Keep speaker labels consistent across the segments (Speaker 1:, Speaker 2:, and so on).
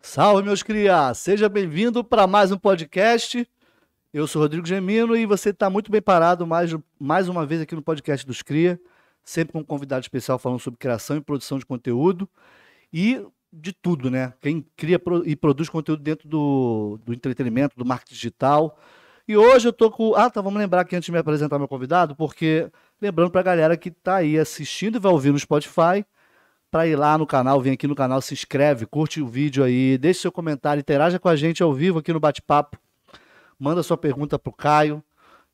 Speaker 1: Salve, meus crias! Seja bem-vindo para mais um podcast. Eu sou Rodrigo Gemino e você está muito bem parado mais, mais uma vez aqui no podcast dos Cria, sempre com um convidado especial falando sobre criação e produção de conteúdo e de tudo, né? Quem cria e produz conteúdo dentro do, do entretenimento, do marketing digital. E hoje eu tô com. Ah, tá, vamos lembrar aqui antes de me apresentar meu convidado, porque lembrando pra galera que tá aí assistindo e vai ouvir no Spotify, para ir lá no canal, vem aqui no canal, se inscreve, curte o vídeo aí, deixe seu comentário, interaja com a gente ao vivo aqui no bate-papo. Manda sua pergunta pro Caio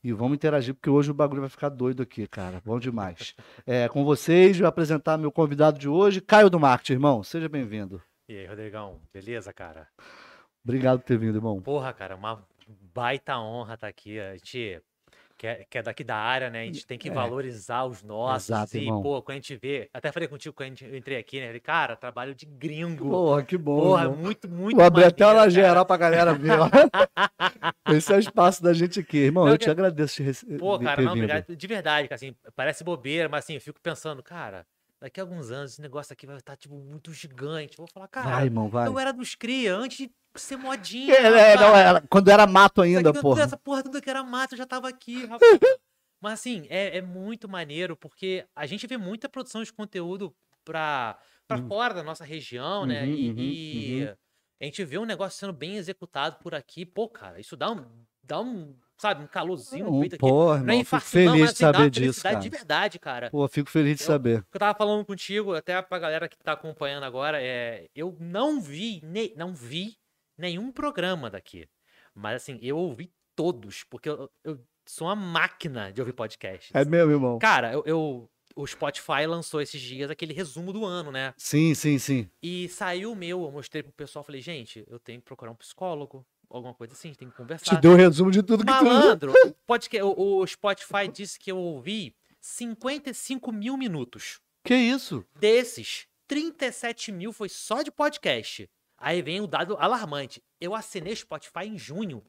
Speaker 1: e vamos interagir, porque hoje o bagulho vai ficar doido aqui, cara. Bom demais. É, com vocês, vou apresentar meu convidado de hoje, Caio do Marketing, irmão. Seja bem-vindo.
Speaker 2: E aí, Rodrigão, beleza, cara?
Speaker 1: Obrigado por ter vindo, irmão.
Speaker 2: Porra, cara, uma baita honra estar aqui. A gente que é, que é, daqui da área, né? A gente tem que é. valorizar os nossos.
Speaker 1: Exato,
Speaker 2: e,
Speaker 1: irmão.
Speaker 2: pô, quando a gente vê. Até falei contigo quando eu entrei aqui, né? Ele, cara, trabalho de gringo.
Speaker 1: Porra, que bom.
Speaker 2: Porra,
Speaker 1: irmão.
Speaker 2: muito, muito.
Speaker 1: Vou abrir até ela geral pra galera ver, ó. Esse é o espaço da gente aqui. Irmão,
Speaker 2: Não,
Speaker 1: eu te
Speaker 2: que-
Speaker 1: agradeço de receber.
Speaker 2: Pô, cara, não, obrigado. De verdade, cara, assim, parece bobeira, mas assim, eu fico pensando, cara, daqui a alguns anos esse negócio aqui vai estar, tipo, muito gigante. Eu Vou falar, cara,
Speaker 1: Vai, irmão, vai.
Speaker 2: eu era dos cria antes de ser modinha.
Speaker 1: É, é,
Speaker 2: cara.
Speaker 1: não, era- quando era mato
Speaker 2: Isso
Speaker 1: ainda,
Speaker 2: aqui,
Speaker 1: porra.
Speaker 2: Essa porra toda que era mato, eu já tava aqui, rapaz. Mas assim, é, é muito maneiro, porque a gente vê muita produção de conteúdo pra, pra
Speaker 1: Uhum.
Speaker 2: fora da nossa região, né?
Speaker 1: Uhum,
Speaker 2: e
Speaker 1: uhum,
Speaker 2: e a gente vê um negócio sendo bem executado por aqui. Pô, cara, isso dá um, dá um sabe, um calorzinho no
Speaker 1: Não,
Speaker 2: peito aqui.
Speaker 1: porra,
Speaker 2: Não é
Speaker 1: irmão, fico
Speaker 2: infarto, não,
Speaker 1: feliz
Speaker 2: mas
Speaker 1: de
Speaker 2: assim, dá uma
Speaker 1: saber disso,
Speaker 2: felicidade
Speaker 1: cara.
Speaker 2: de verdade, cara.
Speaker 1: Pô, fico feliz de
Speaker 2: Eu-
Speaker 1: saber.
Speaker 2: O que eu tava falando contigo, até pra galera que tá acompanhando agora, é, eu não vi, ne- não vi nenhum programa daqui. Mas assim, eu ouvi todos, porque eu, eu sou uma máquina de ouvir podcast.
Speaker 1: É meu, irmão.
Speaker 2: Cara, eu, eu- o Spotify lançou esses dias aquele resumo do ano, né?
Speaker 1: Sim, sim, sim.
Speaker 2: E saiu o meu, eu mostrei pro pessoal, falei, gente, eu tenho que procurar um psicólogo, alguma coisa assim, a gente tem que
Speaker 1: Te
Speaker 2: conversar.
Speaker 1: deu o resumo de tudo que tu.
Speaker 2: Malandro, o podcast, o, o Spotify disse que eu ouvi 55 mil minutos.
Speaker 1: Que isso?
Speaker 2: Desses, 37 mil foi só de podcast. Aí vem o dado alarmante. Eu assinei Spotify em junho.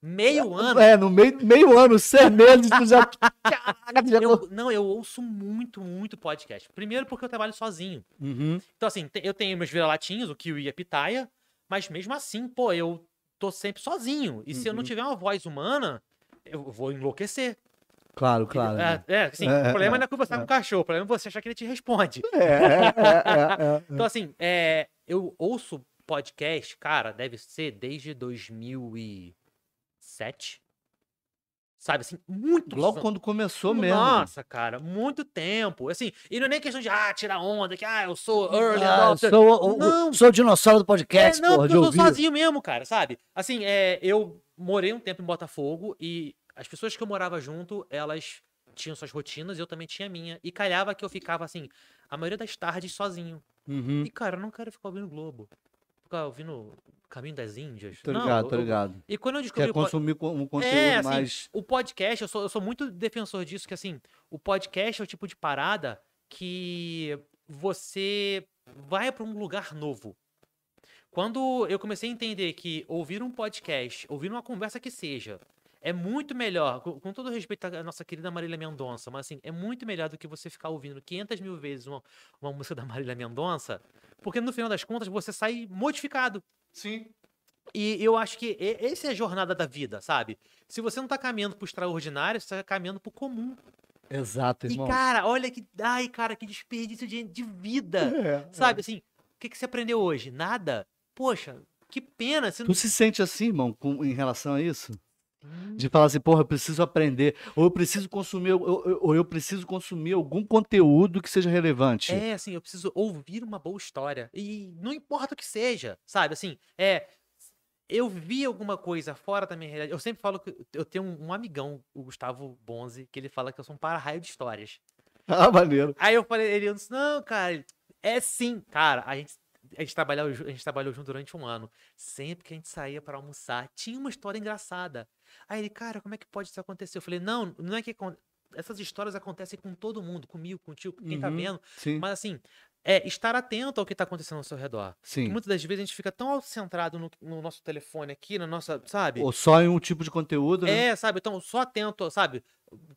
Speaker 2: Meio ano.
Speaker 1: É, no meio, meio ano, seis meses, tu já. Caraca, tu já.
Speaker 2: Eu, não, eu ouço muito, muito podcast. Primeiro porque eu trabalho sozinho.
Speaker 1: Uhum.
Speaker 2: Então, assim, te- eu tenho meus vira-latinhos, o Kiwi e a Pitaia, mas mesmo assim, pô, eu tô sempre sozinho. E se eu não
Speaker 1: Uhum.
Speaker 2: tiver uma voz humana, eu vou enlouquecer.
Speaker 1: Claro, claro.
Speaker 2: É,
Speaker 1: né?
Speaker 2: é, assim,
Speaker 1: É,
Speaker 2: o problema
Speaker 1: é,
Speaker 2: não é conversar com o cachorro, o problema é você achar que ele te responde.
Speaker 1: É, é, é, é, é.
Speaker 2: Então, assim, é, eu ouço podcast, cara, deve ser desde 2007. Sabe, assim, muito
Speaker 1: Logo quando começou mesmo.
Speaker 2: Nossa, cara, muito tempo. Assim, e não é nem questão de, ah, tirar onda, que, ah, eu sou early
Speaker 1: Ah,
Speaker 2: adopter.
Speaker 1: sou, o- o-
Speaker 2: Não.
Speaker 1: sou o dinossauro do
Speaker 2: É,
Speaker 1: podcast,
Speaker 2: não,
Speaker 1: porra,
Speaker 2: porque
Speaker 1: de
Speaker 2: eu sou
Speaker 1: ouvir.
Speaker 2: sozinho mesmo, cara, sabe? Assim, é, eu morei um tempo em Botafogo e as pessoas que eu morava junto, elas tinham suas rotinas e eu também tinha a minha. E calhava que eu ficava, assim, a maioria das tardes sozinho.
Speaker 1: Uhum.
Speaker 2: E, cara, eu não quero ficar ouvindo Globo. Ficar ouvindo Caminho das Índias.
Speaker 1: Tô
Speaker 2: Não,
Speaker 1: ligado, tô
Speaker 2: eu-
Speaker 1: ligado.
Speaker 2: E quando eu descobri
Speaker 1: Quer
Speaker 2: o, po-
Speaker 1: consumir co- um conteúdo
Speaker 2: É, assim,
Speaker 1: mais.
Speaker 2: o podcast, eu sou, eu sou muito defensor disso, que assim, o podcast é o tipo de parada que você vai pra um lugar novo. Quando eu comecei a entender que ouvir um podcast, ouvir uma conversa que seja, é muito melhor, com, com todo respeito à nossa querida Marília Mendonça, mas assim, é muito melhor do que você ficar ouvindo 500 mil vezes uma, uma música da Marília Mendonça, porque no final das contas você sai modificado.
Speaker 1: Sim.
Speaker 2: E eu acho que e- essa é a jornada da vida, sabe? Se você não tá caminhando pro extraordinário, você tá caminhando pro comum.
Speaker 1: Exato, irmão.
Speaker 2: E, cara, olha que. Ai, cara, que desperdício de, de vida.
Speaker 1: É,
Speaker 2: Sabe assim, o que, que você aprendeu hoje? Nada? Poxa, que pena. Você
Speaker 1: Tu
Speaker 2: não...
Speaker 1: se sente assim, irmão, com- em relação a isso?
Speaker 2: Hum,
Speaker 1: De falar assim, porra, eu preciso aprender, ou eu preciso consumir, ou, ou- ou eu preciso consumir algum conteúdo que seja relevante.
Speaker 2: É, assim, eu preciso ouvir uma boa história. E não importa o que seja, sabe? Assim, é. Eu vi alguma coisa fora da minha realidade. Eu sempre falo que eu tenho um, um amigão, o Gustavo Bonzi, que ele fala que eu sou um para-raio de histórias.
Speaker 1: Ah, maneiro.
Speaker 2: Aí eu falei, ele disse, não, cara, ele, é sim. Cara, a gente, a, gente trabalhou, ju- a gente trabalhou junto durante um ano. Sempre que a gente saía pra almoçar, tinha uma história engraçada. Aí ele, cara, como é que pode isso acontecer? Eu falei, não, não é que acon- essas histórias acontecem com todo mundo, comigo, contigo, com quem tá
Speaker 1: Uhum.
Speaker 2: vendo.
Speaker 1: Sim,
Speaker 2: Mas assim, é estar atento ao que tá acontecendo ao seu redor.
Speaker 1: sim.
Speaker 2: Muitas das vezes a gente fica tão centrado no, no nosso telefone aqui, na nossa, sabe?
Speaker 1: Ou só em um tipo de conteúdo, né?
Speaker 2: É, sabe? Então, só atento, sabe?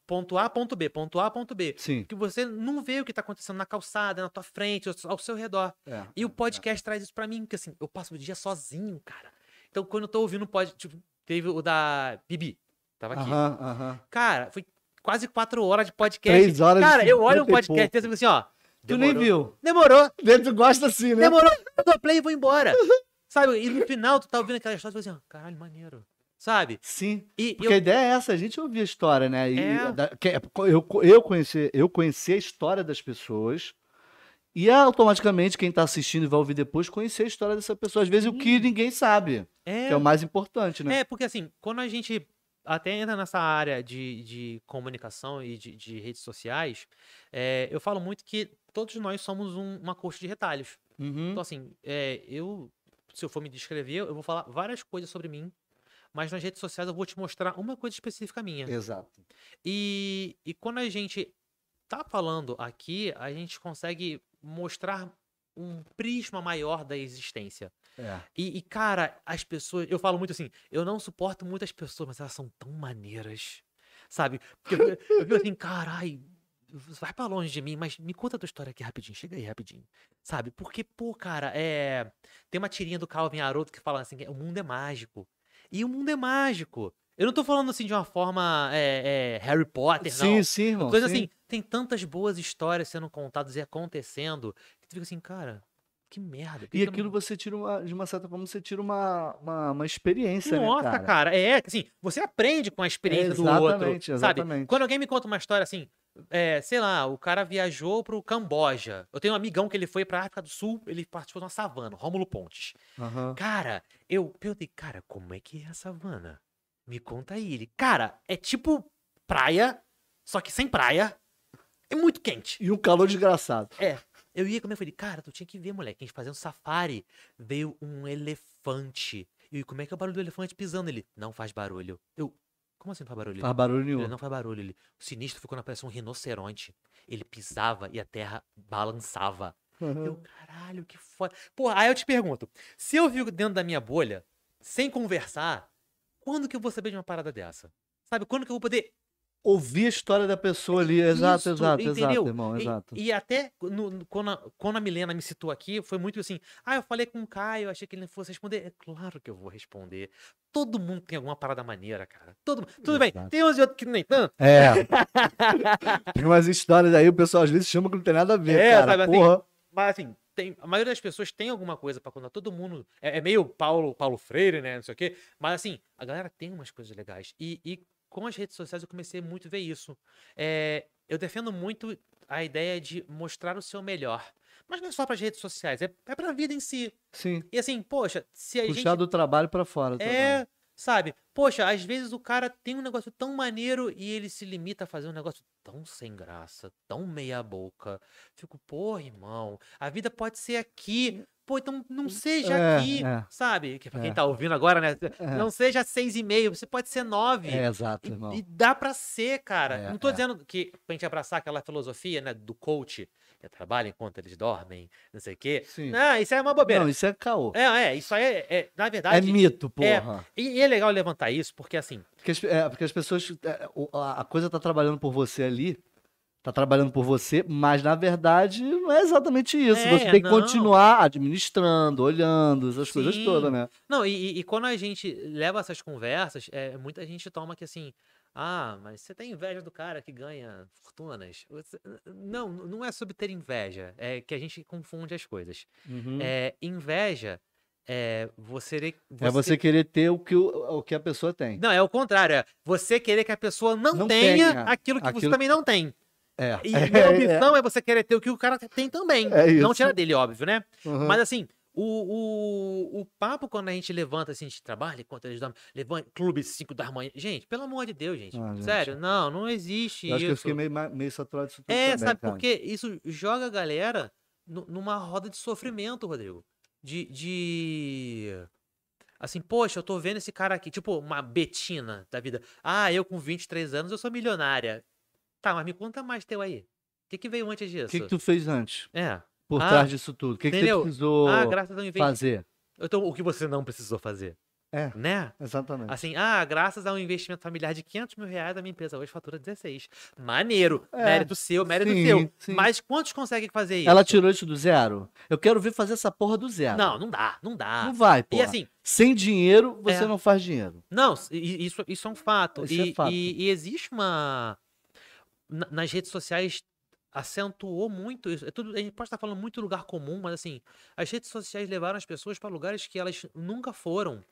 Speaker 2: ponto A, ponto B, ponto A, ponto B.
Speaker 1: Sim.
Speaker 2: Que você não vê o que tá acontecendo na calçada, na tua frente, ao- ao seu redor.
Speaker 1: É.
Speaker 2: E o podcast traz isso pra mim, porque assim, eu passo o dia sozinho, cara. Então, quando eu tô ouvindo um podcast, tipo, teve o da Bibi, tava aqui.
Speaker 1: Aham, aham.
Speaker 2: Cara, foi quase quatro horas de podcast.
Speaker 1: Três horas
Speaker 2: Cara,
Speaker 1: de
Speaker 2: eu olho um
Speaker 1: 50 e
Speaker 2: podcast desse e fico assim, ó.
Speaker 1: Tu nem viu.
Speaker 2: Demorou,
Speaker 1: Dentro gosta assim, né?
Speaker 2: demorou, eu dou play e vou embora. Sabe? E no final, tu tá ouvindo aquela história e fica assim, ó, caralho, maneiro. Sabe?
Speaker 1: Sim.
Speaker 2: E
Speaker 1: Porque a
Speaker 2: eu.
Speaker 1: ideia é essa, a gente ouvir a história, né? E
Speaker 2: É.
Speaker 1: da- que- eu, eu, conheci, eu conheci a história das pessoas e é automaticamente quem tá assistindo e vai ouvir depois conhecer a história dessa pessoa. Às vezes o que ninguém sabe,
Speaker 2: Uhum. É,
Speaker 1: que é o mais importante, né?
Speaker 2: É, porque assim, quando a gente até entra nessa área de, de comunicação e de, de redes sociais, é, eu falo muito que todos nós somos um- uma coxa de retalhos.
Speaker 1: Uhum.
Speaker 2: Então, assim, é, eu, se eu for me descrever, eu vou falar várias coisas sobre mim, mas nas redes sociais eu vou te mostrar uma coisa específica minha.
Speaker 1: Exato.
Speaker 2: E, e quando a gente tá falando aqui, a gente consegue mostrar um prisma maior da existência.
Speaker 1: É.
Speaker 2: E, e, cara, as pessoas. Eu falo muito assim, eu não suporto muitas pessoas, mas elas são tão maneiras. Sabe? Porque eu, eu fico assim, carai, vai pra longe de mim, mas me conta a tua história aqui rapidinho, chega aí rapidinho. Sabe? Porque, pô, cara, é. Tem uma tirinha do Calvin Haroldo que fala assim: que o mundo é mágico. E o mundo é mágico. Eu não tô falando assim de uma forma é, é, Harry Potter, não.
Speaker 1: Sim, sim, irmão.
Speaker 2: Coisa
Speaker 1: sim.
Speaker 2: assim, tem tantas boas histórias sendo contadas e acontecendo, que tu fica assim, cara, que merda. por que
Speaker 1: E
Speaker 2: que eu não-
Speaker 1: aquilo você tira uma, de uma certa forma, você tira uma, uma, uma experiência,
Speaker 2: Nossa,
Speaker 1: né,
Speaker 2: cara.
Speaker 1: cara?
Speaker 2: é assim, você aprende com a experiência do outro.
Speaker 1: Exatamente,
Speaker 2: Sabe?
Speaker 1: exatamente.
Speaker 2: Quando alguém me conta uma história assim, é, sei lá, o cara viajou pro Camboja. Eu tenho um amigão que ele foi pra África do Sul, ele participou de uma savana, Rômulo Pontes.
Speaker 1: Aham.
Speaker 2: Cara, eu perguntei, cara, como é que é a savana? Me conta aí. Ele, cara, é tipo praia, só que sem praia. É muito quente.
Speaker 1: E um calor desgraçado.
Speaker 2: Eu ia comer, eu falei, cara, tu tinha que ver, moleque, a gente fazendo safari, veio um elefante. E como é que é o barulho do elefante pisando? Ele, não faz barulho. Eu, como assim não faz barulho?
Speaker 1: Não faz barulho
Speaker 2: Ele,
Speaker 1: nenhum.
Speaker 2: não faz barulho. Ele, o sinistro ficou na pressão um rinoceronte. Ele pisava e a terra balançava. Eu,
Speaker 1: Ah.
Speaker 2: caralho, que foda. Porra, aí eu te pergunto, se eu vivo dentro da minha bolha, sem conversar, quando que eu vou saber de uma parada dessa? Sabe, quando que eu vou poder
Speaker 1: Ouvir a história da pessoa ali. Exato,
Speaker 2: É isso,
Speaker 1: exato,
Speaker 2: entendeu? É
Speaker 1: exato, irmão,
Speaker 2: E-
Speaker 1: exato.
Speaker 2: E, até no- no- quando, a, quando a Milena me citou aqui, foi muito assim: ah, eu falei com o Caio, achei que ele não fosse responder. É claro que eu vou responder. Todo mundo tem alguma parada maneira, cara. Todo, mundo- tudo bem,
Speaker 1: Exato.
Speaker 2: tem uns e outros que nem tanto.
Speaker 1: É. Tem umas histórias aí, o pessoal às vezes chama que não tem nada a ver,
Speaker 2: É,
Speaker 1: cara.
Speaker 2: sabe assim?
Speaker 1: Porra.
Speaker 2: Mas assim, tem, a maioria das pessoas tem alguma coisa pra contar. Todo mundo. É, é meio Paulo, Paulo Freire, né? Não sei o quê. Mas assim, a galera tem umas coisas legais. E, e com as redes sociais eu comecei muito a ver isso. É, eu defendo muito a ideia de mostrar o seu melhor. Mas não é só pras redes sociais, é, é pra vida em si.
Speaker 1: Sim.
Speaker 2: E assim, poxa, se a
Speaker 1: Puxar do trabalho pra fora. tá
Speaker 2: gente. É, sabe? Poxa, às vezes o cara tem um negócio tão maneiro e ele se limita a fazer um negócio tão sem graça, tão meia-boca. Fico, pô, irmão, a vida pode ser aqui. Pô, então não seja
Speaker 1: É,
Speaker 2: aqui,
Speaker 1: é.
Speaker 2: sabe? Que pra quem
Speaker 1: É.
Speaker 2: tá ouvindo agora, né?
Speaker 1: É.
Speaker 2: Não seja seis e meio, você pode ser nove.
Speaker 1: vendo? É, exato, irmão.
Speaker 2: E, e dá pra ser, cara.
Speaker 1: É,
Speaker 2: não tô
Speaker 1: é.
Speaker 2: dizendo que pra gente abraçar aquela filosofia, né, do coach, que trabalha enquanto eles dormem, não sei o quê.
Speaker 1: Sim.
Speaker 2: Não, isso é uma bobeira.
Speaker 1: Não, isso é caô.
Speaker 2: É, é, isso aí é, é- na
Speaker 1: É,
Speaker 2: verdade.
Speaker 1: mito, porra.
Speaker 2: E, e é legal levantar isso, porque assim,
Speaker 1: Porque, as, é, porque as pessoas. é, o- a a coisa tá trabalhando por você ali. Tá trabalhando por você, mas na verdade não é exatamente isso.
Speaker 2: É,
Speaker 1: você tem que
Speaker 2: não.
Speaker 1: continuar administrando, olhando, essas coisas
Speaker 2: Sim.
Speaker 1: todas, né?
Speaker 2: não, e, e- e quando a gente leva essas conversas, é, muita gente toma que assim, ah, mas você tem inveja do cara que ganha fortunas. Você- Não, não é sobre ter inveja, é que a gente confunde as coisas.
Speaker 1: É,
Speaker 2: É, inveja é você,
Speaker 1: você... querer ter o que, o, o que a pessoa tem.
Speaker 2: Não, é o contrário, é você querer que a pessoa não,
Speaker 1: Não
Speaker 2: tenha,
Speaker 1: tenha
Speaker 2: aquilo que você
Speaker 1: aquilo-
Speaker 2: também não tem.
Speaker 1: É. é,
Speaker 2: E a ambição é, você querer ter o que o cara tem também.
Speaker 1: É
Speaker 2: Não
Speaker 1: isso.
Speaker 2: tira dele, óbvio, né?
Speaker 1: Uhum.
Speaker 2: Mas assim, o, o, o papo quando a gente levanta, assim, a gente trabalha enquanto eles dormem, levanta clube 5 da manhã. Gente, pelo amor de Deus, gente.
Speaker 1: Ah, gente.
Speaker 2: Sério, não, não existe
Speaker 1: Eu acho que eu
Speaker 2: isso.
Speaker 1: fiquei meio, ma- meio saturado disso tudo
Speaker 2: é,
Speaker 1: também,
Speaker 2: sabe,
Speaker 1: cara.
Speaker 2: porque isso joga a galera nu- numa roda de sofrimento, Rodrigo. De. de... Assim, poxa, eu tô vendo esse cara aqui, tipo uma Betina da vida. Ah, eu com 23 anos, eu sou milionária. Tá, mas me conta mais teu aí. O que, que veio antes disso?
Speaker 1: O que, que tu fez antes,
Speaker 2: É.
Speaker 1: por
Speaker 2: Ah,
Speaker 1: trás disso tudo? O que, que você
Speaker 2: entendeu?
Speaker 1: precisou
Speaker 2: Ah, graças ao invés
Speaker 1: fazer?
Speaker 2: Então, o que você não precisou fazer?
Speaker 1: É.
Speaker 2: Né?
Speaker 1: Exatamente.
Speaker 2: Assim, ah, graças a um investimento familiar de 500 mil reais, a minha empresa hoje fatura 16. Maneiro.
Speaker 1: É,
Speaker 2: mérito seu, mérito
Speaker 1: sim,
Speaker 2: seu.
Speaker 1: sim.
Speaker 2: Mas quantos conseguem fazer isso?
Speaker 1: Ela tirou isso do zero? Eu quero ver fazer essa porra do zero.
Speaker 2: Não, não dá, não dá.
Speaker 1: Não vai, pô.
Speaker 2: e assim,
Speaker 1: Sem dinheiro, você
Speaker 2: É.
Speaker 1: não faz dinheiro.
Speaker 2: Não, s- i- isso, isso é um fato.
Speaker 1: Isso é
Speaker 2: e,
Speaker 1: fato.
Speaker 2: e- e existe uma. na- Nas redes sociais acentuou muito isso. É tudo, a gente pode estar falando muito lugar comum, mas assim, as redes sociais levaram as pessoas para lugares que elas nunca foram,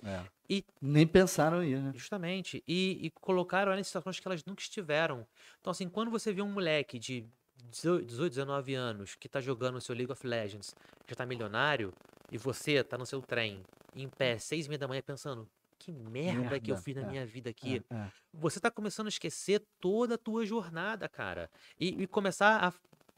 Speaker 2: E-
Speaker 1: Nem pensaram em ir, né?
Speaker 2: justamente. E, e colocaram elas em situações que elas nunca estiveram. Então, assim, quando você vê um moleque de 18, 19 anos que tá jogando o seu League of Legends, já tá milionário, e você tá no seu trem, em pé, seis e meia da manhã, pensando. Que merda, que eu
Speaker 1: Merda,
Speaker 2: fiz na
Speaker 1: é,
Speaker 2: minha vida aqui
Speaker 1: É, é.
Speaker 2: você tá começando a esquecer toda a tua jornada, cara. E, e começar a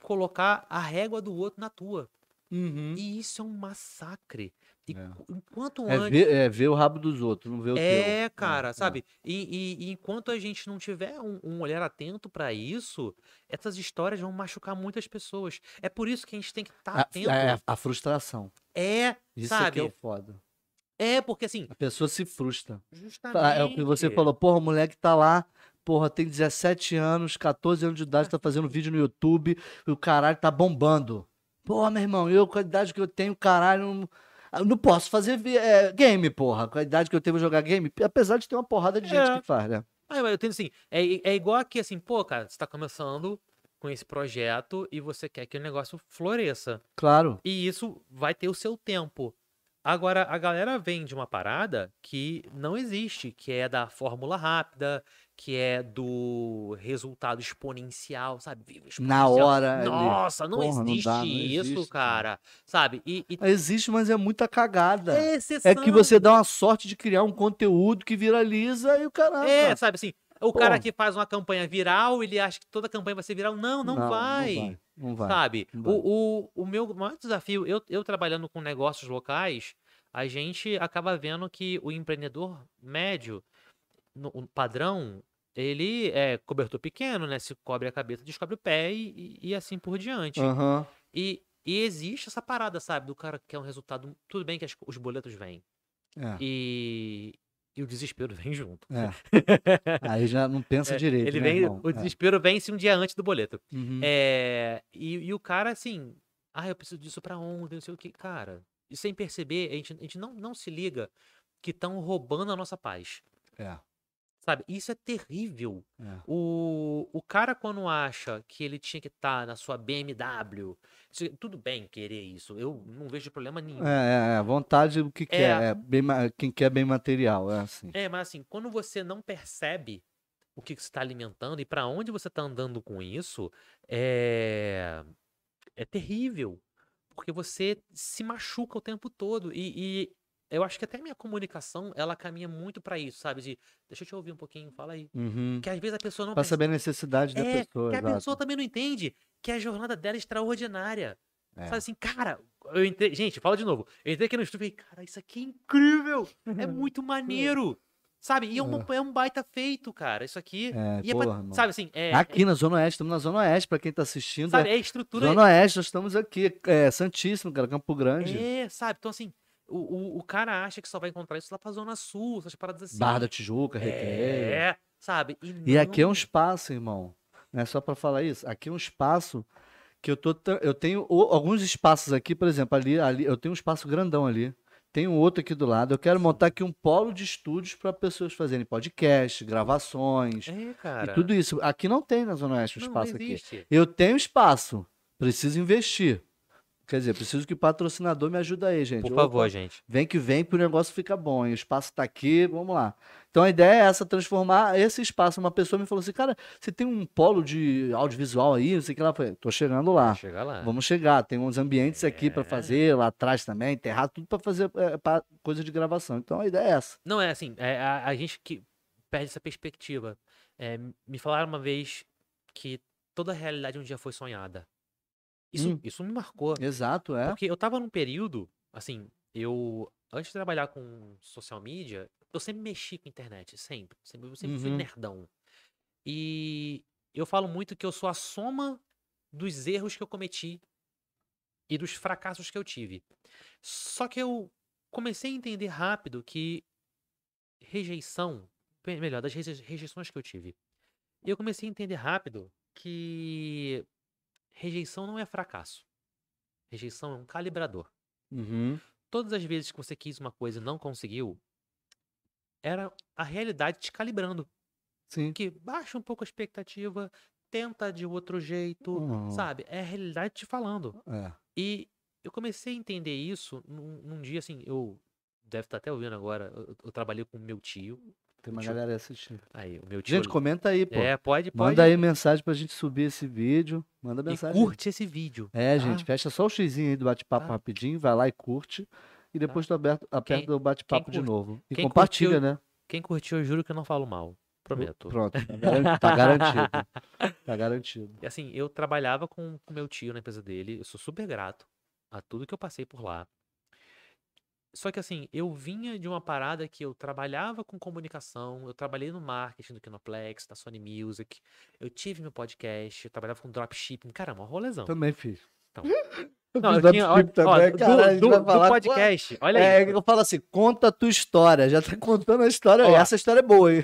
Speaker 2: colocar a régua do outro na tua.
Speaker 1: Uhum.
Speaker 2: E isso é um massacre. E
Speaker 1: É.
Speaker 2: qu- enquanto
Speaker 1: É
Speaker 2: antes.
Speaker 1: ver, é ver o rabo dos outros, não ver o teu.
Speaker 2: É, cara,
Speaker 1: Uhum.
Speaker 2: sabe? E, e- e enquanto a gente não tiver um, um olhar atento pra isso, essas histórias vão machucar muitas pessoas. É por isso que a gente tem que estar
Speaker 1: A,
Speaker 2: atento.
Speaker 1: é, a frustração.
Speaker 2: É,
Speaker 1: Isso aqui é o
Speaker 2: sabe?
Speaker 1: foda.
Speaker 2: É, porque assim,
Speaker 1: A pessoa se frustra.
Speaker 2: justamente.
Speaker 1: Tá, é o que você falou, porra, o moleque tá lá, porra, tem 17 anos, 14 anos de idade, tá fazendo vídeo no YouTube, e o caralho tá bombando. Porra, meu irmão, eu com a idade que eu tenho, caralho, não, eu não posso fazer vi- é, game, porra. Com a idade que eu tenho, vou jogar game, apesar de ter uma porrada de gente
Speaker 2: É.
Speaker 1: que faz, né?
Speaker 2: Ah, mas eu tenho assim, é, i- é igual aqui, assim, pô, cara, você tá começando com esse projeto e você quer que o negócio floresça.
Speaker 1: Claro.
Speaker 2: E isso vai ter o seu tempo. Agora, a galera vem de uma parada que não existe, que é da fórmula rápida, que é do resultado exponencial, sabe? Viva o
Speaker 1: Na
Speaker 2: exponencial.
Speaker 1: hora. ali.
Speaker 2: Nossa, não,
Speaker 1: Porra, não
Speaker 2: existe
Speaker 1: dá, não
Speaker 2: isso,
Speaker 1: existe, cara.
Speaker 2: cara. Sabe? E, e
Speaker 1: Existe, mas é muita cagada.
Speaker 2: é
Speaker 1: É
Speaker 2: exceção.
Speaker 1: que você dá uma sorte de criar um conteúdo que viraliza e o caralho.
Speaker 2: É, sabe assim, o cara
Speaker 1: Porra.
Speaker 2: que faz uma campanha viral, ele acha que toda campanha vai ser viral. Não, não, vai.
Speaker 1: Não vai.
Speaker 2: Sabe?
Speaker 1: não vai.
Speaker 2: O, o, o meu maior desafio, eu, eu trabalhando com negócios locais, a gente acaba vendo que o empreendedor médio, no, o padrão, ele é cobertor pequeno, né? Se cobre a cabeça, descobre o pé e, e, e assim por diante.
Speaker 1: Aham.
Speaker 2: E, e existe essa parada, sabe? Do cara que quer um resultado. Tudo bem que as- os boletos vêm.
Speaker 1: É.
Speaker 2: E, e o desespero vem junto.
Speaker 1: Aí já não pensa direito.
Speaker 2: É, Ele
Speaker 1: né,
Speaker 2: vem,
Speaker 1: irmão?
Speaker 2: o desespero vence um dia antes do boleto.
Speaker 1: É. Uhum.
Speaker 2: É, e, e o cara, assim, ah, eu preciso disso pra ontem, não sei o que. Cara, e sem perceber, a gente, a gente não, não se liga que estão roubando a nossa paz.
Speaker 1: É,
Speaker 2: Sabe? Isso é terrível.
Speaker 1: é.
Speaker 2: O, o cara, quando acha que ele tinha que estar na sua BMW, se- tudo bem querer isso, eu não vejo problema nenhum. É.
Speaker 1: É, é, é, vontade o que quer,
Speaker 2: É.
Speaker 1: é bem, ma- quem quer bem material, é assim.
Speaker 2: mas assim, quando você não percebe o que, que você está alimentando e pra onde você tá andando com isso, é. é terrível. Porque você se machuca o tempo todo. E, e eu acho que até a minha comunicação, ela caminha muito pra isso, sabe? De, deixa eu te ouvir um pouquinho, fala aí.
Speaker 1: Uhum.
Speaker 2: Que às vezes a pessoa não
Speaker 1: Pra
Speaker 2: percebe.
Speaker 1: saber a necessidade da
Speaker 2: É,
Speaker 1: pessoa,
Speaker 2: que a
Speaker 1: exato.
Speaker 2: pessoa também não entende que a jornada dela é extraordinária.
Speaker 1: É.
Speaker 2: Sabe assim, cara, eu entrei. Gente, fala de novo. Eu entrei aqui no estúdio e falei, cara, isso aqui é incrível! É muito maneiro! Sabe? E é, uma- é um baita feito, cara. Isso aqui.
Speaker 1: É,
Speaker 2: e é pra-
Speaker 1: porra, irmão.
Speaker 2: sabe assim, é,
Speaker 1: Aqui na Zona Oeste, estamos na Zona Oeste, pra quem tá assistindo.
Speaker 2: sabe,
Speaker 1: é-
Speaker 2: é a estrutura
Speaker 1: Zona Oeste, nós estamos aqui. É, Santíssimo, cara, Campo Grande.
Speaker 2: É, sabe? Então, assim, o, o, o cara acha que só vai encontrar isso lá pra Zona Sul, essas paradas assim.
Speaker 1: Barra da Tijuca, Recreio.
Speaker 2: É, sabe?
Speaker 1: E aqui é um
Speaker 2: não-
Speaker 1: espaço, irmão. Não é só para falar isso. Aqui é um espaço que eu tô. tra- Eu tenho o- alguns espaços aqui, por exemplo, ali, ali eu tenho um espaço grandão ali. Tem um outro aqui do lado. Eu quero montar aqui um polo de estúdios para pessoas fazerem podcast, gravações
Speaker 2: É,
Speaker 1: e
Speaker 2: cara.
Speaker 1: tudo isso. Aqui não tem na Zona Oeste um
Speaker 2: não,
Speaker 1: espaço
Speaker 2: não
Speaker 1: aqui.
Speaker 2: existe.
Speaker 1: Eu tenho espaço, preciso investir. Quer dizer, preciso que o patrocinador me ajude aí, gente.
Speaker 2: Por
Speaker 1: Opa,
Speaker 2: favor, gente.
Speaker 1: Vem que vem, que o negócio fica bom. E o espaço tá aqui, vamos lá. Então a ideia é essa, transformar esse espaço. Uma pessoa me falou assim, cara, você tem um polo de audiovisual aí, não sei o que lá. Eu falei, tô chegando lá.
Speaker 2: Chega lá.
Speaker 1: Vamos chegar, tem uns ambientes aqui pra
Speaker 2: É.
Speaker 1: fazer, lá atrás também, terrado, tudo pra fazer é, pra coisa de gravação. Então a ideia é essa.
Speaker 2: Não, é assim, é, a, a gente que perde essa perspectiva. É, me falaram uma vez que toda a realidade um dia foi sonhada. Isso,
Speaker 1: Hum.
Speaker 2: isso me marcou.
Speaker 1: Exato, é.
Speaker 2: Porque eu tava num período, assim, eu. Antes de trabalhar com social media, eu sempre mexi com internet, sempre. sempre eu sempre fui
Speaker 1: Uhum.
Speaker 2: nerdão. E eu falo muito que eu sou a soma dos erros que eu cometi e dos fracassos que eu tive. Só que eu comecei a entender rápido que rejeição, pe- melhor, das reje- rejeições que eu tive. E eu comecei a entender rápido que rejeição não é fracasso. Rejeição é um calibrador.
Speaker 1: Uhum.
Speaker 2: Todas as vezes que você quis uma coisa e não conseguiu, era a realidade te calibrando.
Speaker 1: Sim.
Speaker 2: Que baixa um pouco a expectativa, tenta de outro jeito,
Speaker 1: Uhum.
Speaker 2: sabe? É a realidade te falando.
Speaker 1: É.
Speaker 2: E eu comecei a entender isso num, num dia assim, eu deve estar até ouvindo agora. Eu, eu trabalhei com o meu tio.
Speaker 1: Tem uma
Speaker 2: Deixa eu-
Speaker 1: galera assistindo.
Speaker 2: Aí, o meu tio.
Speaker 1: Gente, comenta aí, pô.
Speaker 2: é, pode, pode.
Speaker 1: Manda aí mensagem pra gente subir esse vídeo. Manda
Speaker 2: e
Speaker 1: mensagem. aí.
Speaker 2: curte esse vídeo.
Speaker 1: É,
Speaker 2: tá?
Speaker 1: gente, fecha só o xizinho aí do bate-papo
Speaker 2: Tá.
Speaker 1: rapidinho, vai lá e curte. E depois tu aberto, aperta
Speaker 2: Quem-
Speaker 1: o bate-papo
Speaker 2: quem
Speaker 1: de
Speaker 2: curte-
Speaker 1: novo. E
Speaker 2: quem
Speaker 1: compartilha,
Speaker 2: curtiu-
Speaker 1: né?
Speaker 2: Quem curtiu, eu juro que eu não falo
Speaker 1: Hum,
Speaker 2: mal. Prometo.
Speaker 1: Pronto, tá garan- tá garantido. Tá garantido.
Speaker 2: E assim, eu trabalhava com o meu tio na empresa dele, eu sou super grato a tudo que eu passei por lá. Só que assim, eu vinha de uma parada que eu trabalhava com comunicação, eu trabalhei no marketing do Kinoplex, da Sony Music, eu tive meu podcast, eu trabalhava com dropshipping, caramba, um rolezão.
Speaker 1: Também fiz.
Speaker 2: Então.
Speaker 1: Eu
Speaker 2: Não,
Speaker 1: fiz
Speaker 2: eu tinha, ó,
Speaker 1: dropship também,
Speaker 2: ó, do-
Speaker 1: caralho, a gente
Speaker 2: do,
Speaker 1: vai
Speaker 2: do
Speaker 1: falar-
Speaker 2: podcast, olha
Speaker 1: é,
Speaker 2: aí,
Speaker 1: eu falo assim, conta a tua história. Já tá contando a história.
Speaker 2: Ó.
Speaker 1: Essa história é boa, hein?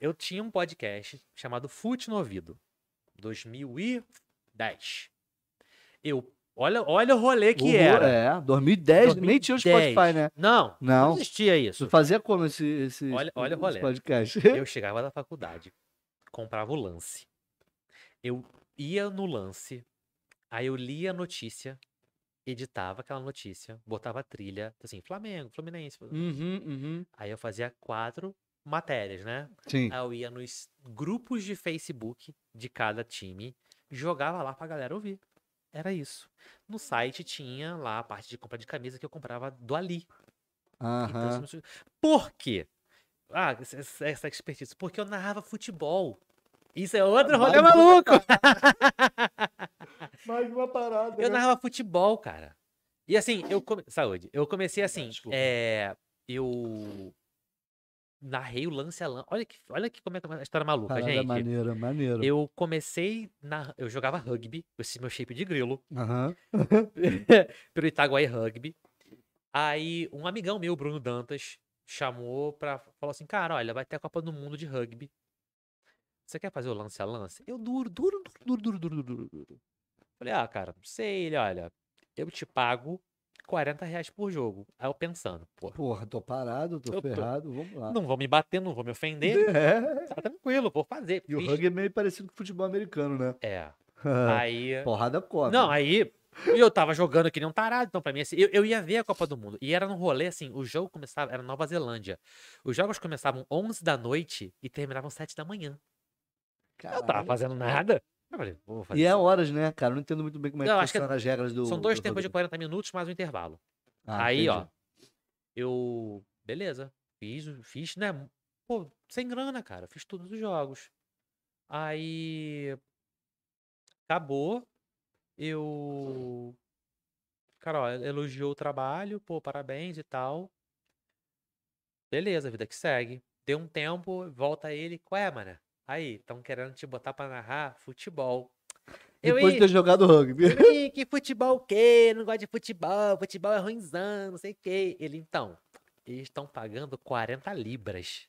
Speaker 2: eu tinha um podcast chamado Fute no Ouvido, 2010. Eu, olha, olha o rolê que
Speaker 1: Uhul,
Speaker 2: era.
Speaker 1: É, 2010, nem tinha o Spotify,
Speaker 2: 2010.
Speaker 1: né?
Speaker 2: Não,
Speaker 1: Não.
Speaker 2: não existia
Speaker 1: Tu
Speaker 2: é isso.
Speaker 1: fazia como esse, esse,
Speaker 2: Olha- olha o
Speaker 1: esse
Speaker 2: rolê.
Speaker 1: podcast?
Speaker 2: Eu chegava da faculdade, comprava o lance. Eu ia no lance, aí eu lia a notícia, editava aquela notícia, botava a trilha, assim, Flamengo, Fluminense.
Speaker 1: Uhum, uhum.
Speaker 2: Aí eu fazia quatro matérias, né?
Speaker 1: Sim.
Speaker 2: Aí eu ia nos grupos de Facebook de cada time, jogava lá pra galera ouvir. Era isso. No site tinha lá a parte de compra de camisa que eu comprava do Ali. Então,
Speaker 1: Aham.
Speaker 2: isso me su- Por quê? Ah, essa- essa essa expertise. Porque eu narrava futebol. Isso é outro rolê
Speaker 1: Mais uma
Speaker 2: maluco.
Speaker 1: Mais uma parada.
Speaker 2: Eu
Speaker 1: né?
Speaker 2: narrava futebol, cara. E assim, eu come... saúde. Eu comecei assim,
Speaker 1: Desculpa.
Speaker 2: é, eu narrei o lance a lance. Olha que, olha que como é que é uma história maluca,
Speaker 1: Parada
Speaker 2: gente.
Speaker 1: maneira, maneira.
Speaker 2: Eu comecei na, eu jogava rugby, esse meu shape de grilo,
Speaker 1: Aham.
Speaker 2: pelo Itaguaí Rugby. Aí um amigão meu, Bruno Dantas, chamou pra. Falou assim: cara, olha, vai ter a Copa do Mundo de rugby. Você quer fazer o lance a lance? Eu duro, duro, duro, duro, duro, duro, duro. Falei, ah, cara, não sei, ele, olha, eu te pago 40 reais por jogo. Aí eu pensando, pô,
Speaker 1: Porra, tô parado, tô
Speaker 2: Eu tô-
Speaker 1: ferrado, vamos lá.
Speaker 2: não vou me bater, não vou me ofender,
Speaker 1: É.
Speaker 2: tá tranquilo, vou fazer.
Speaker 1: E o
Speaker 2: Fiz-
Speaker 1: rugby é meio parecido com o futebol americano, né?
Speaker 2: É. Aí.
Speaker 1: Porrada cobra.
Speaker 2: Não, aí e eu tava jogando que nem um tarado, então pra mim assim, eu, eu ia ver a Copa do Mundo. E era num rolê assim, o jogo começava, era Nova Zelândia. Os jogos começavam 11 da noite e terminavam 7 da manhã. Eu
Speaker 1: Caralho.
Speaker 2: não tava fazendo nada. Eu falei, vou fazer
Speaker 1: E é
Speaker 2: isso.
Speaker 1: horas, né, cara? Eu Não entendo muito bem como é que
Speaker 2: Não, acho que
Speaker 1: funciona as regras do.
Speaker 2: São dois
Speaker 1: do
Speaker 2: tempos de
Speaker 1: rugby.
Speaker 2: 40 minutos mais um intervalo.
Speaker 1: Ah,
Speaker 2: aí, ó,
Speaker 1: entendi.
Speaker 2: eu beleza, fiz, fiz, né? Pô, sem grana, cara, fiz todos os jogos. Aí acabou, eu cara, ó, elogiou o trabalho, pô, parabéns e tal. Beleza, vida que segue. Deu um tempo, volta ele, qual é, mano? Aí, estão querendo te botar pra narrar futebol. Eu,
Speaker 1: Depois de
Speaker 2: "Ih,
Speaker 1: ter jogado rugby.
Speaker 2: Ih, que futebol o quê? Não gosto de futebol, futebol é ruimzão, não sei o quê. Ele, então, eles estão pagando 40 libras.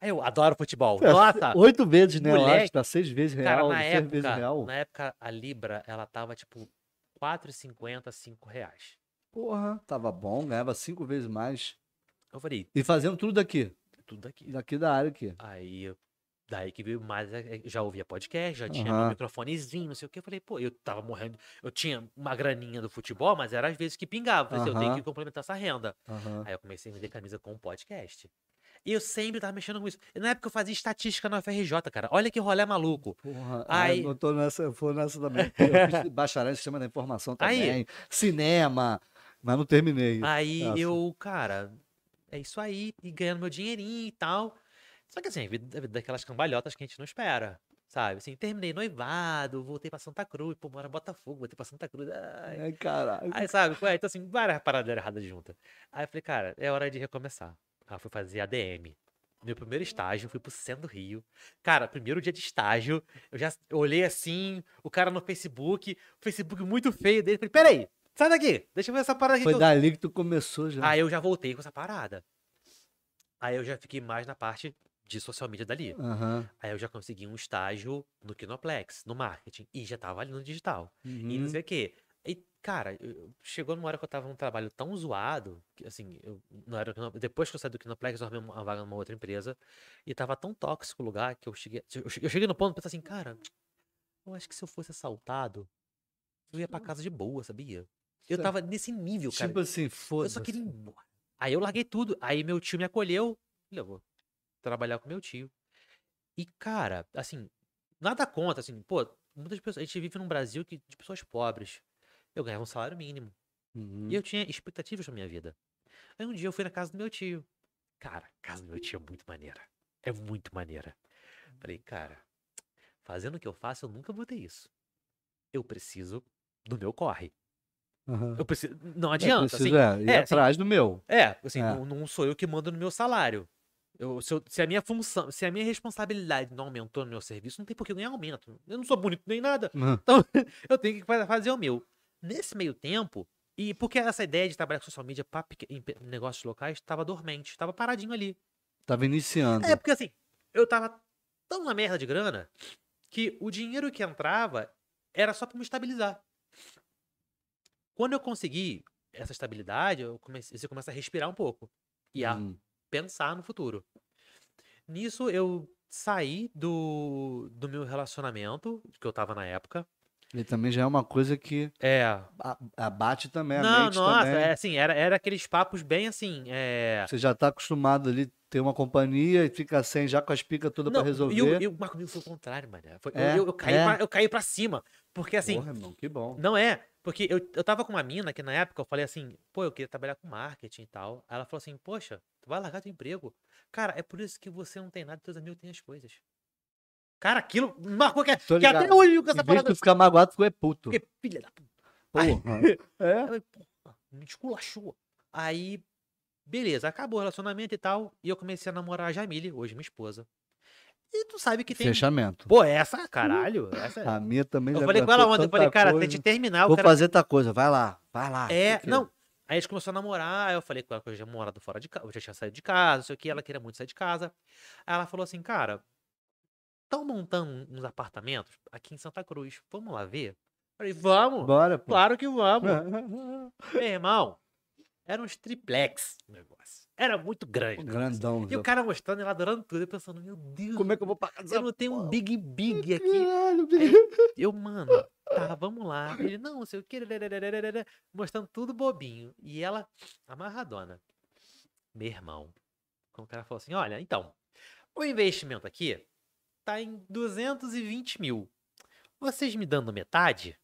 Speaker 2: Aí Eu adoro futebol.
Speaker 1: É,
Speaker 2: Nossa!
Speaker 1: Oito vezes, né? Eu acho,
Speaker 2: Ah, Moleque.
Speaker 1: tá seis vezes
Speaker 2: Cara,
Speaker 1: real,
Speaker 2: na
Speaker 1: seis vezes real.
Speaker 2: época, na época, a libra, ela tava tipo 4,50, 5 reais.
Speaker 1: Porra, tava bom, ganhava cinco vezes mais.
Speaker 2: Eu falei,
Speaker 1: E fazendo tudo daqui.
Speaker 2: tudo aqui.
Speaker 1: Daqui da área aqui.
Speaker 2: Aí, daí que veio mais, eh, já ouvia podcast, já tinha
Speaker 1: Aham.
Speaker 2: meu microfonezinho, não sei o que. Eu falei, pô, eu tava morrendo. Eu tinha uma graninha do futebol, mas era às vezes que pingava. Eu falei, assim, eu tenho
Speaker 1: Aham.
Speaker 2: que complementar essa renda.
Speaker 1: Aham.
Speaker 2: Aí eu comecei a vender camisa com o podcast. E eu sempre tava mexendo com isso. E na época eu fazia estatística na FRJ, cara. Olha que rolê maluco.
Speaker 1: Porra, é,
Speaker 2: Aí-
Speaker 1: eu não tô nessa, eu fui nessa também. Eu fiz bacharel em sistema da informação também.
Speaker 2: Aí-
Speaker 1: Cinema. Mas não terminei.
Speaker 2: Aí
Speaker 1: Nossa.
Speaker 2: eu, cara, é isso aí. E ganhando meu dinheirinho e tal. Só que assim, a vida- a vida daquelas cambalhotas que a gente não espera. Sabe? Assim, terminei noivado, voltei pra Santa Cruz. Pô, mora Botafogo, voltei pra Santa Cruz. Ai.
Speaker 1: Ai, caralho.
Speaker 2: Aí, sabe? qual é? Então, assim, várias paradas erradas juntas. Aí eu falei, cara, é hora de recomeçar. Aí eu fui fazer ADM. Meu primeiro estágio, fui pro centro do Rio. Cara, primeiro dia de estágio, eu já eu olhei assim, o cara no Facebook, o Facebook muito feio dele. Falei, peraí, sai daqui, deixa eu ver essa parada aqui.
Speaker 1: Foi
Speaker 2: que eu-
Speaker 1: dali que tu começou já.
Speaker 2: Aí eu já voltei com essa parada. Aí eu já fiquei mais na parte de social media dali.
Speaker 1: Aham.
Speaker 2: Aí eu já consegui um estágio no Kinoplex, no marketing, e já tava ali no digital. E não
Speaker 1: Uhum.
Speaker 2: sei o quê. E, cara, eu- chegou numa hora que eu tava num trabalho tão zoado, que, assim, eu não era, Kino- depois que eu saí do Kinoplex, eu arrumei uma vaga numa outra empresa, e tava tão tóxico o lugar que eu cheguei, eu cheguei eu cheguei no ponto de pensar assim, cara, eu acho que se eu fosse assaltado, eu ia pra casa de boa, sabia? Eu
Speaker 1: Certo.
Speaker 2: tava nesse nível, cara.
Speaker 1: Tipo assim,
Speaker 2: eu
Speaker 1: foda-se.
Speaker 2: só queria ir embora. Aí eu larguei tudo, aí meu tio me acolheu, falei, eu vou trabalhar com meu tio. E, cara, assim, nada contra, assim, pô, muitas pessoas, a gente vive num Brasil que, de pessoas pobres. Eu ganhava um salário mínimo.
Speaker 1: Uhum.
Speaker 2: E eu tinha expectativas pra minha vida. Aí um dia eu fui na casa do meu tio. Cara, a casa do meu tio é muito maneira. É muito maneira. Falei, cara, fazendo o que eu faço, eu nunca vou ter isso. Eu preciso do meu corre.
Speaker 1: Aham.
Speaker 2: Eu preciso. Não
Speaker 1: É,
Speaker 2: adianta. assim,
Speaker 1: preciso, é, ir
Speaker 2: é, assim,
Speaker 1: atrás do meu.
Speaker 2: é, assim,
Speaker 1: É.
Speaker 2: Não, não sou eu que mando no meu salário. Eu- se, eu- se a minha função, se a minha responsabilidade não aumentou no meu serviço, não tem por que eu ganhar aumento. Eu não sou bonito nem nada.
Speaker 1: Uhum.
Speaker 2: Então, eu tenho que fa- fazer o meu. Nesse meio tempo, e porque essa ideia de trabalhar com social media pra peque- em pe- negócios locais estava dormente, estava paradinho ali.
Speaker 1: Tava iniciando.
Speaker 2: É, porque assim, eu tava tão na merda de grana que o dinheiro que entrava era só pra me estabilizar. Quando eu consegui essa estabilidade, eu comecei, você começa a respirar um pouco e a
Speaker 1: Hum.
Speaker 2: pensar no futuro. Nisso, eu saí do, do meu relacionamento, que eu tava na época.
Speaker 1: E também já é uma coisa que
Speaker 2: É.
Speaker 1: a- abate também a
Speaker 2: não,
Speaker 1: mente
Speaker 2: nossa,
Speaker 1: também.
Speaker 2: é assim, era, era aqueles papos bem assim. É...
Speaker 1: Você já tá acostumado ali ter uma companhia e fica sem, já com as picas todas
Speaker 2: Não,
Speaker 1: pra resolver.
Speaker 2: E o, e o Marco Mil foi o contrário, mano. Foi- eu-
Speaker 1: É,
Speaker 2: eu, eu caí
Speaker 1: é.
Speaker 2: pra, eu caí pra cima. Porque assim,
Speaker 1: Porra, irmão, que bom.
Speaker 2: Não é, porque eu, eu tava com uma mina que na época eu falei assim, pô, eu queria trabalhar com marketing e tal. Aí ela falou assim, poxa, tu vai largar teu emprego. Cara, é por isso que você não tem nada e teus amigos têm as coisas. Cara, aquilo marcou que, é,
Speaker 1: Tô
Speaker 2: que
Speaker 1: ligado.
Speaker 2: até hoje com essa
Speaker 1: Em vez de
Speaker 2: parada.
Speaker 1: tu ficar magoado, tu é puto.
Speaker 2: Porque, filha da puta,
Speaker 1: Porra. É.
Speaker 2: ela me esculachou. Aí, beleza, acabou o relacionamento e tal. E eu comecei a namorar a Jamile, hoje minha esposa. E tu sabe que tem.
Speaker 1: Fechamento.
Speaker 2: Pô,
Speaker 1: Hum.
Speaker 2: essa, caralho. Essa...
Speaker 1: A minha também
Speaker 2: Eu
Speaker 1: já
Speaker 2: falei com ela
Speaker 1: aguentou
Speaker 2: ontem, eu falei,
Speaker 1: é tanta
Speaker 2: cara,
Speaker 1: coisa.
Speaker 2: tem que terminar, o
Speaker 1: Vou
Speaker 2: cara
Speaker 1: fazer outra coisa, vai lá, vai lá.
Speaker 2: É,
Speaker 1: Porque-
Speaker 2: não. Aí a gente começou a namorar, aí eu falei com ela que eu já tinha morado fora de casa, eu já tinha saído de casa, não sei o que, ela queria muito sair de casa. Aí ela falou assim, cara, estão montando um, uns apartamentos aqui em Santa Cruz, vamos lá ver? Eu falei, vamos,
Speaker 1: Bora, pô.
Speaker 2: claro que vamos.
Speaker 1: É.
Speaker 2: Meu irmão, era uns triplex o negócio, era muito grande.
Speaker 1: Grandão.
Speaker 2: E o
Speaker 1: viu?
Speaker 2: cara mostrando, ela adorando tudo, eu pensando, meu Deus,
Speaker 1: Como é que eu vou pra casa?
Speaker 2: eu não tenho um big big aqui.
Speaker 1: Caralho,
Speaker 2: Eu, mano, tá, vamos lá. Ele, não, não sei o que, mostrando tudo bobinho. E ela, amarradona. Meu irmão, quando o cara falou assim, olha, então, o investimento aqui tá em 220 mil. Vocês me dando metade?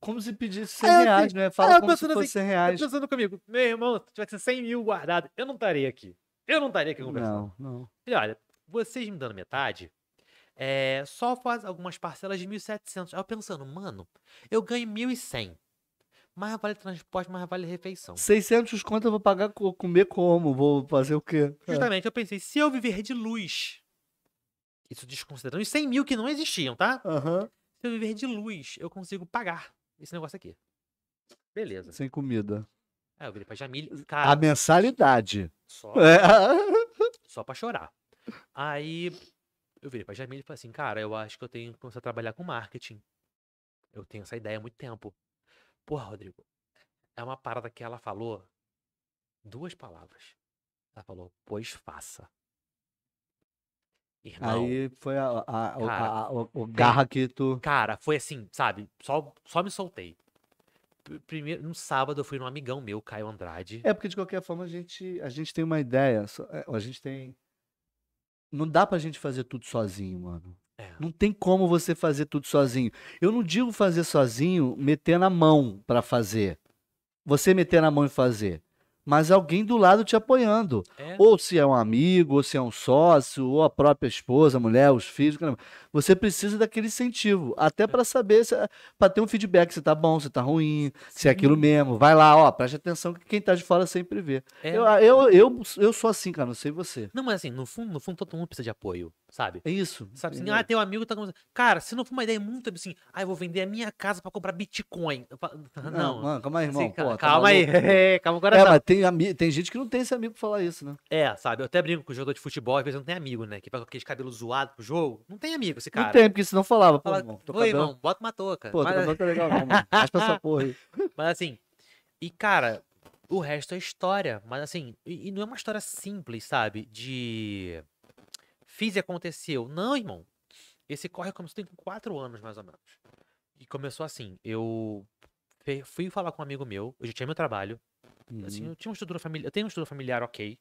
Speaker 1: Como se pedisse
Speaker 2: Aí
Speaker 1: 100
Speaker 2: eu
Speaker 1: reais, né? Fala
Speaker 2: eu
Speaker 1: como se
Speaker 2: pensando
Speaker 1: fosse 100
Speaker 2: Tá
Speaker 1: reais.
Speaker 2: pensando comigo, meu irmão, se tivesse 100 mil guardado, eu não estaria aqui. Eu não estaria aqui conversando.
Speaker 1: Não, não.
Speaker 2: Ele, olha, vocês me dando metade, é, só faz algumas parcelas de 1.700. Aí eu pensando, mano, eu ganho 1.100. Mais vale transporte, mais vale refeição.
Speaker 1: 600 conto eu vou pagar, co- comer como? Vou fazer o quê? É.
Speaker 2: Justamente, eu pensei, se eu viver de luz, isso desconsiderando os 100 mil que não existiam, tá?
Speaker 1: Aham.
Speaker 2: Se eu viver de luz, eu consigo pagar esse negócio aqui. Beleza.
Speaker 1: Sem comida.
Speaker 2: Aí eu virei pra Jamile,
Speaker 1: A
Speaker 2: cara,
Speaker 1: mensalidade.
Speaker 2: só
Speaker 1: É.
Speaker 2: só pra chorar. Aí eu virei pra Jamile e falei assim, cara, eu acho que eu tenho que começar a trabalhar com marketing. Eu tenho essa ideia há muito tempo. Porra, Rodrigo, é uma parada que ela falou duas palavras. Ela falou, pois faça. Irmão,
Speaker 1: Aí foi a, a- a- o-
Speaker 2: Cara,
Speaker 1: a- o, o garra que tu.
Speaker 2: cara, foi assim, sabe? Só, só me soltei. Pr- Primeiro, no sábado eu fui num amigão meu, Caio Andrade.
Speaker 1: É porque de qualquer forma a gente, a gente tem uma ideia. só- é, A gente tem. Não dá pra gente fazer tudo sozinho, mano.
Speaker 2: É.
Speaker 1: Não tem como você fazer tudo sozinho. Eu não digo fazer sozinho, meter na mão pra fazer. Você meter na mão e fazer. Mas alguém do lado te apoiando.
Speaker 2: É,
Speaker 1: Ou se é um amigo, ou se é um sócio, ou a própria esposa, a mulher, os filhos. caramba. Você precisa daquele incentivo. Até pra saber, para ter um feedback se tá bom, se tá ruim,
Speaker 2: assim,
Speaker 1: se é aquilo mesmo. Vai lá, ó, preste atenção que quem tá de fora sempre vê.
Speaker 2: é.
Speaker 1: Eu, eu, eu, eu sou assim, cara, não sei você.
Speaker 2: Não, mas assim, no fundo, no fundo todo mundo precisa de apoio, sabe?
Speaker 1: É isso.
Speaker 2: Sabe assim,
Speaker 1: entendeu?
Speaker 2: ah, teu amigo tá começando. Cara, se não for uma ideia muito assim, ah, eu vou vender a minha casa pra comprar Bitcoin. Eu falo, ah, Não.
Speaker 1: mano, calma aí, irmão.
Speaker 2: assim, ca-
Speaker 1: pô, tá
Speaker 2: calma aí, tá.
Speaker 1: maluco?
Speaker 2: calma o
Speaker 1: É,
Speaker 2: coração.
Speaker 1: mas tem, ami- tem gente que não tem esse amigo pra falar isso, né?
Speaker 2: É, sabe? Eu até brinco com o jogador de futebol, às vezes não tem amigo, né? Que pega aquele cabelo zoado pro jogo. Não tem amigo esse cara.
Speaker 1: Não tem, porque senão falava, pô,
Speaker 2: Fala,
Speaker 1: irmão, tô
Speaker 2: Ô, irmão, bota uma touca.
Speaker 1: Pô, teu
Speaker 2: Mas-
Speaker 1: cabelo tá legal não, mano. Raspa essa porra aí.
Speaker 2: Mas assim, e cara, o resto é história. Mas assim, e, e não é uma história simples, sabe? De fiz e aconteceu. Não, irmão. Esse corre começou tem quatro anos, mais ou menos. E começou assim, eu fe- fui falar com um amigo meu, eu já tinha meu trabalho, assim, eu tinha uma estrutura familiar, eu tenho uma estrutura familiar ok,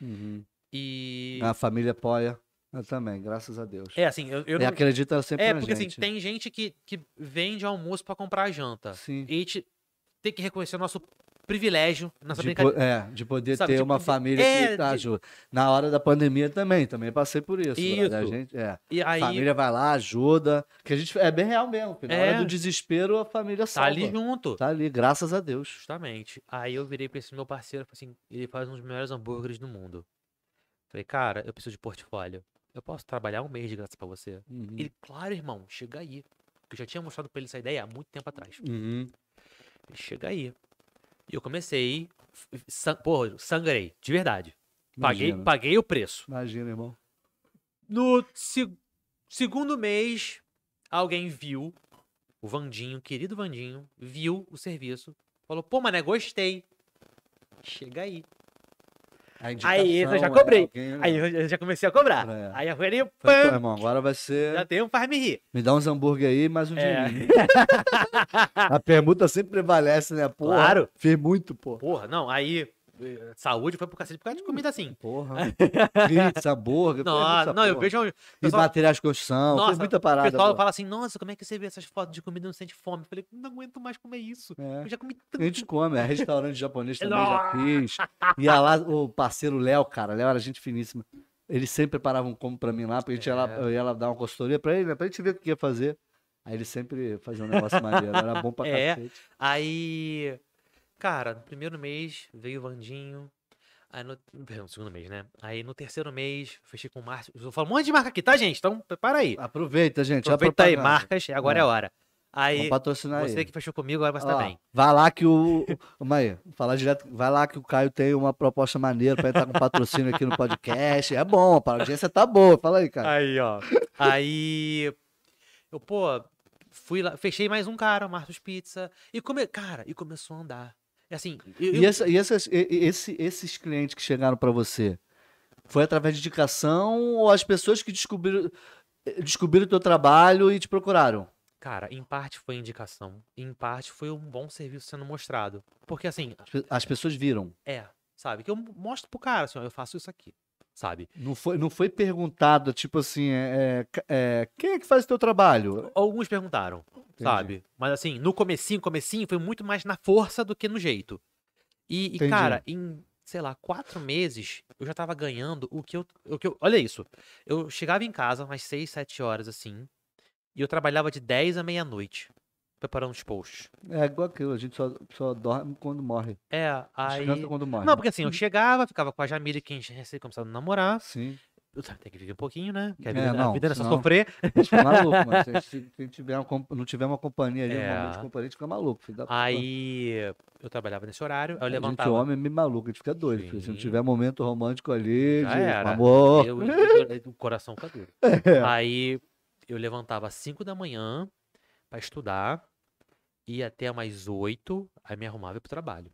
Speaker 1: Uhum.
Speaker 2: e...
Speaker 1: A família apoia. Eu também, graças a Deus.
Speaker 2: É, assim, eu, eu
Speaker 1: e
Speaker 2: não...
Speaker 1: acredita sempre
Speaker 2: É,
Speaker 1: na
Speaker 2: porque
Speaker 1: gente.
Speaker 2: assim, tem gente que, que vende almoço pra comprar janta.
Speaker 1: Sim.
Speaker 2: E a gente tem que reconhecer o nosso privilégio, nossa
Speaker 1: De,
Speaker 2: brincadeira.
Speaker 1: po- é, de poder
Speaker 2: Sabe,
Speaker 1: ter
Speaker 2: de
Speaker 1: uma
Speaker 2: poder-
Speaker 1: família
Speaker 2: é,
Speaker 1: que tá
Speaker 2: de-
Speaker 1: ajuda. Na hora da pandemia também, também passei por isso. brother. A
Speaker 2: Isso.
Speaker 1: gente, é,
Speaker 2: E aí...
Speaker 1: Família vai lá, ajuda. Que a gente é bem real mesmo. que Na
Speaker 2: É.
Speaker 1: hora do desespero, a família
Speaker 2: Tá
Speaker 1: salva.
Speaker 2: ali junto.
Speaker 1: Tá ali, graças a Deus.
Speaker 2: Justamente. Aí eu virei pra esse meu parceiro, falei assim, ele faz um dos melhores hambúrgueres do mundo. Falei, cara, eu preciso de portfólio. Eu posso trabalhar um mês de graça pra você.
Speaker 1: Uhum.
Speaker 2: Ele, claro, irmão, chega aí. Porque eu já tinha mostrado pra ele essa ideia há muito tempo atrás.
Speaker 1: Uhum.
Speaker 2: Ele, chega aí. E eu comecei, f- san- pô, sangrei, de verdade. Paguei,
Speaker 1: Imagina.
Speaker 2: paguei o preço.
Speaker 1: Imagina, irmão.
Speaker 2: No se- segundo mês, alguém viu, o Vandinho, querido Vandinho, viu o serviço, falou, pô, mané, gostei. Chega aí.
Speaker 1: A
Speaker 2: Aí, eu já
Speaker 1: indicação, é,
Speaker 2: cobrei.
Speaker 1: alguém-
Speaker 2: Aí eu eu já comecei a cobrar.
Speaker 1: É.
Speaker 2: Aí eu falei,
Speaker 1: Falei, "Pô,
Speaker 2: pam,
Speaker 1: irmão, agora vai
Speaker 2: já
Speaker 1: ser.
Speaker 2: tem um faz me rir.
Speaker 1: Me dá uns hambúrguer aí e mais um
Speaker 2: É.
Speaker 1: dinheirinho. a permuta sempre prevalece, né? Porra,
Speaker 2: Claro.
Speaker 1: Fiz muito, pô.
Speaker 2: Porra, não, aí eh, saúde foi pro cacete por causa
Speaker 1: Hum.
Speaker 2: de comida assim.
Speaker 1: Porra. Pizza, hambúrguer. fiz
Speaker 2: Não, ah,
Speaker 1: muita
Speaker 2: não, eu
Speaker 1: porra.
Speaker 2: vejo. o
Speaker 1: E
Speaker 2: pessoal-
Speaker 1: materiais de construção. Nossa,
Speaker 2: Nossa,
Speaker 1: muita
Speaker 2: o
Speaker 1: parada.
Speaker 2: pessoal
Speaker 1: pô.
Speaker 2: fala assim, nossa, como é que você vê essas fotos de comida e não sente fome? Eu falei, não aguento mais comer isso.
Speaker 1: É.
Speaker 2: Eu já comi
Speaker 1: A
Speaker 2: tanto.
Speaker 1: gente come, é restaurante japonês também já fiz. Ia lá, o parceiro Léo, cara, Léo era gente finíssima. Ele sempre preparava um combo pra mim lá, porque a gente ia lá,
Speaker 2: É.
Speaker 1: eu ia lá dar uma consultoria pra ele, né? Pra gente ver o que ia fazer. Aí ele sempre fazia um negócio maneiro, era bom pra
Speaker 2: É.
Speaker 1: cacete.
Speaker 2: Aí, cara, no primeiro mês veio o Vandinho. Aí no, perdão, no segundo mês, né? Aí no terceiro mês, fechei com o Márcio. Eu falo um monte de marca aqui, tá, gente? Então, prepara aí.
Speaker 1: Aproveita, gente.
Speaker 2: Aproveita aí,
Speaker 1: marca.
Speaker 2: marcas, agora é,
Speaker 1: É.
Speaker 2: a hora. Aí,
Speaker 1: Vamos patrocinar
Speaker 2: você
Speaker 1: ele.
Speaker 2: que fechou comigo, agora você
Speaker 1: Ó,
Speaker 2: tá bem.
Speaker 1: Vai lá que o. o- Maia, falar direto. Vai lá que o Caio tem uma proposta maneira pra entrar com patrocínio aqui no podcast. É bom, a audiência tá boa. Fala aí, cara.
Speaker 2: Aí, ó. Aí, eu, pô, fui lá, fechei mais um cara, o Marcos Pizza. E come, cara, e começou a andar. E assim, eu,
Speaker 1: E,
Speaker 2: eu-
Speaker 1: essa- e essas- e- e esse- esses clientes que chegaram pra você, foi através de indicação ou as pessoas que descobriram eh, descobriram o teu trabalho e te procuraram?
Speaker 2: cara, em parte foi indicação, em parte foi um bom serviço sendo mostrado. Porque assim,
Speaker 1: As pe- As pessoas viram.
Speaker 2: É, sabe? Que eu mostro pro cara, assim, ó, eu faço isso aqui, sabe?
Speaker 1: Não foi, não foi perguntado, tipo assim, é, é, ca- é, quem é que faz o teu trabalho?
Speaker 2: Alguns perguntaram, sabe? Mas assim, no comecinho, comecinho, foi muito mais na força do que no jeito. E, e,
Speaker 1: Entendi.
Speaker 2: cara, em, sei lá, quatro meses, eu já tava ganhando o que eu, o que eu... Olha isso, eu chegava em casa umas seis, sete horas, assim, e eu trabalhava de 10 à meia-noite, preparando os posts.
Speaker 1: É igual aquilo, a gente só, só dorme quando morre.
Speaker 2: É, aí...
Speaker 1: Descansa quando morre.
Speaker 2: Não, porque assim, eu chegava, ficava com a Jamile, que a gente recém começava a namorar.
Speaker 1: Ah, Sim.
Speaker 2: Eu tava- Tem que viver um pouquinho, né? Porque a
Speaker 1: É,
Speaker 2: vida, a
Speaker 1: não,
Speaker 2: vida não é só
Speaker 1: senão-
Speaker 2: sofrer.
Speaker 1: A gente fica maluco, mano. Se, se- se tiver uma comp- não tiver uma companhia ali, um
Speaker 2: É.
Speaker 1: momento de companhia, a gente fica maluco. Filho da puta.
Speaker 2: Aí eu trabalhava nesse horário, aí eu
Speaker 1: A gente
Speaker 2: levantava.
Speaker 1: homem é meio maluco, a gente fica doido. filho. Se não
Speaker 2: Sim.
Speaker 1: tiver momento romântico ali,
Speaker 2: Já
Speaker 1: de
Speaker 2: era.
Speaker 1: amor.
Speaker 2: Eu- eu- eu- o coração fica duro. Aí eu levantava às 5 da manhã pra estudar, ia até mais 8, aí me arrumava e ia pro trabalho.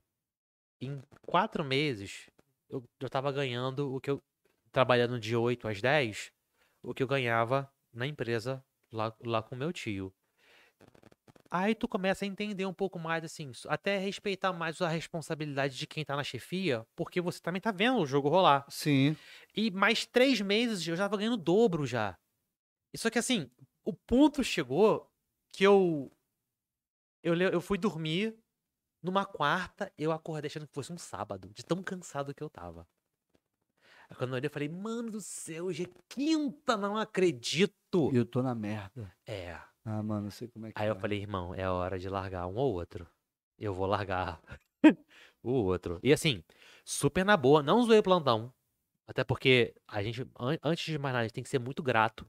Speaker 2: Em quatro meses, eu, eu tava ganhando o que eu. Trabalhando de 8 às 10, o que eu ganhava na empresa lá, lá com meu tio. Aí tu começa a entender um pouco mais, assim, s- até respeitar mais a responsabilidade de quem tá na chefia, porque você também tá vendo o jogo rolar.
Speaker 1: Sim.
Speaker 2: E mais três meses eu já tava ganhando o dobro já. E Só que assim, o ponto chegou que eu. Eu, le- eu fui dormir numa quarta, eu acordei achando que fosse um sábado, de tão cansado que eu tava. Aí quando eu olhei, eu falei, mano do céu, hoje é quinta, não acredito.
Speaker 1: E eu tô na merda.
Speaker 2: É.
Speaker 1: Ah, mano, não sei como é que
Speaker 2: Aí eu
Speaker 1: é.
Speaker 2: falei, irmão, é hora de largar um ou outro. Eu vou largar o outro. E assim, super na boa, não zoei o plantão. Até porque a gente, an- antes de mais nada, a gente tem que ser muito grato.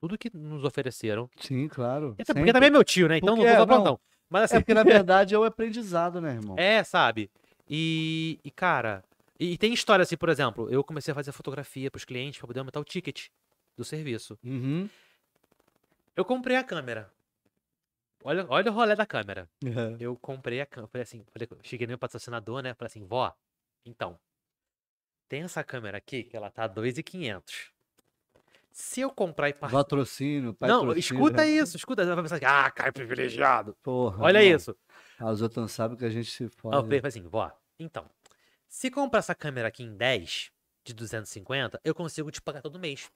Speaker 2: Tudo que nos ofereceram.
Speaker 1: Sim, claro.
Speaker 2: Até porque
Speaker 1: Sempre.
Speaker 2: também é meu tio, né? Então
Speaker 1: Porque-
Speaker 2: não vou
Speaker 1: não.
Speaker 2: dar plantão. Mas assim,
Speaker 1: É porque, na verdade, é o aprendizado, né, irmão?
Speaker 2: É, sabe? E, e, cara, e, e tem história assim, por exemplo, eu comecei a fazer fotografia pros clientes pra poder aumentar o ticket do serviço.
Speaker 1: Uhum.
Speaker 2: Eu comprei a câmera. Olha, olha o rolê da câmera.
Speaker 1: É.
Speaker 2: Eu comprei a câmera, falei assim, falei, cheguei no meu patrocinador, né? Falei assim, vó, então, tem essa câmera aqui que ela tá 2,500. Se eu comprar e parcelar...
Speaker 1: Patrocínio, patrocínio. né?
Speaker 2: Não, escuta isso, escuta. Ela vai pensar, ah, cara privilegiado.
Speaker 1: Porra,
Speaker 2: Olha
Speaker 1: irmão.
Speaker 2: isso.
Speaker 1: Ah, os outros não sabem que a gente se
Speaker 2: Aí eu falei
Speaker 1: fode.
Speaker 2: falei assim, vó, então, se comprar essa câmera aqui em 10, de 250, eu consigo te pagar todo mês.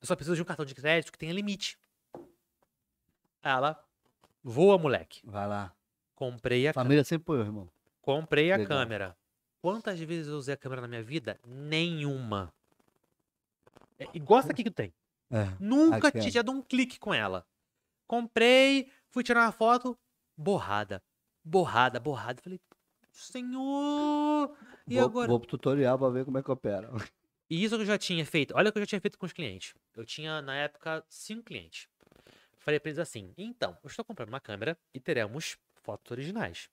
Speaker 2: Eu só preciso de um cartão de crédito que tenha limite. Ela, voa, moleque.
Speaker 1: Vai lá.
Speaker 2: Comprei a, câmera.
Speaker 1: Família é sempre apoiou, irmão.
Speaker 2: comprei a
Speaker 1: Legal.
Speaker 2: câmera. Quantas vezes eu usei a câmera na minha vida? Nenhuma. É, igual essa aqui que tu tem.
Speaker 1: É.
Speaker 2: Nunca
Speaker 1: Aquela.
Speaker 2: tinha dado um clique com ela. Comprei, fui tirar uma foto, borrada. Borrada, borrada. Falei, senhor! E
Speaker 1: vou,
Speaker 2: agora?
Speaker 1: vou pro tutorial pra ver como é que opera.
Speaker 2: E isso que eu já tinha feito. Olha o que eu já tinha feito com os clientes. Eu tinha, na época, cinco clientes. Falei pra eles assim: então, eu estou comprando uma câmera e teremos fotos originais.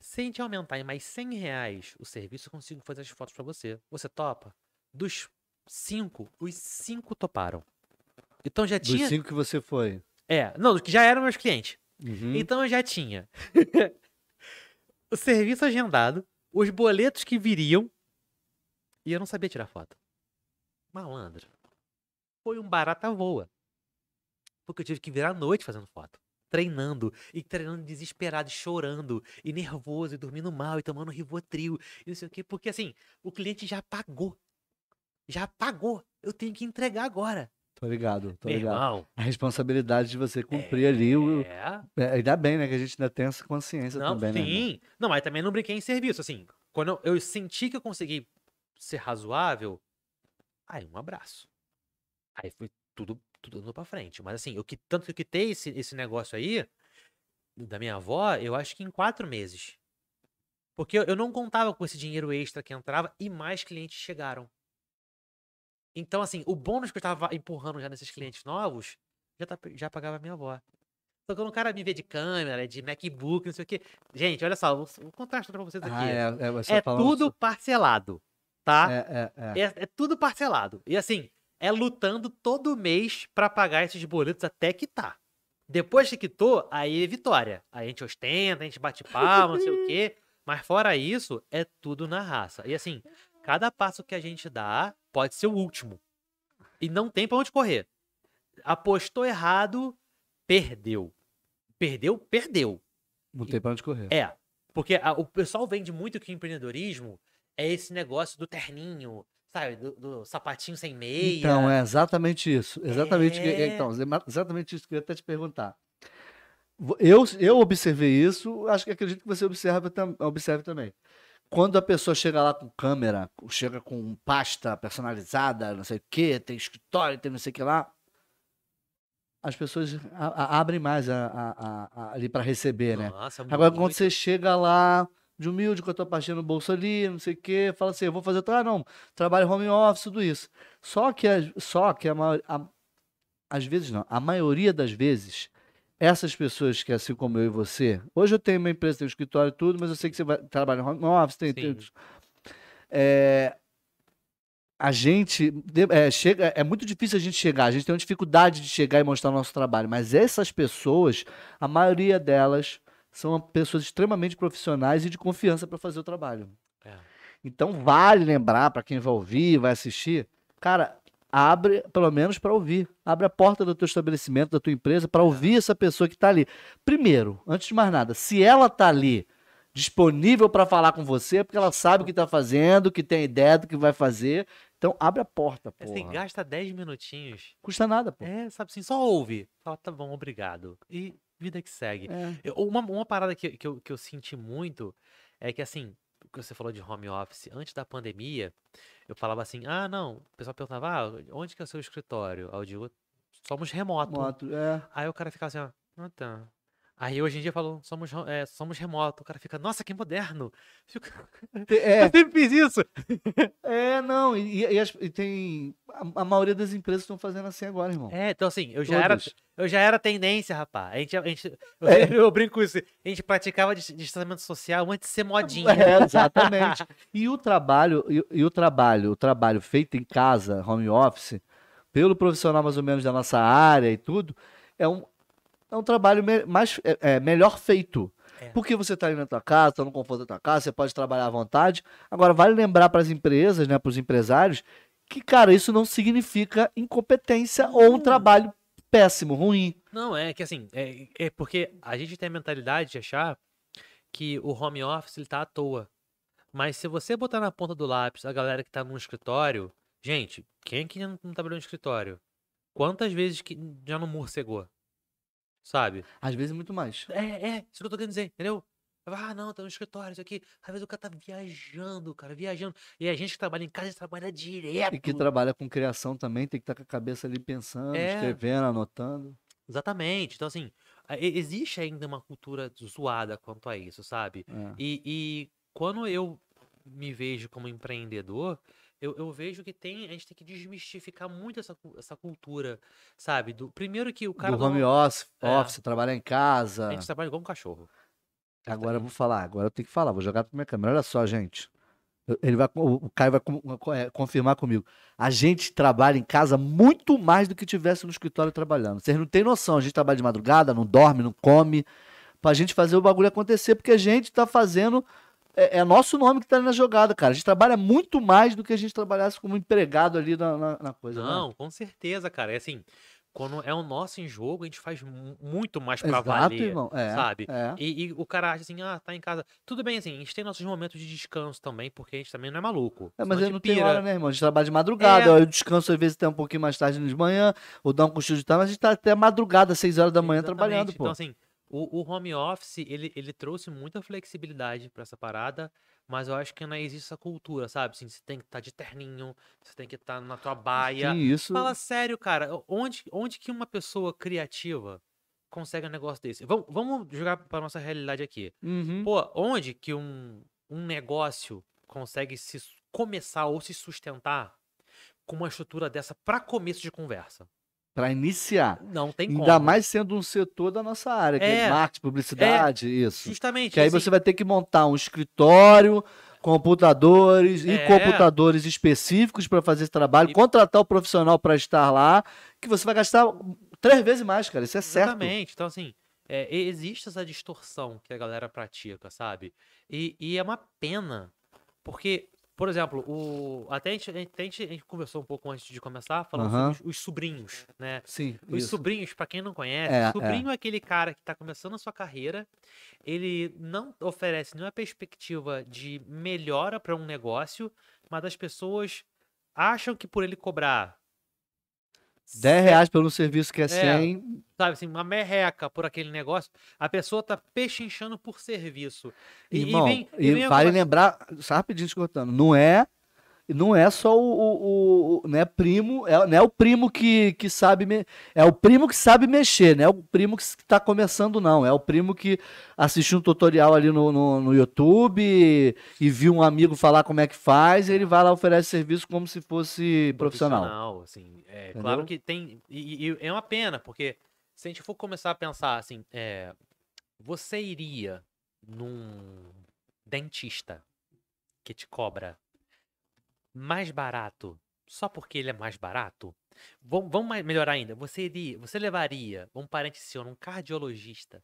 Speaker 2: Se a gente aumentar em mais 100 reais o serviço, eu consigo fazer as fotos pra você. Você topa? Dos cinco, os cinco toparam. Então já tinha.
Speaker 1: Dos cinco que você foi.
Speaker 2: É, não, que já eram meus clientes.
Speaker 1: Uhum.
Speaker 2: Então eu já tinha o serviço agendado, os boletos que viriam e eu não sabia tirar foto. Malandro. Foi um barata voa. Porque eu tive que virar a noite fazendo foto. Treinando, e treinando desesperado, e chorando, e nervoso, e dormindo mal, e tomando Rivotril, e não sei o quê. Porque assim, o cliente já pagou. Já pagou. Eu tenho que entregar agora.
Speaker 1: Tô ligado, tô
Speaker 2: Meu
Speaker 1: ligado.
Speaker 2: irmão.
Speaker 1: A responsabilidade de você cumprir ali. O...
Speaker 2: É.
Speaker 1: é, Ainda bem, né? Que a gente ainda tem essa consciência
Speaker 2: Não,
Speaker 1: também, né? irmão?
Speaker 2: sim. Não, mas também não brinquei em serviço, assim. Quando eu, eu senti que eu consegui ser razoável, aí um abraço. Aí foi tudo, tudo andou pra frente. Mas assim, eu que tanto que eu quitei esse, esse negócio aí, da minha avó, eu acho que em quatro meses. Porque eu, eu não contava com esse dinheiro extra que entrava e mais clientes chegaram. Então, assim, o bônus que eu tava empurrando já nesses clientes novos, já, tá, já pagava a minha avó. Então, quando o cara me vê de câmera, de MacBook, não sei o quê. Gente, olha só, vou, vou contrastar pra vocês aqui.
Speaker 1: Ah,
Speaker 2: é
Speaker 1: é, é, você falando
Speaker 2: tudo
Speaker 1: sobre-
Speaker 2: parcelado, tá?
Speaker 1: É, é, é.
Speaker 2: É, é tudo parcelado. E assim, é lutando todo mês pra pagar esses boletos até quitar. Depois que quitou, aí é vitória. Aí a gente ostenta, a gente bate palma, não sei o quê. Mas fora isso, é tudo na raça. E assim, cada passo que a gente dá pode ser o último. E não tem pra onde correr. Apostou errado, perdeu. Perdeu, perdeu.
Speaker 1: Não tem pra onde correr.
Speaker 2: É, porque a- o pessoal vende muito que o empreendedorismo é esse negócio do terninho, sabe? Do, do sapatinho sem meia.
Speaker 1: Então, é exatamente isso. Exatamente, que-
Speaker 2: É.
Speaker 1: então, zema- exatamente isso que eu ia até te perguntar. Vo- Eu, eu observei isso, acho que acredito que você observa, tam- observe também. Quando a pessoa chega lá com câmera, chega com pasta personalizada, não sei o quê, tem escritório, tem não sei o que lá, as pessoas a- a- abrem mais a- a- a- a- ali para receber, né?
Speaker 2: Nossa,
Speaker 1: Agora,
Speaker 2: muito.
Speaker 1: quando você chega lá, de humilde, com a tua pastinha no bolso ali, não sei o quê, fala assim, eu vou fazer... Ah, não, trabalho home office, tudo isso. Só que, as- só que a, maior- a, às vezes não, a maioria das vezes, essas pessoas que, assim como eu e você... Hoje eu tenho uma empresa, tenho um escritório e tudo, mas eu sei que você vai, trabalha home office, tem... tem-
Speaker 2: Sim.
Speaker 1: é, a gente de- é, chega, é muito difícil a gente chegar, a gente tem uma dificuldade de chegar e mostrar o nosso trabalho, mas essas pessoas, a maioria delas são pessoas extremamente profissionais e de confiança para fazer o trabalho.
Speaker 2: É.
Speaker 1: Então vale lembrar para quem vai ouvir, vai assistir, cara, abre pelo menos para ouvir, abre a porta do teu estabelecimento, da tua empresa
Speaker 2: É.
Speaker 1: para ouvir essa pessoa que tá ali. Primeiro, antes de mais nada, se ela tá ali disponível para falar com você, é porque ela sabe o que tá fazendo, que tem ideia do que vai fazer, então abre a porta,
Speaker 2: É, Você
Speaker 1: porra.
Speaker 2: gasta 10 minutinhos.
Speaker 1: Custa nada, pô.
Speaker 2: É, sabe assim, só ouve. Fala, tá bom, obrigado. E vida que segue.
Speaker 1: É.
Speaker 2: Eu- Uma, uma parada que, que, eu, que eu senti muito é que, assim, o que você falou de home office, antes da pandemia, eu falava assim, ah, não, o pessoal perguntava, ah, onde que é o seu escritório? Aí eu digo, somos remoto.
Speaker 1: Moto, é.
Speaker 2: Aí o cara ficava assim, ó, ah, tá. Aí hoje em dia falam, somos, re- é, somos remoto. O cara fica, nossa, que moderno. Fica,
Speaker 1: É,
Speaker 2: Eu sempre fiz isso.
Speaker 1: é não. E, e as- e tem. A, a maioria das empresas estão fazendo assim agora, irmão.
Speaker 2: É, então assim, eu já, era,
Speaker 1: Todas.
Speaker 2: eu já era tendência, rapaz. A gente, a gente, eu,
Speaker 1: É.
Speaker 2: eu brinco isso. A gente praticava dis- distanciamento social antes de ser modinha.
Speaker 1: É, exatamente. E o trabalho, e, e o trabalho, o trabalho feito em casa, home office, pelo profissional mais ou menos da nossa área e tudo, é um, é um trabalho me- mais, é, é, melhor feito.
Speaker 2: É.
Speaker 1: Porque você está ali na tua casa, está no conforto da tua casa, você pode trabalhar à vontade. Agora, vale lembrar para as empresas, né, para os empresários, que, cara, isso não significa incompetência ou um trabalho péssimo, ruim.
Speaker 2: Não, é que assim, é, é porque a gente tem a mentalidade de achar que o home office ele tá à toa. Mas se você botar na ponta do lápis a galera que tá num escritório, gente, quem é que não não trabalhou no escritório? Quantas vezes que já não morcegou? Sabe?
Speaker 1: Às vezes, muito mais.
Speaker 2: É, é, isso que eu tô querendo dizer, entendeu? Ah, não, tá no escritório, isso aqui. Às vezes o cara tá viajando, cara, viajando. E a gente que trabalha em casa, a gente trabalha direto.
Speaker 1: E que trabalha com criação também, tem que estar com a cabeça ali pensando,
Speaker 2: É.
Speaker 1: escrevendo, anotando.
Speaker 2: Exatamente. Então, assim, a- e- existe ainda uma cultura zoada quanto a isso, sabe?
Speaker 1: É.
Speaker 2: E, e quando eu me vejo como empreendedor, eu, eu vejo que tem, a gente tem que desmistificar muito essa, cu- essa cultura, sabe? Do, primeiro que o cara.
Speaker 1: do home
Speaker 2: não-
Speaker 1: office, né?
Speaker 2: É.
Speaker 1: office, trabalhar em casa.
Speaker 2: a gente trabalha igual um cachorro. Tá
Speaker 1: Agora eu vou falar, agora eu tenho que falar, vou jogar pra minha câmera. Olha só, gente. Eu- Ele vai, o o Caio vai com- co- é, confirmar comigo. A gente trabalha em casa muito mais do que tivesse no escritório trabalhando. Vocês não têm noção, a gente trabalha de madrugada, não dorme, não come, pra gente fazer o bagulho acontecer, porque a gente tá fazendo. É, é nosso nome que tá ali na jogada, cara. A gente trabalha muito mais do que a gente trabalhasse como empregado ali na, na- na coisa. né?
Speaker 2: Não, com certeza, cara. É assim, quando é o nosso em jogo, a gente faz mu- muito mais pra
Speaker 1: Exato,
Speaker 2: valer,
Speaker 1: irmão. É,
Speaker 2: tipo, sabe?
Speaker 1: é.
Speaker 2: E, e o cara acha assim, ah, tá em casa. Tudo bem, assim, a gente tem nossos momentos de descanso também, porque a gente também não é maluco.
Speaker 1: É, mas
Speaker 2: senão a
Speaker 1: aí
Speaker 2: gente
Speaker 1: não tem
Speaker 2: pira.
Speaker 1: hora, né, irmão? A gente trabalha de madrugada,
Speaker 2: É.
Speaker 1: eu descanso às vezes até um pouquinho mais tarde de manhã, ou dá um cochilo de tarde, mas a gente tá até madrugada, 6 horas da manhã,
Speaker 2: Exatamente.
Speaker 1: trabalhando, pô.
Speaker 2: Então, assim, o, o home office, ele, ele trouxe muita flexibilidade pra essa parada, mas eu acho que ainda existe essa cultura, sabe? Assim, você tem que estar de terninho, você tem que estar na tua baia.
Speaker 1: Sim, isso.
Speaker 2: Fala sério, cara. Onde, onde que uma pessoa criativa consegue um negócio desse? Vamos, vamos jogar pra nossa realidade aqui.
Speaker 1: Uhum.
Speaker 2: Pô, onde que um, um negócio consegue se su- começar ou se sustentar com uma estrutura dessa pra começo de conversa?
Speaker 1: Pra iniciar.
Speaker 2: Não tem como.
Speaker 1: Ainda mais sendo um setor da nossa área, que é,
Speaker 2: É.
Speaker 1: marketing, publicidade, isso.
Speaker 2: Justamente.
Speaker 1: Que aí
Speaker 2: assim,
Speaker 1: você vai ter que montar um escritório, computadores e
Speaker 2: É.
Speaker 1: computadores específicos pra fazer esse trabalho,
Speaker 2: E-
Speaker 1: contratar o profissional pra estar lá, que você vai gastar três vezes mais, cara. Isso é certo.
Speaker 2: Exatamente. Então, assim, é, e- existe essa distorção que a galera pratica, sabe? E, e é uma pena. Porque, por exemplo, o, até, a gente, até a gente, a gente conversou um pouco antes de começar, falando
Speaker 1: Aham.
Speaker 2: sobre os, os sobrinhos, né?
Speaker 1: Sim.
Speaker 2: Os
Speaker 1: isso.
Speaker 2: sobrinhos, pra quem não conhece,
Speaker 1: É, é.
Speaker 2: sobrinho é. aquele cara que tá começando a sua carreira, ele não oferece nenhuma perspectiva de melhora pra um negócio, mas as pessoas acham que por ele cobrar
Speaker 1: 10 reais pelo serviço que é 100,
Speaker 2: sabe assim, uma merreca por aquele negócio, a pessoa tá pechinchando por serviço. E, e
Speaker 1: Irmão,
Speaker 2: vem,
Speaker 1: e
Speaker 2: e vem
Speaker 1: vale
Speaker 2: alguma-
Speaker 1: lembrar, só rapidinho te cortando, não é, não é só o, o, o- o- não é primo, é, não é o primo que, que sabe, me- é o primo que sabe mexer, não é o primo que está começando não, é o primo que assistiu um tutorial ali no, no, no YouTube e, viu um amigo falar como é que faz e ele vai lá oferece serviço como se fosse profissional.
Speaker 2: assim, é,
Speaker 1: Entendeu?
Speaker 2: claro que tem. E, e- e é uma pena, porque se a gente for começar a pensar assim, é, você iria num dentista que te cobra mais barato só porque ele é mais barato? Vamos, vamos mais- melhorar ainda. Você iria, você levaria um parente seu, num cardiologista,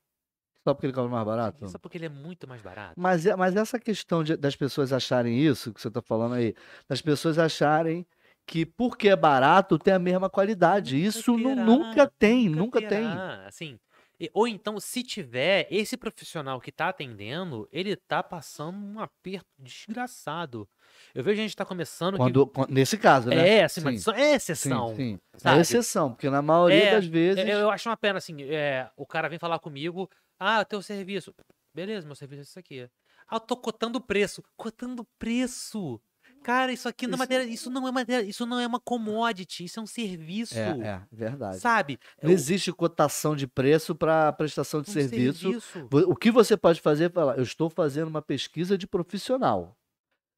Speaker 1: Só porque ele cobra mais barato?
Speaker 2: só porque ele é muito mais barato?
Speaker 1: Mas, é- mas essa questão de- das pessoas acharem isso, que você está falando aí, das pessoas acharem que porque é barato tem a mesma qualidade. Isso nu-
Speaker 2: terá,
Speaker 1: nunca tem, nunca, tem.
Speaker 2: terá, Assim, E- ou então, se tiver, esse profissional que tá atendendo, ele tá passando um aperto desgraçado. Eu vejo a gente tá começando
Speaker 1: Quando, quan- nesse caso,
Speaker 2: que...
Speaker 1: né?
Speaker 2: É, assim, mas
Speaker 1: Sim,
Speaker 2: isso é
Speaker 1: Sim,
Speaker 2: exceção.
Speaker 1: sim. É
Speaker 2: sabe?
Speaker 1: exceção, porque na maioria
Speaker 2: É,
Speaker 1: das vezes.
Speaker 2: É, Eu, acho uma pena, assim, é, o cara vem falar comigo, ah, teu serviço. Beleza, meu serviço é isso aqui. Ah, eu tô cotando o preço. Cotando o preço. Cara, isso aqui não é
Speaker 1: Isso-
Speaker 2: matéria. Isso não é matéria. Isso não é uma commodity, isso é um serviço.
Speaker 1: É, é, verdade.
Speaker 2: Sabe? É
Speaker 1: Não existe cotação de preço para prestação de
Speaker 2: um
Speaker 1: serviço. Vo- O que você pode fazer é falar, eu estou fazendo uma pesquisa de profissional.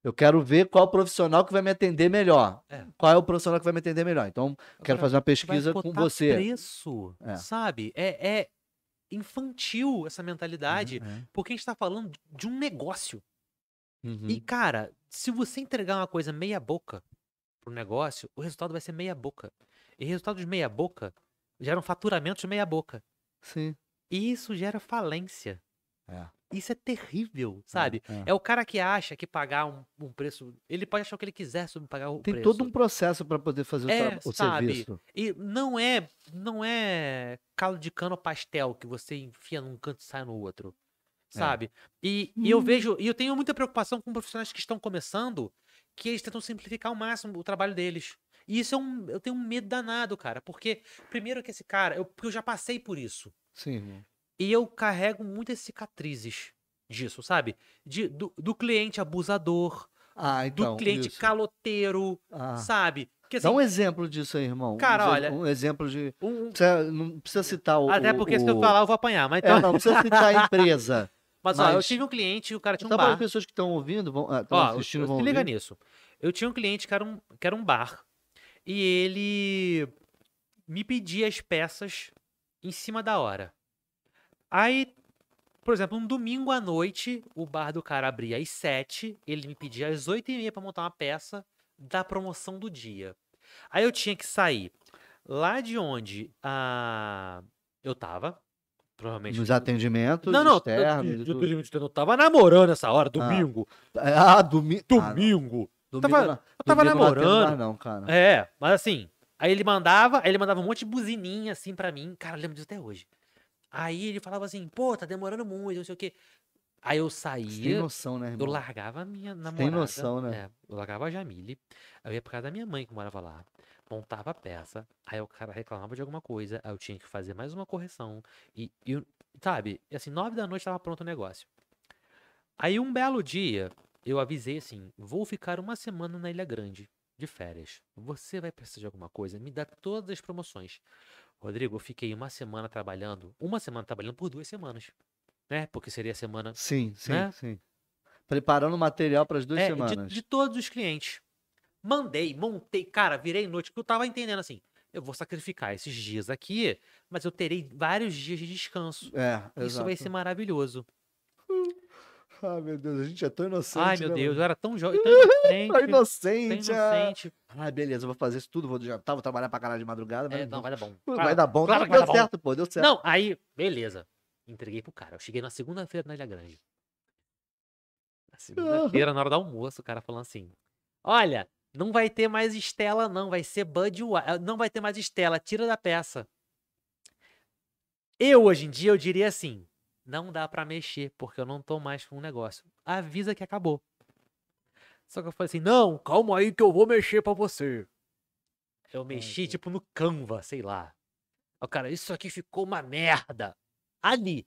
Speaker 1: Eu quero ver qual profissional que vai me atender melhor.
Speaker 2: É.
Speaker 1: Qual é o profissional que vai me atender melhor? Então, quero
Speaker 2: Agora,
Speaker 1: fazer uma
Speaker 2: vai
Speaker 1: pesquisa com
Speaker 2: botar
Speaker 1: você.
Speaker 2: preço,
Speaker 1: É.
Speaker 2: sabe? É, é infantil essa mentalidade,
Speaker 1: Uhum,
Speaker 2: porque a gente tá falando de um negócio.
Speaker 1: é. Uhum.
Speaker 2: E, cara, se você entregar uma coisa meia boca pro negócio, o resultado vai ser meia boca. E resultados meia boca geram faturamentos meia boca.
Speaker 1: Sim.
Speaker 2: E isso gera falência.
Speaker 1: É.
Speaker 2: Isso é terrível, sabe?
Speaker 1: É, é.
Speaker 2: É, o cara que acha que pagar um, um preço. Ele pode achar o que ele quiser sobre pagar o
Speaker 1: Tem
Speaker 2: preço.
Speaker 1: todo um processo para poder fazer o,
Speaker 2: É,
Speaker 1: tra- o
Speaker 2: sabe?
Speaker 1: serviço.
Speaker 2: E não é, não é calo de cano pastel que você enfia num canto e sai no outro.
Speaker 1: É.
Speaker 2: Sabe? E, e eu vejo, e eu tenho muita preocupação com profissionais que estão começando, que eles tentam simplificar ao máximo o trabalho deles. E isso é um, eu tenho um medo danado, cara, porque primeiro que esse cara, eu, porque eu já passei por isso.
Speaker 1: Sim, irmão.
Speaker 2: E eu carrego muitas cicatrizes disso, sabe? De, do, do cliente abusador,
Speaker 1: Ah,
Speaker 2: do
Speaker 1: então.
Speaker 2: cliente
Speaker 1: isso.
Speaker 2: caloteiro,
Speaker 1: Ah.
Speaker 2: sabe? Porque assim,
Speaker 1: Dá um exemplo disso aí, irmão. Um
Speaker 2: Cara,
Speaker 1: exe-
Speaker 2: olha-
Speaker 1: Um exemplo de.
Speaker 2: um- um-
Speaker 1: Precisa- Não precisa citar o.
Speaker 2: até
Speaker 1: o-
Speaker 2: porque se eu
Speaker 1: o-
Speaker 2: falar eu vou apanhar, mas
Speaker 1: É,
Speaker 2: então...
Speaker 1: não, não precisa citar a empresa.
Speaker 2: Mas, ó, eu
Speaker 1: Mas-
Speaker 2: tive um cliente e o cara tinha um
Speaker 1: Só para as
Speaker 2: bar.
Speaker 1: pessoas que estão ouvindo, vão, ah, tão
Speaker 2: Ó,
Speaker 1: assistindo, vão
Speaker 2: se liga
Speaker 1: ouvir.
Speaker 2: nisso. Eu tinha um cliente que era um, que era um bar e ele me pedia as peças em cima da hora. Aí, por exemplo, um domingo à noite, o bar do cara abria às 7, ele me pedia às 8 e meia pra montar uma peça da promoção do dia. Aí eu tinha que sair lá de onde a... eu tava, provavelmente...
Speaker 1: Nos atendimentos
Speaker 2: Não, não,
Speaker 1: externos.
Speaker 2: eu,
Speaker 1: e
Speaker 2: eu,
Speaker 1: tudo.
Speaker 2: eu, eu tava namorando essa hora, domingo.
Speaker 1: Ah, domi... ah, não.
Speaker 2: Domingo.
Speaker 1: Domingo é
Speaker 2: Tava-
Speaker 1: não-
Speaker 2: eu tava
Speaker 1: domingo não atendo
Speaker 2: namorando.
Speaker 1: mais não, cara.
Speaker 2: É, mas assim, aí ele mandava, aí ele mandava um monte de buzininha assim pra mim, cara, eu lembro disso até hoje. Aí ele falava assim, pô, tá demorando muito, não sei o quê. Aí eu
Speaker 1: Você tem
Speaker 2: saía,
Speaker 1: noção, né,
Speaker 2: eu
Speaker 1: irmão?
Speaker 2: largava a minha namorada.
Speaker 1: noção, né?
Speaker 2: é, eu largava a Jamile, aí eu ia pra casa da minha mãe que morava lá, montava a peça, aí o cara reclamava de alguma coisa, aí eu tinha que fazer mais uma correção, e, e eu- sabe, e assim, nove da noite tava pronto o negócio. Aí um belo dia, eu avisei assim, vou ficar uma semana na Ilha Grande de férias. Você vai precisar de alguma coisa? Me dá todas as promoções. Rodrigo, eu fiquei uma semana trabalhando, uma semana trabalhando por duas semanas, né? Porque seria a semana
Speaker 1: Sim, sim,
Speaker 2: Né?
Speaker 1: sim. Preparando material para as duas
Speaker 2: é, de-
Speaker 1: semanas.
Speaker 2: De, todos os clientes. Mandei, montei, cara, virei noite, porque eu tava entendendo assim, eu vou sacrificar esses dias aqui, mas eu terei vários dias de descanso.
Speaker 1: É,
Speaker 2: Isso vai ser maravilhoso.
Speaker 1: Ah, meu Deus, a gente é tão inocente.
Speaker 2: Ai, meu
Speaker 1: né,
Speaker 2: Deus,
Speaker 1: mano?
Speaker 2: eu era tão jovem, tão
Speaker 1: Tão
Speaker 2: inocente, tão
Speaker 1: Tá inocente. ah.
Speaker 2: inocente.
Speaker 1: Ah, beleza, eu vou fazer isso tudo, vou jantar, vou trabalhar pra caralho de madrugada.
Speaker 2: É,
Speaker 1: mas-
Speaker 2: não, vai dar bom.
Speaker 1: Pô,
Speaker 2: Claro,
Speaker 1: Tá Vai dar bom.
Speaker 2: claro
Speaker 1: Não,
Speaker 2: que vai
Speaker 1: deu
Speaker 2: dar bom.
Speaker 1: certo, pô, deu certo.
Speaker 2: Não, aí, beleza. Entreguei pro cara. Eu cheguei na segunda-feira na Ilha Grande. Na segunda-feira, na hora do almoço, o cara falando assim: Olha, não vai ter mais Estela, não. Vai ser Budweiser. Não vai ter mais Estela. Tira da peça. Eu, hoje em dia, eu diria assim: Não dá pra mexer, porque eu não tô mais com o negócio. Avisa que acabou. Só que eu falei assim: Não, calma aí que eu vou mexer pra você. Eu mexi,
Speaker 1: Deus.
Speaker 2: tipo, no Canva, sei lá. Ó, cara, isso aqui ficou uma merda. Ali.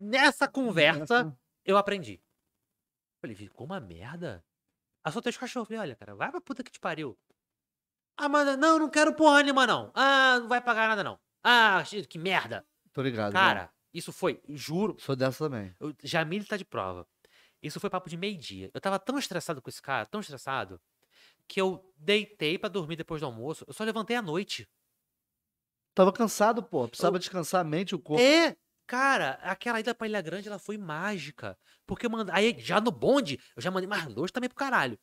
Speaker 2: Nessa conversa, eu aprendi. Falei, ficou uma merda? Aí soltei os cachorros. Falei, olha, cara, vai pra puta que te pariu. Ah, mas não, não quero porra nenhuma, não. Ah, não vai pagar nada, não. Ah, x- que merda.
Speaker 1: Tô ligado.
Speaker 2: Cara, isso foi, juro,
Speaker 1: irmão. Sou dessa também.
Speaker 2: eu, Jamile tá de prova. Isso foi papo de meio-dia. Eu tava tão estressado com esse cara, tão estressado, que eu deitei pra dormir depois do almoço. Eu só levantei à noite.
Speaker 1: Tava cansado, pô. Precisava descansar a mente, o corpo.
Speaker 2: É, cara, aquela ida pra Ilha Grande, ela foi mágica. Porque eu mand... aí já no bonde, eu já mandei mais longe também pro caralho.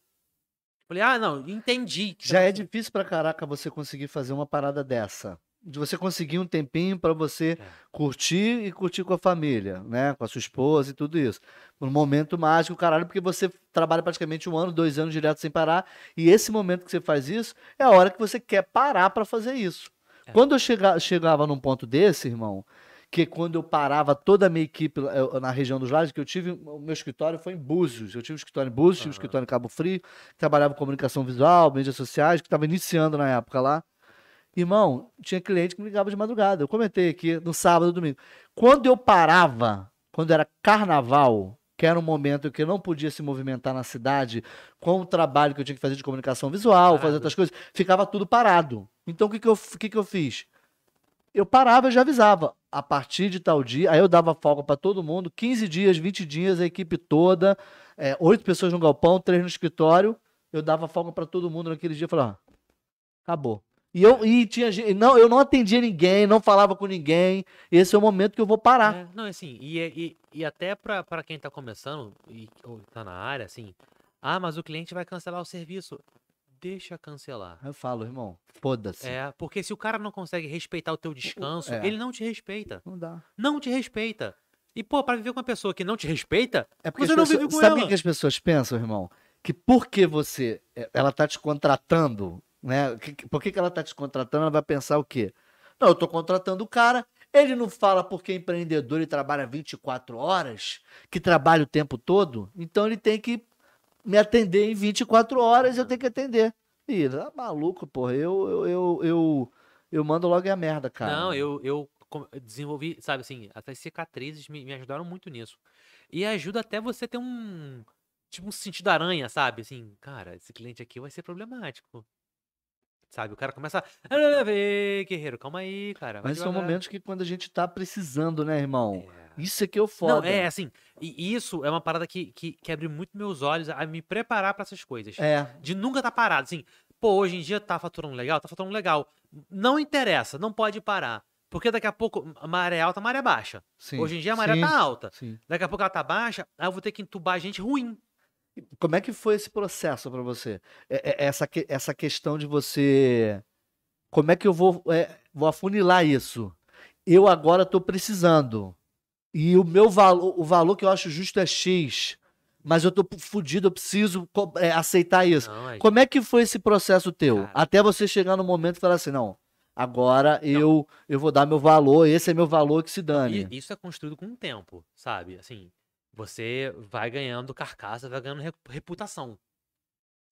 Speaker 2: Falei, ah, não, entendi. que assim.
Speaker 1: Já é difícil pra caraca você conseguir fazer uma parada dessa. De você conseguir um tempinho pra você
Speaker 2: É.
Speaker 1: curtir e curtir com a família, né? Com a sua esposa e tudo isso. Um momento mágico, caralho, porque você trabalha praticamente um ano, dois anos direto sem parar. E esse momento que você faz isso é a hora que você quer parar pra fazer isso.
Speaker 2: É.
Speaker 1: Quando eu chega- chegava num ponto desse, irmão, que quando eu parava toda a minha equipe lá, eu- na região dos lajes, que eu tive, o meu escritório foi em Búzios. Eu tive um escritório em Búzios, tive um
Speaker 2: Aham.
Speaker 1: escritório em Cabo Frio, que trabalhava com comunicação visual, mídias sociais, que estava iniciando na época lá. Irmão, tinha cliente que me ligava de madrugada. Eu comentei aqui no sábado, domingo. Quando eu parava, quando era carnaval, que era um momento em que eu não podia se movimentar na cidade, com o trabalho que eu tinha que fazer de comunicação visual,
Speaker 2: Parado.
Speaker 1: fazer outras coisas, ficava tudo parado. Então o que, que, eu, o que, que eu fiz? Eu parava e já avisava. A partir de tal dia, aí eu dava folga para todo mundo, 15 dias, 20 dias, a equipe toda, é, oito pessoas no galpão, três no escritório, eu dava folga para todo mundo naquele dia, falava, "Ah, acabou. E eu e tinha gente- não, eu não atendia ninguém, não falava com ninguém. Esse é o momento que eu vou parar.
Speaker 2: É, não, assim, e, e, e até pra, pra quem tá começando e, ou tá na área, assim, ah, mas o cliente vai cancelar o serviço. Deixa cancelar.
Speaker 1: Eu falo, irmão, foda-se.
Speaker 2: É, porque se o cara não consegue respeitar o teu descanso,
Speaker 1: é.
Speaker 2: ele não te respeita.
Speaker 1: Não dá.
Speaker 2: Não te respeita. E, pô, pra viver com uma pessoa que não te respeita,
Speaker 1: É porque
Speaker 2: Você
Speaker 1: as
Speaker 2: não
Speaker 1: pessoas-
Speaker 2: vive com
Speaker 1: sabe o
Speaker 2: ela.
Speaker 1: que as pessoas pensam, irmão? Que porque você, é, ela tá te contratando, né? Que- que- Por que, que ela tá te contratando? Ela vai pensar o quê? Não, eu tô contratando o cara, ele não fala porque é empreendedor e trabalha 24 horas, que trabalha o tempo todo, então ele tem que me atender em 24 horas, eu tenho que atender. Ih, tá maluco, porra. Eu, eu, eu, eu, eu mando logo é a merda, cara.
Speaker 2: Não, eu, eu com- desenvolvi, sabe assim, até cicatrizes me, me ajudaram muito nisso. E ajuda até você ter um, tipo, um sentido aranha, sabe? Assim, cara, esse cliente aqui vai ser problemático. Sabe? O cara começa. "Ah, Ei, guerreiro, calma aí, cara. vai
Speaker 1: Mas é um são
Speaker 2: devagar."
Speaker 1: momentos que quando a gente tá precisando, né, irmão?
Speaker 2: É.
Speaker 1: Isso é que eu foda.
Speaker 2: Não, é assim. E isso é uma parada que, que, que abre muito meus olhos a me preparar pra essas coisas.
Speaker 1: É,
Speaker 2: De nunca estar parado. Assim, pô, hoje em dia tá faturando legal, tá faturando legal. Não interessa, não pode parar. Porque daqui a pouco a maré alta, a maré baixa.
Speaker 1: sim.
Speaker 2: Hoje em dia a maré
Speaker 1: Sim,
Speaker 2: tá alta.
Speaker 1: sim.
Speaker 2: Daqui a pouco ela tá baixa, aí eu vou ter que entubar gente ruim.
Speaker 1: Como é que foi esse processo pra você? É- é- Essa, que- essa questão de você. Como é que eu vou, é, vou afunilar isso? Eu agora tô precisando. E o meu valor, o valor que eu acho justo é X. Mas eu tô fudido, eu preciso co- é, aceitar isso.
Speaker 2: Não, aí-
Speaker 1: Como é que foi esse processo teu?
Speaker 2: Cara.
Speaker 1: Até você chegar no momento e falar assim, não, agora eu eu vou dar meu valor, esse é meu valor que se dane.
Speaker 2: E isso é construído com o tempo, sabe? Assim, você vai ganhando carcaça, vai ganhando re- reputação.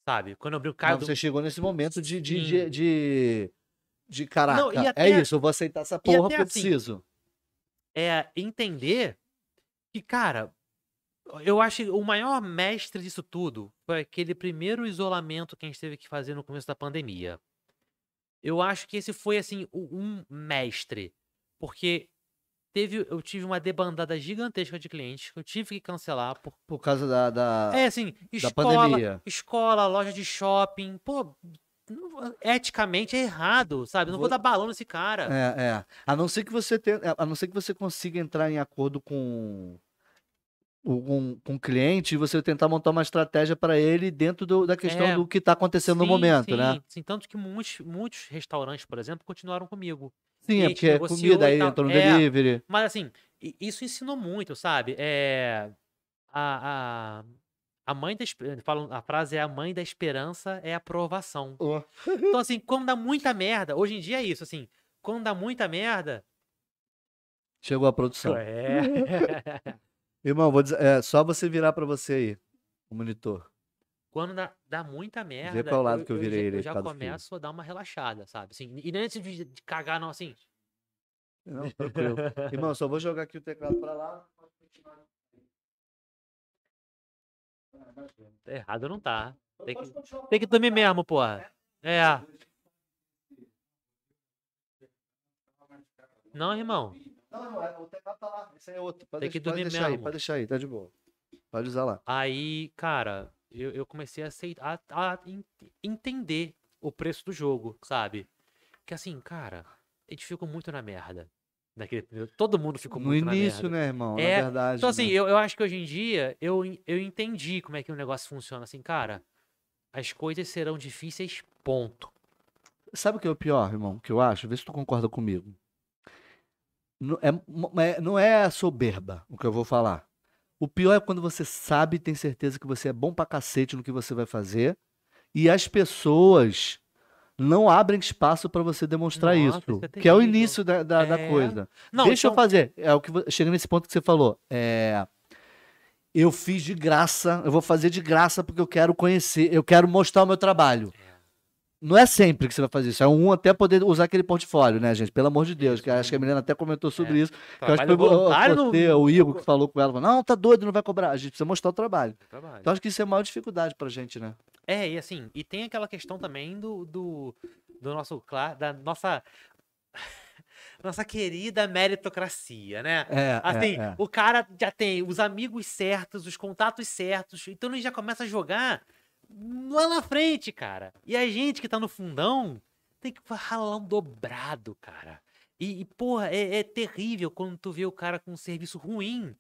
Speaker 2: Sabe? Quando eu brinco,
Speaker 1: Mas
Speaker 2: caio do...
Speaker 1: você chegou nesse momento de, de,
Speaker 2: Sim.
Speaker 1: de, de, de caraca,
Speaker 2: Hum. Não, e
Speaker 1: é
Speaker 2: até-
Speaker 1: isso, eu vou aceitar essa porra
Speaker 2: até
Speaker 1: porque eu
Speaker 2: assim,
Speaker 1: preciso.
Speaker 2: é entender que, cara, eu acho que o maior mestre disso tudo foi aquele primeiro isolamento que a gente teve que fazer no começo da pandemia. Eu acho que esse foi, assim, o- um mestre. Porque teve, eu tive uma debandada gigantesca de clientes que eu tive que cancelar por
Speaker 1: Por causa da... da-
Speaker 2: é, assim, escola,
Speaker 1: pandemia.
Speaker 2: escola, loja de shopping, pô, não- eticamente é errado, sabe? Não vou
Speaker 1: Vou-
Speaker 2: dar balão nesse cara.
Speaker 1: É, é. A não ser que você tenha, é, a não ser que você consiga entrar em acordo com o- com, com o cliente e você tentar montar uma estratégia pra ele dentro do- da questão
Speaker 2: É.
Speaker 1: do que tá acontecendo no
Speaker 2: Sim,
Speaker 1: momento, né?
Speaker 2: sim, Sim, tanto que muitos, muitos restaurantes, por exemplo, continuaram comigo.
Speaker 1: Sim,
Speaker 2: E
Speaker 1: é
Speaker 2: aí te
Speaker 1: porque é
Speaker 2: negociou
Speaker 1: comida
Speaker 2: e
Speaker 1: aí,
Speaker 2: tal.
Speaker 1: entrou no
Speaker 2: É.
Speaker 1: delivery.
Speaker 2: Mas assim, i- isso ensinou muito, sabe? É, a, a, a mãe da espe- falam, a frase é a mãe da esperança é a aprovação.
Speaker 1: Ó.
Speaker 2: Então assim, quando dá muita merda, hoje em dia é isso, assim, quando dá muita merda,
Speaker 1: Chegou a produção.
Speaker 2: é.
Speaker 1: Irmão, vou dizer, é só você virar pra você aí, o monitor.
Speaker 2: quando dá, dá muita merda.
Speaker 1: pra o lado que eu virei
Speaker 2: já,
Speaker 1: ele
Speaker 2: eu
Speaker 1: por
Speaker 2: já
Speaker 1: causa do filho.
Speaker 2: começo a dar uma relaxada, sabe? Assim, e nem antes de, de cagar, não, assim.
Speaker 1: Não, tranquilo. Irmão, só vou jogar aqui o teclado pra lá.
Speaker 2: Tá errado não tá. Tem que,
Speaker 1: continuar.
Speaker 2: tem que dormir mesmo, porra. É. Não, irmão.
Speaker 1: Não, não, é, o teclado tá lá. Esse aí é outro. Pode
Speaker 2: Tem
Speaker 1: deix-
Speaker 2: que
Speaker 1: pode
Speaker 2: dormir
Speaker 1: deixar aí,
Speaker 2: mesmo.
Speaker 1: pode deixar aí, tá de boa. Pode usar lá.
Speaker 2: Aí, cara, eu, eu comecei a aceitar, a, a en- entender o preço do jogo, sabe? Que assim, cara, a gente ficou muito na merda. Naquele, primeiro- todo mundo ficou
Speaker 1: no
Speaker 2: muito na merda.
Speaker 1: início, né, irmão?
Speaker 2: É,
Speaker 1: Na verdade.
Speaker 2: Então, assim,
Speaker 1: né?
Speaker 2: eu, eu acho que hoje em dia eu, en- eu entendi como é que o negócio funciona. Assim, cara, as coisas serão difíceis, ponto.
Speaker 1: Sabe o que é o pior, irmão, que eu acho? Vê se tu concorda comigo. Não é, mo- é- não é soberba o que eu vou falar. O pior é quando você sabe e tem certeza que você é bom pra cacete no que você vai fazer e as pessoas não abrem espaço pra você demonstrar
Speaker 2: Nossa,
Speaker 1: isso,
Speaker 2: isso é
Speaker 1: que é o
Speaker 2: terrível.
Speaker 1: início da, da- da
Speaker 2: É.
Speaker 1: coisa.
Speaker 2: Não,
Speaker 1: Deixa eu
Speaker 2: então-
Speaker 1: fazer. É o que vo- chega nesse ponto que você falou. É, eu fiz de graça, eu vou fazer de graça porque eu quero conhecer, eu quero mostrar o meu trabalho. Não é sempre que você vai fazer isso. É um até poder usar aquele portfólio, né, gente? Pelo amor de Deus. Que acho que a Milena até comentou sobre isso. Que eu acho que foi
Speaker 2: É, Trabalho Tá, voluntário
Speaker 1: o-
Speaker 2: no
Speaker 1: você, o Igor que falou com ela. falou, não, tá doido, não vai cobrar. A gente precisa mostrar o trabalho.
Speaker 2: trabalho.
Speaker 1: Então acho que isso é a maior dificuldade pra gente, né?
Speaker 2: É, e assim, e tem aquela questão também do, do, do nosso, cla- da nossa, nossa querida meritocracia, né?
Speaker 1: É,
Speaker 2: Assim,
Speaker 1: é, é.
Speaker 2: o cara já tem os amigos certos, os contatos certos, então ele já começa a jogar lá na frente, cara. E a gente que tá no fundão tem que ralar um dobrado, cara. E, e, porra, é, é terrível quando tu vê o cara com um serviço ruim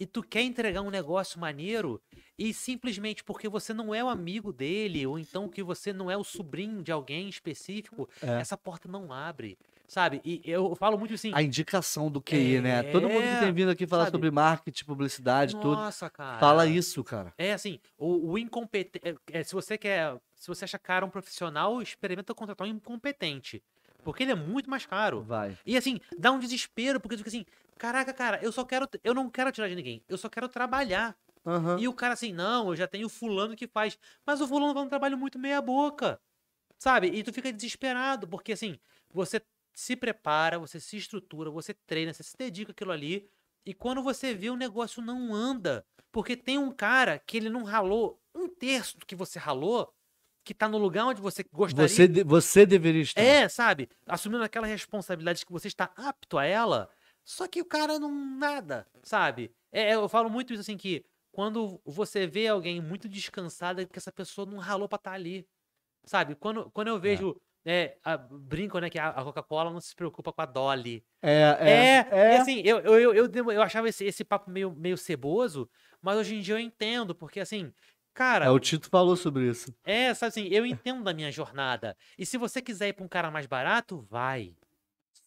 Speaker 2: e tu quer entregar um negócio maneiro e simplesmente porque você não é o amigo dele ou então que você não é o sobrinho de alguém específico,
Speaker 1: É.
Speaker 2: essa porta não abre, sabe? E eu falo muito assim.
Speaker 1: A indicação do QI, né? Todo mundo que
Speaker 2: É,
Speaker 1: tem vindo aqui falar
Speaker 2: sabe?
Speaker 1: sobre marketing, publicidade, tudo.
Speaker 2: Nossa, cara.
Speaker 1: Fala isso, cara.
Speaker 2: É assim, o, o incompetente. se você quer. Se você acha caro um profissional, experimenta contratar um incompetente. Porque ele é muito mais caro.
Speaker 1: Vai.
Speaker 2: E assim, dá um desespero, porque tu fica assim, caraca, cara, eu só quero. Eu não quero tirar de ninguém, eu só quero trabalhar.
Speaker 1: Aham.
Speaker 2: E o cara assim, não, eu já tenho fulano que faz. Mas o fulano faz um trabalho muito meia boca. Sabe? E tu fica desesperado, porque assim, você se prepara, você se estrutura, você treina, você se dedica àquilo ali. E quando você vê o negócio não anda, porque tem um cara que ele não ralou um terço do que você ralou, que tá no lugar onde você gostaria.
Speaker 1: Você, de- você deveria estar.
Speaker 2: É, sabe? Assumindo aquela responsabilidade que você está apto a ela, só que o cara não nada, sabe? É, é, eu falo muito isso assim que quando você vê alguém muito descansada é porque essa pessoa não ralou pra estar ali, sabe? Quando, quando eu vejo, é, a- brincam, né, que a, a Coca-Cola não se preocupa com a Dolly.
Speaker 1: É,
Speaker 2: É,
Speaker 1: é.
Speaker 2: e assim, eu, eu, eu, eu, demo- eu achava esse, esse papo meio, meio ceboso, mas hoje em dia eu entendo, porque assim, cara,
Speaker 1: É, o Tito falou sobre isso.
Speaker 2: é, sabe assim, eu entendo da minha jornada. E se você quiser ir pra um cara mais barato, vai.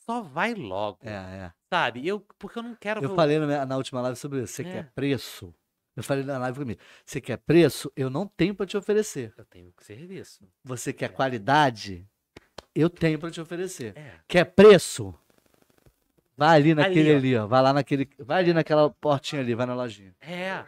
Speaker 2: Só vai logo,
Speaker 1: É, é.
Speaker 2: sabe? Eu, porque eu não quero...
Speaker 1: Eu
Speaker 2: vo-
Speaker 1: falei na, na última live sobre isso. Você
Speaker 2: Tá É.
Speaker 1: quer preço? Eu falei na live comigo. Você quer preço? Eu não tenho pra te oferecer.
Speaker 2: Eu tenho serviço.
Speaker 1: Você quer qualidade? Eu tenho pra te oferecer.
Speaker 2: É.
Speaker 1: Quer preço? Vai ali naquele
Speaker 2: ó.
Speaker 1: ali, ó. Vai lá naquele. Vai ali naquela portinha ali, vai na lojinha.
Speaker 2: É,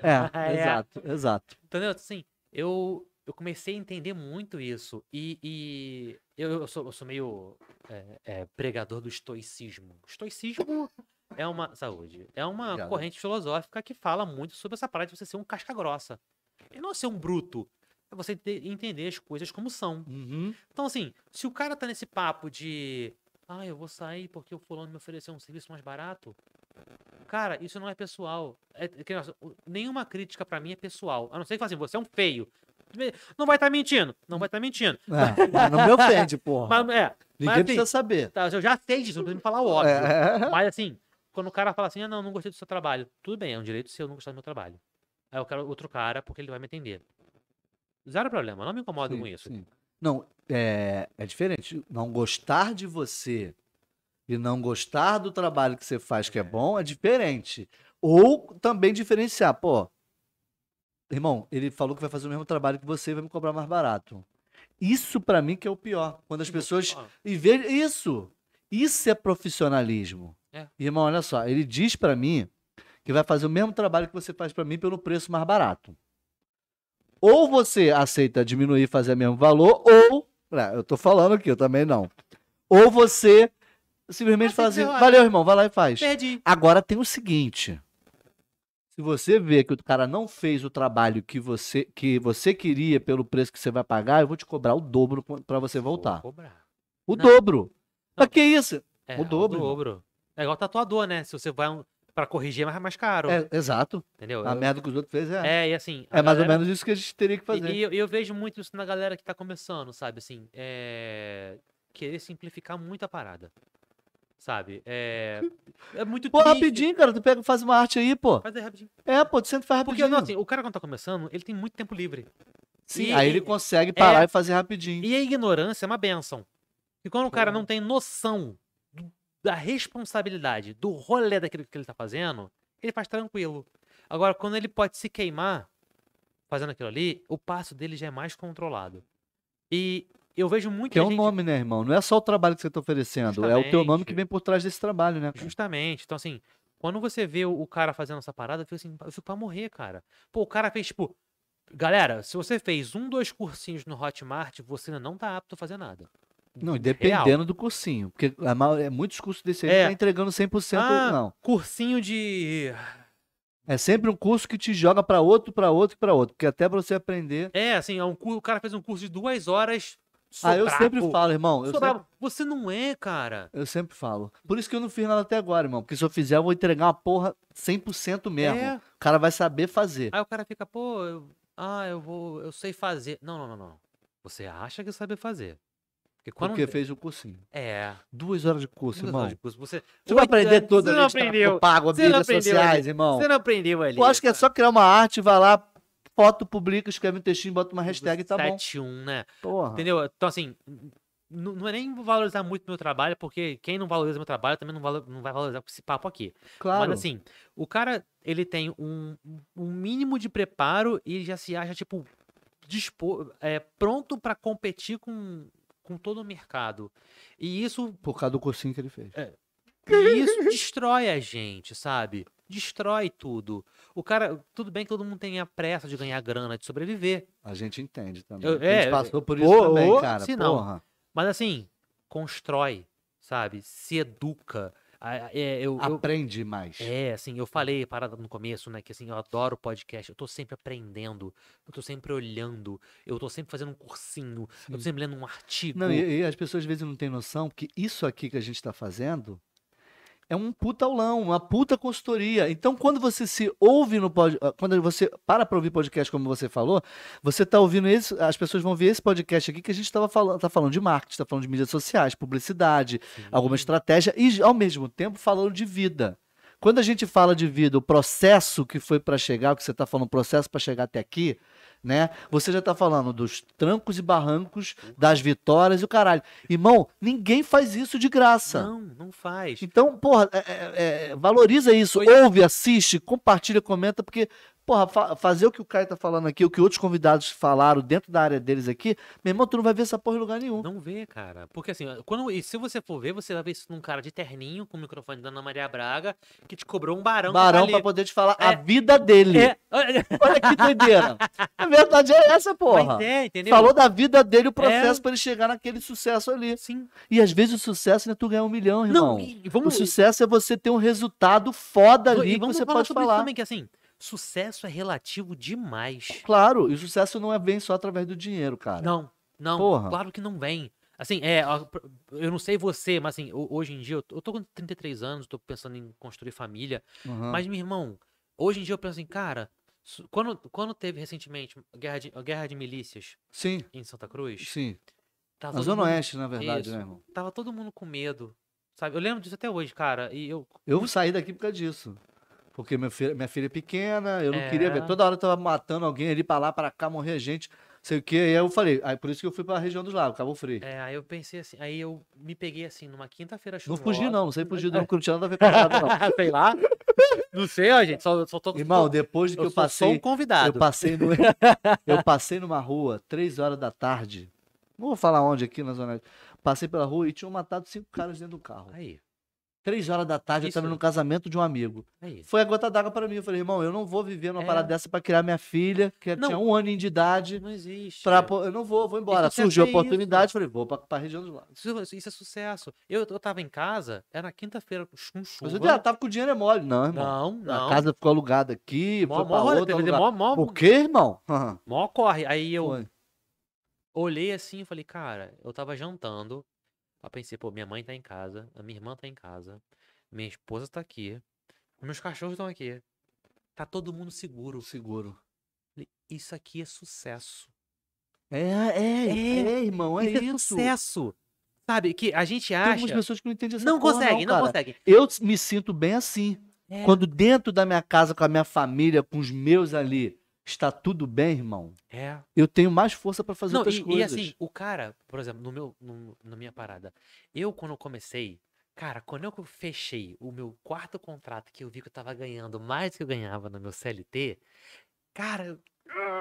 Speaker 1: É,
Speaker 2: É.
Speaker 1: exato, exato.
Speaker 2: entendeu? Assim, eu, eu comecei a entender muito isso. E, e eu, eu sou, eu sou meio é, é, pregador do estoicismo. Estoicismo é uma... Saúde. É uma
Speaker 1: Obrigado.
Speaker 2: corrente filosófica que fala muito sobre essa parada de você ser um casca grossa. E não ser um bruto. É você ter- entender as coisas como são.
Speaker 1: Uhum.
Speaker 2: Então, assim, se o cara tá nesse papo de. Ah, eu vou sair porque o fulano me ofereceu um serviço mais barato. Cara, isso não é pessoal. É- é que, nossa, o- nenhuma crítica pra mim é pessoal. A não ser que fale assim, você é um feio. Não vai estar mentindo. Não vai estar mentindo.
Speaker 1: É, mas não me ofende, porra.
Speaker 2: Mas, é,
Speaker 1: Ninguém
Speaker 2: mas,
Speaker 1: precisa
Speaker 2: assim,
Speaker 1: saber.
Speaker 2: tá, eu já sei disso, não precisa me falar o óbvio.
Speaker 1: É.
Speaker 2: Mas assim, quando o cara fala assim, ah, não, não gostei do seu trabalho. Tudo bem, é um direito seu não gostar do meu trabalho. Aí eu quero outro cara porque ele vai me entender. Zero problema, não me incomodo
Speaker 1: Sim,
Speaker 2: com isso.
Speaker 1: sim. Não, é, é diferente. Não gostar de você e não gostar do trabalho que você faz que é bom é diferente. Ou também diferenciar, pô. Irmão, ele falou que vai fazer o mesmo trabalho que você e vai me cobrar mais barato. Isso pra mim que é o pior. Quando as pessoas.
Speaker 2: Ó,
Speaker 1: E veja isso. Isso é profissionalismo.
Speaker 2: É.
Speaker 1: Irmão, olha só, ele diz pra mim que vai fazer o mesmo trabalho que você faz pra mim pelo preço mais barato. Ou você aceita diminuir e fazer o mesmo valor, ou. Ah, eu tô falando aqui, eu também não. Ou você simplesmente
Speaker 2: Aceita,
Speaker 1: fala assim:
Speaker 2: olha.
Speaker 1: valeu, irmão, vai lá e faz.
Speaker 2: Perdi.
Speaker 1: Agora tem o seguinte: se você vê que o cara não fez o trabalho que você, que você queria pelo preço que você vai pagar, eu vou te cobrar o dobro pra você
Speaker 2: Vou
Speaker 1: voltar.
Speaker 2: cobrar.
Speaker 1: O
Speaker 2: Não.
Speaker 1: dobro. Pra
Speaker 2: Não.
Speaker 1: que isso?
Speaker 2: É,
Speaker 1: O dobro,
Speaker 2: O
Speaker 1: irmão.
Speaker 2: dobro. É igual tatuador, né? Se você vai um, pra corrigir, é mais, mais caro.
Speaker 1: É, exato.
Speaker 2: entendeu?
Speaker 1: A
Speaker 2: Eu-
Speaker 1: merda que os outros fez é. É,
Speaker 2: é, e assim. a
Speaker 1: mais
Speaker 2: galera-
Speaker 1: ou menos isso que a gente teria que fazer.
Speaker 2: E, e eu, eu vejo muito isso na galera que tá começando, sabe? Assim, é. Querer simplificar muito a parada. Sabe? É. É muito
Speaker 1: Pô,
Speaker 2: triste.
Speaker 1: rapidinho, cara. Tu pega e faz uma arte aí, pô.
Speaker 2: Faz aí rapidinho.
Speaker 1: É, pô, tu senta e faz
Speaker 2: Porque,
Speaker 1: rapidinho.
Speaker 2: não, assim, o cara quando tá começando, ele tem muito tempo livre.
Speaker 1: Sim,
Speaker 2: e-
Speaker 1: aí
Speaker 2: e- é.
Speaker 1: ele consegue parar e fazer rapidinho.
Speaker 2: E a ignorância é uma benção. E quando o cara
Speaker 1: Porra.
Speaker 2: não tem noção do- da responsabilidade, do rolê daquilo que ele tá fazendo, ele faz tranquilo. Agora, quando ele pode se queimar fazendo aquilo ali, o passo dele já é mais controlado. E eu vejo muita
Speaker 1: Que é o
Speaker 2: gente-
Speaker 1: nome, né, irmão? Não é só o trabalho que você tá oferecendo, é o teu nome que
Speaker 2: Justamente.
Speaker 1: vem por trás desse trabalho, né? cara?
Speaker 2: Justamente. Então, assim, quando você vê o o cara fazendo essa parada, eu fico assim, eu fico pra morrer, cara. Pô, o cara fez, tipo, Galera, se você fez um, dois cursinhos no Hotmart, você ainda não tá apto a fazer nada.
Speaker 1: Não, e dependendo do cursinho. Porque a maior- é muitos cursos desse aí
Speaker 2: É.
Speaker 1: não tá entregando 100%,
Speaker 2: Ah.
Speaker 1: não.
Speaker 2: Cursinho de.
Speaker 1: É sempre um curso que te joga pra outro, pra outro, pra outro. Porque até pra você aprender.
Speaker 2: É, assim, é um, cu- o cara fez um curso de duas horas. sou
Speaker 1: ah, eu
Speaker 2: brabo,
Speaker 1: sempre falo, irmão. Eu
Speaker 2: sou
Speaker 1: sempre,
Speaker 2: brabo. Você não é, cara.
Speaker 1: eu sempre falo. Por isso que eu não fiz nada até agora, irmão. Porque se eu fizer, eu vou entregar uma porra 100% mesmo.
Speaker 2: É.
Speaker 1: O cara vai saber fazer.
Speaker 2: Aí o cara fica, pô, eu- ah, eu vou, eu sei fazer. Não, não, não, não. Você acha que sabe fazer. Porque quando.
Speaker 1: Porque fez o cursinho.
Speaker 2: É.
Speaker 1: Duas horas de curso,
Speaker 2: duas
Speaker 1: irmão.
Speaker 2: horas de curso, Você,
Speaker 1: Você vai
Speaker 2: oito
Speaker 1: aprender
Speaker 2: anos,
Speaker 1: tudo
Speaker 2: Você
Speaker 1: ali.
Speaker 2: não
Speaker 1: de tráfego
Speaker 2: aprendeu.
Speaker 1: tá Pago,
Speaker 2: Você não
Speaker 1: mídias
Speaker 2: aprendeu
Speaker 1: sociais,
Speaker 2: ali.
Speaker 1: irmão.
Speaker 2: Você não aprendeu ali.
Speaker 1: Eu acho que é
Speaker 2: cara.
Speaker 1: só criar uma arte, vai lá, foto, publica, escreve um textinho, bota uma hashtag e tá bom. Ah.
Speaker 2: 7-1, né?
Speaker 1: Porra.
Speaker 2: Entendeu? Então, assim, n- n- não é nem valorizar muito meu trabalho, porque quem não valoriza meu trabalho também não, valo- não vai valorizar esse papo aqui.
Speaker 1: Claro.
Speaker 2: Mas, assim, o cara, ele tem um, um mínimo de preparo e já se acha, tipo, dispo, é, pronto pra competir com, com todo o mercado. E isso,
Speaker 1: Por causa do cursinho que ele fez.
Speaker 2: e isso destrói a gente, sabe? Destrói tudo. O cara, tudo bem que todo mundo tem a pressa de ganhar grana, de sobreviver.
Speaker 1: A gente entende também.
Speaker 2: Eu-
Speaker 1: a gente
Speaker 2: é,
Speaker 1: passou por
Speaker 2: eu-
Speaker 1: isso
Speaker 2: ou-
Speaker 1: também,
Speaker 2: ou-
Speaker 1: cara.
Speaker 2: se não.
Speaker 1: porra.
Speaker 2: Mas assim, constrói, sabe? Se educa. Ah, É, eu, eu-
Speaker 1: Aprende mais.
Speaker 2: é, assim, eu falei parada no começo, né? Que assim, eu adoro podcast, eu tô sempre aprendendo, eu tô sempre olhando, eu tô sempre fazendo um cursinho, eu tô
Speaker 1: Sim.
Speaker 2: sempre lendo um artigo.
Speaker 1: Não, e, e as pessoas às vezes não têm noção que isso aqui que a gente tá fazendo é um puta aulão, uma puta consultoria. Então, quando você se ouve no podcast, quando você para pra ouvir podcast, como você falou, você tá ouvindo esse, as pessoas vão ver esse podcast aqui que a gente tava falando, tá falando de marketing, tá falando de mídias sociais, publicidade,
Speaker 2: Sim.
Speaker 1: alguma estratégia e, ao mesmo tempo, falando de vida. Quando a gente fala de vida, o processo que foi para chegar, o que você está falando, o processo para chegar até aqui, né? Você já está falando dos trancos e barrancos, das vitórias e o caralho. Irmão, ninguém faz isso de graça.
Speaker 2: Não, não faz.
Speaker 1: Então, porra, é- é- é, valoriza isso.
Speaker 2: Pois-
Speaker 1: Ouve, assiste, compartilha, comenta, porque, porra, fa- fazer o que o Caio tá falando aqui, o que outros convidados falaram dentro da área deles aqui, meu irmão, tu não vai ver essa porra em lugar nenhum.
Speaker 2: Não vê, cara. Porque assim, quando, e se você for ver, você vai ver isso num cara de terninho com o microfone da Ana Maria Braga que te cobrou um barão. pra
Speaker 1: Barão
Speaker 2: valer.
Speaker 1: pra poder te falar
Speaker 2: É.
Speaker 1: a vida dele.
Speaker 2: É, olha-
Speaker 1: Olha que doideira. A verdade é essa, porra.
Speaker 2: Mas é, entendeu?
Speaker 1: Falou da vida dele, o processo
Speaker 2: É.
Speaker 1: pra ele chegar naquele sucesso ali.
Speaker 2: Sim.
Speaker 1: E às vezes o sucesso não é tu ganhar um milhão, irmão.
Speaker 2: Não, e
Speaker 1: O
Speaker 2: vamos,
Speaker 1: sucesso é você ter um resultado foda
Speaker 2: Vo-
Speaker 1: ali
Speaker 2: E
Speaker 1: que
Speaker 2: vamos
Speaker 1: você
Speaker 2: falar
Speaker 1: pode
Speaker 2: sobre
Speaker 1: falar.
Speaker 2: isso também, que assim, sucesso é relativo demais.
Speaker 1: Claro, e o sucesso não é bem só através do dinheiro, cara.
Speaker 2: Não, não,
Speaker 1: Porra.
Speaker 2: claro que não vem. Assim, é, ó, pr- eu não sei você, mas assim, ho- hoje em dia, eu tô, eu tô com 33 anos, tô pensando em construir família,
Speaker 1: Uhum.
Speaker 2: mas, meu irmão, hoje em dia eu penso assim, cara, su- quando, quando teve recentemente a guerra de, a guerra de milícias
Speaker 1: Sim,
Speaker 2: em Santa Cruz,
Speaker 1: sim.
Speaker 2: tava
Speaker 1: Na
Speaker 2: todo
Speaker 1: Zona
Speaker 2: Tá mundo-
Speaker 1: Oeste, na verdade,
Speaker 2: Isso.
Speaker 1: né, irmão?
Speaker 2: Tava todo mundo com medo, sabe? Eu lembro disso até hoje, cara, e eu...
Speaker 1: Eu saí daqui por causa disso. Porque meu filho- minha filha é pequena, eu não
Speaker 2: É.
Speaker 1: queria ver. Toda hora eu tava matando alguém ali pra lá, pra cá, morrer gente, sei o quê. E aí eu falei, aí por isso que eu fui pra região dos lagos, Cabo Frio.
Speaker 2: É, aí eu pensei assim, aí eu me peguei assim, numa quinta-feira
Speaker 1: Não
Speaker 2: chuvosa...
Speaker 1: fugi, não. Não sei fugir, não. Não tinha nada a ver com nada, não.
Speaker 2: sei lá. Não sei, ó, gente. Só, só tô
Speaker 1: Irmão,
Speaker 2: só-
Speaker 1: depois que eu,
Speaker 2: eu sou só um
Speaker 1: passei. Eu
Speaker 2: convidado.
Speaker 1: passei, no, eu passei numa rua, três horas da tarde. Não vou falar onde aqui na Zona Oeste. Passei pela rua e tinham matado cinco caras dentro do carro.
Speaker 2: Aí,
Speaker 1: Três horas da tarde, eu tava
Speaker 2: Isso.
Speaker 1: no casamento de um amigo.
Speaker 2: aí.
Speaker 1: Foi a gota d'água pra mim. Eu falei, irmão, eu não vou viver numa
Speaker 2: É.
Speaker 1: parada dessa pra criar minha filha, que
Speaker 2: Não.
Speaker 1: tinha um ano de idade.
Speaker 2: Não existe. É.
Speaker 1: Pra, pô, eu não vou, vou embora.
Speaker 2: E sucesso
Speaker 1: Surgiu a
Speaker 2: é isso.
Speaker 1: oportunidade, falei, vou pra, pra região dos lagos.
Speaker 2: Isso, isso é sucesso. Eu, eu tava em casa, era quinta-feira, com
Speaker 1: Mas
Speaker 2: chuva.
Speaker 1: eu ah, tava com o dinheiro é mole. Não, irmão.
Speaker 2: não, não.
Speaker 1: A casa ficou alugada aqui,
Speaker 2: mó,
Speaker 1: foi
Speaker 2: mó,
Speaker 1: pra
Speaker 2: rolê,
Speaker 1: outra.
Speaker 2: quer dizer,
Speaker 1: lugar.
Speaker 2: mó, mó,
Speaker 1: O quê, irmão?
Speaker 2: mó corre. Aí eu
Speaker 1: Foi.
Speaker 2: olhei assim e falei, cara, eu tava jantando. Aí pensei, pô, minha mãe tá em casa, a minha irmã tá em casa, minha esposa tá aqui, meus cachorros estão aqui. Tá todo mundo seguro.
Speaker 1: Seguro.
Speaker 2: Isso aqui é sucesso.
Speaker 1: É, é, é, irmão, é
Speaker 2: isso,
Speaker 1: isso.
Speaker 2: é sucesso. Sabe? Que a gente
Speaker 1: Tem algumas
Speaker 2: acha.
Speaker 1: pessoas que não entendem essa
Speaker 2: Não
Speaker 1: porra,
Speaker 2: consegue, não,
Speaker 1: cara.
Speaker 2: consegue.
Speaker 1: Eu me sinto bem assim.
Speaker 2: É.
Speaker 1: Quando dentro da minha casa, com a minha família, com os meus ali, está tudo bem, irmão,
Speaker 2: É.
Speaker 1: eu tenho mais força pra fazer
Speaker 2: Não,
Speaker 1: outras
Speaker 2: e, e
Speaker 1: coisas.
Speaker 2: assim, o cara, por exemplo, no meu, no- na minha parada, eu quando eu comecei, cara, quando eu fechei o meu quarto contrato que eu vi que eu tava ganhando mais do que eu ganhava no meu CLT, cara, eu-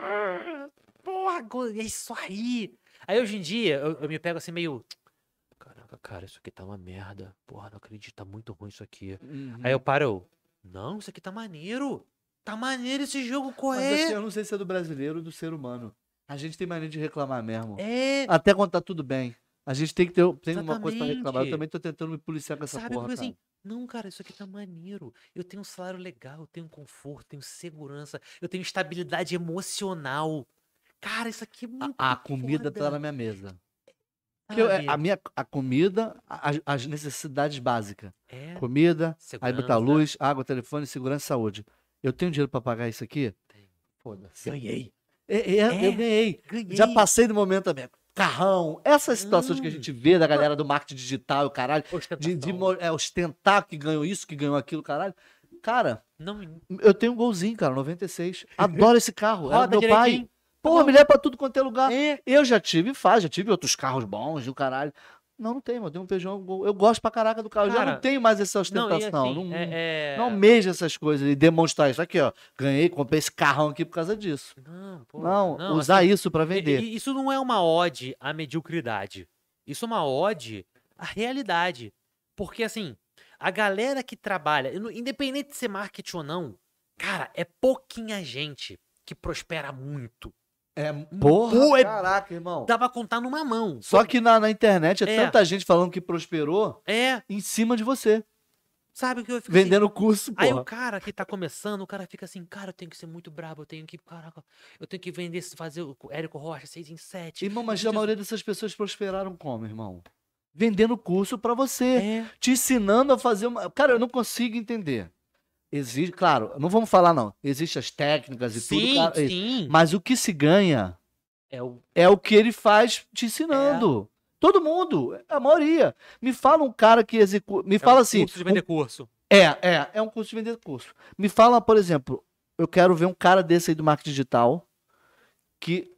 Speaker 2: "Ah, porra, go- e aí sorri. Aí hoje em dia, eu, eu me pego assim meio, caraca, cara, isso aqui tá uma merda. Porra, não acredito, tá muito ruim isso aqui.
Speaker 1: Uhum.
Speaker 2: Aí eu paro, eu, não, isso aqui tá maneiro. Tá maneiro esse jogo, correr.
Speaker 1: Mas assim, eu não sei se é do brasileiro ou do ser humano. A gente tem mania de reclamar mesmo.
Speaker 2: É,
Speaker 1: Até quando tá tudo bem. A gente tem que ter tem uma coisa pra
Speaker 2: Exatamente.
Speaker 1: reclamar. Eu também tô tentando me policiar com essa
Speaker 2: sabe?
Speaker 1: porra,
Speaker 2: Porque
Speaker 1: cara.
Speaker 2: assim, não, cara, isso aqui tá maneiro. Eu tenho um salário legal, eu tenho conforto, eu tenho segurança, eu tenho estabilidade emocional. Cara, isso aqui é muito
Speaker 1: a, a comida tá
Speaker 2: foda,
Speaker 1: na minha mesa. Que eu- é,
Speaker 2: sabe?
Speaker 1: a minha a comida, a- as- as necessidades básicas.
Speaker 2: É,
Speaker 1: Comida, aí botar
Speaker 2: segurança.
Speaker 1: luz, água, telefone, segurança e saúde. Eu tenho dinheiro pra pagar isso aqui?
Speaker 2: Tem.
Speaker 1: Foda-se.
Speaker 2: Ganhei.
Speaker 1: É, é,
Speaker 2: É.
Speaker 1: Eu ganhei.
Speaker 2: Ganhei.
Speaker 1: Já passei do momento também. Carrão. Essas situações que a
Speaker 2: Hum.
Speaker 1: gente vê da galera do marketing digital e o caralho. De, de
Speaker 2: Ostentação.
Speaker 1: mo- é, ostentar que ganhou isso, que ganhou aquilo, caralho. Cara,
Speaker 2: Não,
Speaker 1: eu tenho um golzinho, cara, 96. Adoro esse carro. Era
Speaker 2: roda
Speaker 1: do meu pai.
Speaker 2: direitinho.
Speaker 1: Pô,
Speaker 2: bom.
Speaker 1: mulher pra tudo quanto é lugar.
Speaker 2: É.
Speaker 1: Eu já tive faz, já tive outros carros bons e o caralho. Não, não tem, mano. Tem um Peugeot. um Gol. Eu gosto pra caraca do carro. eu já
Speaker 2: Cara,
Speaker 1: não tenho mais essa
Speaker 2: Não, e assim,
Speaker 1: ostentação. Não,
Speaker 2: é, é-
Speaker 1: não almejo essas coisas e demonstrar isso aqui, ó. Ganhei, comprei esse carrão aqui por causa disso.
Speaker 2: Não, assim, pô,
Speaker 1: não, usar isso pra
Speaker 2: E-
Speaker 1: vender.
Speaker 2: e- Isso não é uma ode à mediocridade. Isso é uma ode à realidade. Porque, assim, a galera que trabalha, eu não- independente de ser marketing ou não, cara, é pouquinha gente que prospera muito.
Speaker 1: É,
Speaker 2: Pô, é-
Speaker 1: caraca, irmão.
Speaker 2: Dá pra contar numa mão.
Speaker 1: Só que na, na internet é,
Speaker 2: É.
Speaker 1: tanta gente falando que prosperou
Speaker 2: É,
Speaker 1: em cima de você,
Speaker 2: sabe o que eu fico assim,
Speaker 1: vendendo curso,
Speaker 2: Aí o
Speaker 1: porra.
Speaker 2: cara que tá começando, o cara fica assim, cara, eu tenho que ser muito brabo, eu tenho que, caraca, eu tenho que vender, fazer o Érico Rocha 6 em 7.
Speaker 1: Irmão, mas
Speaker 2: Isso-
Speaker 1: a maioria dessas pessoas prosperaram como, irmão? Vendendo curso pra você.
Speaker 2: É,
Speaker 1: te ensinando a fazer uma. Cara, eu não consigo entender. Existe, claro, não vamos falar, não. Existem as técnicas e
Speaker 2: sim,
Speaker 1: tudo. Cara, é isso.
Speaker 2: sim.
Speaker 1: Mas o que se ganha
Speaker 2: É o
Speaker 1: é o que ele faz te
Speaker 2: É.
Speaker 1: ensinando. Todo mundo, a maioria. Me fala um cara que executa. Me
Speaker 2: é
Speaker 1: fala
Speaker 2: um
Speaker 1: assim.
Speaker 2: curso de vender curso.
Speaker 1: É, é, é um curso de vender curso. Me fala, por exemplo, eu quero ver um cara desse aí do marketing digital que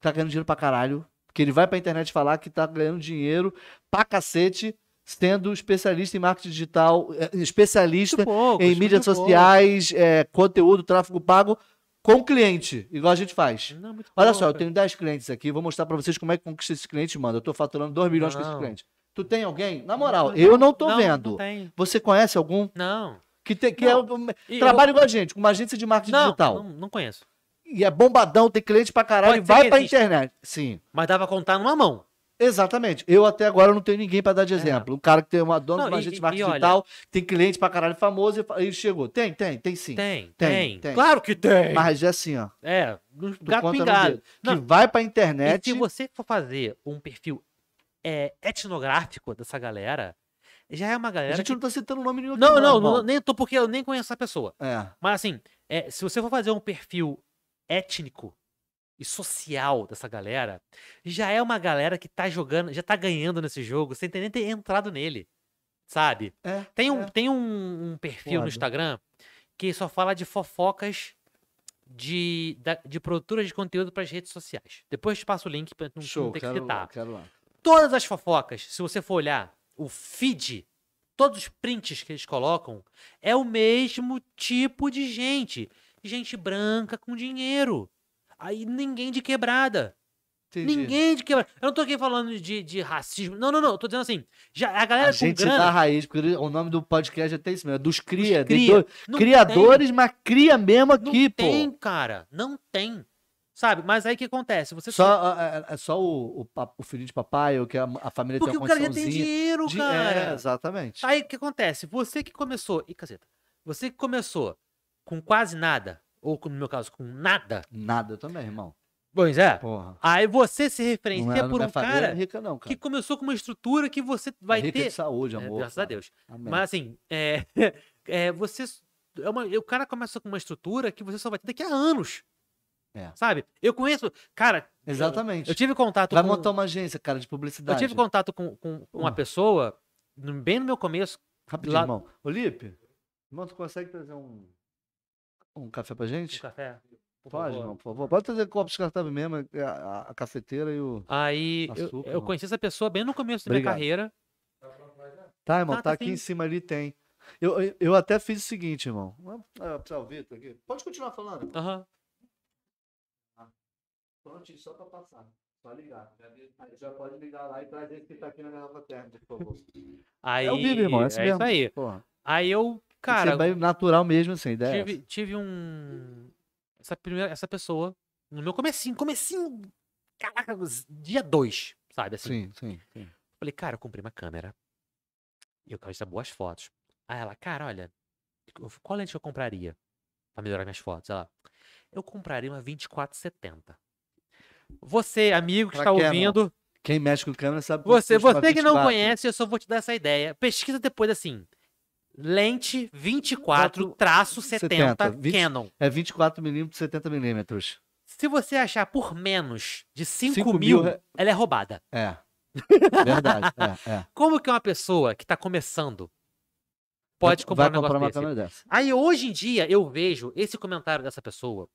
Speaker 1: tá ganhando dinheiro pra caralho, que ele vai pra internet falar que tá ganhando dinheiro pra cacete, sendo especialista em marketing digital, é, especialista
Speaker 2: pouco,
Speaker 1: em mídias sociais, é, conteúdo, tráfego pago, com cliente, igual a gente faz.
Speaker 2: Não, muito
Speaker 1: Olha
Speaker 2: pouco.
Speaker 1: só, eu tenho 10 clientes aqui, vou mostrar pra vocês como é que conquista esse cliente, mano. Eu tô faturando 2 milhões com esse
Speaker 2: Não.
Speaker 1: cliente. Tu tem alguém? Na moral, eu não tô vendo.
Speaker 2: Não, tem.
Speaker 1: Você conhece algum?
Speaker 2: Não.
Speaker 1: Que, tem, que é, um-
Speaker 2: E
Speaker 1: trabalha igual a gente, com uma agência de
Speaker 2: eu-
Speaker 1: marketing
Speaker 2: não,
Speaker 1: digital.
Speaker 2: Não, não conheço.
Speaker 1: E é bombadão, tem cliente pra caralho,
Speaker 2: Pode ser
Speaker 1: vai
Speaker 2: que
Speaker 1: pra
Speaker 2: exista.
Speaker 1: internet. Sim,
Speaker 2: Mas dá pra contar numa mão.
Speaker 1: exatamente. Eu até agora não tenho ninguém pra dar de
Speaker 2: É.
Speaker 1: exemplo. Um cara que tem uma dona
Speaker 2: Não,
Speaker 1: de uma
Speaker 2: e-
Speaker 1: agência de
Speaker 2: e-
Speaker 1: marketing
Speaker 2: e olha-
Speaker 1: digital, tem cliente pra caralho famoso e fa- e chegou. Tem, tem, tem sim.
Speaker 2: Tem, tem.
Speaker 1: Tem, tem.
Speaker 2: Claro que tem.
Speaker 1: Mas é assim, ó.
Speaker 2: É, um
Speaker 1: Tu
Speaker 2: gato
Speaker 1: conta no
Speaker 2: pingado.
Speaker 1: dedo.
Speaker 2: Não,
Speaker 1: Que vai pra
Speaker 2: e
Speaker 1: internet.
Speaker 2: se você for fazer um perfil é, etnográfico dessa galera, já é uma
Speaker 1: A
Speaker 2: galera.
Speaker 1: gente
Speaker 2: que-
Speaker 1: não tá citando o nome nenhum aqui,
Speaker 2: Não, não,
Speaker 1: irmão.
Speaker 2: não, nem tô porque eu nem conheço essa pessoa.
Speaker 1: É.
Speaker 2: Mas assim, é, se você for fazer um perfil étnico e social dessa galera, já é uma galera que tá jogando, já tá ganhando nesse jogo, sem ter nem ter entrado nele. Sabe?
Speaker 1: é,
Speaker 2: Tem um,
Speaker 1: é.
Speaker 2: tem um, um perfil
Speaker 1: Foda.
Speaker 2: no Instagram que só fala de fofocas de, da- de produtoras de conteúdo para as redes sociais. Depois te passo o link para não,
Speaker 1: Show,
Speaker 2: não ter que
Speaker 1: quero lá,
Speaker 2: citar.
Speaker 1: quero lá.
Speaker 2: Todas as fofocas, se você for olhar o feed, todos os prints que eles colocam, é o mesmo tipo de gente. Gente branca com dinheiro. Aí ninguém de quebrada.
Speaker 1: Entendi.
Speaker 2: Ninguém de quebrada. Eu não tô aqui falando de, de racismo. Não, não, não. Eu tô dizendo assim. Já, a galera
Speaker 1: A
Speaker 2: com
Speaker 1: gente tá dá
Speaker 2: grana.
Speaker 1: raiz, porque o nome do podcast é até isso mesmo. É dos cria,
Speaker 2: cria.
Speaker 1: de dois-
Speaker 2: não
Speaker 1: criadores, mas cria mesmo
Speaker 2: Não
Speaker 1: aqui, pô.
Speaker 2: tem, cara. Não tem. Sabe? Mas aí o que acontece? Você
Speaker 1: Só, a- a- a- só o, o, pa- o filho de papai, ou que a, a família
Speaker 2: Porque
Speaker 1: tem
Speaker 2: o
Speaker 1: uma
Speaker 2: cara já tem
Speaker 1: condiçãozinha.
Speaker 2: dinheiro,
Speaker 1: de- É,
Speaker 2: cara. Tá
Speaker 1: exatamente.
Speaker 2: aí o que acontece? Você que começou. Ih, caceta. Você que começou com quase nada, ou com- no meu caso, com nada.
Speaker 1: Nada também, irmão.
Speaker 2: Pois é.
Speaker 1: Porra.
Speaker 2: Aí você se
Speaker 1: Não
Speaker 2: referencia
Speaker 1: é,
Speaker 2: por
Speaker 1: minha
Speaker 2: um
Speaker 1: família
Speaker 2: cara
Speaker 1: é rica, não, cara.
Speaker 2: que começou com uma estrutura que você vai
Speaker 1: É rica
Speaker 2: ter.
Speaker 1: de saúde,
Speaker 2: É,
Speaker 1: amor.
Speaker 2: graças a
Speaker 1: cara.
Speaker 2: Deus.
Speaker 1: Amém.
Speaker 2: Mas assim, é, é, você. é uma- o cara começa com uma estrutura que você só vai ter daqui a anos.
Speaker 1: É.
Speaker 2: Sabe? Eu conheço. Cara,
Speaker 1: Exatamente.
Speaker 2: eu tive contato
Speaker 1: Vai
Speaker 2: com.
Speaker 1: montar uma agência, cara, de
Speaker 2: Eu
Speaker 1: publicidade.
Speaker 2: tive contato com, com uma
Speaker 1: Porra.
Speaker 2: pessoa, no- bem no meu começo.
Speaker 1: Rapidinho,
Speaker 2: lá-
Speaker 1: irmão. Olipe, irmão, tu consegue trazer um, um café pra gente?
Speaker 2: café. por
Speaker 1: Pode,
Speaker 2: favor.
Speaker 1: irmão, por favor. Pode trazer copo descartável mesmo, a, a- a cafeteira e o...
Speaker 2: Aí eu-
Speaker 1: Açúcar,
Speaker 2: eu,
Speaker 1: mano.
Speaker 2: conheci essa pessoa bem no começo da
Speaker 1: Obrigado.
Speaker 2: minha carreira.
Speaker 1: Tá, irmão,
Speaker 2: Tá,
Speaker 1: tá
Speaker 2: tá
Speaker 1: aqui
Speaker 2: sim.
Speaker 1: em cima ali, tem. Eu, eu, eu até fiz o seguinte, irmão. Ah, tá, o Vitor aqui. Pode continuar falando.
Speaker 2: Aham.
Speaker 1: Prontinho, só pra passar. Só ligar. Aí já pode ligar lá e trazer esse que tá aqui na garrafa térmica, por favor.
Speaker 2: Aí,
Speaker 1: É o Bibi, irmão, é
Speaker 2: é
Speaker 1: isso
Speaker 2: isso
Speaker 1: mesmo.
Speaker 2: aí.
Speaker 1: Porra.
Speaker 2: Aí eu,
Speaker 1: Cara,
Speaker 2: cara,
Speaker 1: bem natural mesmo, assim, a ideia. é
Speaker 2: tive, tive um. Essa, primeira, essa pessoa, no meu comecinho, comecinho, caraca, dia 2, sabe?
Speaker 1: essa.
Speaker 2: Assim,
Speaker 1: Sim, sim, sim.
Speaker 2: Falei, cara, eu comprei uma câmera. E eu quero tirar boas fotos. Aí ela, cara, olha, eu- qual lente eu compraria pra melhorar minhas fotos? Ela, eu compraria uma 2470. Você, amigo que
Speaker 1: Pra é
Speaker 2: está
Speaker 1: Canon.
Speaker 2: ouvindo,
Speaker 1: Quem mexe com câmera sabe quanto
Speaker 2: você,
Speaker 1: custa uma
Speaker 2: você que não
Speaker 1: 24.
Speaker 2: conhece, eu só vou te dar essa ideia. Pesquisa depois assim. Lente 24 traço 70,
Speaker 1: 70, 20.
Speaker 2: Canon.
Speaker 1: É 24mm por 70mm.
Speaker 2: Se você achar por menos de 5,
Speaker 1: 5 mil
Speaker 2: mil,
Speaker 1: re-
Speaker 2: ela é roubada.
Speaker 1: É. Verdade. É, é.
Speaker 2: Como que uma pessoa que tá começando pode
Speaker 1: Vai
Speaker 2: comprar um negócio
Speaker 1: comprar uma
Speaker 2: desse?
Speaker 1: câmera dessa.
Speaker 2: Aí hoje em dia eu vejo esse comentário dessa pessoa,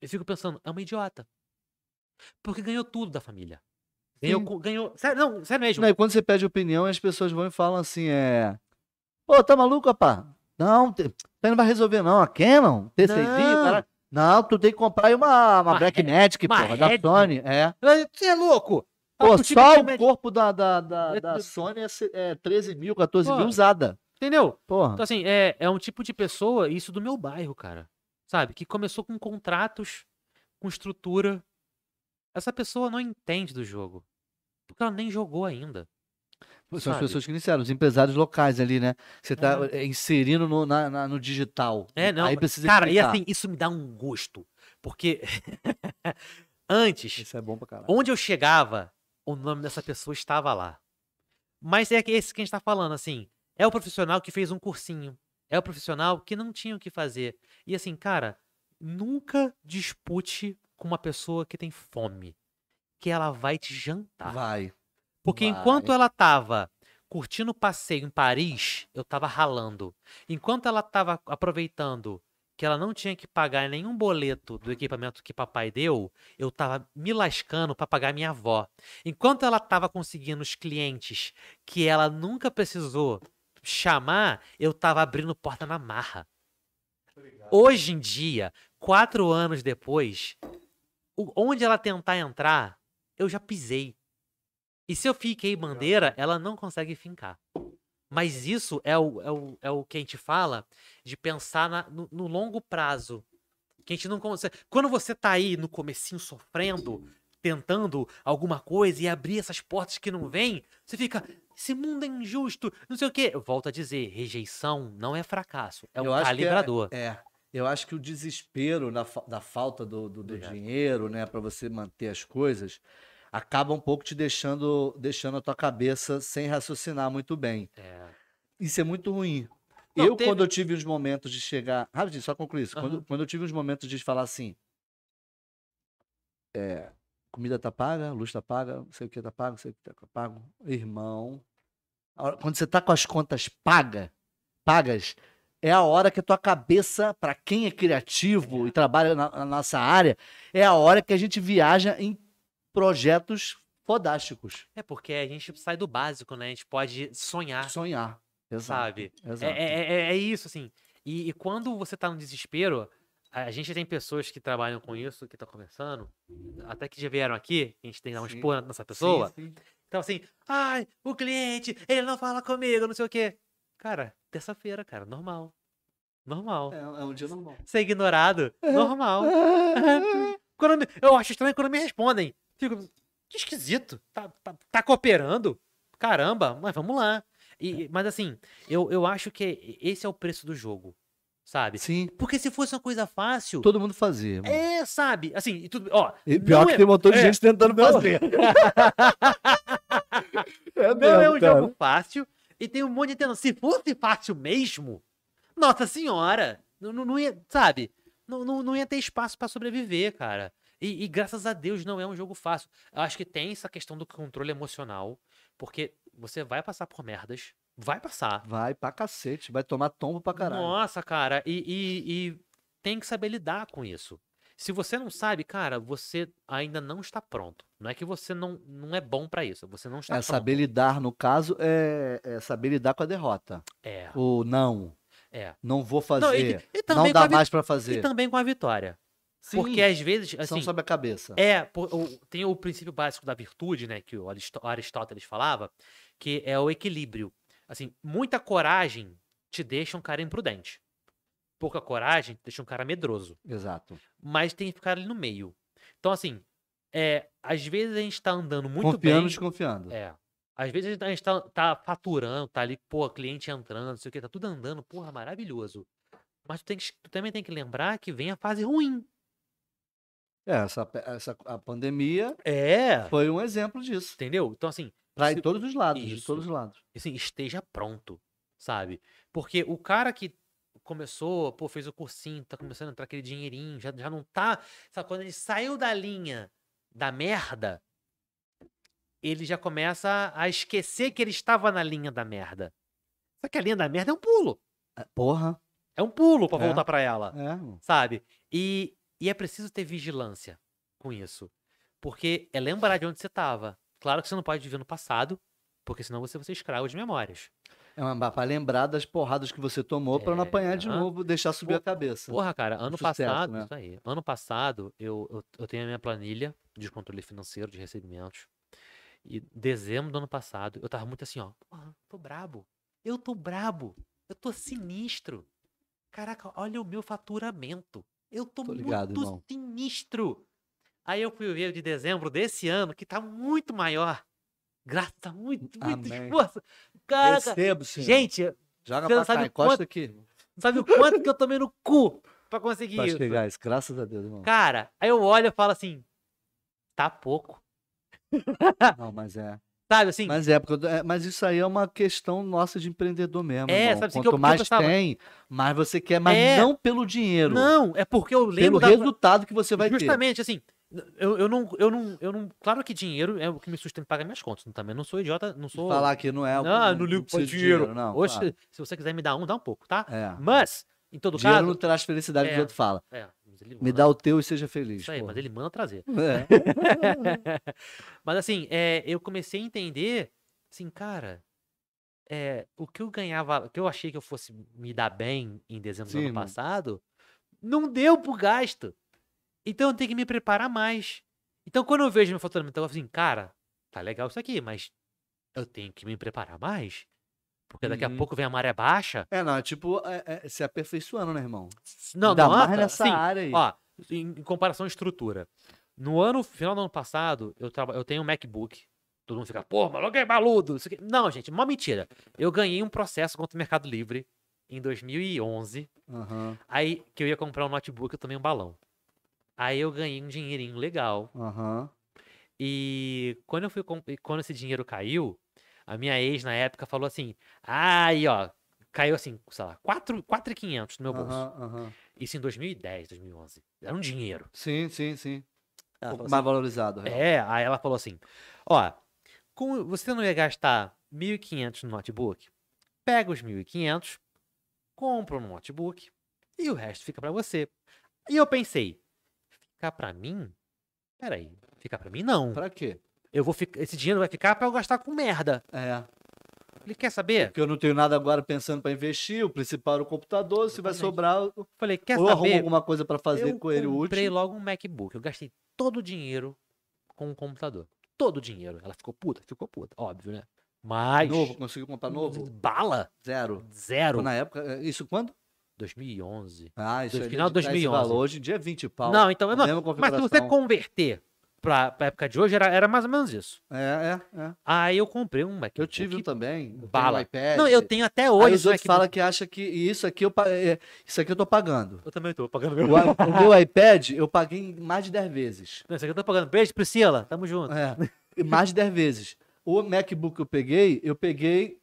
Speaker 2: eu fico pensando, é uma idiota. Porque ganhou tudo da família. Ganhou,
Speaker 1: Sim.
Speaker 2: co- ganhou, sério, não, sério mesmo.
Speaker 1: Não, e né, quando você pede opinião, as pessoas vão e falam assim, é... Ô, tá maluco, rapá? Não, te- você não vai resolver não. A Canon, T6i,
Speaker 2: Não.
Speaker 1: caralho. Não, tu tem que comprar aí uma, uma,
Speaker 2: Uma
Speaker 1: Black
Speaker 2: Red-
Speaker 1: Magic,
Speaker 2: uma
Speaker 1: porra, da
Speaker 2: Red.
Speaker 1: Sony. É.
Speaker 2: Você é louco? Ah,
Speaker 1: Pô,
Speaker 2: tu tive
Speaker 1: só
Speaker 2: que
Speaker 1: o
Speaker 2: med-
Speaker 1: corpo da, da, da,
Speaker 2: É
Speaker 1: da
Speaker 2: tudo-
Speaker 1: Sony é, se- é 13 mil, 14 mil
Speaker 2: Porra.
Speaker 1: usada.
Speaker 2: Entendeu?
Speaker 1: Porra.
Speaker 2: Então assim, é, é um tipo de pessoa, isso do meu bairro, cara. Sabe? Que começou com contratos, com estrutura. Essa pessoa não entende do jogo. Porque ela nem jogou ainda.
Speaker 1: São as
Speaker 2: sabe?
Speaker 1: pessoas que iniciaram, os empresários locais ali, né? Você tá eh, inserindo no, na- na- no digital.
Speaker 2: É, não.
Speaker 1: Aí precisa
Speaker 2: cara,
Speaker 1: explicar.
Speaker 2: e assim, isso me dá um gosto. Porque antes,
Speaker 1: Isso é bom pra caralho.
Speaker 2: onde eu chegava, o nome dessa pessoa estava lá. Mas é que esse que a gente tá falando, assim. É o profissional que fez um cursinho. É o profissional que não tinha o que fazer. E assim, cara, nunca dispute com uma pessoa que tem fome. Que ela vai te jantar.
Speaker 1: Vai.
Speaker 2: Porque
Speaker 1: Vai.
Speaker 2: enquanto ela tava curtindo o passeio em Paris, eu tava ralando. Enquanto ela tava aproveitando que ela não tinha que pagar nenhum boleto do equipamento que papai deu, eu tava me lascando pra pagar minha avó. Enquanto ela tava conseguindo os clientes que ela nunca precisou chamar, eu tava abrindo porta na marra. Hoje em dia, quatro anos depois, o- onde ela tentar entrar, eu já pisei. E se eu fiquei bandeira, ela não consegue fincar. Mas isso é o, é o, é o que a gente fala de pensar na- no, no longo prazo. Que a gente não consegue. Quando você tá aí no comecinho sofrendo, tentando alguma coisa e abrir essas portas que não vêm, você fica. Esse mundo é injusto, não sei o quê. Eu volto a dizer, rejeição não é fracasso, é
Speaker 1: Eu
Speaker 2: um
Speaker 1: acho que é-
Speaker 2: calibrador.
Speaker 1: É. Eu acho que o desespero na fa- da falta do, do- do
Speaker 2: Obrigado.
Speaker 1: dinheiro, né, para você manter as coisas, acaba um pouco te deixando, deixando a tua cabeça sem raciocinar muito bem.
Speaker 2: É.
Speaker 1: Isso é muito ruim.
Speaker 2: Não,
Speaker 1: eu,
Speaker 2: teve-
Speaker 1: quando eu tive os momentos de chegar. Rapidinho, só concluir isso. Quando,
Speaker 2: Aham.
Speaker 1: quando eu tive os momentos de falar assim. é, comida tá paga, luz tá paga, não sei o que tá pago, não sei o que tá pago. Irmão. a hora- Quando você tá com as contas paga, pagas, é a hora que a tua cabeça, pra quem é criativo e trabalha na, na nossa área, é a hora que a gente viaja em projetos fodásticos.
Speaker 2: É porque a gente sai do básico, né? A gente pode sonhar,
Speaker 1: Sonhar. Exato.
Speaker 2: Ah. sabe? É,
Speaker 1: Exato.
Speaker 2: é, é- é isso, assim. E, e quando você tá no desespero, a a gente tem pessoas que trabalham com isso, que estão conversando, até que já vieram aqui, a gente tem que dar um
Speaker 1: Sim.
Speaker 2: expor nessa pessoa.
Speaker 1: Sim, sim.
Speaker 2: Então, assim, ai, o cliente, ele não fala comigo, não sei o quê. Cara, terça-feira, cara, normal. Normal.
Speaker 1: É, é um dia normal.
Speaker 2: Ser ignorado, normal. Quando me- eu acho estranho quando me respondem. Fico, que esquisito. Tá, tá, tá cooperando? Caramba, mas vamos lá. E, mas assim, eu, eu acho que esse é o preço do jogo, sabe?
Speaker 1: Sim,
Speaker 2: Porque se fosse uma coisa fácil,
Speaker 1: todo mundo fazia. irmão.
Speaker 2: é, sabe? Assim, e tudo, ó,
Speaker 1: E pior
Speaker 2: não
Speaker 1: que
Speaker 2: é-
Speaker 1: tem um montão de
Speaker 2: é.
Speaker 1: gente tentando
Speaker 2: Não.
Speaker 1: fazer. é
Speaker 2: Não é um
Speaker 1: cara.
Speaker 2: jogo fácil e tem um monte de tensão. Se fosse fácil mesmo, nossa senhora, não, não, não ia, sabe? Não, não, não ia ter espaço pra sobreviver, cara. E, e graças a Deus não é um jogo fácil. Eu acho que tem essa questão do controle emocional, porque você vai passar por merdas, vai passar.
Speaker 1: Vai pra cacete, vai tomar tombo pra caralho.
Speaker 2: Nossa, cara, e, e- e tem que saber lidar com isso. Se você não sabe, cara, você ainda não está pronto. Não é que você não, não é bom pra isso, você não está
Speaker 1: É
Speaker 2: pronto.
Speaker 1: saber lidar, no caso, é, é saber lidar com a derrota.
Speaker 2: É,
Speaker 1: O não,
Speaker 2: é.
Speaker 1: não vou
Speaker 2: Não, e-
Speaker 1: fazer,
Speaker 2: e,
Speaker 1: não,
Speaker 2: também com
Speaker 1: dá
Speaker 2: a vi-
Speaker 1: mais pra
Speaker 2: E
Speaker 1: fazer.
Speaker 2: também com a vitória.
Speaker 1: Sim,
Speaker 2: Porque às vezes,
Speaker 1: são
Speaker 2: assim,
Speaker 1: sobre a cabeça.
Speaker 2: é, por- o- tem o princípio básico da virtude, né, que o Arist- Aristóteles falava, que é o equilíbrio. Assim, muita coragem te deixa um cara imprudente. Pouca coragem te deixa um cara medroso.
Speaker 1: Exato.
Speaker 2: Mas tem que ficar ali no meio. Então, assim, é, às vezes a gente tá andando muito
Speaker 1: Confiando,
Speaker 2: bem.
Speaker 1: desconfiando.
Speaker 2: É. Às vezes a gente tá, tá faturando, tá ali, pô, cliente entrando, não sei o que, tá tudo andando, porra, maravilhoso. Mas tu, tem que- tu também tem que lembrar que vem a fase ruim.
Speaker 1: É, essa, pe- essa a pandemia
Speaker 2: É.
Speaker 1: foi um exemplo disso.
Speaker 2: Entendeu? Então, assim,
Speaker 1: Pra
Speaker 2: se-
Speaker 1: em todos os lados, de
Speaker 2: Isso.
Speaker 1: todos os lados.
Speaker 2: assim, esteja pronto, sabe? Porque o cara que começou, pô, fez o cursinho, tá começando a entrar aquele dinheirinho, já, já não tá. Sabe, quando ele saiu da linha da merda, ele já começa a esquecer que ele estava na linha da merda. Só que a linha da merda é um pulo.
Speaker 1: É, Porra.
Speaker 2: É um pulo pra
Speaker 1: É.
Speaker 2: voltar pra ela,
Speaker 1: É, irmão.
Speaker 2: sabe? E, e é preciso ter vigilância com isso. Porque é lembrar de onde você tava. Claro que você não pode viver no passado, porque senão você vai ser escravo de memórias.
Speaker 1: é uma, pra lembrar das porradas que você tomou pra não
Speaker 2: É,
Speaker 1: apanhar de
Speaker 2: aham.
Speaker 1: novo, deixar subir
Speaker 2: Pô-
Speaker 1: a cabeça.
Speaker 2: Porra, cara, ano
Speaker 1: sucesso,
Speaker 2: passado,
Speaker 1: né?
Speaker 2: isso aí. Ano passado, eu, eu, eu tenho a minha planilha de controle financeiro, de recebimentos. E dezembro do ano passado, eu tava muito assim, ó. Porra, tô brabo. Eu tô brabo. Eu tô sinistro. Caraca, olha o meu faturamento. Eu tô,
Speaker 1: Tô ligado,
Speaker 2: muito
Speaker 1: irmão.
Speaker 2: sinistro. Aí eu fui ver o de dezembro desse ano, que tá muito maior. Graças a muito, muito
Speaker 1: Amém.
Speaker 2: esforço. Caraca,
Speaker 1: Recebo, senhor.
Speaker 2: gente,
Speaker 1: Joga
Speaker 2: você
Speaker 1: pra
Speaker 2: não
Speaker 1: cá,
Speaker 2: sabe
Speaker 1: encosta
Speaker 2: quanto-
Speaker 1: aqui.
Speaker 2: não sabe o quanto que eu tomei no cu pra conseguir
Speaker 1: Pra
Speaker 2: isso.
Speaker 1: chegar isso, graças a Deus, irmão.
Speaker 2: Cara, aí eu olho e falo assim, tá pouco.
Speaker 1: Não, mas é.
Speaker 2: Sabe assim?
Speaker 1: Mas é, porque eu- é, mas isso aí é uma questão nossa de empreendedor mesmo.
Speaker 2: É,
Speaker 1: irmão.
Speaker 2: sabe assim que eu-
Speaker 1: Quanto
Speaker 2: que eu
Speaker 1: mais
Speaker 2: pensava-
Speaker 1: tem, mais você quer, mas
Speaker 2: É.
Speaker 1: não pelo dinheiro.
Speaker 2: não, é porque eu
Speaker 1: pelo
Speaker 2: lembro da-
Speaker 1: resultado que você vai
Speaker 2: justamente assim. Eu, eu não, eu não, eu não. Claro que dinheiro é o que me sustenta pagar minhas contas. eu Também não sou idiota, não
Speaker 1: ter.
Speaker 2: sou.
Speaker 1: Falar que não é
Speaker 2: não,
Speaker 1: o-
Speaker 2: não, ligo pra
Speaker 1: precisa de
Speaker 2: dinheiro.
Speaker 1: não.
Speaker 2: Hoje,
Speaker 1: claro.
Speaker 2: se você quiser me dar um, dá um pouco, tá?
Speaker 1: É.
Speaker 2: Mas, em todo
Speaker 1: dinheiro não
Speaker 2: caso.
Speaker 1: traz felicidade, que
Speaker 2: É.
Speaker 1: o outro fala.
Speaker 2: É, mas ele
Speaker 1: Me
Speaker 2: manda-
Speaker 1: dá um o teu e seja feliz.
Speaker 2: Isso aí,
Speaker 1: pô.
Speaker 2: mas ele manda trazer.
Speaker 1: É.
Speaker 2: Mas assim, é, eu comecei a entender, assim, cara, é, o que eu ganhava, o que eu achei que eu fosse me dar bem em dezembro do
Speaker 1: Sim,
Speaker 2: ano
Speaker 1: mano.
Speaker 2: passado, não deu pro gasto. Então eu tenho que me preparar mais. Então quando eu vejo meu faturamento, eu falo assim, cara, tá legal isso aqui, mas eu tenho que me preparar mais. Porque daqui
Speaker 1: Uhum.
Speaker 2: a pouco vem a maré baixa.
Speaker 1: É, não, é tipo é, é, se aperfeiçoando, né, irmão?
Speaker 2: Não,
Speaker 1: Ainda
Speaker 2: não,
Speaker 1: mais
Speaker 2: ah,
Speaker 1: nessa
Speaker 2: sim,
Speaker 1: área aí.
Speaker 2: Ó, em, em comparação à estrutura. No ano, final do ano passado, eu, traba, eu tenho um MacBook. Todo mundo fica, pô, maluco é baludo. isso aqui." Não, gente, uma mentira. Eu ganhei um processo contra o Mercado Livre em 2011.
Speaker 1: Aham,
Speaker 2: Aí que eu ia comprar um notebook, eu tomei um balão. Aí eu ganhei um dinheirinho legal.
Speaker 1: aham.
Speaker 2: E quando eu fui com- e quando esse dinheiro caiu, a minha ex na época falou assim: "Ai, ó, caiu assim, sei lá, 4 4.500 no meu bolso".
Speaker 1: aham, aham.
Speaker 2: Isso em 2010, 2011. Era um dinheiro.
Speaker 1: Sim, sim, sim.
Speaker 2: Ela
Speaker 1: Um
Speaker 2: falou
Speaker 1: pouco
Speaker 2: assim,
Speaker 1: mais valorizado. real.
Speaker 2: É, aí ela falou assim: ó, como você não ia gastar 1.500 no notebook, pega os 1.500, compra um notebook e o resto fica pra você. E eu pensei: ficar pra mim? Peraí, ficar pra mim não.
Speaker 1: Pra quê?
Speaker 2: Eu vou ficar, esse dinheiro vai ficar pra eu gastar com merda.
Speaker 1: É.
Speaker 2: Ele quer saber?
Speaker 1: Porque eu não tenho nada agora pensando pra investir, o principal era o computador, se vai
Speaker 2: Exatamente.
Speaker 1: sobrar, eu-
Speaker 2: Eu falei: quer
Speaker 1: ou eu arrumo
Speaker 2: saber?
Speaker 1: alguma coisa pra fazer
Speaker 2: eu
Speaker 1: com ele
Speaker 2: comprei
Speaker 1: útil.
Speaker 2: logo um MacBook. Eu gastei todo o dinheiro com o computador. Todo o dinheiro. Ela ficou puta? Ficou puta. Óbvio, né? Mas.
Speaker 1: Novo, conseguiu comprar novo?
Speaker 2: Bala?
Speaker 1: Zero.
Speaker 2: Zero.
Speaker 1: Na época, é, isso quando?
Speaker 2: 2011.
Speaker 1: Ah, isso
Speaker 2: Do
Speaker 1: aí
Speaker 2: final de
Speaker 1: deve- esse
Speaker 2: 2011.
Speaker 1: valor, hoje em dia é 20 pau.
Speaker 2: Não, então. Não,
Speaker 1: Mesma
Speaker 2: mas se
Speaker 1: configuração.
Speaker 2: você converter pra, pra época de hoje, era, era mais ou menos isso.
Speaker 1: É, é, é.
Speaker 2: Aí eu comprei um MacBook.
Speaker 1: Eu tive um também. eu tenho
Speaker 2: Bala.
Speaker 1: Um iPad.
Speaker 2: Não, eu tenho até
Speaker 1: Aí
Speaker 2: hoje.
Speaker 1: os
Speaker 2: esse
Speaker 1: outros
Speaker 2: MacBook.
Speaker 1: falam que acham que isso aqui eu, pa- é, isso aqui eu tô pagando.
Speaker 2: Eu também tô pagando
Speaker 1: O,
Speaker 2: meu.
Speaker 1: i- o meu iPad eu paguei mais de 10 vezes.
Speaker 2: Não, isso aqui eu tô pagando. Beijo, Priscila. Tamo junto.
Speaker 1: É, mais de 10 vezes. O MacBook que eu peguei, eu peguei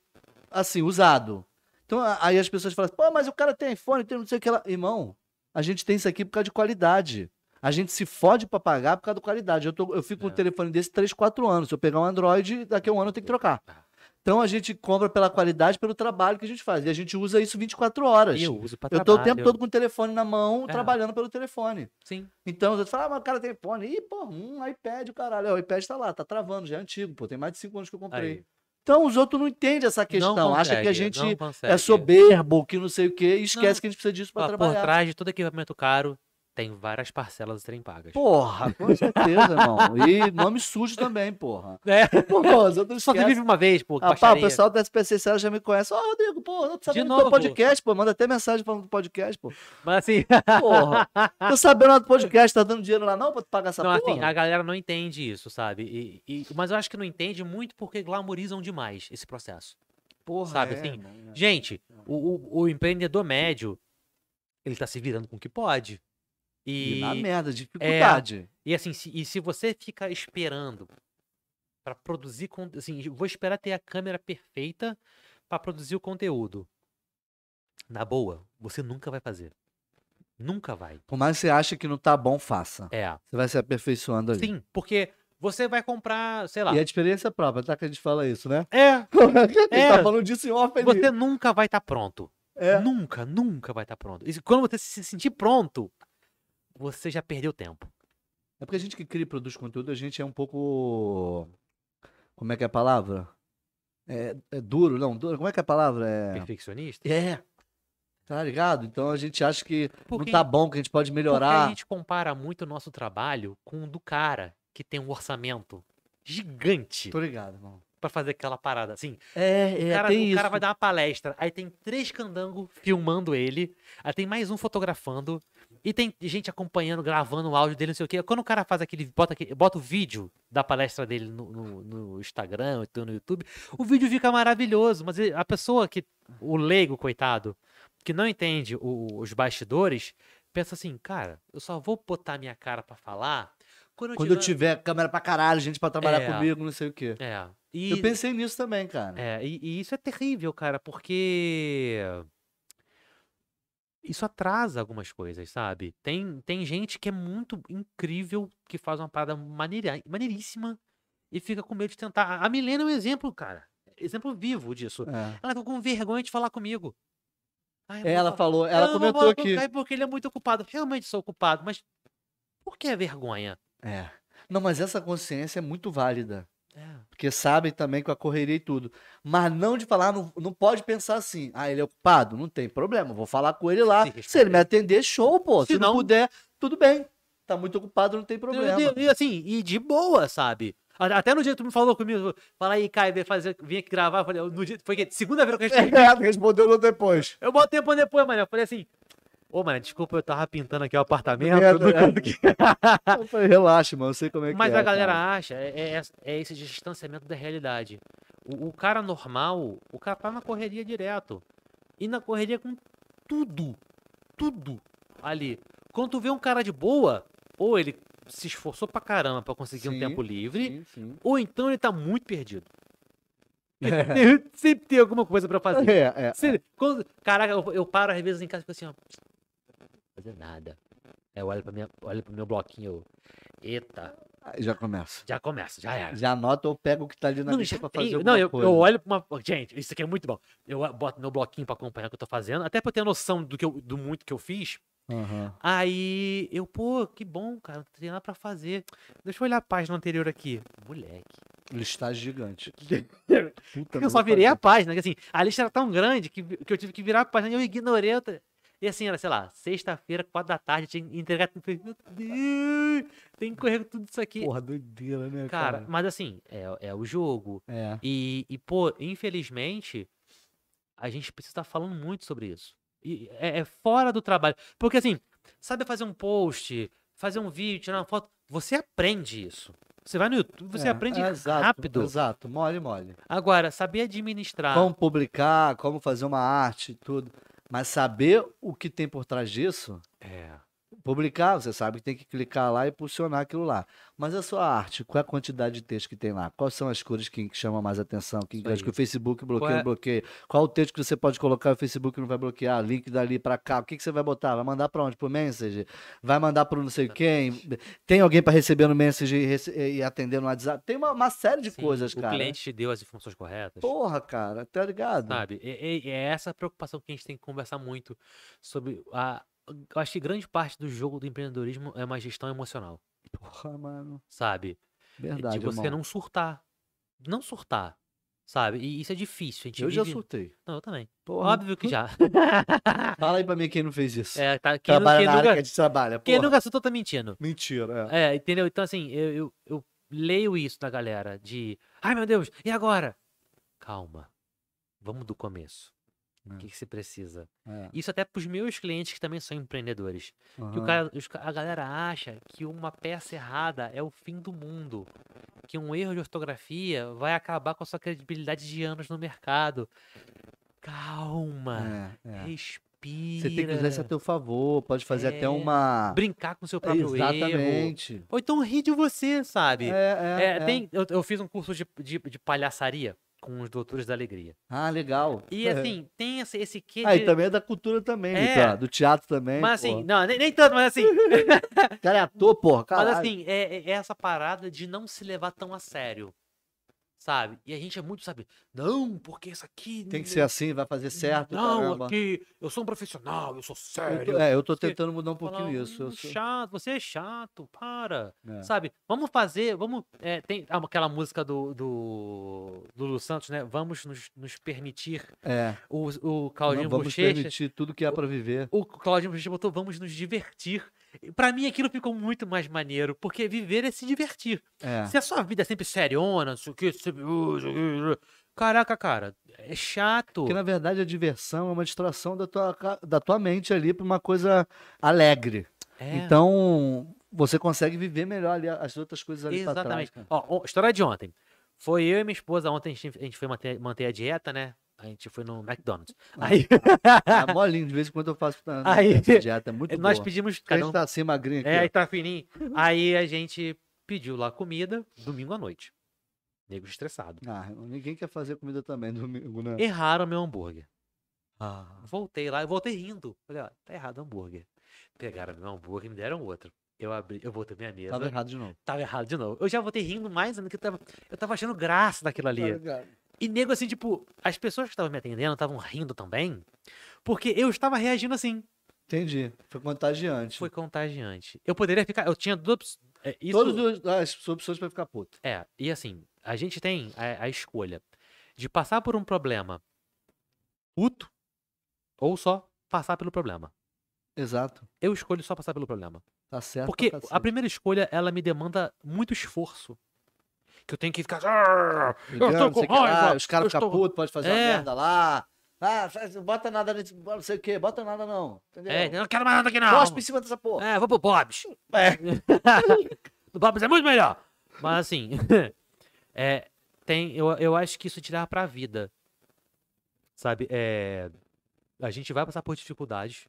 Speaker 1: assim, usado. Então a- aí as pessoas falam, pô, mas o cara tem iPhone, tem não sei o que lá. Irmão, a gente tem isso aqui por causa de qualidade. A gente se fode pra pagar por causa da qualidade. Eu, tô- eu fico com
Speaker 2: É.
Speaker 1: um telefone desse 3, 4 anos. Se eu pegar um Android, daqui a um ano eu tenho que trocar.
Speaker 2: É.
Speaker 1: Então a gente compra pela qualidade, pelo trabalho que a gente faz. E a gente usa isso 24 horas.
Speaker 2: E eu uso pra
Speaker 1: Eu
Speaker 2: trabalho.
Speaker 1: tô o tempo todo com o telefone na mão,
Speaker 2: É.
Speaker 1: trabalhando pelo telefone.
Speaker 2: Sim.
Speaker 1: Então, os outros falam, ah, mas o cara tem iPhone. Ih, pô, um iPad, o caralho. É, O iPad tá lá, tá travando, já é antigo, pô. Tem mais de 5 anos que eu comprei.
Speaker 2: Aí.
Speaker 1: Então, os outros não entendem essa questão.
Speaker 2: Não
Speaker 1: Acha que
Speaker 2: consegue,
Speaker 1: a gente
Speaker 2: não
Speaker 1: é
Speaker 2: consegue.
Speaker 1: soberbo, que não sei o quê, e esquece
Speaker 2: Não.
Speaker 1: que a gente precisa disso pra
Speaker 2: Ah, Por
Speaker 1: trabalhar.
Speaker 2: trás de todo equipamento caro Tem várias parcelas do trem pagas.
Speaker 1: Porra, Ah, com certeza, irmão. E nome sujo também, porra.
Speaker 2: É.
Speaker 1: Porra, os outros
Speaker 2: Só se
Speaker 1: esquecem.
Speaker 2: vive uma vez, pô.
Speaker 1: Ah, pá, o
Speaker 2: baixaria.
Speaker 1: pessoal da SPC Sela já me conhece. Ó, Rodrigo, pô, eu tô sabendo do
Speaker 2: novo.
Speaker 1: teu podcast, pô. Manda até mensagem falando do podcast, pô.
Speaker 2: Mas assim,
Speaker 1: Porra, tô sabendo lá do podcast, tá dando dinheiro lá não pra tu pagar essa
Speaker 2: não,
Speaker 1: porra?
Speaker 2: assim, a galera não entende isso, sabe? E- e- mas eu acho que não entende muito porque glamorizam demais esse processo.
Speaker 1: porra,
Speaker 2: sabe,
Speaker 1: é,
Speaker 2: assim,
Speaker 1: irmão, é.
Speaker 2: Gente, o, o- o empreendedor médio, ele tá se virando com o que pode.
Speaker 1: E
Speaker 2: E,
Speaker 1: na merda, dificuldade.
Speaker 2: e assim, se, e se você fica esperando pra produzir, con- assim, vou esperar ter a câmera perfeita pra produzir o conteúdo. Na boa, você nunca vai fazer. Nunca vai.
Speaker 1: Por mais que você ache que não tá bom, faça.
Speaker 2: É.
Speaker 1: Você vai se aperfeiçoando ali.
Speaker 2: Sim, porque você vai comprar, sei lá.
Speaker 1: E é a experiência própria, tá? Que a gente fala isso, né?
Speaker 2: É,
Speaker 1: a gente
Speaker 2: É.
Speaker 1: tá falando disso em off ali.
Speaker 2: você nunca vai estar pronto.
Speaker 1: É.
Speaker 2: Nunca, nunca vai estar pronto. E se- quando você se sentir pronto, você já perdeu tempo.
Speaker 1: É porque a gente que cria e produz conteúdo, a gente é um pouco. Como é que é a palavra? É, é duro, não, duro. Como é que é a palavra? É.
Speaker 2: Perfeccionista?
Speaker 1: É. Tá ligado? Então a gente acha que
Speaker 2: Porque,
Speaker 1: não tá bom, que a gente pode
Speaker 2: porque a
Speaker 1: melhorar.
Speaker 2: gente compara muito o nosso trabalho com o do cara que tem um orçamento gigante
Speaker 1: Tô ligado, irmão.
Speaker 2: pra fazer aquela parada. Assim,
Speaker 1: É,
Speaker 2: o
Speaker 1: é,
Speaker 2: cara,
Speaker 1: tem
Speaker 2: o
Speaker 1: isso.
Speaker 2: cara vai dar uma palestra, aí tem três candango filmando ele, aí tem mais um fotografando, e tem gente acompanhando, gravando o áudio dele, não sei o quê. Quando o cara faz aquele, bota, aquele, bota o vídeo da palestra dele no, no- no Instagram, então no YouTube, o vídeo fica maravilhoso, mas ele- a pessoa que, o leigo, coitado, que não entende o- os bastidores, pensa assim, cara, eu só vou botar minha cara pra falar quando eu
Speaker 1: Quando eu
Speaker 2: tiver...
Speaker 1: tiver câmera pra caralho, gente pra trabalhar
Speaker 2: É.
Speaker 1: comigo, não sei o quê.
Speaker 2: É, e...
Speaker 1: Eu pensei nisso também, cara.
Speaker 2: É, e, e isso é terrível, cara, porque isso atrasa algumas coisas, sabe? Tem, tem gente que é muito incrível, que faz uma parada maneira, maneiríssima e fica com medo de tentar. A Milena é um exemplo, cara. Exemplo vivo disso.
Speaker 1: É.
Speaker 2: Ela ficou com vergonha de falar comigo. Ai, É, eu vou
Speaker 1: Ela
Speaker 2: falar-
Speaker 1: falou, ela
Speaker 2: "Eu não vou
Speaker 1: comentou
Speaker 2: falar com o
Speaker 1: aqui.
Speaker 2: Caio porque ele é muito ocupado. Realmente sou ocupado, mas por que a vergonha?
Speaker 1: É. Não, mas essa consciência é muito válida.
Speaker 2: É.
Speaker 1: Porque sabem também com a correria e tudo. Mas não de falar, não, não pode pensar assim. Ah, ele é ocupado? Não tem problema. Vou falar com ele lá.
Speaker 2: Se
Speaker 1: Se, ele me atender, show, pô.
Speaker 2: Se
Speaker 1: Se, não,
Speaker 2: não-
Speaker 1: puder, tudo bem. Tá muito ocupado, não tem problema.
Speaker 2: E, e, assim, e de boa, sabe? A- Até no dia que tu me falou comigo, fala aí, Caio, vem, fazer, vem aqui gravar. Eu falei, no dia, foi que segunda-feira que a gente.
Speaker 1: É, respondeu no depois.
Speaker 2: Eu boto tempo depois, mano. Eu falei assim, ô, mano, desculpa, eu tava pintando aqui o apartamento.
Speaker 1: É,
Speaker 2: no
Speaker 1: é.
Speaker 2: canto que-
Speaker 1: Eu falei, relaxa, mano. Eu sei como é que
Speaker 2: Mas
Speaker 1: é.
Speaker 2: a galera
Speaker 1: cara.
Speaker 2: acha, é, é- é esse distanciamento da realidade. O, o cara normal, o cara tá na correria direto. E na correria com tudo. Tudo ali. Quando tu vê um cara de boa, ou ele se esforçou pra caramba pra conseguir um
Speaker 1: Sim,
Speaker 2: tempo livre,
Speaker 1: Sim, sim.
Speaker 2: ou então ele tá muito perdido. Tem- Sempre tem alguma coisa pra fazer.
Speaker 1: É, é.
Speaker 2: Se- quando- caraca, eu, eu paro às vezes em casa e fico assim, ó. Fazer nada. Aí eu olho, pra minha, olho pro meu bloquinho. eu, Eita,
Speaker 1: Aí Já começa.
Speaker 2: já começa, já era.
Speaker 1: Já anota ou pega o que tá ali na
Speaker 2: Não,
Speaker 1: lista
Speaker 2: já-
Speaker 1: pra fazer
Speaker 2: eu,
Speaker 1: alguma
Speaker 2: não eu,
Speaker 1: coisa.
Speaker 2: eu olho pra uma. Gente, isso aqui é muito bom. Eu boto meu bloquinho pra acompanhar o que eu tô fazendo, até pra eu ter noção do, que eu- do muito que eu fiz.
Speaker 1: Aham.
Speaker 2: Aí eu, pô, que bom, cara, não tem nada pra fazer. Deixa eu olhar a página anterior aqui. Moleque.
Speaker 1: Listagem gigante. Puta,
Speaker 2: Porque
Speaker 1: não
Speaker 2: eu só
Speaker 1: vou
Speaker 2: virei a
Speaker 1: fazer.
Speaker 2: página, que assim, a lista era tão grande que, vi- que eu tive que virar a página e eu ignorei outra. E assim, era, sei lá, sexta-feira, quatro da tarde, tinha que entregar tudo. Falei, Meu Deus, tem que correr com tudo isso aqui.
Speaker 1: Porra, doideira, né,
Speaker 2: cara,
Speaker 1: cara?
Speaker 2: mas assim, é, é o jogo.
Speaker 1: É.
Speaker 2: E, e, pô, infelizmente, a gente precisa estar falando muito sobre isso. E é, é fora do trabalho. Porque assim, sabe fazer um post, fazer um vídeo, tirar uma foto, você aprende isso. Você vai no YouTube, você
Speaker 1: É,
Speaker 2: aprende
Speaker 1: é, exato,
Speaker 2: rápido.
Speaker 1: Exato, mole, mole.
Speaker 2: Agora, saber administrar.
Speaker 1: como publicar, como fazer uma arte, e tudo. Mas saber o que tem por trás disso,
Speaker 2: É.
Speaker 1: publicar, você sabe que tem que clicar lá e impulsionar aquilo lá. Mas a sua arte, qual é a quantidade de texto que tem lá? Quais são as cores que chama mais atenção? Que,
Speaker 2: Isso
Speaker 1: acho
Speaker 2: aí.
Speaker 1: que o Facebook bloqueia,
Speaker 2: Qual é-
Speaker 1: não bloqueia. Qual o texto que você pode colocar e o Facebook não vai bloquear? Link dali pra cá. O que, que você vai botar? Vai mandar pra onde? Pro Messenger? Vai mandar pro não sei quem? Tem alguém pra receber no Messenger e, rece- e atender no WhatsApp? Tem uma, uma série de
Speaker 2: Sim,
Speaker 1: coisas,
Speaker 2: o
Speaker 1: cara.
Speaker 2: cliente te deu as informações corretas.
Speaker 1: Porra, cara, tá ligado?
Speaker 2: Sabe? E- e- É, essa preocupação que a gente tem que conversar muito sobre a. Eu acho que grande parte do jogo do empreendedorismo é uma gestão emocional,
Speaker 1: Porra, mano.
Speaker 2: sabe?
Speaker 1: Verdade,
Speaker 2: É, de você
Speaker 1: irmão.
Speaker 2: não surtar. Não surtar. sabe? E isso é difícil. A gente
Speaker 1: Eu já
Speaker 2: vive-
Speaker 1: surtei.
Speaker 2: Não, eu também.
Speaker 1: Porra.
Speaker 2: Óbvio que já.
Speaker 1: Fala aí pra mim quem não fez isso.
Speaker 2: É, tá, quem, nu-
Speaker 1: Trabalha
Speaker 2: quem
Speaker 1: na área que a
Speaker 2: nunca,
Speaker 1: gente trabalha.
Speaker 2: quem
Speaker 1: porra.
Speaker 2: nunca assustou tá mentindo.
Speaker 1: Mentira. É.
Speaker 2: É, entendeu? Então, assim, eu, eu, eu leio isso da galera de, ai meu Deus, e agora? Calma, vamos do começo.
Speaker 1: É.
Speaker 2: O que, que você precisa?
Speaker 1: É.
Speaker 2: Isso até pros meus clientes que também são empreendedores. Que o
Speaker 1: Aham.
Speaker 2: cara, os ca- a galera acha que uma peça errada é o fim do mundo. Que um erro de ortografia vai acabar com a sua credibilidade de anos no mercado. Calma,
Speaker 1: É, é.
Speaker 2: respira.
Speaker 1: Você tem que usar isso a teu favor. Pode fazer até
Speaker 2: É.
Speaker 1: uma.
Speaker 2: Brincar com o seu próprio erro.
Speaker 1: Exatamente.
Speaker 2: Ou então ri de você, sabe?
Speaker 1: É,
Speaker 2: É, tem- eu, eu fiz um curso de, de, de palhaçaria com os doutores da alegria.
Speaker 1: Ah, legal.
Speaker 2: E assim, tem esse, esse quê
Speaker 1: Aí
Speaker 2: de-
Speaker 1: também é da cultura também,
Speaker 2: É.
Speaker 1: Ricardo, do teatro também.
Speaker 2: Mas assim,
Speaker 1: porra.
Speaker 2: não, nem, nem tanto, mas assim,
Speaker 1: o cara é ator, porra. Caralho.
Speaker 2: mas assim, é, é- é essa parada de não se levar tão a sério. Sabe? E a gente é muito, sabe, não, porque isso aqui.
Speaker 1: tem que ser assim, vai fazer certo.
Speaker 2: Não,
Speaker 1: caramba.
Speaker 2: aqui, eu sou um profissional, eu sou
Speaker 1: Eu
Speaker 2: sério.
Speaker 1: tô, é, eu tô
Speaker 2: Você
Speaker 1: tentando mudar um
Speaker 2: Fala,
Speaker 1: pouquinho isso.
Speaker 2: "Hum,
Speaker 1: Eu sou...
Speaker 2: chato, você é chato, para.
Speaker 1: É.
Speaker 2: Sabe? Vamos fazer, vamos. é, tem aquela música do, do, do Lulu Santos, né? Vamos nos, nos permitir
Speaker 1: É,
Speaker 2: O, o
Speaker 1: não
Speaker 2: Claudinho
Speaker 1: vamos
Speaker 2: Bochecha.
Speaker 1: permitir tudo que há pra viver.
Speaker 2: O Claudinho Bochecha botou vamos nos divertir. E Pra mim aquilo ficou muito mais maneiro, porque viver é se divertir.
Speaker 1: É.
Speaker 2: Se a sua vida é sempre seriona, isso aqui, sempre. uh, isso aqui, uh, Caraca, cara, é chato.
Speaker 1: Porque, na verdade, a diversão é uma distração da tua, ca- da tua mente ali pra uma coisa alegre.
Speaker 2: É,
Speaker 1: Então, você consegue viver melhor ali as outras coisas ali pra trás.
Speaker 2: exatamente.
Speaker 1: cara.
Speaker 2: Ó, ó, história de ontem. Foi eu e minha esposa, ontem a gente, a gente foi manter, manter a dieta, né? A gente foi no McDonald's.
Speaker 1: Ah,
Speaker 2: Aí,
Speaker 1: É molinho, de vez em quando eu faço na, na
Speaker 2: Aí,
Speaker 1: essa dieta, é muito
Speaker 2: nós
Speaker 1: boa.
Speaker 2: pedimos.
Speaker 1: Porque A
Speaker 2: Cada
Speaker 1: gente
Speaker 2: um,
Speaker 1: tá assim, magrinho aqui.
Speaker 2: É, aí
Speaker 1: ó.
Speaker 2: tá fininho. Aí a gente pediu lá comida domingo à noite. Nego estressado.
Speaker 1: Ah, ninguém quer fazer comida também domingo, né?
Speaker 2: Erraram meu hambúrguer.
Speaker 1: Ah.
Speaker 2: Voltei lá, eu voltei rindo. Falei, ó, tá errado o hambúrguer. Pegaram meu hambúrguer e me deram outro. Eu abri, eu voltei minha mesa.
Speaker 1: Tava
Speaker 2: Tava,
Speaker 1: errado de novo.
Speaker 2: errado de novo. Eu já voltei rindo mais ainda que eu tava, eu tava achando graça daquilo ali. é.
Speaker 1: ligado.
Speaker 2: E nego assim, tipo, as pessoas que estavam me atendendo estavam rindo também, porque eu estava reagindo assim.
Speaker 1: Entendi. Foi contagiante.
Speaker 2: Foi contagiante. Eu poderia ficar, eu tinha duas. opções. é, isso-
Speaker 1: Todas as- as opções pra ficar puto.
Speaker 2: É, e assim, a gente tem a, a escolha de passar por um problema puto ou só passar pelo problema.
Speaker 1: Exato.
Speaker 2: Eu escolho só passar pelo problema.
Speaker 1: Tá certo.
Speaker 2: Porque
Speaker 1: pra cacete.
Speaker 2: a primeira escolha, ela me demanda muito esforço. Que eu tenho que ficar. "Ah, "Arr, Eu
Speaker 1: Brigando,
Speaker 2: estou com
Speaker 1: sei o que lá,
Speaker 2: raiva.
Speaker 1: Os caras
Speaker 2: eu
Speaker 1: ficam
Speaker 2: estou...
Speaker 1: putos, pode fazer uma
Speaker 2: É.
Speaker 1: merda lá. Ah, faz- bota nada nesse. Não sei o que, bota nada não. Entendeu?
Speaker 2: É, eu não quero mais nada aqui, não.
Speaker 1: Cospe em cima dessa porra.
Speaker 2: É, vou pro Bob's. o Bob's é muito melhor. Mas assim, é, tem, eu, eu acho que isso te dá pra vida. Sabe? É, a gente vai passar por dificuldades.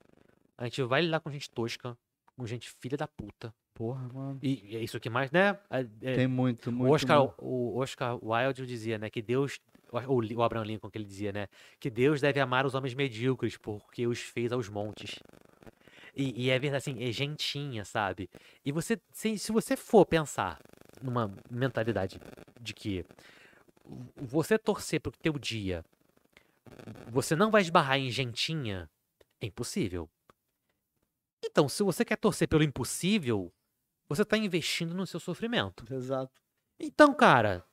Speaker 2: A gente vai lidar com gente tosca. Com gente filha da puta.
Speaker 1: Porra, mano.
Speaker 2: E, e é isso que mais, né? É, é,
Speaker 1: Tem muito, muito.
Speaker 2: o, Oscar,
Speaker 1: muito.
Speaker 2: o Oscar Wilde dizia, né? Que Deus. Ou o Abraham Lincoln que ele dizia, né? Que Deus deve amar os homens medíocres porque os fez aos montes. E, e é verdade, assim, é gentinha, sabe? E você, se, se você for pensar numa mentalidade de que você torcer pro teu dia, você não vai esbarrar em gentinha, é impossível. Então, se você quer torcer pelo impossível, você tá investindo no seu sofrimento.
Speaker 1: Exato.
Speaker 2: Então, cara,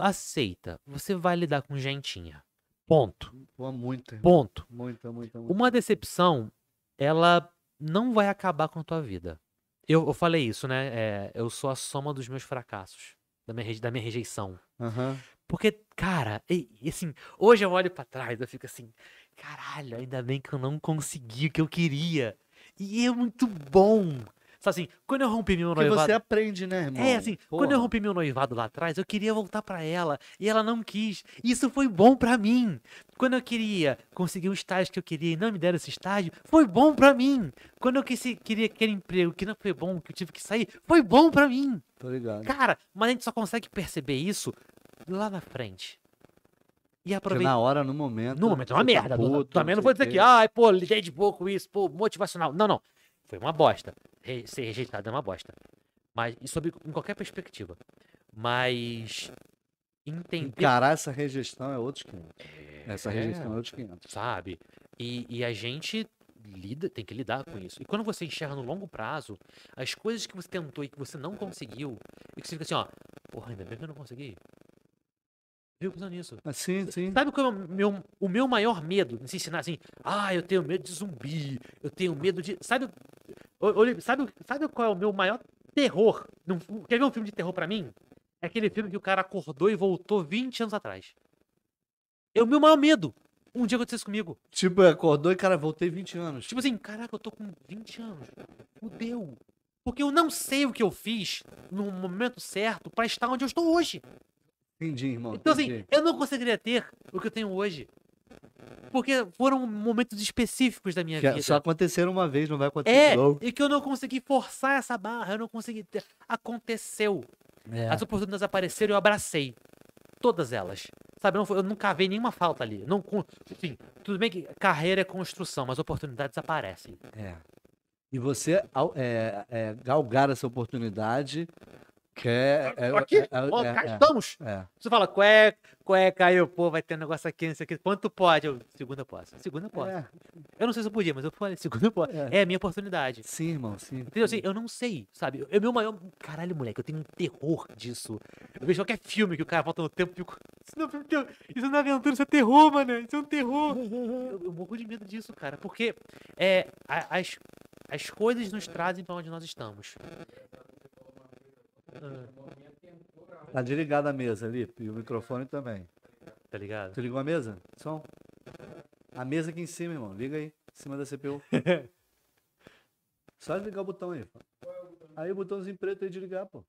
Speaker 2: aceita. Você vai lidar com gentinha. Ponto.
Speaker 1: Porra, muita, irmão.
Speaker 2: Ponto.
Speaker 1: muita, muita, muita.
Speaker 2: Uma decepção, ela não vai acabar com a tua vida. Eu, eu falei isso, né? É, eu sou a soma dos meus fracassos, da minha, reje- da minha rejeição.
Speaker 1: Aham.
Speaker 2: Porque, cara, e- e assim, hoje eu olho pra trás, eu fico assim, caralho, ainda bem que eu não consegui o que eu queria. E é muito bom. Só assim, quando eu rompi meu
Speaker 1: Porque
Speaker 2: noivado...
Speaker 1: você aprende, né, irmão?
Speaker 2: É, assim, quando eu
Speaker 1: Porra.
Speaker 2: rompi meu noivado lá atrás, eu queria voltar pra ela e ela não quis. Isso foi bom pra mim. Quando eu queria conseguir um estágio que eu queria e não me deram esse estágio, foi bom pra mim. Quando eu quis- queria aquele emprego que não foi bom, que eu tive que sair, foi bom pra mim.
Speaker 1: Tô ligado.
Speaker 2: Cara, mas a gente só consegue perceber isso lá na frente. E
Speaker 1: Porque
Speaker 2: aproveitar.
Speaker 1: na hora, no momento.
Speaker 2: No momento é uma
Speaker 1: você tá
Speaker 2: merda. não-
Speaker 1: puto,
Speaker 2: também não
Speaker 1: sei
Speaker 2: vou
Speaker 1: o
Speaker 2: dizer
Speaker 1: quê.
Speaker 2: que, ah, ai, pô, lidei de boa com isso, pô, motivacional. Não, não. Foi uma bosta. Re- ser rejeitado é uma bosta. Mas, e sobre, em qualquer perspectiva. Mas, entender,
Speaker 1: Encarar essa rejeição é outros 500. Essa
Speaker 2: É.
Speaker 1: rejeição é outros 500.
Speaker 2: sabe? E, e a gente lida, tem que lidar com isso. E quando você enxerga no longo prazo, as coisas que você tentou e que você não conseguiu, e que você fica assim, ó, porra, ainda bem que eu não consegui. Viu pensando nisso.
Speaker 1: Ah, Sim, sim.
Speaker 2: Sabe qual é o meu, o meu maior medo? Se ensinar assim, ah, eu tenho medo de zumbi, eu tenho medo de. Sabe, o- olha, sabe, o- sabe qual é o meu maior terror? Num- quer ver um filme de terror pra mim? É aquele filme que o cara acordou e voltou 20 anos atrás. É o meu maior medo. Um dia aconteceu isso comigo.
Speaker 1: Tipo, acordou e, cara, voltei 20 anos.
Speaker 2: Tipo assim, caraca, eu tô com 20 anos. Fudeu. Porque eu não sei o que eu fiz no momento certo pra estar onde eu estou hoje.
Speaker 1: entendi, irmão.
Speaker 2: Então, assim,
Speaker 1: entendi.
Speaker 2: eu não conseguiria ter o que eu tenho hoje. Porque foram momentos específicos da minha
Speaker 1: Que é
Speaker 2: vida.
Speaker 1: só aconteceram uma vez, não vai acontecer
Speaker 2: É,
Speaker 1: de novo.
Speaker 2: e que eu não consegui forçar essa barra, eu não consegui. ter- Aconteceu.
Speaker 1: É.
Speaker 2: As oportunidades apareceram e eu abracei. Todas elas. Sabe, eu, não, fui- eu não cavei nenhuma falta ali. Não, con- enfim, tudo bem que carreira é construção, mas oportunidades aparecem.
Speaker 1: É. E você ao- é, é, galgar essa oportunidade que é. é-
Speaker 2: Tá aqui,
Speaker 1: é- é-
Speaker 2: ó,
Speaker 1: é-
Speaker 2: cá
Speaker 1: é-
Speaker 2: estamos.
Speaker 1: é.
Speaker 2: Você fala, cué, cué, caiu, pô, vai ter um negócio aqui, não sei o que. Quanto pode? Eu, segunda eu posso. Segunda eu posso.
Speaker 1: É,
Speaker 2: Eu não sei se eu podia, mas eu falei, segunda eu posso.
Speaker 1: É.
Speaker 2: É, a minha oportunidade.
Speaker 1: Sim, irmão, sim.
Speaker 2: Entendeu? Assim, eu não sei, sabe? É o meu maior. Caralho, moleque, eu tenho um terror disso. Eu vejo qualquer filme que o cara volta no tempo e fico. Isso não é filme de terror, Isso não é aventura, isso é terror, mano. Isso é um terror. Eu, eu morro de medo disso, cara. Porque é, a- as, as coisas nos trazem pra onde nós estamos. Ah,
Speaker 1: Tá desligada a mesa ali, e o microfone também.
Speaker 2: Tá ligado?
Speaker 1: Tu ligou a mesa? Som? A mesa aqui em cima, irmão. Liga aí. Em cima da CPU. Só desligar o botão aí. pô. Aí o botãozinho preto aí de ligar, pô.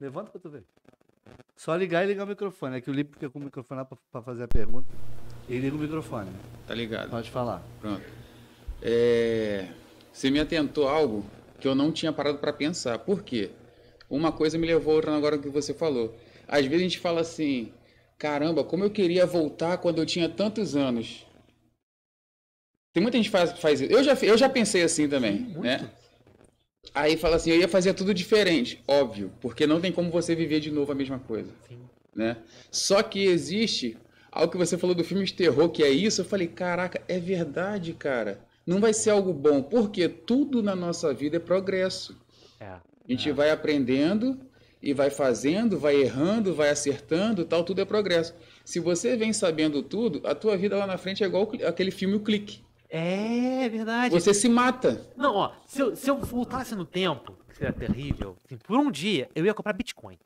Speaker 1: Levanta pra tu ver. Só ligar e ligar o microfone. É que o Lipe fica com o microfone lá pra, pra fazer a pergunta. E liga o microfone.
Speaker 3: Tá ligado?
Speaker 1: Pode falar.
Speaker 3: Pronto. É, você me atentou a algo que eu não tinha parado para pensar. Por quê? Uma coisa me levou a outra agora que você falou. Às vezes a gente fala assim: caramba, como eu queria voltar quando eu tinha tantos anos. Tem muita gente que faz, faz isso. Eu já, eu já pensei assim também, né? Aí fala assim: eu ia fazer tudo diferente. Óbvio, porque não tem como você viver de novo a mesma coisa
Speaker 2: Enfim.
Speaker 3: né? Só que existe algo que você falou do filme de terror, que é isso. Eu falei, caraca, é verdade, cara. Não vai ser algo bom, porque tudo na nossa vida é progresso.
Speaker 2: É.
Speaker 3: A gente vai aprendendo e vai fazendo, vai errando, vai acertando, tal, tudo é progresso. Se você vem sabendo tudo, a tua vida lá na frente é igual o cli- aquele filme O Clique.
Speaker 2: É verdade.
Speaker 3: Você se mata.
Speaker 2: Não, ó, se eu, se eu voltasse no tempo, que seria terrível, assim, por um dia eu ia comprar Bitcoin.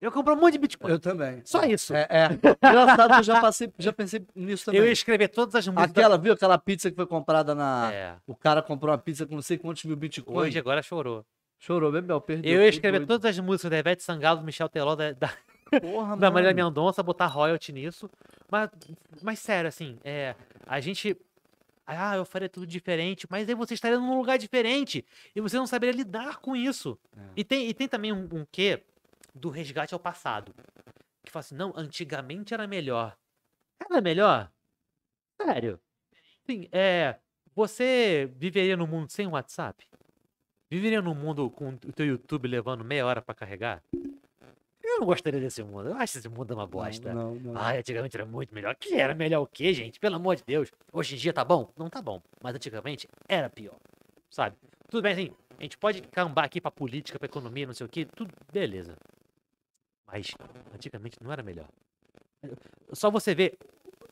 Speaker 2: Eu ia comprar um monte de Bitcoin.
Speaker 1: Eu também.
Speaker 2: Só isso.
Speaker 1: É, é. Engraçado, eu já, passei, já pensei nisso também.
Speaker 2: eu ia escrever todas as músicas.
Speaker 1: Aquela, viu? Aquela pizza que foi comprada na...
Speaker 2: É.
Speaker 1: O cara comprou uma pizza com não sei quantos mil bitcoins.
Speaker 2: Hoje agora chorou.
Speaker 1: Chorou, Bebel, perdeu.
Speaker 2: Eu ia
Speaker 1: tudo,
Speaker 2: escrever
Speaker 1: doido.
Speaker 2: todas as músicas da Ivete Sangalo, do Michel Teló, da, da,
Speaker 1: Porra,
Speaker 2: da Marília
Speaker 1: mano.
Speaker 2: Mendonça, botar royalty nisso. Mas, mas sério, assim, é, a gente. Ah, eu faria tudo diferente, mas aí você estaria num lugar diferente e você não saberia lidar com isso. E, tem, e tem também um, um quê do resgate ao passado. Que fala assim, não, antigamente era melhor. Era melhor? Sério. Sim, é. Você viveria num mundo sem WhatsApp? Viveria num mundo com o teu YouTube levando meia hora pra carregar? Eu não gostaria desse mundo. Eu acho esse mundo uma bosta.
Speaker 1: Não, não, é? não.
Speaker 2: Ai, antigamente era muito melhor. Que era melhor o quê, gente? Pelo amor de Deus. Hoje em dia tá bom? Não tá bom. Mas antigamente era pior. Sabe? Tudo bem, assim, a gente pode cambar aqui pra política, pra economia, não sei o quê. Tudo, beleza. Mas antigamente não era melhor. Só você vê,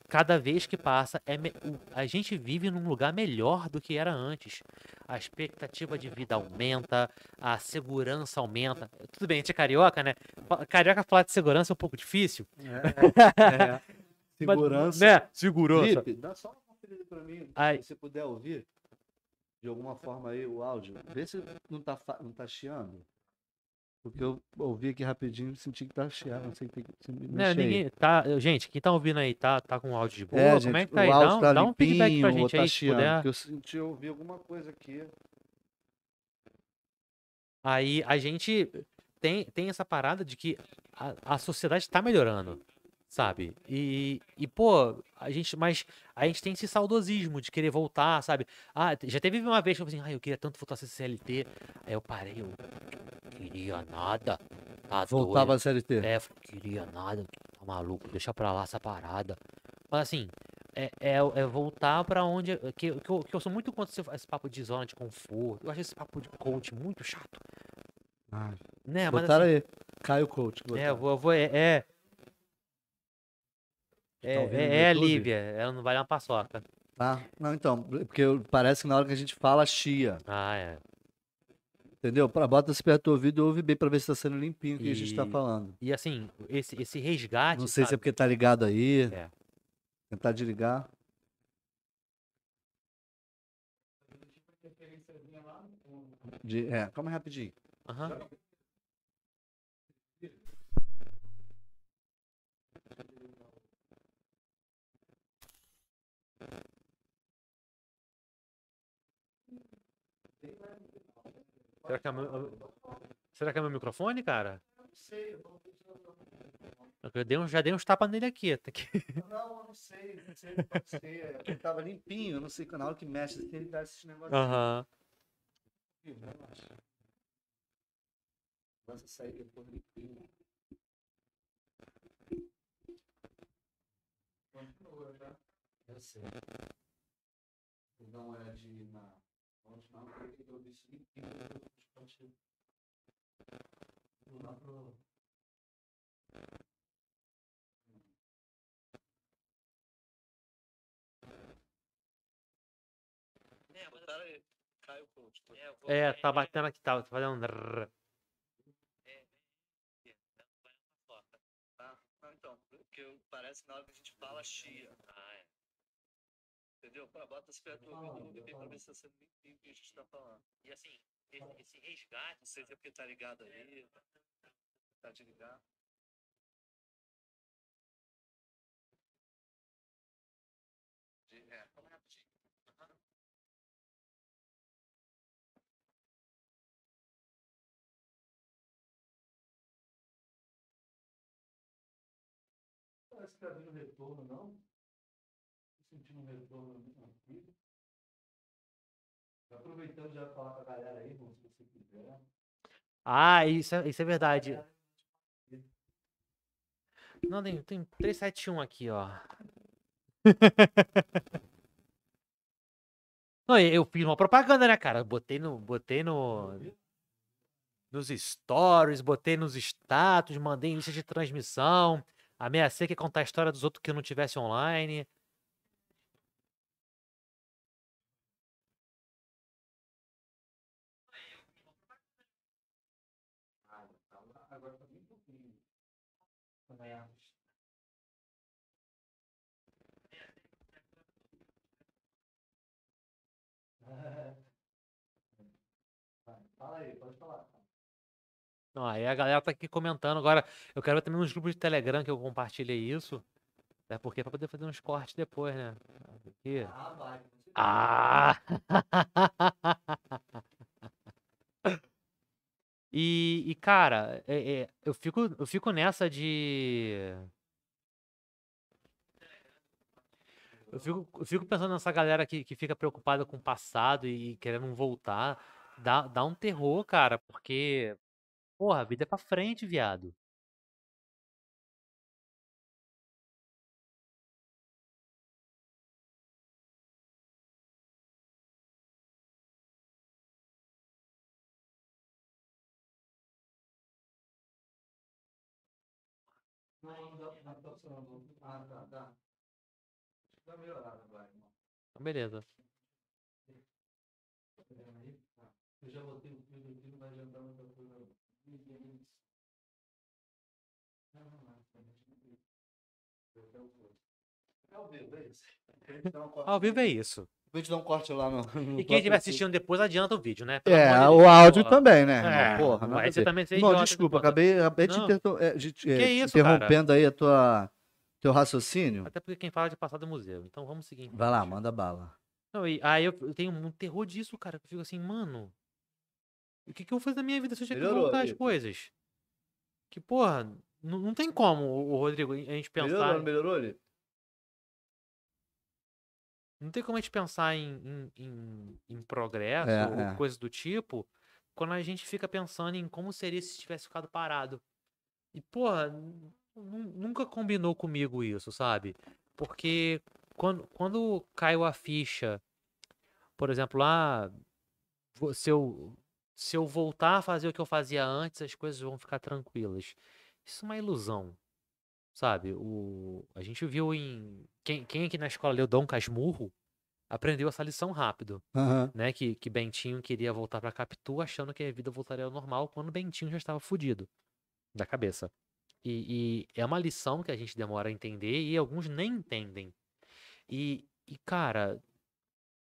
Speaker 2: cada vez que passa, é me- o- a gente vive num lugar melhor do que era antes. A expectativa de vida aumenta, a segurança aumenta. Tudo bem, a gente é carioca, né? Fa- Carioca falar de segurança é um pouco difícil.
Speaker 1: É, é.
Speaker 2: Mas,
Speaker 1: Segurança.
Speaker 2: né? Segurança.
Speaker 1: Felipe, dá só uma conferida pra mim,
Speaker 2: Ai.
Speaker 1: se você puder ouvir de alguma forma aí o áudio. Vê se não tá, fa- não tá chiando. Porque eu ouvi aqui rapidinho e senti que tá chiando. Não sei que tem que se me-
Speaker 2: Né,
Speaker 1: mexer aí.
Speaker 2: ninguém, tá, eu- gente, quem tá ouvindo aí, tá, tá com áudio de boa?
Speaker 1: É,
Speaker 2: Como
Speaker 1: gente,
Speaker 2: é que tá aí?
Speaker 1: o
Speaker 2: Dá,
Speaker 1: áudio
Speaker 2: um-
Speaker 1: tá
Speaker 2: dá um feedback pra
Speaker 1: limpinho, ou
Speaker 2: gente
Speaker 1: tá
Speaker 2: aí, se
Speaker 1: chiando,
Speaker 2: puder.
Speaker 1: porque eu senti, eu ouvi alguma coisa aqui.
Speaker 2: Aí a gente tem, tem essa parada de que a, a sociedade tá melhorando, sabe? E, e, pô, a gente, mas a gente tem esse saudosismo de querer voltar, sabe? Ah, te- já teve uma vez que eu falei assim, ah, eu queria tanto voltar a ser CLT. Aí eu parei, eu queria nada. Tá doido.
Speaker 1: Voltava a série T.
Speaker 2: É, eu falei, queria nada, tá maluco, deixa pra lá essa parada. Mas assim, é, é, é voltar pra onde. é- Que, que, eu, que eu sou muito contra esse, esse papo de zona de conforto. Eu acho esse papo de coach muito chato. Né, mas.
Speaker 1: Botaram
Speaker 2: assim,
Speaker 1: aí. Caio Coach.
Speaker 2: é, eu
Speaker 1: botaram.
Speaker 2: vou, eu vou- é, é. É,
Speaker 1: tá ouvindo no
Speaker 2: é, é a
Speaker 1: YouTube?
Speaker 2: Líbia, ela não vale uma paçoca.
Speaker 1: Tá? Não, então, porque eu- parece que na hora que a gente fala, chia.
Speaker 2: Ah, é.
Speaker 1: Entendeu? Pra, bota se perto do ouvido e ouve bem pra ver se tá sendo limpinho o que a gente tá
Speaker 2: E-
Speaker 1: falando.
Speaker 2: E assim, esse, esse resgate.
Speaker 1: Não sei se é
Speaker 2: sabe?
Speaker 1: porque tá ligado aí.
Speaker 2: Ah, É.
Speaker 1: Tentar desligar. De, é, calma aí rapidinho.
Speaker 2: Aham. Será que, é meu... Será que é meu microfone, cara? Eu dei um, já dei uns tapas nele aqui. tá aqui.
Speaker 1: Não, eu não sei, não sei o que pode ser. Ele tava limpinho, eu não sei, na hora que mexe, assim, ele dá esses
Speaker 2: Ah.
Speaker 1: negócios.
Speaker 2: Aham.
Speaker 1: aqui, né, relaxa. Começa a sair depois limpinho. Continua, né? Eu sei. Vou dar uma olhadinha na onde não, porque eu deixo limpinho, eu vou continuar. Não dá pra-
Speaker 2: É, tá batendo aqui, tá, tá fazendo. um drrr.
Speaker 4: Não, então, porque eu- parece que na hora que a gente fala chia. Entendeu? Pra bota se perto do ouvido do bebê pra ver se tá sendo limpinho o que a gente tá falando. E assim, esse, resgate. Não sei se é porque tá ligado aí. Tá de ligar. De- É, fala rapidinho. Aham.
Speaker 1: Parece que tá vindo retorno, não? Tô sentindo um retorno aqui. Aproveitando já falar com a galera aí, irmão, se você quiser.
Speaker 2: Ah, isso é, isso é verdade. Não, tem, tem 371 aqui, ó. Não, e eu fiz uma propaganda, né, cara? Botei no. Botei no. Nos stories, botei nos status, mandei em lista de transmissão. Ameacei que ia contar a história dos outros que não tivesse online.
Speaker 1: Agora tá bem pouquinho. É. Vai, Fala aí, pode falar.
Speaker 2: Não, aí a galera tá aqui comentando. Agora, eu quero ver também nos grupos de Telegram que eu compartilhei isso. Até porque é pra poder fazer uns cortes depois, né? Aqui.
Speaker 1: Ah, vai. com certeza.
Speaker 2: Ah! E, e, cara, é- é, eu fico, eu fico nessa de. Eu fico, eu fico pensando nessa galera que, que fica preocupada com o passado e, querendo voltar. Dá, dá um terror, cara, porque. Porra, a vida é pra frente, viado.
Speaker 1: Não, não dá, não tá funcionando. Ah, tá, tá. Dá uma melhorada agora, irmão.
Speaker 2: Então, beleza.
Speaker 1: Pegando aí, tá. Eu já botei o filtro aqui, não vai adiantar muita coisa. não. Ninguém me disse. Não, não, não. tá, mas não tem. Eu quero o filtro. É ao vivo, é isso. Depois a gente dá um corte-
Speaker 2: Ao vivo é isso.
Speaker 1: Depois a gente dá um corte lá no. no
Speaker 2: E quem estiver
Speaker 1: próprio
Speaker 2: assistindo depois, adianta o vídeo, né? Pelo
Speaker 1: filtro. É,
Speaker 2: amor
Speaker 1: o
Speaker 2: de Deus,
Speaker 1: áudio
Speaker 2: porra.
Speaker 1: também, né?
Speaker 2: É,
Speaker 1: irmão? porra,
Speaker 2: não
Speaker 1: nada a
Speaker 2: é você
Speaker 1: ver.
Speaker 2: também ser
Speaker 1: Não,
Speaker 2: idiota,
Speaker 1: desculpa,
Speaker 2: porra.
Speaker 1: acabei, acabei te
Speaker 2: Não.
Speaker 1: interrom- é, de- é, te
Speaker 2: isso, cara?
Speaker 1: interrompendo aí a tua, teu raciocínio.
Speaker 2: Até porque quem fala de passado é museu. Então vamos seguir. em
Speaker 1: Vai lá,
Speaker 2: frente.
Speaker 1: manda bala.
Speaker 2: Não, e, aí eu, eu tenho um terror disso, cara. que Eu fico assim, mano. O que, que eu vou fazer na minha vida se eu tiver que
Speaker 1: Melhorou,
Speaker 2: voltar as
Speaker 1: Vitor.
Speaker 2: coisas? Que, porra, não, não tem como, o Rodrigo, a gente pensar.
Speaker 1: melhorou ele?
Speaker 2: Não tem como a gente pensar em, em, em, em progresso
Speaker 1: É,
Speaker 2: ou
Speaker 1: é.
Speaker 2: coisa do tipo quando a gente fica pensando em como seria se tivesse ficado parado. E, porra, nu- nunca combinou comigo isso, sabe? Porque quando, quando caiu a ficha, por exemplo, lá, vo- se eu, se eu voltar a fazer o que eu fazia antes, as coisas vão ficar tranquilas. Isso é uma ilusão. Sabe? O, a gente viu em. Quem, quem aqui na escola leu Dom Casmurro aprendeu essa lição rápido,
Speaker 1: Aham.
Speaker 2: né? Que, que Bentinho queria voltar pra Capitu achando que a vida voltaria ao normal quando Bentinho já estava fudido da cabeça. E, e é uma lição que a gente demora a entender e alguns nem entendem. E, e cara,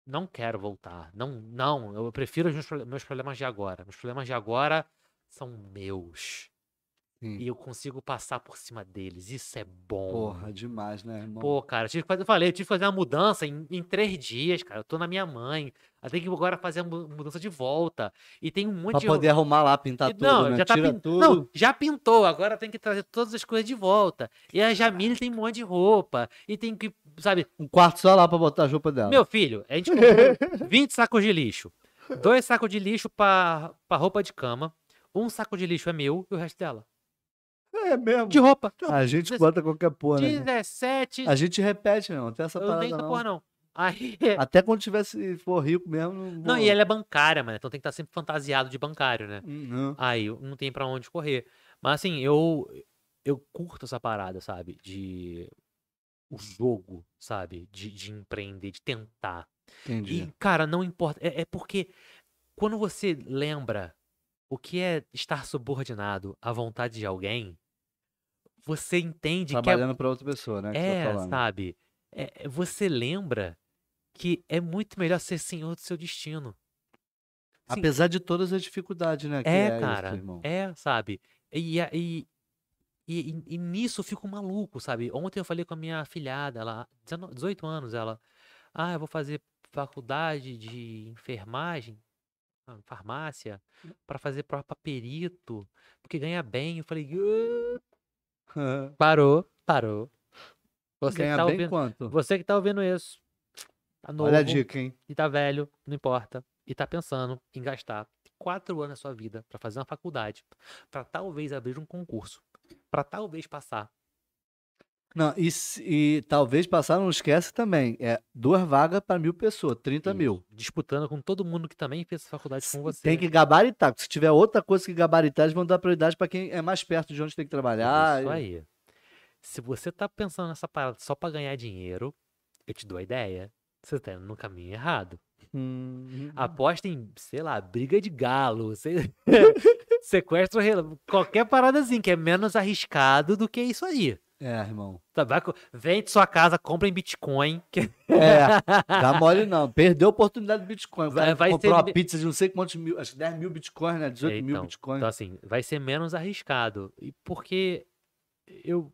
Speaker 2: não quero voltar. Não, não, eu prefiro os meus prole- meus problemas de agora. Meus problemas de agora são meus.
Speaker 1: Sim.
Speaker 2: E eu consigo passar por cima deles. Isso é bom.
Speaker 1: Porra, demais, né, irmão?
Speaker 2: Pô, cara, eu tive que fazer, eu falei, eu tive que fazer uma mudança em, em três dias, cara. Eu tô na minha mãe. Eu tenho que agora fazer a mu- mudança de volta. E tem um monte
Speaker 1: pra
Speaker 2: de.
Speaker 1: poder arrumar lá, pintar
Speaker 2: e-
Speaker 1: tudo,
Speaker 2: não,
Speaker 1: né?
Speaker 2: já tá
Speaker 1: Tira
Speaker 2: pin-
Speaker 1: tudo.
Speaker 2: não, já pintou, agora tem que trazer todas as coisas de volta. E a Jamile tem um monte de roupa. E tem que, sabe,
Speaker 1: Um quarto só lá pra botar a roupa dela.
Speaker 2: meu filho, a gente comprou 20 sacos de lixo. Dois sacos de lixo pra, pra roupa de cama. Um saco de lixo é meu e o resto dela.
Speaker 1: É mesmo.
Speaker 2: De roupa.
Speaker 1: A gente
Speaker 2: Dezesse-
Speaker 1: bota qualquer porra, né?
Speaker 2: 17.
Speaker 1: A gente repete, não. Até essa
Speaker 2: Eu
Speaker 1: parada,
Speaker 2: nem essa
Speaker 1: não.
Speaker 2: porra, não. Aí.
Speaker 1: Até quando tiver, se for rico mesmo, não
Speaker 2: Não,
Speaker 1: vou-
Speaker 2: e ela é bancária, mano. Então tem que estar sempre fantasiado de bancário, né?
Speaker 1: Uhum.
Speaker 2: Aí eu não tem pra onde correr. Mas assim, eu eu curto essa parada, sabe? De o jogo, sabe? De, de empreender, de tentar.
Speaker 1: Entendi.
Speaker 2: E, cara, não importa. É, é porque quando você lembra o que é estar subordinado à vontade de alguém, você entende que é
Speaker 1: Trabalhando pra outra pessoa, né? que você tá
Speaker 2: é,
Speaker 1: falando.
Speaker 2: sabe? É, é- você lembra que é muito melhor ser senhor do seu destino. Sim.
Speaker 1: Apesar de todas as dificuldades, né? que
Speaker 2: É,
Speaker 1: isso,
Speaker 2: cara.
Speaker 1: irmão.
Speaker 2: É, sabe? E, a- e, e, e- e nisso eu fico maluco, sabe? Ontem eu falei com a minha filhada, ela, 19 18 anos, ela. Ah, eu vou fazer faculdade de enfermagem, ah, farmácia,
Speaker 1: Hum.
Speaker 2: pra fazer prova pra perito, porque ganha bem. Eu falei, "Ah, parou, parou. É. Você que
Speaker 1: Ganha
Speaker 2: tá
Speaker 1: bem
Speaker 2: ouvindo,
Speaker 1: quanto?
Speaker 2: você que tá ouvindo isso, tá novo
Speaker 1: Olha a dica, hein?
Speaker 2: e tá velho, não importa, e tá pensando em gastar quatro anos da sua vida pra fazer uma faculdade, pra talvez abrir um concurso, pra talvez passar.
Speaker 1: Não, e, se- e talvez passar, não esquece também. É duas vagas pra mil pessoas, 30
Speaker 2: isso,
Speaker 1: mil.
Speaker 2: Disputando com todo mundo que também fez faculdade Tá com você.
Speaker 1: Tem que gabaritar. porque Se tiver outra coisa que gabaritar, eles vão dar prioridade pra quem é mais perto de onde tem que trabalhar.
Speaker 2: Isso aí. Se você tá pensando nessa parada só pra ganhar dinheiro, eu te dou a ideia. Você tá indo no caminho errado.
Speaker 1: Hum,
Speaker 2: Aposta em, sei lá, briga de galo, sei... sequestro, relâmpago, qualquer parada assim, que é menos arriscado do que isso aí.
Speaker 1: É, irmão.
Speaker 2: Tá, vai co- Vende sua casa, compra em Bitcoin. que-
Speaker 1: É, dá mole não. Perdeu a oportunidade do Bitcoin. Vai,
Speaker 2: Vai- vai
Speaker 1: comprou
Speaker 2: ser
Speaker 1: uma
Speaker 2: mi-
Speaker 1: pizza de não sei quantos mil, acho que 10 mil Bitcoin, né? 18 mil
Speaker 2: Então,
Speaker 1: Bitcoin.
Speaker 2: Então, assim, vai ser menos arriscado. E porque eu.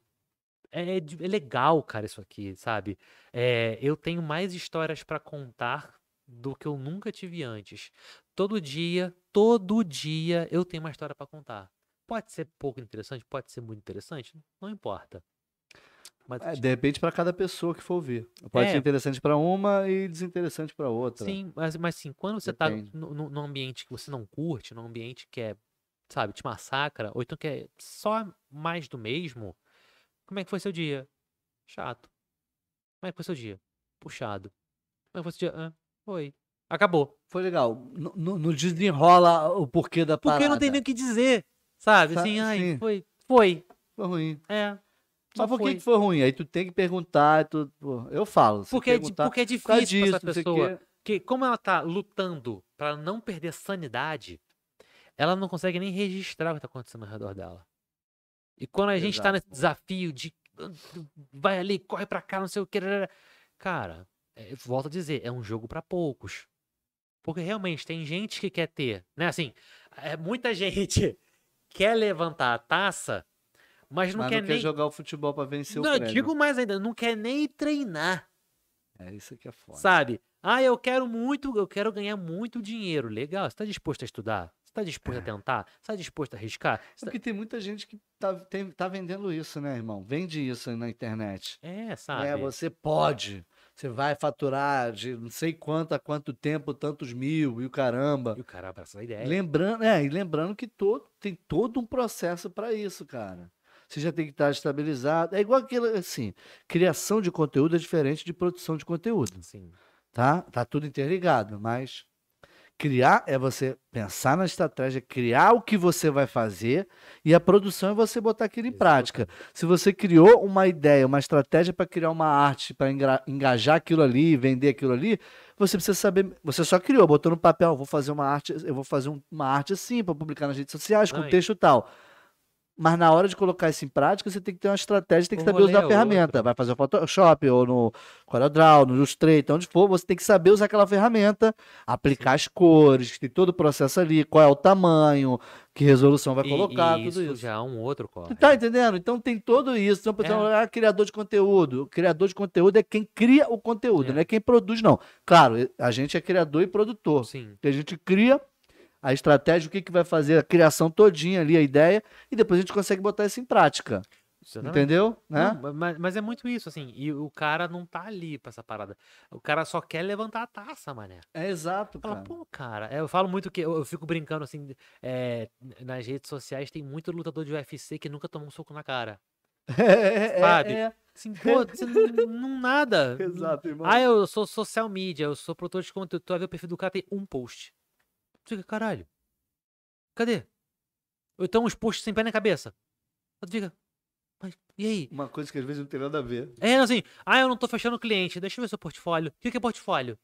Speaker 2: É, é de- é legal, cara, isso aqui, sabe? É, eu tenho mais histórias pra contar do que eu nunca tive antes. Todo dia, todo dia eu tenho uma história pra contar. Pode ser pouco interessante, pode ser muito interessante, não importa. Mas
Speaker 1: É, de repente, pra cada pessoa que for ouvir. Pode
Speaker 2: É.
Speaker 1: ser interessante pra uma e desinteressante pra outra.
Speaker 2: Sim, mas, mas assim, quando você tá
Speaker 1: Depende.
Speaker 2: no- no- num ambiente que você não curte, num ambiente que é, sabe, te massacra, ou então que é só mais do mesmo, como é que foi seu dia? Chato. Como é que foi seu dia? Puxado. Como é que foi seu dia? Hã? foi. Acabou.
Speaker 1: Foi legal. No, no- no desenrola o porquê da
Speaker 2: Porque
Speaker 1: parada.
Speaker 2: não tem nem o que dizer, sabe?
Speaker 1: Sa-
Speaker 2: Assim, ai,
Speaker 1: sim.
Speaker 2: foi. Foi.
Speaker 1: Foi ruim.
Speaker 2: É. só
Speaker 1: Mas por que
Speaker 2: foi.
Speaker 1: que foi ruim? Aí tu tem que perguntar. Tu, pô, eu falo. se
Speaker 2: Porque é, di-
Speaker 1: perguntar,
Speaker 2: porque é
Speaker 1: por causa
Speaker 2: difícil pra
Speaker 1: disso,
Speaker 2: essa
Speaker 1: não sei o
Speaker 2: pessoa.
Speaker 1: quê.
Speaker 2: Porque como ela tá lutando pra não perder sanidade, ela não consegue nem registrar o que tá acontecendo ao redor dela. E quando a gente tá nesse desafio de "Ah, vai ali, corre pra cá, não sei o que. rarara", Cara, é, volto a dizer, é um jogo pra poucos. Porque realmente tem gente que quer ter, né? Assim, é, muita gente quer levantar a taça, mas não
Speaker 1: Mas
Speaker 2: quer
Speaker 1: não quer
Speaker 2: nem.
Speaker 1: jogar o futebol pra vencer
Speaker 2: não,
Speaker 1: o
Speaker 2: eu
Speaker 1: prêmio.
Speaker 2: digo mais ainda, não quer nem treinar.
Speaker 1: É isso que é foda.
Speaker 2: Sabe? Ah, eu quero muito, eu quero ganhar muito dinheiro. Legal, você tá disposto a estudar? Você tá disposto a tentar? Você tá disposto a arriscar? Você
Speaker 1: É
Speaker 2: tá-
Speaker 1: Porque tem muita gente que tá, tem- tá vendendo isso, né, irmão? Vende isso na internet.
Speaker 2: É, sabe?
Speaker 1: É, você pode. Você vai faturar de não sei quanto a quanto tempo, tantos mil e o caramba.
Speaker 2: E o cara abraça a ideia.
Speaker 1: Lembrando, é, e lembrando que todo, tem todo um processo para isso, cara. Você já tem que estar estabilizado. É igual aquilo, assim, criação de
Speaker 2: assim.
Speaker 1: conteúdo é diferente de produção de conteúdo,
Speaker 2: Sim.
Speaker 1: tá? Tá tudo interligado, mas Criar é você pensar na estratégia, criar o que você vai fazer e a produção é você botar aquilo em
Speaker 2: Exato.
Speaker 1: prática. Se você criou uma ideia, uma estratégia para criar uma arte, para engajar aquilo ali, vender aquilo ali, você precisa saber. Você só criou, botou no papel, "Eu vou fazer uma arte, eu vou fazer um- uma arte assim para publicar nas redes sociais, com
Speaker 2: Não, e-
Speaker 1: texto e tal. Mas na hora de colocar isso em prática, você tem que ter uma estratégia, tem que
Speaker 2: Um
Speaker 1: saber
Speaker 2: rolê
Speaker 1: usar a
Speaker 2: ou
Speaker 1: ferramenta. Vai fazer o Photoshop ou no CorelDRAW, no Illustrator, onde for, você tem que saber usar aquela ferramenta, aplicar as cores, tem todo o processo ali, qual é o tamanho, que resolução vai
Speaker 2: E-
Speaker 1: colocar,
Speaker 2: e
Speaker 1: tudo isso.
Speaker 2: já é um outro corre.
Speaker 1: Tu tá entendendo? Então tem tudo isso. Então, pessoal, ah, criador de conteúdo. O criador de conteúdo é quem cria o conteúdo,
Speaker 2: É.
Speaker 1: não é quem produz, não. Claro, a gente é criador e produtor.
Speaker 2: Sim.
Speaker 1: Que a gente cria a estratégia, o que, que vai fazer, a criação todinha ali, a ideia, e depois a gente consegue botar isso em prática.
Speaker 2: Exatamente.
Speaker 1: Entendeu? Né?
Speaker 2: Não, mas, mas é muito isso, assim. E o cara não tá ali pra essa parada. O cara só quer levantar a taça, mané.
Speaker 1: É exato,
Speaker 2: Fala,
Speaker 1: cara.
Speaker 2: pô, cara. é, Eu falo muito que. Eu, eu fico brincando, assim. é, nas redes sociais tem muito lutador de UFC que nunca tomou um soco na cara.
Speaker 1: É, é,
Speaker 2: Sabe?
Speaker 1: é,
Speaker 2: Assim, pô, você não, não nada.
Speaker 1: é. Exato, irmão.
Speaker 2: Ah, eu sou social media, eu sou produtor de conteúdo. Tu vai ver o perfil do cara, tem um post. Tu fica, caralho. Cadê? Ou então uns posts sem pé na cabeça. Tu fica, mas e aí?
Speaker 1: Uma coisa que às vezes não tem nada a ver.
Speaker 2: É assim, ah, eu não tô fechando o cliente, deixa eu ver seu portfólio. O que que é portfólio?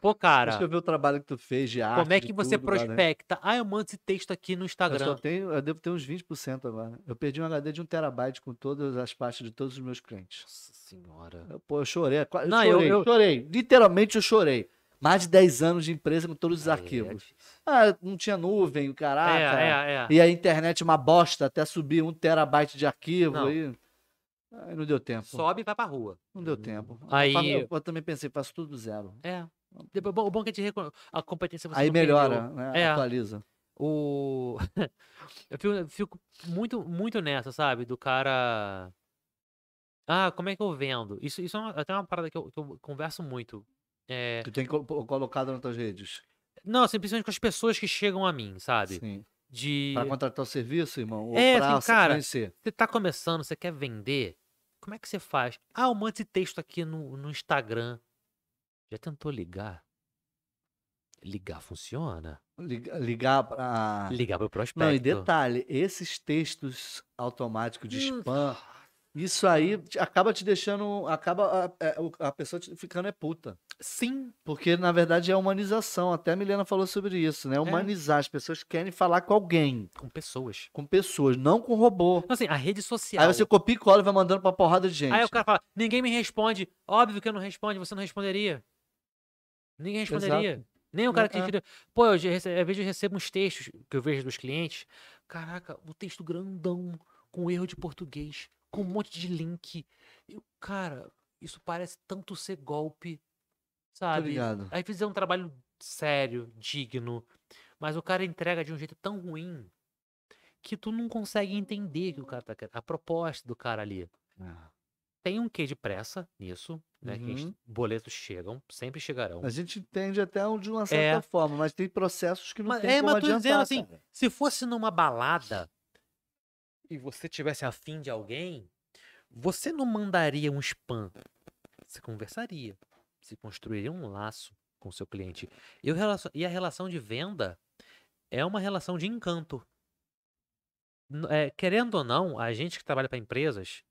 Speaker 2: Pô, cara,
Speaker 1: Deixa eu ver o trabalho que tu fez de arte.
Speaker 2: como é
Speaker 1: de
Speaker 2: que você
Speaker 1: tudo lá, né?
Speaker 2: prospecta? Ah, eu mando esse texto aqui no
Speaker 1: Eu só
Speaker 2: Instagram.
Speaker 1: tenho, eu devo ter uns 20% agora. Eu perdi um HD de 1 terabyte com todas as pastas de todos os meus clientes.
Speaker 2: Nossa senhora.
Speaker 1: Eu, pô, eu chorei. qua- Eu
Speaker 2: Não, eu-
Speaker 1: chorei,
Speaker 2: eu-
Speaker 1: chorei. Literalmente eu chorei. Mais de 10 anos de empresa com todos os
Speaker 2: Aí é
Speaker 1: arquivos. tá.
Speaker 2: difícil.
Speaker 1: Ah, não tinha nuvem, o
Speaker 2: É,
Speaker 1: caraca.
Speaker 2: é, é.
Speaker 1: E a internet uma bosta até subir um terabyte de arquivo.
Speaker 2: Não.
Speaker 1: Aí, aí não deu tempo.
Speaker 2: Sobe e vai pra rua.
Speaker 1: Não deu tempo. Eu
Speaker 2: Aí-
Speaker 1: faço- Eu, eu também pensei, faço tudo do zero.
Speaker 2: É. Depois, bom- o bom é que a gente recon- a competência você
Speaker 1: Aí
Speaker 2: não perdeu.
Speaker 1: melhora, né?
Speaker 2: É.
Speaker 1: Atualiza.
Speaker 2: O. Eu fico, eu fico muito, muito nessa, sabe? Do cara. Ah, como é que eu vendo? Isso, isso é uma- até uma parada que eu, que eu converso muito. É...
Speaker 1: Tu tem co- colocado nas tuas redes.
Speaker 2: Não, assim, principalmente com as pessoas que chegam a mim, sabe?
Speaker 1: Sim.
Speaker 2: De.
Speaker 1: Pra contratar o serviço, irmão? Ou
Speaker 2: É,
Speaker 1: pra
Speaker 2: assim, cara,
Speaker 1: conhecer?
Speaker 2: Você tá começando, você quer vender? Como é que você faz? Ah, eu mando esse texto aqui no, no Instagram. Já tentou ligar? Ligar funciona?
Speaker 1: Liga- Ligar pra.
Speaker 2: Ligar pro prospecto.
Speaker 1: Ah. Não, e detalhe, esses textos automáticos de
Speaker 2: Hum.
Speaker 1: spam, isso aí te- acaba te deixando. Acaba a, é, o- a pessoa te- ficando é puta.
Speaker 2: Sim,
Speaker 1: Porque, na verdade, é humanização. Até a Milena falou sobre isso,
Speaker 2: É.
Speaker 1: né? Humanizar. As pessoas querem falar com alguém,
Speaker 2: com pessoas.
Speaker 1: com pessoas, não com robô.
Speaker 2: Então, assim, a rede social.
Speaker 1: Aí você copia e cola e vai mandando pra porrada de gente.
Speaker 2: Aí o cara fala, ninguém me responde. Óbvio que eu não responde, você não responderia. Ninguém
Speaker 1: Exato.
Speaker 2: responderia. Nem o cara que
Speaker 1: É.
Speaker 2: escreveu. Pô, eu, já rece- às vezes eu recebo uns textos que eu vejo dos clientes. Caraca, o texto grandão, com erro de português, com um monte de link. Eu, cara, isso parece tanto ser golpe,
Speaker 1: Tô
Speaker 2: sabe?
Speaker 1: ligado.
Speaker 2: Aí fizeram um trabalho sério, digno, mas o cara entrega de um jeito tão ruim que tu não consegue entender que o cara tá querendo, a proposta do cara ali. Tem um quê de pressa nisso, né? Que
Speaker 1: Uhum.
Speaker 2: os boletos chegam, sempre chegarão.
Speaker 1: A gente entende até um- de uma certa
Speaker 2: É.
Speaker 1: forma, mas tem processos que não
Speaker 2: Mas-
Speaker 1: tem
Speaker 2: é,
Speaker 1: como
Speaker 2: mas tô
Speaker 1: adiantar.
Speaker 2: dizendo assim,
Speaker 1: cara.
Speaker 2: Se fosse numa balada e você tivesse afim de alguém, você não mandaria um spam. Você conversaria. Você construiria um laço com seu cliente. E, o relacio- e a relação de venda é uma relação de encanto. N- é, querendo ou não, a gente que trabalha para empresas,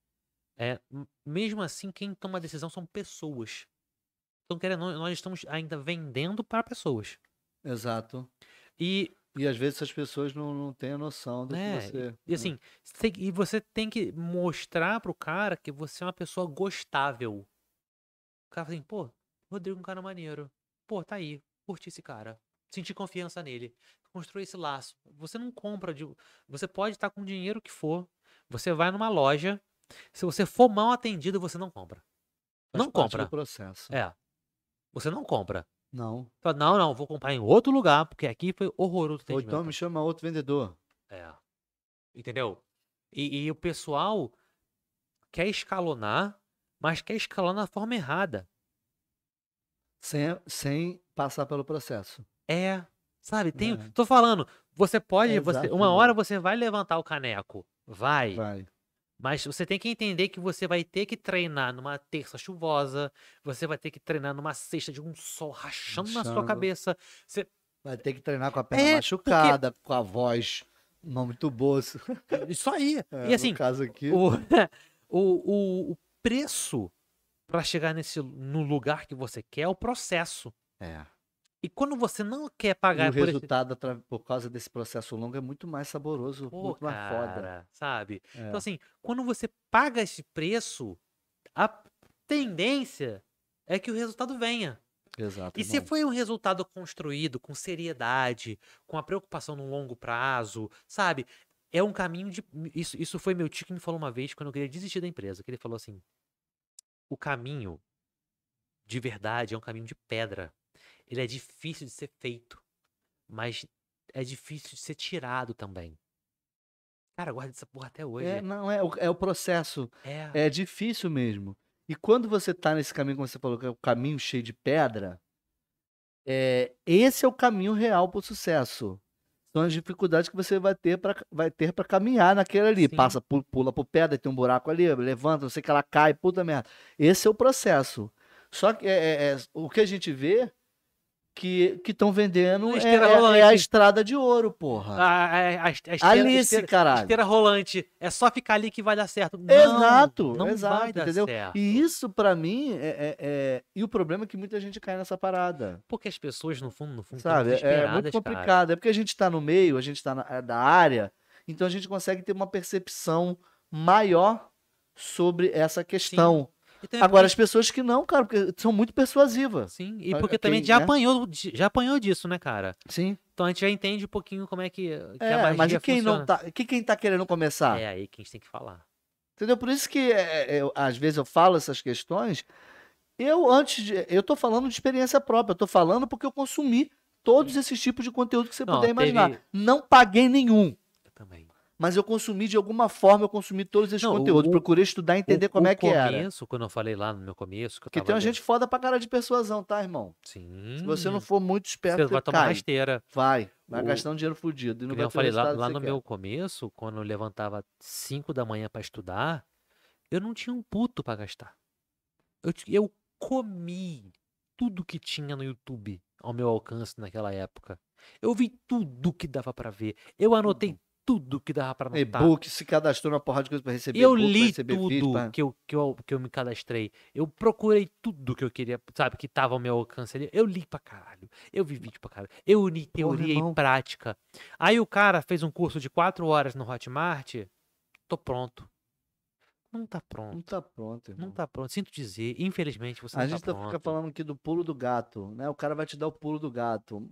Speaker 2: é, m- mesmo assim, quem toma a decisão são pessoas. Então, querendo ou não, nós estamos ainda vendendo para pessoas.
Speaker 1: Exato.
Speaker 2: E
Speaker 1: E às vezes as pessoas não, não têm a noção do
Speaker 2: É,
Speaker 1: que você.
Speaker 2: E assim, você tem que- e você tem que mostrar pro cara que você é uma pessoa gostável. O cara fala assim, pô, Rodrigo é um cara maneiro. Pô, tá aí, curti esse cara. Senti confiança nele. Construir esse laço. Você não compra de. Você pode estar com o dinheiro que for. Você vai numa loja. Se você for mal atendido, você não compra.
Speaker 1: faz
Speaker 2: não
Speaker 1: parte do
Speaker 2: compra.
Speaker 1: processo.
Speaker 2: É. Você não compra.
Speaker 1: Não.
Speaker 2: Fala, não, não, vou comprar em outro lugar, porque aqui foi horroroso o
Speaker 1: Ou então
Speaker 2: atendimento.
Speaker 1: me chama outro vendedor.
Speaker 2: É. Entendeu? E, e o pessoal quer escalonar, mas quer escalonar da forma errada.
Speaker 1: Sem, sem passar pelo processo.
Speaker 2: É. Sabe, tem.
Speaker 1: É.
Speaker 2: Tô falando, você pode. você- uma
Speaker 1: Exatamente.
Speaker 2: hora você vai levantar o caneco. Vai.
Speaker 1: Vai.
Speaker 2: Mas você tem que entender que você vai ter que treinar numa terça chuvosa, você vai ter que treinar numa sexta de um sol rachando na sua
Speaker 1: Rachando.
Speaker 2: cabeça. Você-
Speaker 1: Vai ter que treinar com a perna
Speaker 2: É,
Speaker 1: machucada, com a voz não muito boa.
Speaker 2: Isso aí.
Speaker 1: É,
Speaker 2: e assim,
Speaker 1: no caso aqui.
Speaker 2: o, o, o, o preço para chegar nesse no lugar que você quer é o processo.
Speaker 1: É.
Speaker 2: E quando você não quer
Speaker 1: E o
Speaker 2: pagar por esse
Speaker 1: resultado atra- por causa desse processo longo é muito mais saboroso,
Speaker 2: Pô,
Speaker 1: muito mais foda.
Speaker 2: cara, sabe?
Speaker 1: É.
Speaker 2: Então, assim, quando você paga esse preço, a tendência é que o resultado venha.
Speaker 1: Exato.
Speaker 2: E se
Speaker 1: irmão.
Speaker 2: foi um resultado construído com seriedade, com a preocupação no longo prazo, sabe? É um caminho de. Isso, isso foi meu tio que me falou uma vez quando eu queria desistir da empresa, que ele falou assim: o caminho de verdade é um caminho de pedra. Ele é difícil de ser feito, mas é difícil de ser tirado também. Cara, guarda essa porra até hoje.
Speaker 1: É, não, é, o- é o processo.
Speaker 2: É,
Speaker 1: É difícil mesmo. E quando você tá nesse caminho, como você falou, que é o caminho cheio de pedra, é, esse é o caminho real pro sucesso. São as dificuldades que você vai ter pra vai ter para caminhar naquele ali.
Speaker 2: Sim.
Speaker 1: Passa, pu- pula pro pedra, tem um buraco ali, levanta, não sei o que ela cai, puta merda. Esse é o processo. Só que é, é, é, o que a gente vê que que estão vendendo
Speaker 2: Uma
Speaker 1: é,
Speaker 2: esteira
Speaker 1: é- é a
Speaker 2: rolante. Ah,
Speaker 1: estrada de ouro, porra.
Speaker 2: A, a- a- a esteira-
Speaker 1: Ali esse
Speaker 2: esteira-
Speaker 1: caralho.
Speaker 2: esteira rolante. É só ficar ali que vai dar certo. Não,
Speaker 1: Exato,
Speaker 2: não
Speaker 1: exato,
Speaker 2: vai dar
Speaker 1: entendeu?
Speaker 2: certo.
Speaker 1: E isso pra mim é, é- é- E o problema é que muita gente cai nessa parada.
Speaker 2: Porque as pessoas, no fundo, no fundo,
Speaker 1: Sabe?
Speaker 2: estão
Speaker 1: É muito
Speaker 2: desesperadas,
Speaker 1: complicado.
Speaker 2: cara.
Speaker 1: É porque a gente tá no meio, a gente tá na, é da área, então a gente consegue ter uma percepção maior sobre essa questão.
Speaker 2: E também
Speaker 1: Agora, as
Speaker 2: porque-
Speaker 1: pessoas que não, cara, porque são muito persuasivas.
Speaker 2: Sim, e
Speaker 1: Ah,
Speaker 2: porque
Speaker 1: ok,
Speaker 2: também já,
Speaker 1: né?
Speaker 2: apanhou, de- já apanhou disso, né, cara?
Speaker 1: Sim.
Speaker 2: Então a gente já entende um pouquinho como é que, que a
Speaker 1: É,
Speaker 2: magia
Speaker 1: mas e quem
Speaker 2: funciona.
Speaker 1: não tá. Que quem tá querendo começar?
Speaker 2: É aí que a gente tem que falar.
Speaker 1: Entendeu? Por isso que é, é, eu- às vezes eu falo essas questões. Eu antes de, eu tô falando de experiência própria, eu tô falando porque eu consumi todos esses tipos de conteúdo que você
Speaker 2: Não,
Speaker 1: puder imaginar.
Speaker 2: teve-
Speaker 1: Não paguei nenhum,
Speaker 2: Eu também.
Speaker 1: mas eu consumi de alguma forma, eu consumi todos esses
Speaker 2: Não, o-
Speaker 1: conteúdos,
Speaker 2: o-
Speaker 1: procurei estudar e entender
Speaker 2: O-
Speaker 1: como
Speaker 2: o
Speaker 1: é que era.
Speaker 2: começo, quando eu falei lá no meu começo... Que eu
Speaker 1: Porque
Speaker 2: tava
Speaker 1: tem uma
Speaker 2: vendo-
Speaker 1: gente foda pra cara de persuasão, tá, irmão?
Speaker 2: Sim.
Speaker 1: Se você não for muito esperto,
Speaker 2: Você
Speaker 1: você
Speaker 2: vai tomar
Speaker 1: cai.
Speaker 2: rasteira.
Speaker 1: Vai, vai
Speaker 2: O-
Speaker 1: gastando dinheiro fudido. E não
Speaker 2: Que
Speaker 1: vai
Speaker 2: nem eu
Speaker 1: ter o
Speaker 2: falei lá,
Speaker 1: resultado
Speaker 2: lá
Speaker 1: que
Speaker 2: no
Speaker 1: você
Speaker 2: meu começo, quando eu levantava 5 da manhã pra estudar, eu não tinha um puto pra gastar. Eu, ti- eu comi tudo que tinha no YouTube ao meu alcance naquela época. Eu vi tudo que dava pra ver. Eu anotei tudo que dava pra
Speaker 1: quer.
Speaker 2: anotar.
Speaker 1: E-book, se cadastrou na porrada de coisa pra receber
Speaker 2: Eu
Speaker 1: e-book, pra
Speaker 2: li
Speaker 1: receber vídeo,
Speaker 2: tudo
Speaker 1: pra-
Speaker 2: que, eu, que, eu, que eu me cadastrei. Eu procurei tudo que eu queria, sabe, que tava ao meu alcance ali. Eu li pra caralho. Eu vi vídeo pra caralho. Eu uni teoria
Speaker 1: irmão.
Speaker 2: e prática. Aí o cara fez um curso de quatro horas no Hotmart. Tô pronto. Não tá
Speaker 1: Não
Speaker 2: pronto.
Speaker 1: tá pronto, irmão.
Speaker 2: Não tá pronto. Sinto dizer, infelizmente você
Speaker 1: A
Speaker 2: não
Speaker 1: gente
Speaker 2: tá
Speaker 1: tá
Speaker 2: pronto.
Speaker 1: fica falando aqui do pulo do gato, né? O cara vai te dar o pulo do gato.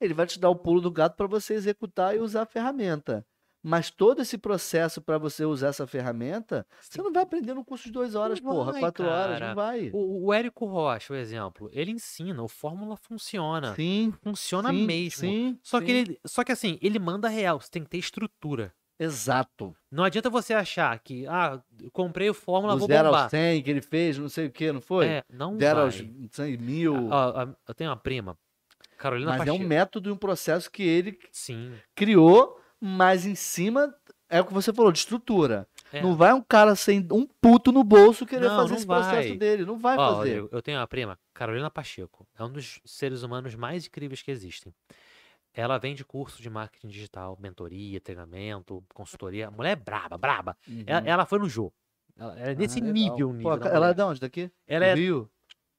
Speaker 1: Ele vai te dar o pulo do gato para você executar e usar a ferramenta. Mas todo esse processo para você usar essa ferramenta, você não vai aprender no curso de duas horas, porra,
Speaker 2: vai,
Speaker 1: quatro horas, não
Speaker 2: cara.
Speaker 1: vai.
Speaker 2: O, o Érico Rocha, por exemplo, ele ensina, o Fórmula funciona.
Speaker 1: Sim,
Speaker 2: Funciona
Speaker 1: sim,
Speaker 2: mesmo.
Speaker 1: sim,
Speaker 2: Só,
Speaker 1: sim.
Speaker 2: que ele, só que assim, ele manda real, você tem que ter estrutura.
Speaker 1: Exato.
Speaker 2: Não adianta você achar que, ah, comprei o Fórmula,
Speaker 1: Do
Speaker 2: vou
Speaker 1: zero
Speaker 2: bombar.
Speaker 1: aos 100 que ele fez, não sei o que, não foi?
Speaker 2: É, não
Speaker 1: zero
Speaker 2: vai. Ah,
Speaker 1: aos 100 mil.
Speaker 2: Ó, ó, eu tenho uma prima, Carolina
Speaker 1: mas é
Speaker 2: Pacheco.
Speaker 1: um método e um processo que ele
Speaker 2: Sim.
Speaker 1: criou, mas em cima é o que você falou, de estrutura.
Speaker 2: é.
Speaker 1: Não vai um cara sem um puto no bolso querer
Speaker 2: Não,
Speaker 1: fazer
Speaker 2: não
Speaker 1: esse processo
Speaker 2: vai.
Speaker 1: dele. Não vai
Speaker 2: Ó,
Speaker 1: fazer.
Speaker 2: Rodrigo, eu tenho uma prima, Carolina Pacheco. É um dos seres humanos mais incríveis que existem. Ela vende curso de marketing digital, mentoria, treinamento, consultoria. A mulher é braba, braba.
Speaker 1: Uhum.
Speaker 2: Ela, ela foi no jogo. Ela, ela é nesse é, nível, nível.
Speaker 1: Ah, Pô,
Speaker 2: da
Speaker 1: ela é
Speaker 2: mulher.
Speaker 1: de onde? Daqui?
Speaker 2: ela é
Speaker 1: Rio?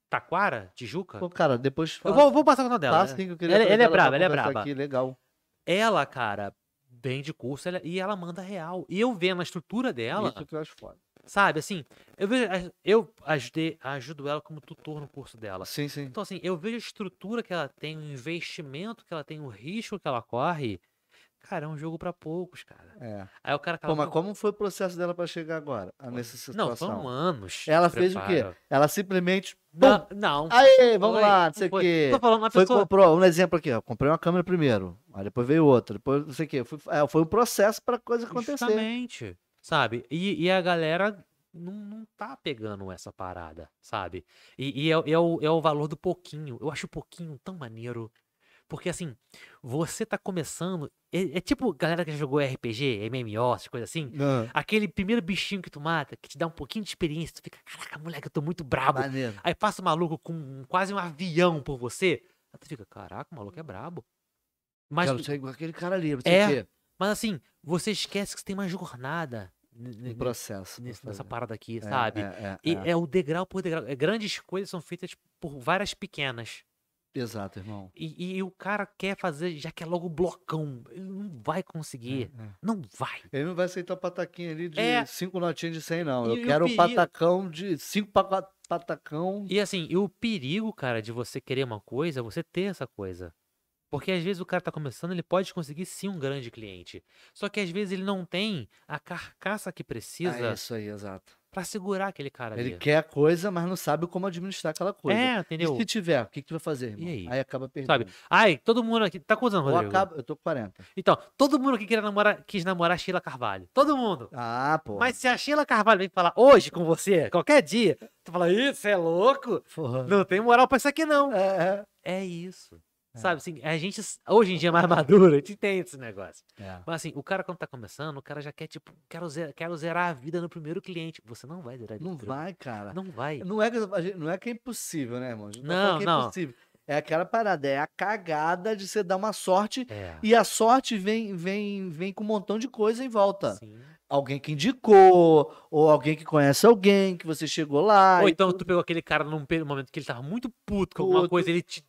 Speaker 2: Taquara, Tijuca?
Speaker 1: Pô, cara, depois
Speaker 2: Eu
Speaker 1: fala.
Speaker 2: vou, vou passar o contato dela.
Speaker 1: passa,
Speaker 2: né?
Speaker 1: sim, que eu queria
Speaker 2: Ela-
Speaker 1: trazer
Speaker 2: ela é
Speaker 1: pra
Speaker 2: braba, ela é
Speaker 1: conversar
Speaker 2: braba.
Speaker 1: Aqui, legal.
Speaker 2: ela, cara, vende curso ela- e ela manda real. E eu vendo a estrutura dela,
Speaker 1: Isso que eu acho foda.
Speaker 2: sabe, assim, eu vejo, eu ajudei, ajudo ela como tutor no curso dela.
Speaker 1: Sim, sim.
Speaker 2: Então, assim, eu vejo a estrutura que ela tem, o investimento que ela tem, o risco que ela corre. Cara, é um jogo pra poucos, cara.
Speaker 1: É.
Speaker 2: Aí o cara
Speaker 1: Pô,
Speaker 2: fala,
Speaker 1: mas como foi o processo dela pra chegar agora, a nessa
Speaker 2: não, um
Speaker 1: situação?
Speaker 2: foram anos.
Speaker 1: Ela
Speaker 2: de
Speaker 1: fez o quê?
Speaker 2: preparo."
Speaker 1: Ela simplesmente.
Speaker 2: Não, não.
Speaker 1: Aê, vamos
Speaker 2: foi,
Speaker 1: lá, não sei o
Speaker 2: foi.
Speaker 1: quê.
Speaker 2: Tô falando uma
Speaker 1: Foi,
Speaker 2: pessoa.
Speaker 1: comprou, um exemplo aqui, ó. Comprei uma câmera primeiro, aí depois veio outra, depois não sei o quê. Foi, é, foi um processo pra coisa acontecer.
Speaker 2: Justamente, sabe? E, e a galera não, não tá pegando essa parada, sabe? E, e é, é o, é o valor do pouquinho. Eu acho o pouquinho tão maneiro. Porque assim, você tá começando. É, é tipo galera que já jogou RPG, MMO, essas coisas assim.
Speaker 1: Não.
Speaker 2: Aquele primeiro bichinho que tu mata, que te dá um pouquinho de experiência, tu fica, caraca, moleque, eu tô muito brabo.
Speaker 1: Maneiro.
Speaker 2: Aí passa um maluco com um- quase um avião por você. Aí tu fica, caraca, o maluco é brabo. Mas,
Speaker 1: Quero
Speaker 2: tu-
Speaker 1: ser igual aquele cara ali, não sei
Speaker 2: É,
Speaker 1: o quê.
Speaker 2: mas assim, você esquece que você tem uma jornada n- n-
Speaker 1: Um processo. pra
Speaker 2: nesse- nessa
Speaker 1: fazer.
Speaker 2: parada aqui,
Speaker 1: É,
Speaker 2: sabe?
Speaker 1: É, é,
Speaker 2: E
Speaker 1: é.
Speaker 2: é o degrau por degrau. É, Grandes coisas são feitas por várias pequenas. é
Speaker 1: Exato, irmão.
Speaker 2: E, e o cara quer fazer, já quer logo blocão. Ele não vai conseguir.
Speaker 1: É, é.
Speaker 2: Não vai.
Speaker 1: Ele não vai aceitar o pataquinho ali de
Speaker 2: É.
Speaker 1: cinco notinhas de 100, não.
Speaker 2: E- e
Speaker 1: Eu
Speaker 2: o
Speaker 1: quero um
Speaker 2: perigo-
Speaker 1: patacão de cinco paca- patacão. É
Speaker 2: E assim, e o perigo, cara, de você querer uma coisa é você ter essa coisa. Porque às vezes o cara tá começando, ele pode conseguir sim um grande cliente. Só que às vezes ele não tem a carcaça que
Speaker 1: É
Speaker 2: precisa
Speaker 1: isso aí, exato.
Speaker 2: pra segurar aquele cara
Speaker 1: Ele
Speaker 2: ali.
Speaker 1: quer a coisa, mas não sabe como administrar aquela coisa.
Speaker 2: É,
Speaker 1: E
Speaker 2: entendeu?
Speaker 1: se tiver, o que, que tu vai fazer, irmão?
Speaker 2: E aí?
Speaker 1: acaba perdendo.
Speaker 2: Sabe? Ai, todo mundo aqui. Tá contando,
Speaker 1: Ou
Speaker 2: Rodrigo?
Speaker 1: acaba... Eu tô com 40.
Speaker 2: Então, todo mundo que queria namorar, quis namorar Sheila Carvalho. Todo mundo.
Speaker 1: Ah, pô.
Speaker 2: Mas se a Sheila Carvalho vem falar hoje com você, qualquer dia, tu fala, isso é louco?
Speaker 1: Porra.
Speaker 2: Não tem moral pra isso aqui, não.
Speaker 1: É, é.
Speaker 2: É isso.
Speaker 1: É.
Speaker 2: Sabe, assim, a gente, s- hoje em dia, é mais maduro, a gente tem esse negócio.
Speaker 1: É.
Speaker 2: Mas assim, o cara quando tá começando, o cara já quer, tipo, quero, ze- quero zerar a vida no primeiro cliente. Você não vai zerar a vida.
Speaker 1: Não
Speaker 2: no primeiro-
Speaker 1: vai, cara.
Speaker 2: Não vai.
Speaker 1: Não é, que, a gente- não é que é impossível, né, irmão? A gente tá
Speaker 2: Não,
Speaker 1: falando que é
Speaker 2: não.
Speaker 1: impossível. É aquela parada, é a cagada de você dar uma sorte
Speaker 2: É.
Speaker 1: e a sorte vem, vem, vem com um montão de coisa em volta.
Speaker 2: Sim.
Speaker 1: Alguém que indicou, ou alguém que conhece alguém, que você chegou lá.
Speaker 2: Ou
Speaker 1: e
Speaker 2: então
Speaker 1: tudo.
Speaker 2: tu pegou aquele cara num pe- momento que ele tava muito puto com alguma
Speaker 1: Puto.
Speaker 2: coisa, ele te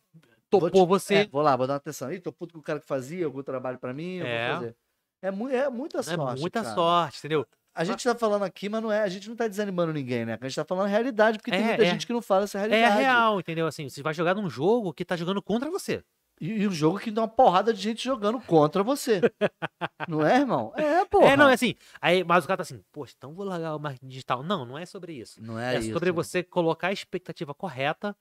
Speaker 1: Vou
Speaker 2: topou
Speaker 1: te-
Speaker 2: você.
Speaker 1: É, vou lá, vou dar uma atenção. Ih, tô puto com o cara que fazia algum trabalho pra mim, eu
Speaker 2: É.
Speaker 1: vou fazer. É, mu- é muita
Speaker 2: É
Speaker 1: sorte.
Speaker 2: muita
Speaker 1: cara.
Speaker 2: sorte, entendeu? É
Speaker 1: A gente tá falando aqui, mas não é, a gente não tá desanimando ninguém, né? A gente tá falando realidade, porque tem
Speaker 2: É,
Speaker 1: muita
Speaker 2: é.
Speaker 1: gente que não fala essa
Speaker 2: É
Speaker 1: realidade.
Speaker 2: real, entendeu? Assim, você vai jogar num jogo que tá jogando contra você.
Speaker 1: E, e um jogo que dá uma porrada de gente jogando contra você. não é, irmão? É, pô.
Speaker 2: É, não, é assim. Aí, mas o cara tá assim, poxa, então vou largar o marketing digital. Não, não é sobre isso.
Speaker 1: Não
Speaker 2: É,
Speaker 1: é, isso.
Speaker 2: sobre você colocar a expectativa correta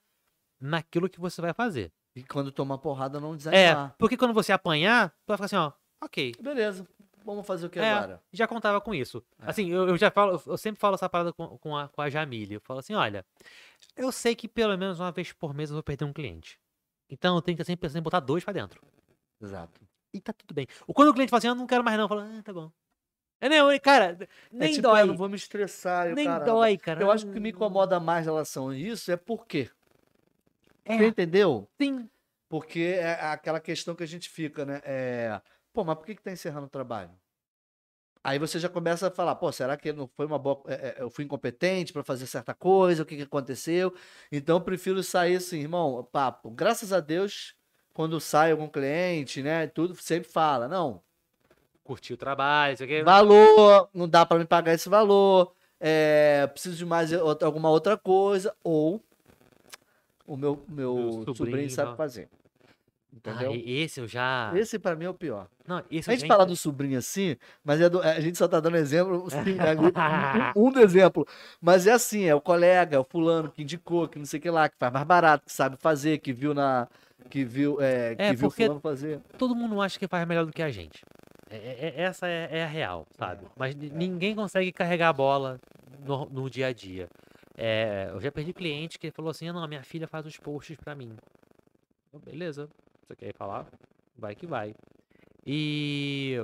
Speaker 2: naquilo que você vai fazer.
Speaker 1: E quando tomar porrada, não
Speaker 2: É,
Speaker 1: desanimar.
Speaker 2: porque quando você apanhar, tu vai ficar assim, ó, ok,
Speaker 1: Beleza, vamos fazer o que
Speaker 2: É.
Speaker 1: agora?
Speaker 2: já contava com isso.
Speaker 1: É.
Speaker 2: Assim, eu, eu já falo, eu sempre falo essa parada com, com a, com a Jamile. Eu falo assim, olha, eu sei que pelo menos uma vez por mês eu vou perder um cliente. Então eu tenho que estar sempre pensando em botar dois pra dentro.
Speaker 1: Exato.
Speaker 2: E tá tudo bem. Ou quando o cliente fala assim, eu não quero mais não, eu falo, ah, tá bom. É, não, e, cara,
Speaker 1: é
Speaker 2: nem
Speaker 1: tipo,
Speaker 2: dói.
Speaker 1: Eu não vou me estressar. eu,
Speaker 2: nem
Speaker 1: caramba.
Speaker 2: dói, cara.
Speaker 1: Eu acho que o que me incomoda mais em relação a isso é por quê?
Speaker 2: É,
Speaker 1: Você entendeu?
Speaker 2: sim.
Speaker 1: Porque é aquela questão que a gente fica, né? É, pô, mas por que, que tá encerrando o trabalho? Aí você já começa a falar, pô, será que não foi uma boa. é, é, eu fui incompetente para fazer certa coisa, o que, que aconteceu? Então eu prefiro sair assim, irmão, papo. Graças a Deus, quando sai algum cliente, né? Tudo sempre fala, não,
Speaker 2: Curtir o trabalho, isso aqui.
Speaker 1: valor, não dá pra me pagar esse valor, é, preciso de mais outra- alguma outra coisa, ou o meu, meu,
Speaker 2: Meu
Speaker 1: sobrinho,
Speaker 2: sobrinho,
Speaker 1: sabe
Speaker 2: né?
Speaker 1: fazer. Entendeu?
Speaker 2: Ah, esse eu já.
Speaker 1: Esse pra mim é o pior.
Speaker 2: Não, esse
Speaker 1: A
Speaker 2: eu
Speaker 1: gente
Speaker 2: já
Speaker 1: fala
Speaker 2: ent-
Speaker 1: do sobrinho assim, mas é do- a gente só tá dando exemplo, sim, é um um exemplo. Mas é assim, é o colega, é o fulano que indicou, que não sei o que lá, que faz mais barato, que sabe fazer, que viu na. Que viu, é, que
Speaker 2: É,
Speaker 1: viu
Speaker 2: porque-
Speaker 1: fulano fazer.
Speaker 2: Todo mundo acha que faz melhor do que a gente. É- é- é- essa é, é a real, sabe? Mas ni- ninguém consegue carregar a bola no, no dia a dia. É, eu já perdi cliente que falou assim: "Ah, não, a minha filha faz os posts pra mim. Eu, beleza, você quer falar? Vai que vai. E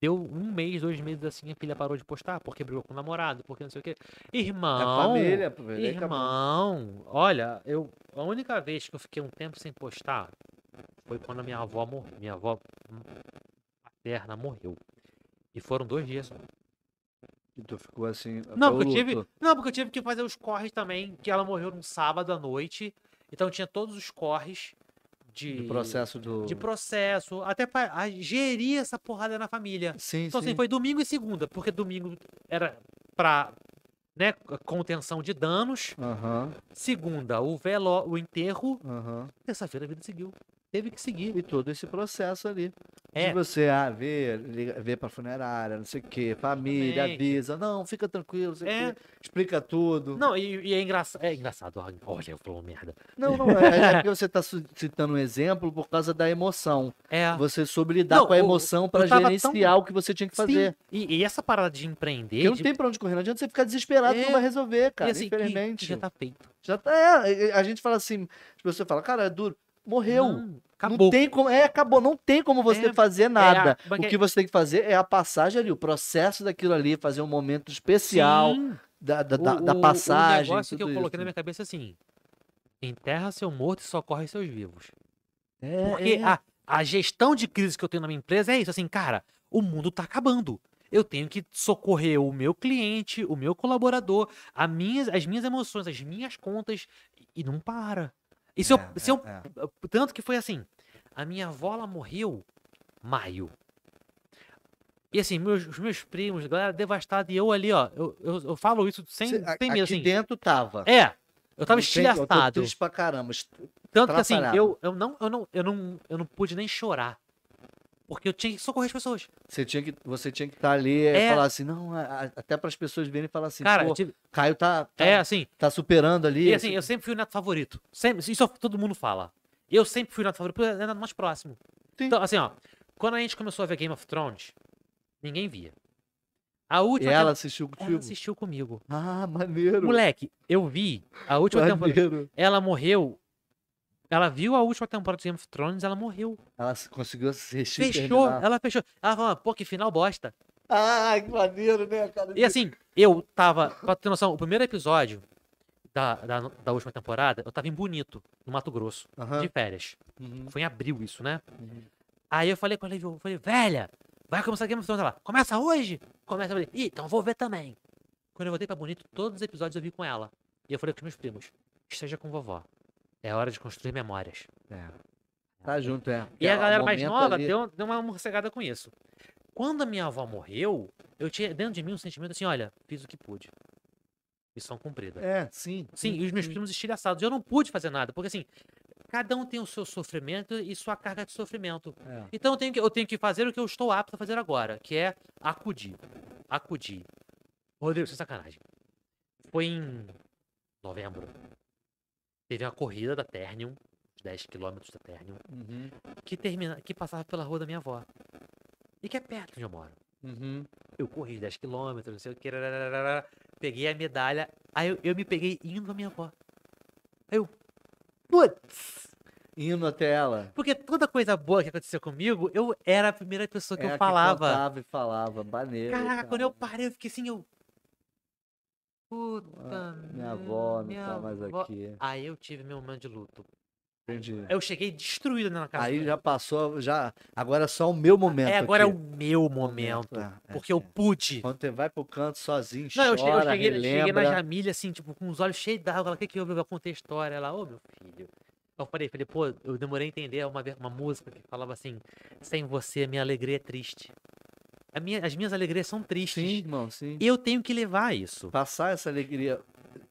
Speaker 2: deu um mês, dois meses assim, a filha parou de postar porque brigou com o namorado, porque não sei o quê.
Speaker 1: É
Speaker 2: Irmão,
Speaker 1: família, pô, ele acabou.
Speaker 2: Irmão, olha, eu a única vez que eu fiquei um tempo sem postar foi quando a minha avó morreu. Minha avó hum, paterna morreu. E foram dois dias. só.
Speaker 1: E tu ficou assim.
Speaker 2: Não,
Speaker 1: foi o
Speaker 2: porque eu tive.
Speaker 1: luto.
Speaker 2: Não, porque eu tive que fazer os corres também, que ela morreu num sábado à noite. Então tinha todos os corres de,
Speaker 1: De processo do.
Speaker 2: de processo, até para gerir essa porrada na família.
Speaker 1: Sim,
Speaker 2: Então,
Speaker 1: sim.
Speaker 2: assim, foi domingo e segunda, porque domingo era pra, né, contenção de danos.
Speaker 1: Aham,
Speaker 2: Segunda, o velo, o enterro.
Speaker 1: aham.
Speaker 2: Terça-feira a vida seguiu. Teve que seguir.
Speaker 1: E todo esse processo ali.
Speaker 2: É.
Speaker 1: De você ah, ver, liga- ver pra funerária, não sei o quê, família,
Speaker 2: Exatamente.
Speaker 1: avisa. Não, fica tranquilo, não sei o
Speaker 2: É.
Speaker 1: quê, explica tudo.
Speaker 2: Não, e, e é, engraça... é engraçado. ó, Olha, eu falo merda.
Speaker 1: Não, não, é, é porque você tá su- citando um exemplo por causa da emoção.
Speaker 2: É.
Speaker 1: Você soube lidar
Speaker 2: Não,
Speaker 1: com a
Speaker 2: eu-
Speaker 1: emoção pra
Speaker 2: eu tava
Speaker 1: gerenciar o que você tinha que fazer.
Speaker 2: Sim. E, e essa parada de empreender.
Speaker 1: Porque não
Speaker 2: de-
Speaker 1: tem pra onde correr, não adianta você ficar desesperado, que
Speaker 2: É.
Speaker 1: não vai resolver,
Speaker 2: e
Speaker 1: cara,
Speaker 2: assim, que- que
Speaker 1: infelizmente.
Speaker 2: já tá feito.
Speaker 1: Já tá, é, a gente fala assim, as pessoas falam, cara, é duro. morreu. Não,
Speaker 2: Não, acabou.
Speaker 1: tem como, é, acabou. Não tem como você
Speaker 2: É,
Speaker 1: fazer nada.
Speaker 2: mas
Speaker 1: o
Speaker 2: que-
Speaker 1: que você tem que fazer é a passagem ali, o processo daquilo ali, fazer um momento especial
Speaker 2: Sim.
Speaker 1: da, da,
Speaker 2: O-
Speaker 1: da- da
Speaker 2: o-
Speaker 1: passagem.
Speaker 2: O negócio que eu
Speaker 1: tudo
Speaker 2: coloquei na
Speaker 1: isso.
Speaker 2: minha cabeça é assim: enterra seu morto e socorre seus vivos.
Speaker 1: É,
Speaker 2: Porque
Speaker 1: é.
Speaker 2: a, a gestão de crise que eu tenho na minha empresa é isso, assim, cara, o mundo tá acabando. Eu tenho que socorrer o meu cliente, o meu colaborador, a minhas, as minhas emoções, as minhas contas, e- e não para. E se eu-
Speaker 1: É,
Speaker 2: se eu
Speaker 1: é, é.
Speaker 2: tanto que foi assim. A minha avó, ela morreu maio. E assim, meus, os meus primos, galera devastada, e eu ali, ó. Eu, eu, eu falo isso sem,
Speaker 1: Cê- a-
Speaker 2: sem
Speaker 1: aqui
Speaker 2: medo, assim.
Speaker 1: dentro tava.
Speaker 2: É, eu
Speaker 1: Não tem- eu
Speaker 2: tava
Speaker 1: tô
Speaker 2: estilhaçado.
Speaker 1: triste pra caramba. Est-
Speaker 2: Tanto que assim,
Speaker 1: atrapalhado.
Speaker 2: eu, eu, não, eu, não, eu, não, eu não pude nem chorar. Porque eu tinha que socorrer as pessoas.
Speaker 1: Você tinha que você tinha que estar ali e
Speaker 2: É.
Speaker 1: falar assim, não, a- a- até para as pessoas verem e falar assim,
Speaker 2: Cara,
Speaker 1: pô,
Speaker 2: eu tive-
Speaker 1: Caio tá tá,
Speaker 2: é assim,
Speaker 1: tá superando ali.
Speaker 2: E assim, eu sempre fui o neto favorito. Sempre, isso todo mundo fala. Eu sempre fui o neto favorito, porque era mais próximo.
Speaker 1: Sim.
Speaker 2: Então, assim, ó. Quando a gente começou a ver Game of Thrones, ninguém via. A
Speaker 1: e
Speaker 2: última
Speaker 1: ela
Speaker 2: tempo-
Speaker 1: assistiu
Speaker 2: tipo ela
Speaker 1: contigo.
Speaker 2: assistiu comigo.
Speaker 1: Ah, maneiro.
Speaker 2: Moleque, eu vi a última temporada.
Speaker 1: maneiro.
Speaker 2: Ela morreu. Ela viu a última temporada de Game of Thrones, ela morreu.
Speaker 1: Ela s- conseguiu assistir. e
Speaker 2: fechou,
Speaker 1: terminar.
Speaker 2: ela fechou. Ela falou, pô, que final bosta.
Speaker 1: Ah, que maneiro, né, cara?
Speaker 2: E assim, eu tava, pra ter noção, o primeiro episódio da, da, da última temporada, eu tava em Bonito, no Mato Grosso,
Speaker 1: Aham.
Speaker 2: de férias.
Speaker 1: Uhum.
Speaker 2: Foi em abril isso, né?
Speaker 1: Ah. Uhum.
Speaker 2: Aí eu falei com ela, eu falei, velha, vai começar Game of Thrones. Ela, começa hoje? Começa, eu falei, Ih, então vou ver também. Quando eu voltei pra Bonito, todos os episódios eu vi com ela. E eu falei com os meus primos, esteja com vovó. É hora de construir memórias.
Speaker 1: Tá junto, é.
Speaker 2: E a
Speaker 1: Aquela-
Speaker 2: galera mais
Speaker 1: momento
Speaker 2: nova
Speaker 1: ali-
Speaker 2: deu, deu uma morcegada com isso. Quando a minha avó morreu, eu tinha dentro de mim um sentimento assim, olha, fiz o que pude. Missão cumprida.
Speaker 1: É, sim.
Speaker 2: Sim, e os meus primos estilhaçados. Eu não pude fazer nada, porque assim, cada um tem o seu sofrimento e sua carga de sofrimento.
Speaker 1: É.
Speaker 2: Então eu tenho, que, eu tenho que fazer o que eu estou apto a fazer agora, que é acudir. Acudir. Rodrigo, sem sacanagem. Foi em novembro. Teve uma corrida da Ternium, uns 10 quilômetros da Ternium,
Speaker 1: Uhum.
Speaker 2: que, termina, que passava pela rua da minha avó. E que é perto de onde eu moro.
Speaker 1: Uhum.
Speaker 2: Eu corri 10 quilômetros, não sei o que. rarararara, Peguei a medalha. Aí eu, eu me peguei indo pra minha avó. Aí eu. Putz!
Speaker 1: Indo até ela.
Speaker 2: Porque toda coisa boa que aconteceu comigo, eu era a primeira pessoa que
Speaker 1: É,
Speaker 2: eu falava.
Speaker 1: cantava e falava, maneiro.
Speaker 2: Caraca,
Speaker 1: cara.
Speaker 2: quando eu parei, eu fiquei assim, eu. Puta.
Speaker 1: Ah, Minha avó não
Speaker 2: minha
Speaker 1: tá mais
Speaker 2: avó.
Speaker 1: aqui.
Speaker 2: Aí eu tive meu momento de luto.
Speaker 1: Entendi.
Speaker 2: Eu cheguei destruído na casa.
Speaker 1: Aí
Speaker 2: dela.
Speaker 1: já passou, já. Agora é só o meu momento.
Speaker 2: É, agora é
Speaker 1: aqui.
Speaker 2: o meu momento.
Speaker 1: é, é,
Speaker 2: Porque eu
Speaker 1: é.
Speaker 2: pude.
Speaker 1: Quando você vai pro canto sozinho,
Speaker 2: Não, eu
Speaker 1: chora,
Speaker 2: cheguei, eu cheguei- cheguei
Speaker 1: relembra.
Speaker 2: na Jamília, assim, tipo, com os olhos cheios d'água. Ela, o que que houve? Eu contei a história. Ela, ô, meu filho. Eu falei, falei, pô, eu demorei a entender é uma, ve- uma música que falava assim, sem você, a minha alegria é triste. A minha- as minhas alegrias são tristes.
Speaker 1: Sim, irmão, sim.
Speaker 2: Eu tenho que levar isso.
Speaker 1: Passar essa alegria,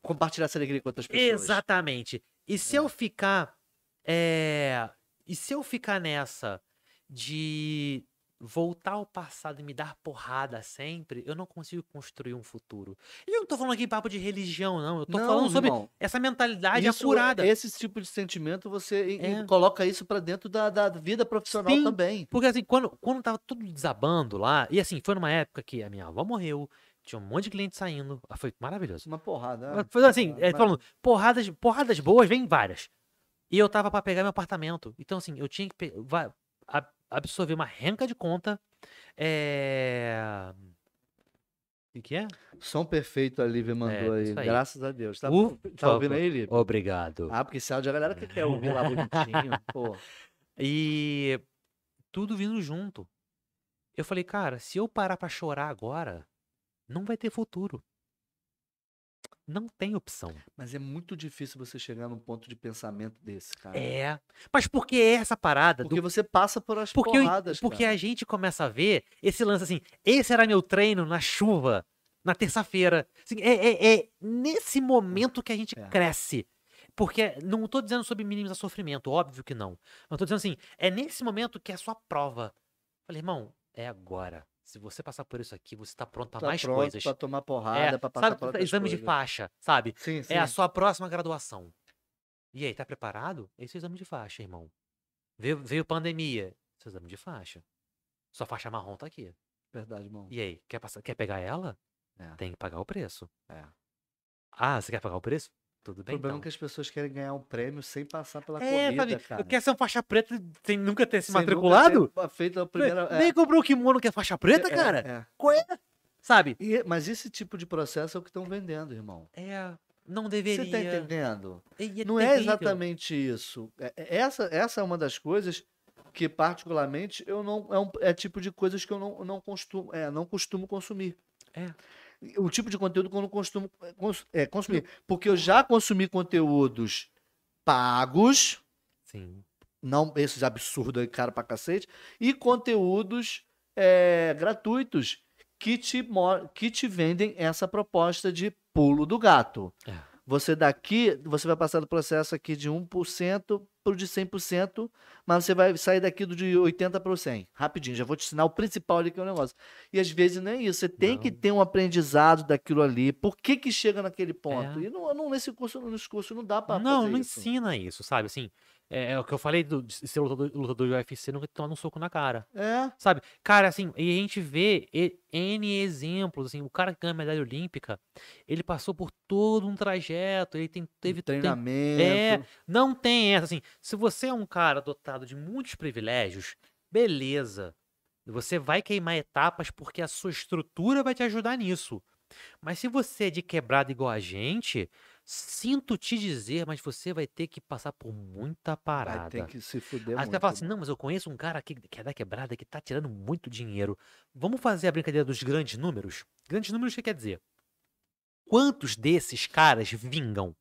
Speaker 1: compartilhar essa alegria com outras pessoas.
Speaker 2: Exatamente. E se eu ficar. é, E se eu ficar nessa de voltar ao passado e me dar porrada sempre, eu não consigo construir um futuro. E eu não tô falando aqui papo de religião, não. Eu tô
Speaker 1: Não,
Speaker 2: falando sobre
Speaker 1: irmão,
Speaker 2: essa mentalidade
Speaker 1: isso-
Speaker 2: apurada.
Speaker 1: Esse tipo de sentimento, você e- e
Speaker 2: Ah, É.
Speaker 1: coloca isso pra dentro da, da vida profissional
Speaker 2: Sim.
Speaker 1: também.
Speaker 2: Porque assim, quando, quando tava tudo desabando lá, e assim, foi numa época que a minha avó morreu, tinha um monte de cliente saindo. ah, Foi maravilhoso.
Speaker 1: é Uma porrada.
Speaker 2: Mas Foi assim,
Speaker 1: Ah,
Speaker 2: é,
Speaker 1: mas-
Speaker 2: falando, porradas, porradas boas vêm várias. E eu tava pra pegar meu apartamento. Então, assim, eu tinha que pe- va- a- absorver uma renca de conta. É. O que, que é?
Speaker 1: Som perfeito a Lívia mandou
Speaker 2: É,
Speaker 1: aí.
Speaker 2: isso aí.
Speaker 1: Graças a Deus. Tá,
Speaker 2: Por
Speaker 1: tá ouvindo
Speaker 2: favor.
Speaker 1: aí, Lívia?
Speaker 2: Obrigado.
Speaker 1: Ah, porque esse áudio a galera que quer ouvir lá bonitinho. Pô.
Speaker 2: E tudo vindo junto. Eu falei, cara, se eu parar pra chorar agora, não vai ter futuro. Não tem opção.
Speaker 1: Mas é muito difícil você chegar num ponto de pensamento desse, cara.
Speaker 2: É. Mas por que essa parada do
Speaker 1: Porque você passa por as
Speaker 2: Porque, eu-
Speaker 1: porradas,
Speaker 2: porque
Speaker 1: cara.
Speaker 2: a gente começa a ver esse lance assim, esse era meu treino na chuva, na terça-feira. Assim, é, é- é nesse momento que a gente
Speaker 1: É.
Speaker 2: cresce. Porque não tô dizendo sobre minimizar sofrimento, óbvio que não. Mas tô dizendo assim, é nesse momento que é a sua prova. Falei, irmão, é agora. Se você passar por isso aqui, você tá pronto pra
Speaker 1: tá
Speaker 2: mais
Speaker 1: pronto
Speaker 2: coisas.
Speaker 1: pra tomar
Speaker 2: É,
Speaker 1: porrada, pra passar
Speaker 2: sabe,
Speaker 1: por outras
Speaker 2: exame de
Speaker 1: coisas.
Speaker 2: faixa, sabe?
Speaker 1: Sim, sim.
Speaker 2: É a sua próxima graduação. E aí, tá preparado? Esse é o exame de faixa, irmão. Veio, veio pandemia. Esse é o exame de faixa. Sua faixa marrom tá aqui.
Speaker 1: Verdade, irmão.
Speaker 2: E aí, quer, passar, quer pegar ela?
Speaker 1: É.
Speaker 2: Tem que pagar o preço.
Speaker 1: É.
Speaker 2: Ah, você quer pagar o preço? Tudo
Speaker 1: O
Speaker 2: bem,
Speaker 1: problema é
Speaker 2: então.
Speaker 1: que as pessoas querem ganhar um prêmio sem passar pela
Speaker 2: É,
Speaker 1: corrida,
Speaker 2: sabe?
Speaker 1: cara.
Speaker 2: Eu quero ser um faixa preta sem nunca ter se
Speaker 1: Sem
Speaker 2: matriculado?
Speaker 1: nunca ter Feito a primeira...
Speaker 2: Nem comprou o kimono que é faixa preta, cara?
Speaker 1: É, é.
Speaker 2: Qual é? Sabe?
Speaker 1: E- mas esse tipo de processo é o que estão vendendo, irmão.
Speaker 2: É, não
Speaker 1: Você tá
Speaker 2: deveria.
Speaker 1: entendendo?
Speaker 2: E
Speaker 1: Não é
Speaker 2: terrível.
Speaker 1: exatamente isso. É- é- Essa, essa é uma das coisas que, particularmente, eu não. É, um, é tipo de coisas que eu não, não, costumo, é, não costumo consumir.
Speaker 2: É.
Speaker 1: O tipo de conteúdo que eu não costumo é, cons- é, consumir. Porque eu já consumi conteúdos pagos,
Speaker 2: Sim.
Speaker 1: não esses absurdos aí, cara pra cacete, e conteúdos é, gratuitos que te, mo- que te vendem essa proposta de pulo do gato.
Speaker 2: É.
Speaker 1: Você daqui, você vai passar do processo aqui de 1% pro de 100%, mas você vai sair daqui do de 80 para o 100, rapidinho. Já vou te ensinar o principal ali que é o negócio. E às vezes não é isso, você tem
Speaker 2: Não.
Speaker 1: que ter um aprendizado daquilo ali. Por que que chega naquele ponto?
Speaker 2: É.
Speaker 1: E não, não nesse curso, nesse curso não dá para
Speaker 2: Não,
Speaker 1: fazer
Speaker 2: não
Speaker 1: isso.
Speaker 2: ensina isso, sabe? Assim, é, é o que eu falei do, de ser lutador, lutador de UFC nunca tomar um soco na cara.
Speaker 1: É.
Speaker 2: Sabe? Cara, assim, e a gente vê e- N exemplos, assim, o cara que ganha medalha olímpica, ele passou por todo um trajeto, ele tem,
Speaker 1: Um
Speaker 2: teve... tem-
Speaker 1: treinamento.
Speaker 2: É, não tem essa, assim, se você é um cara dotado de muitos privilégios, beleza, você vai queimar etapas porque a sua estrutura vai te ajudar nisso. Mas se você é de quebrada igual a gente, sinto te dizer, mas você vai ter que passar por muita parada.
Speaker 1: Vai ter que se fuder
Speaker 2: Aí você
Speaker 1: muito.
Speaker 2: vai falar assim, não, mas eu conheço um cara aqui que é da quebrada, que tá tirando muito dinheiro. Vamos fazer a brincadeira dos grandes números? Grandes números, o que quer dizer? Quantos desses caras vingam?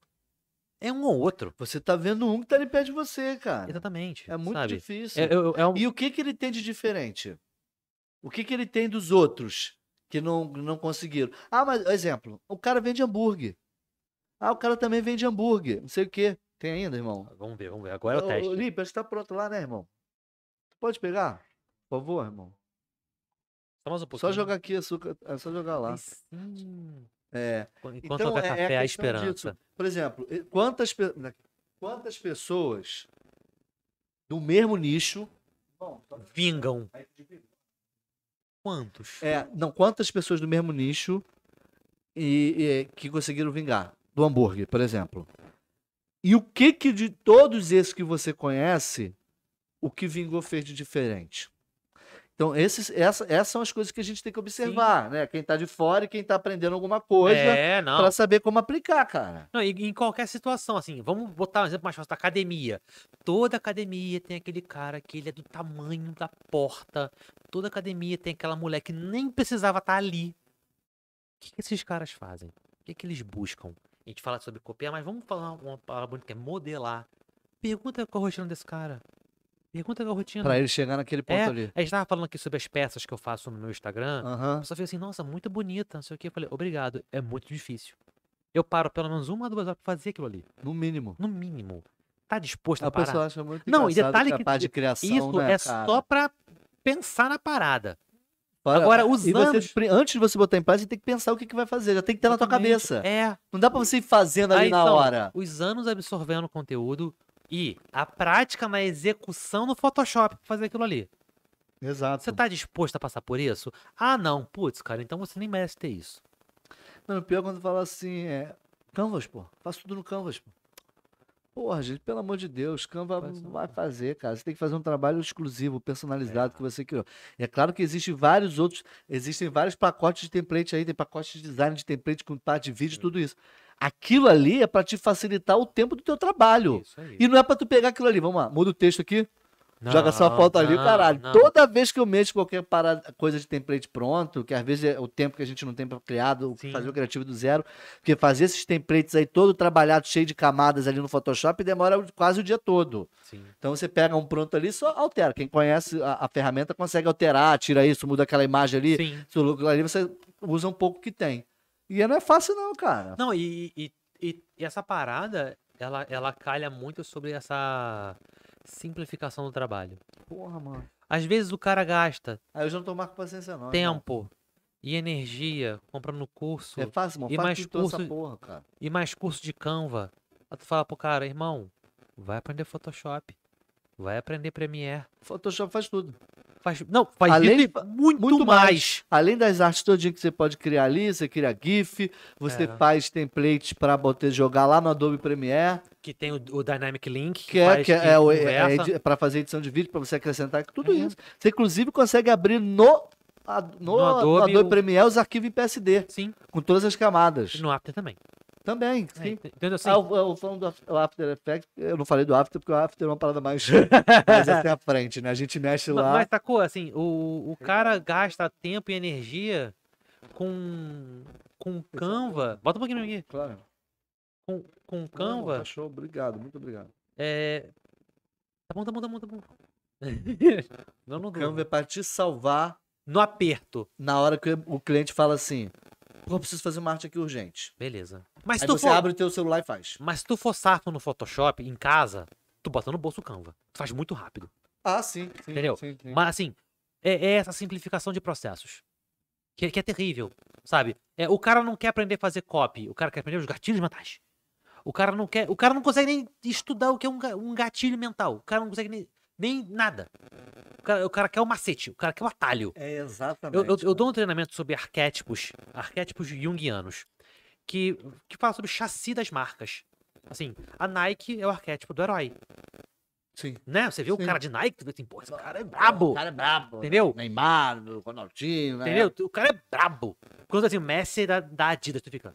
Speaker 2: É um ou outro.
Speaker 1: Você tá vendo um que tá ali perto de você, cara.
Speaker 2: Exatamente.
Speaker 1: É muito
Speaker 2: sabe?
Speaker 1: difícil.
Speaker 2: É, eu- é um-
Speaker 1: E o que que ele tem de diferente? O que que ele tem dos outros que não, não conseguiram? Ah, mas, exemplo, o cara vende hambúrguer. Ah, o cara também vende hambúrguer. Não sei o quê. Tem ainda, irmão?
Speaker 2: Vamos ver, vamos ver. Agora é o
Speaker 1: Ô,
Speaker 2: teste.
Speaker 1: Lipe, acho que tá pronto lá, né, irmão? Tu pode pegar? Por favor, irmão.
Speaker 2: Só mais um
Speaker 1: Só
Speaker 2: pouquinho.
Speaker 1: jogar aqui, açúcar. É só jogar lá.
Speaker 2: Aí sim.
Speaker 1: É.
Speaker 2: Enquanto
Speaker 1: Então,
Speaker 2: houver
Speaker 1: é- é a
Speaker 2: café, há
Speaker 1: questão disso.
Speaker 2: esperança.
Speaker 1: Por exemplo, e- quantas, pe- na- quantas pessoas do mesmo nicho. Bom, só-
Speaker 2: Vingam.
Speaker 1: aí tu divide.
Speaker 2: Quantos?
Speaker 1: É, não, quantas pessoas do mesmo nicho e, e- que conseguiram vingar? Do hambúrguer, por exemplo. E o que que de todos esses que você conhece, o que vingou fez de diferente? Então, esses, essa- essas são as coisas que a gente tem que observar, né? Quem tá de fora e quem tá aprendendo alguma coisa
Speaker 2: é não.
Speaker 1: pra saber como aplicar, cara.
Speaker 2: Não, e em qualquer situação, assim, vamos botar um exemplo mais fácil da academia. Toda academia tem aquele cara que ele é do tamanho da porta. Toda academia tem aquela mulher que nem precisava estar ali. O que, que esses caras fazem? O que, que eles buscam? A gente fala sobre copiar, mas vamos falar uma palavra bonita que é modelar. Pergunta qual é a rotina desse cara. Pergunta qual é a rotina.
Speaker 1: Pra ele chegar naquele ponto
Speaker 2: É,
Speaker 1: ali.
Speaker 2: a gente tava falando aqui sobre as peças que eu faço no meu Instagram.
Speaker 1: Aham.
Speaker 2: A pessoa fez assim, nossa, muito bonita, não sei o que. Eu falei, obrigado, é muito difícil. Eu paro pelo menos uma, duas horas pra fazer aquilo ali.
Speaker 1: No mínimo.
Speaker 2: No mínimo. Tá disposto a,
Speaker 1: A
Speaker 2: parar?
Speaker 1: pessoa acha muito
Speaker 2: Não, e
Speaker 1: engraçado
Speaker 2: detalhe
Speaker 1: que a
Speaker 2: que
Speaker 1: parte de criação,
Speaker 2: Isso
Speaker 1: É né,
Speaker 2: é
Speaker 1: cara?
Speaker 2: só pra pensar na parada.
Speaker 1: Para-
Speaker 2: Agora,
Speaker 1: E você,
Speaker 2: usando.
Speaker 1: pri- antes de você botar em prática, você tem que pensar o que, que vai fazer. Já tem que ter na tua cabeça.
Speaker 2: É,
Speaker 1: Não dá pra você ir fazendo ali
Speaker 2: Aí
Speaker 1: na
Speaker 2: são
Speaker 1: hora.
Speaker 2: os anos absorvendo conteúdo e a prática na execução no Photoshop pra fazer aquilo ali.
Speaker 1: Exato.
Speaker 2: Você tá disposto a passar por isso? Ah, não. Putz, cara, então você nem merece ter isso.
Speaker 1: Não, o pior é quando fala assim, é. Canvas, pô. Faço tudo no Canvas, pô. Porra, gente, pelo amor de Deus, Canva
Speaker 2: Faz
Speaker 1: não
Speaker 2: no
Speaker 1: vai fazer, cara. Você tem que fazer um trabalho exclusivo, personalizado que você criou. E é claro que existem vários outros, existem vários pacotes de template aí, tem pacotes de design de template com parte de vídeo, tudo isso. Aquilo ali é pra te facilitar o tempo do teu trabalho.
Speaker 2: Isso aí.
Speaker 1: E não é pra tu pegar aquilo ali. Vamos lá, muda o texto aqui, Joga só
Speaker 2: Não,
Speaker 1: a foto ali,
Speaker 2: não,
Speaker 1: caralho.
Speaker 2: não.
Speaker 1: Toda vez que eu mexo com qualquer parada, coisa de template pronto, que às vezes é o tempo que a gente não tem pra criar, do-
Speaker 2: Sim.
Speaker 1: fazer o criativo do zero, porque fazer esses templates aí todo trabalhado, cheio de camadas ali no Photoshop, demora o- quase o dia todo.
Speaker 2: Sim.
Speaker 1: Então você pega um pronto ali, só altera. Quem conhece a, a ferramenta consegue alterar, tira isso, muda aquela imagem ali.
Speaker 2: Sim.
Speaker 1: Se o lucro ali, você usa um pouco que tem. E não é fácil não, cara.
Speaker 2: Não, e, e- e- e essa parada, ela, ela calha muito sobre essa simplificação do trabalho.
Speaker 1: Porra, mano.
Speaker 2: Às vezes o cara gasta
Speaker 1: Aí eu já não tô mais com paciência não. irmão.
Speaker 2: tempo e energia comprando curso
Speaker 1: É fácil, mano.
Speaker 2: um E
Speaker 1: Faz
Speaker 2: mais
Speaker 1: tudo tua essa
Speaker 2: curso-
Speaker 1: porra, cara.
Speaker 2: e mais curso de Canva. Aí tu fala pro cara, irmão, vai aprender Photoshop, vai aprender Premiere,
Speaker 1: Photoshop faz tudo.
Speaker 2: Faz, não, faz
Speaker 1: Além-
Speaker 2: isso e muito,
Speaker 1: muito mais.
Speaker 2: mais.
Speaker 1: Além das artes todinha que você pode criar ali, você cria GIF, você
Speaker 2: É.
Speaker 1: faz template pra botar jogar lá no Adobe Premiere,
Speaker 2: Que tem o, o Dynamic Link.
Speaker 1: que é,
Speaker 2: faz-
Speaker 1: que é, o- é,
Speaker 2: conversa.
Speaker 1: edi- pra fazer edição de vídeo, pra você acrescentar tudo
Speaker 2: É.
Speaker 1: isso. Você inclusive consegue abrir no a- no,
Speaker 2: No Adobe,
Speaker 1: Adobe,
Speaker 2: o-
Speaker 1: Premiere os arquivos em PSD,
Speaker 2: Sim,
Speaker 1: com todas as camadas.
Speaker 2: no After também.
Speaker 1: Também,
Speaker 2: É,
Speaker 1: sim.
Speaker 2: entendeu? Assim,
Speaker 1: Ah, eu, eu falando do Af- o After Effects, eu não falei do After, porque o After é uma parada mais, mais até a frente, né? A gente mexe
Speaker 2: Ma-
Speaker 1: lá.
Speaker 2: Mas sacou, assim, o, o cara gasta tempo e energia com, com Canva. Bota um pouquinho aqui.
Speaker 1: Claro.
Speaker 2: Com, com
Speaker 1: Não, não,
Speaker 2: Canva.
Speaker 1: tá show, obrigado, muito obrigado.
Speaker 2: É... Tá bom, tá bom, tá bom, tá bom. não, não,
Speaker 1: Canva é
Speaker 2: não.
Speaker 1: pra te salvar
Speaker 2: No aperto.
Speaker 1: na hora que o cliente fala assim: Pô, eu preciso fazer uma arte aqui urgente.
Speaker 2: Beleza. Mas se,
Speaker 1: Aí
Speaker 2: tu
Speaker 1: você
Speaker 2: for,
Speaker 1: abre o teu celular e faz.
Speaker 2: mas se tu for sarto no Photoshop, em casa, tu bota no bolso o Canva. Tu faz muito rápido.
Speaker 1: Ah, sim. sim,
Speaker 2: Entendeu?
Speaker 1: sim, sim.
Speaker 2: Mas assim, é, é essa simplificação de processos. Que, que é terrível, sabe? É, o cara não quer aprender a fazer copy, o cara quer aprender os gatilhos mentais. O cara não quer. O cara não consegue nem estudar o que é um, ga- um gatilho mental. O cara não consegue nem, nem nada. O cara, o cara quer o macete, o cara quer o atalho.
Speaker 1: É
Speaker 2: Eu,
Speaker 1: exatamente.
Speaker 2: eu- eu dou um treinamento sobre arquétipos, arquétipos junguianos, que, que fala sobre chassi das marcas. Assim, a Nike é o arquétipo do herói,
Speaker 1: Sim.
Speaker 2: né? Você vê o
Speaker 1: Sim.
Speaker 2: cara de Nike, tu vê assim, pô, esse cara é brabo.
Speaker 1: O cara é brabo.
Speaker 2: Entendeu?
Speaker 1: Neymar, Ronaldinho, né?
Speaker 2: Entendeu? O cara é brabo. Quando assim, o Messi é da, da Adidas, tu fica.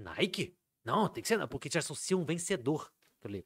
Speaker 2: Nike? Não, tem que ser, não, porque te associa um vencedor. Falei.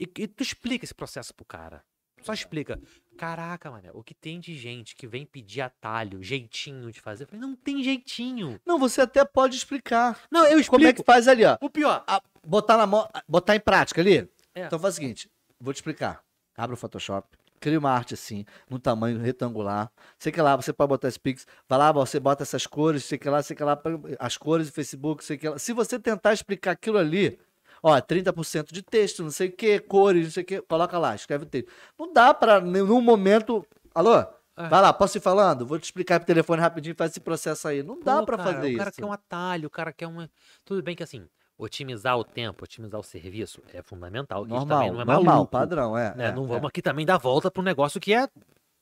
Speaker 2: E, e tu explica esse processo pro cara.
Speaker 1: É.
Speaker 2: Só explica. Caraca, mané, o que tem de gente que vem pedir atalho, jeitinho de fazer? Eu falei, não tem jeitinho.
Speaker 1: Não, você até pode explicar.
Speaker 2: Não, eu
Speaker 1: Como é que faz ali, ó?
Speaker 2: O pior.
Speaker 1: Ah, botar, na mão, botar em prática ali?
Speaker 2: É.
Speaker 1: Então faz o seguinte, vou te explicar. Abre o Photoshop, cria uma arte assim, num tamanho retangular. Sei que lá, você pode botar esse pix, vai lá, você bota essas cores, sei que lá, sei que lá, as cores do Facebook, sei que lá. Se você tentar explicar aquilo ali, ó, é 30% de texto, não sei o que, cores, não sei o que, coloca lá, escreve o texto. Não dá pra, num momento... Alô?
Speaker 2: É.
Speaker 1: Vai lá, posso ir falando? Vou te explicar pro telefone rapidinho, faz esse processo aí. Não dá
Speaker 2: Pô,
Speaker 1: pra
Speaker 2: cara,
Speaker 1: fazer
Speaker 2: O cara
Speaker 1: isso.
Speaker 2: quer um atalho, o cara quer um. Tudo bem que assim, otimizar o tempo, otimizar o serviço é fundamental. isso
Speaker 1: Normal,
Speaker 2: também não é
Speaker 1: normal,
Speaker 2: maluco,
Speaker 1: padrão, é.
Speaker 2: né?
Speaker 1: é,
Speaker 2: não
Speaker 1: é.
Speaker 2: vamos aqui também dar volta para um negócio que é,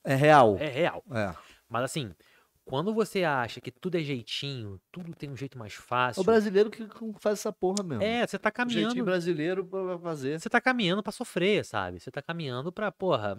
Speaker 1: É real.
Speaker 2: é real.
Speaker 1: É.
Speaker 2: Mas assim, quando você acha que tudo é jeitinho, tudo tem um jeito mais fácil.
Speaker 1: O brasileiro que faz essa porra mesmo.
Speaker 2: É, você tá
Speaker 1: o jeitinho
Speaker 2: caminhando.
Speaker 1: brasileiro pra fazer.
Speaker 2: Você tá caminhando pra sofrer, sabe? Você tá caminhando pra, porra.